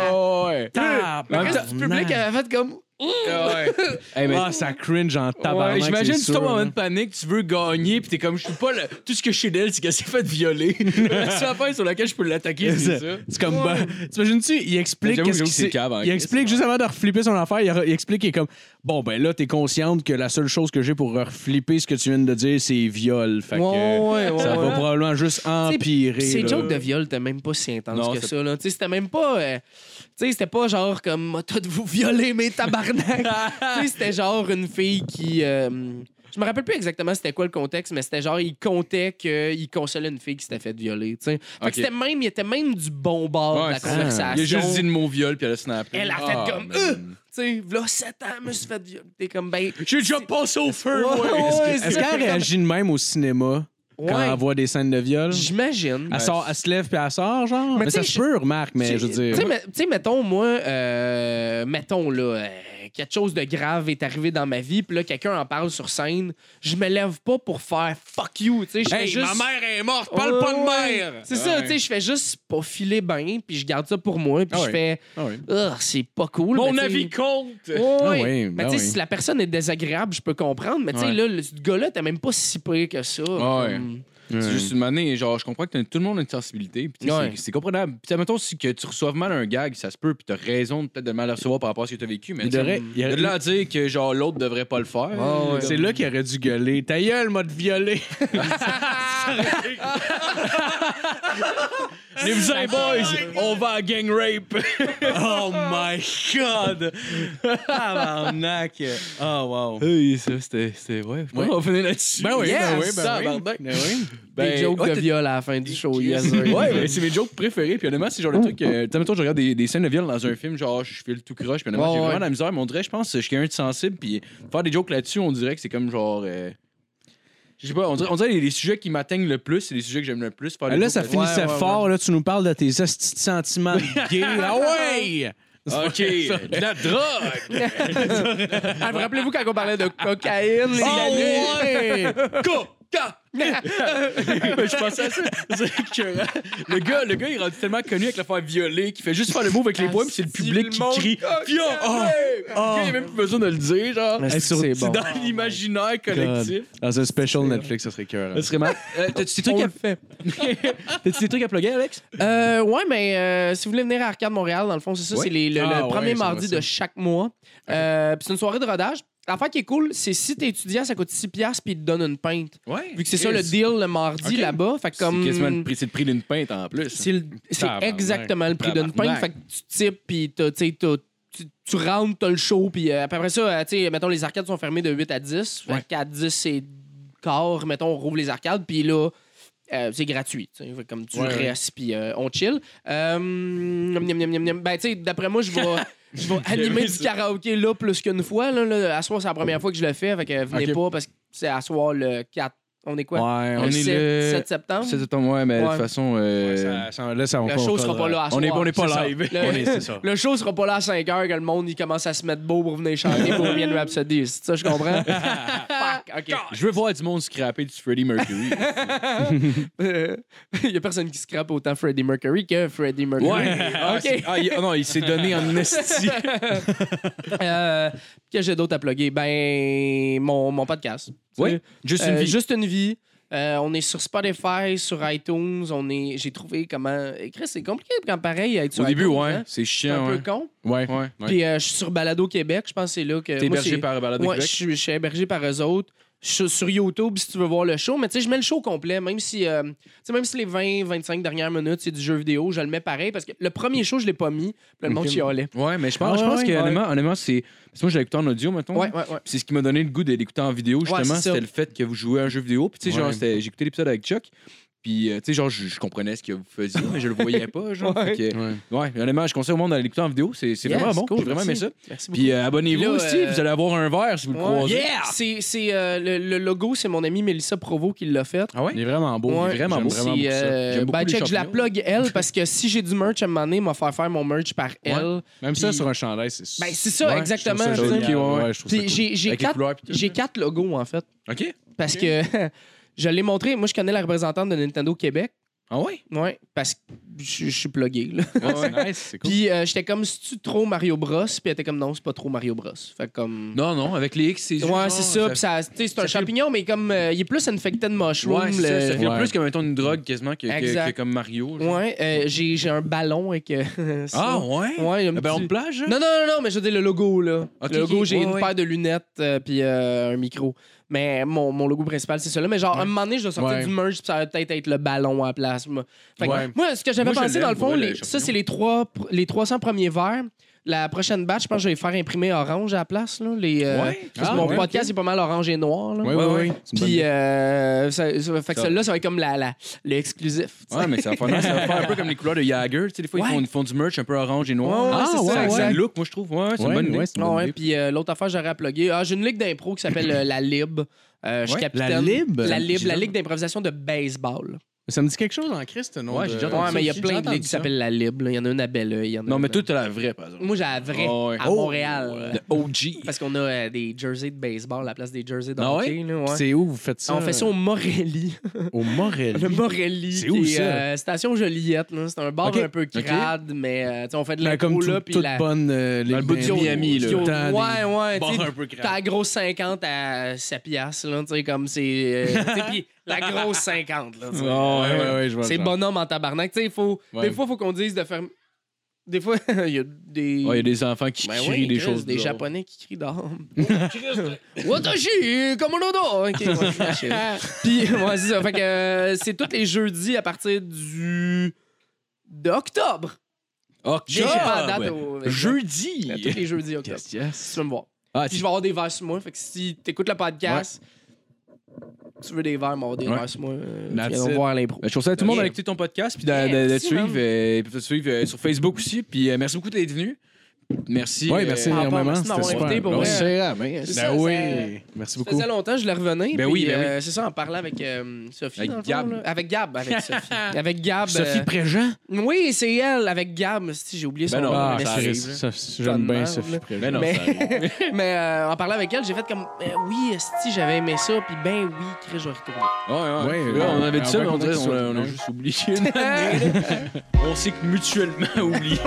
ouais.
Oh.
Le reste du public avait fait comme.
Hey, mais-
Ah, ça cringe en tabarnak.
Ouais, J'imagine
c'est
tu tombes
sûr,
en moment
là.
de panique, tu veux gagner, puis t'es comme, je suis pas le- Tout ce que je sais d'elle, c'est qu'elle s'est fait violer. La seule affaire sur laquelle je peux l'attaquer, c'est ça.
C'est comme. bah, T'imagines-tu, il explique.
J'avoue,
qu'est-ce
j'avoue
qui
que c'est
s'est-
cave, hein,
il explique juste avant de reflipper son affaire, il, re- il explique, il est comme Bon, ben là, t'es consciente que la seule chose que j'ai pour reflipper ce que tu viens de dire, c'est viol. Fait que
Ouais, ouais,
ça
ouais.
va probablement juste empirer.
Ces
là.
jokes de viol t'es même pas si intense
Non,
que
c'est-
ça. là. Tu sais, C'était même pas. euh, tu sais, c'était pas genre comme M'a tout vous violer mes tabarnak. Tu sais, c'était genre une fille qui. euh, je me rappelle plus exactement c'était quoi le contexte, mais c'était genre, il comptait qu'il consolait une fille qui s'était faite violer. tu sais. Fait que
Ok.
c'était même, il était même du bon bord de Oh, la
Ouais, c'est-
conversation.
Il a juste dit le mot viol, puis elle a snappé.
Elle a fait
Ah,
comme.
man.
Euh! Tu sais, v'là 7 ans, je me suis fait violer. T'es comme, ben.
J'ai déjà passé au feu,
Ouais,
moi.
ouais,
Est-ce
c'est-
qu'elle réagit de même au cinéma? quand
Ouais.
elle voit des scènes de viol.
J'imagine.
Elle, sort, elle se lève puis elle sort, genre.
Mais tu
Mais, ça
sais,
se peut, remarque, mais je veux
Tu sais,
dire.
mais- tu sais, mettons, moi, euh, mettons, là, euh, quelque chose de grave est arrivé dans ma vie, puis là, quelqu'un en parle sur scène, je me lève pas pour faire fuck you, tu sais. je fais juste...
mère est morte,
Ouais, ouais. C'est ça, tu sais, je fais juste pas filer bien, puis je garde ça pour moi, puis
Ah
je
ouais.
fais,
Ah oui.
Ah, c'est pas cool.
Mon
mais tu sais-
avis compte.
Ouais,
Ah
ouais.
oui,
Mais
ben
tu sais,
oui.
si la personne est désagréable, je peux comprendre, mais tu sais,
Ouais.
là, le ce gars-là, t'es même pas si pire que ça. Comme-
C'est juste une année, genre, je comprends que t'as- tout le monde a une sensibilité, puis tu sais,
Ouais.
c'est- c'est comprenable. Puis mettons si que tu reçois mal un gag, ça se peut, puis t'as raison peut-être de mal le recevoir par rapport à ce que t'as vécu, mais
Il
tu sais,
devrait- il y a-
de là à dire que genre l'autre devrait pas le faire.
Ah ouais.
C'est là qu'il aurait dû gueuler. Ta gueule m'a de violé.
Les vous avez, boys, on va à gang rape.
oh my god! Tabarnak! Oh wow.
Oui, ça, c'était. c'était- Ouais, je pense
Ouais.
qu'on va finir là-dessus.
Ben oui,
Yes,
ben oui, ben oui.
tabarnak.
Ben oui.
des
Ben,
jokes
ouais,
de
t'as-
viol à la fin du show. yes, sir.
ouais, mais c'est mes jokes préférés. Puis honnêtement, c'est genre le truc. Euh, tu sais, mettons, je regarde des, des scènes de viol dans un film, genre, je file tout croche. Puis honnêtement, j'ai
Ouais, ouais.
vraiment de la misère. Mais on dirait, je pense, que je suis quelqu'un de sensible. Puis faire des jokes là-dessus, on dirait que c'est comme genre. euh, je sais pas, on dirait, on dirait les, les sujets qui m'atteignent le plus, c'est les sujets que j'aime le plus.
Ah,
Faire des
Euh, là,
jokes
ça
là-dessus.
finissait
ouais, ouais.
fort. Là, tu nous parles de tes hosties de sentiments de gay. Ah ouais!
Ah,
OK, de la drogue.
Ah, vous Rappelez-vous quand on parlait de cocaïne, les
Oh!
Ah
amis?
ouais!
Ben, je pensais à ça. C'est que, euh, le, gars, le gars, il est rendu tellement connu avec l'affaire violée qu'il fait juste faire le move avec les points, puis c'est le public qui crie Vio! Oh! Le gars, il a même plus besoin de le dire, genre.
Ah, Mais
sur-
c'est
C'est
bon.
dans l'imaginaire collectif.
Dans un special Netflix, ça serait cœur.
Ça serait mal. Euh, T'as-tu des
On
trucs
le fait.
à- T'as-tu des trucs à plugger, Alex?
Euh, ouais, mais euh, si vous voulez venir à Arcade Montréal, dans le fond, c'est ça,
Ouais.
c'est les- le, le
Ah, ouais,
premier
ça va,
mardi
ça.
de chaque mois. Euh, puis c'est une soirée de rodage. L'affaire qui est cool, c'est si t'es étudiant, ça coûte 6$ piastres, puis ils te donnent une pinte.
Ouais.
Vu que c'est ça le deal le mardi
Ok.
là-bas. Fait que
C'est
comme.
quasiment le prix- c'est le prix d'une pinte en plus.
C'est le- c'est
Tabarnak.
exactement le prix d'une pinte.
Tabarnak.
Fait que tu types, puis t'as- tu sais, t'as- tu- tu rentres, t'as le show, puis euh, après ça, euh, tu sais, mettons, les arcades sont fermées de 8 à 10. Fait qu'à 10, c'est quart, mettons, on rouvre les arcades, puis là, euh, c'est gratuit. tu sais. Fait que comme tu
Ouais, ouais.
restes, puis euh, on chill. Euh, miam, miam, miam, miam. Ben, tu sais, d'après moi, je vais... Je vais animer du karaoké là plus qu'une fois. Là, là. À soir, c'est la première fois que je le fais. Fait que venez
Ok.
pas parce que c'est à soir le 4. On est quoi?
Ouais,
Le
on est
7,
le-
7 septembre.
C'est septembre, ouais, mais de
Ouais.
toute façon. euh,
ça, ça- là, ça, on
Le show
comprend.
sera pas là à
on est,
soir.
on est pas
C'est ça.
live.
Le-
On est, c'est ça.
Le show sera pas là à 5 heures que le monde il commence à se mettre beau pour venir chanter Bohemian Rhapsody. C'est ça, je comprends? Fuck, OK.
Je veux voir du monde scraper du Freddie Mercury.
Euh, Il y a personne qui scrape autant Freddie Mercury que Freddie Mercury.
Ah,
OK.
c'est- ah, il- ah non, il s'est donné en esti.
Euh, Qu'est-ce que j'ai d'autre à plugger? Ben, mon, mon podcast.
Oui, juste une
Euh,
vie.
Juste une vie. Euh, on est sur Spotify, sur iTunes. On est, j'ai trouvé comment. Écrire, c'est compliqué quand pareil. Être sur
Au début,
iTunes,
ouais,
hein.
c'est
C'est un
chiant, ouais.
peu con.
Ouais.
Ouais.
Puis euh, je suis sur Balado Québec. Je pense que c'est là que.
T'es
moi, c'est-
hébergé par Balado
Ouais, je
Québec.
suis, je suis hébergé par eux autres. Je suis sur YouTube si tu veux voir le show, mais tu sais, je mets le show complet, même si, euh, tu sais, même si les 20-25 dernières minutes, c'est du jeu vidéo, je le mets pareil parce que le premier show, je l'ai pas mis, puis le monde
Ok.
chialait.
Ouais, mais je pense,
Ah,
je
ouais,
pense
ouais.
que honnêtement, honnêtement, c'est. Parce que moi, j'ai écouté en audio, mettons.
Ouais, ouais, ouais.
Puis C'est ce qui m'a donné le goût de l'écouter en vidéo,
Ouais,
justement.
c'est ça.
c'était le fait que vous jouez à un jeu vidéo. Puis, tu sais, genre,
Ouais.
c'était- j'ai écouté l'épisode avec Chuck. Puis, euh, tu sais, genre, je, je comprenais ce que vous faisiez, mais je le voyais pas, genre.
Ouais.
Fait que, ouais. honnêtement, je conseille au monde d'aller l'écouter en vidéo. C'est c'est
Yes,
vraiment bon.
cool,
j'ai vraiment aimé
merci.
ça.
Merci beaucoup.
Puis, euh, abonnez-vous
Puis là,
aussi.
euh,
Vous allez avoir un verre si vous le
Ouais.
croisez.
C'est, c'est, euh, le, le logo, c'est mon amie Mélissa Provo qui l'a fait.
Ah
Il
ouais?
est vraiment beau.
Ouais.
Il est vraiment
J'aime
beau.
C'est,
vraiment beaucoup ça.
euh,
J'aime beaucoup
ben,
les
check, je la
champignons.
plug elle parce que si j'ai du merch à un moment donné, elle m'a faire faire mon merch par elle.
Même ça,
Puis-
sur un chandail, c'est
Ben, c'est ça,
Ouais,
exactement,
Je
je
trouve
veux
ça
dire.
génial. Ouais, je trouve ça
Puis j'ai, j'ai
Avec les
quatre,
couleurs, puis tout.
j'ai quatre logos en fait.
OK.
Parce que je l'ai montré, moi je connais la représentante de Nintendo Québec.
Ah ouais?
Ouais, parce que je je suis plugué. Là.
Ah
cool. Ouais, c'est nice, c'est cool.
Puis euh, j'étais comme, c'est-tu trop Mario Bros? Puis elle était comme, non, c'est pas trop Mario Bros. Fait que comme.
Non, non, avec les X, c'est.
ouais, c'est ça. Puis ça, tu sais, c'est
ça
un
fait-
champignon, mais comme, euh, il est plus infected mushroom.
Ouais, c'est ça,
le-
ça fait
Ouais.
plus comme mettons une drogue quasiment que, que-
euh, Exact.
que comme Mario. genre.
Ouais, euh, j'ai, j'ai un ballon avec. euh, ça.
Ah ouais?
Ouais, il y a un
ben,
Un ballon
petit-
de plage?
hein.
Non, non, non, non, mais je veux dire le logo, là.
Ok,
le logo,
ok.
j'ai
Ouais,
une
ouais.
paire de lunettes euh, puis euh, un micro. Mais mon, mon logo principal, c'est celui-là. Mais genre, à un moment donné, je dois sortir
Ouais.
du merge puis ça va peut-être être le ballon à la place. Moi, Fait que
Ouais.
moi, ce que j'avais
Moi, je
pensé,
l'aime,
dans le fond,
pour vrai,
les-
le
ça, c'est les, trois, pr- les 300 premiers verres. La prochaine batch, je pense que je vais faire imprimer orange à la place. Là, les, euh,
Ouais.
parce que
Ah,
mon
ouais,
podcast est pas mal orange et noir. Là.
Oui, oui, oui. C'est une bonne
Puis, euh, ça, ça- fait que celle-là, ça va être comme la, la, l'exclusif. tu sais.
Ouais, mais ça va faire, ça va faire un peu comme les couleurs de Jagger. Tu sais, des fois,
Ouais.
ils, font, ils font du merch un peu orange et noir.
Ouais, ouais,
ah,
c'est ça,
ça, ça
ouais.
look, moi, je trouve. Ouais, ouais, c'est
Ouais,
une bonne idée.
ouais, c'est une
Ah
bonne
ouais,
idée.
puis euh, l'autre affaire, j'aurais à plugger. Ah, j'ai une ligue d'impro qui s'appelle euh, la Lib. Euh, je suis
Ouais,
capitaine.
la Lib?
La Lib, la
J'ai-
ligue d'improvisation de baseball.
Ça me dit quelque chose en Christ, non?
Ouais, j'ai déjà
Ouais, mais il y a plein de ligues qui s'appellent la Lib. là. Il y en a une à Belle Il y en a
Non,
une
mais
à-
toi, t'as la vraie, par exemple.
Moi, j'ai la vraie
Oh,
Ah ouais.
à Montréal.
Le OG.
Parce qu'on a euh, des jerseys de baseball à la place des jerseys de
Ah ouais?
hockey. là, ouais.
C'est où vous faites ça?
On fait ça au Morelli.
au Morel.
Le Morelli.
C'est où,
qui est,
ça?
euh, Station Joliette. là. C'est un bar
Ok.
un peu crade, mais euh, tu sais, on fait de
Mais Bah, comme
l'impro là.
tout,
puis
toute
la...
bonne euh, ligue
Dans le bout de
d'impro.
Miami, là.
Tout le temps
ouais, ouais,
des
tu sais,
bars un peu
T'as la grosse 50 à 7 piastres, là, tu sais, comme c'est... euh, tu sais, puis la grosse 50, là, tu sais.
Ah,
Ouais, ouais, ouais, je vois.
C'est
le genre.
bonhomme en tabarnak. Tu sais, il faut...
Ouais.
Des fois, il faut qu'on dise de faire... Des fois, il y a des...
Ouais, Ah, il y a des enfants qui
Ben
crient
oui,
des
Chris,
choses.
Des
bizarres.
Japonais qui crient dehors. Watashi, Komododo! Ok, ouais, shit. Puis, ouais, c'est ça. Fait que euh, c'est tous les jeudis à partir du. d'octobre. J'ai j'ai pas la date au.
Ah,
Ben,
Jeudi.
Tous les jeudis octobre.
Yes, yes.
Si tu veux me voir.
Ah,
Puis je vais avoir des verres sur moi. Fait que si t'écoutes le podcast, tu veux des verres, m'avoir des
Ouais.
verres sur moi. euh,
That's
tu viens
it.
voir l'impro.
Ben, je conseille à tout le monde
Yeah.
d'écouter ton podcast puis de,
Yeah,
de- de te
merci,
suivre,
man.
euh, et puis de te suivre euh, sur Facebook aussi. Puis euh, merci beaucoup d'être venu. Merci.
Ouais, merci
euh,
Ah,
énormément.
merci de
C'était
m'avoir
super.
invité, pour
Ben
vrai.
oui.
C'est ça,
Ben
ça-
oui. Merci
Ça
beaucoup.
faisait longtemps que je le revenais.
Ben
puis,
oui, ben oui.
euh, c'est ça, en parlant avec euh, Sophie.
Avec
dans le fond,
Gab.
là. Avec Gab. Avec Sophie. avec Gab. euh,
Sophie Préjean.
Oui, c'est elle, avec Gab. Si j'ai oublié son
Ben non,
nom.
ah,
mais
ça
c'est-
arrive,
Chris,
là.
ça, J'aime
Bonne
bien
merde,
Sophie
là.
Préjean.
Ben non,
Mais-
ça arrive.
mais euh, en parlant avec elle, j'ai fait comme Ben oui, si j'avais aimé ça, puis ben oui, Chris, je vais retourner.
Ouais, ouais.
Ouais,
Là, on
ouais.
avait dit ça,
Ouais,
mais on
ouais,
dirait qu'on
ouais.
l'a- on a juste oublié. on s'est mutuellement oublié.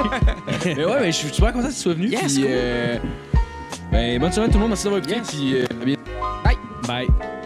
mais ouais, mais je suis super content que tu sois venu.
Yes,
puis,
cool.
euh, ben, bonne soirée à tout le monde. Merci d'avoir écouté.
Yes.
Puis, euh, à bientôt.
Bye.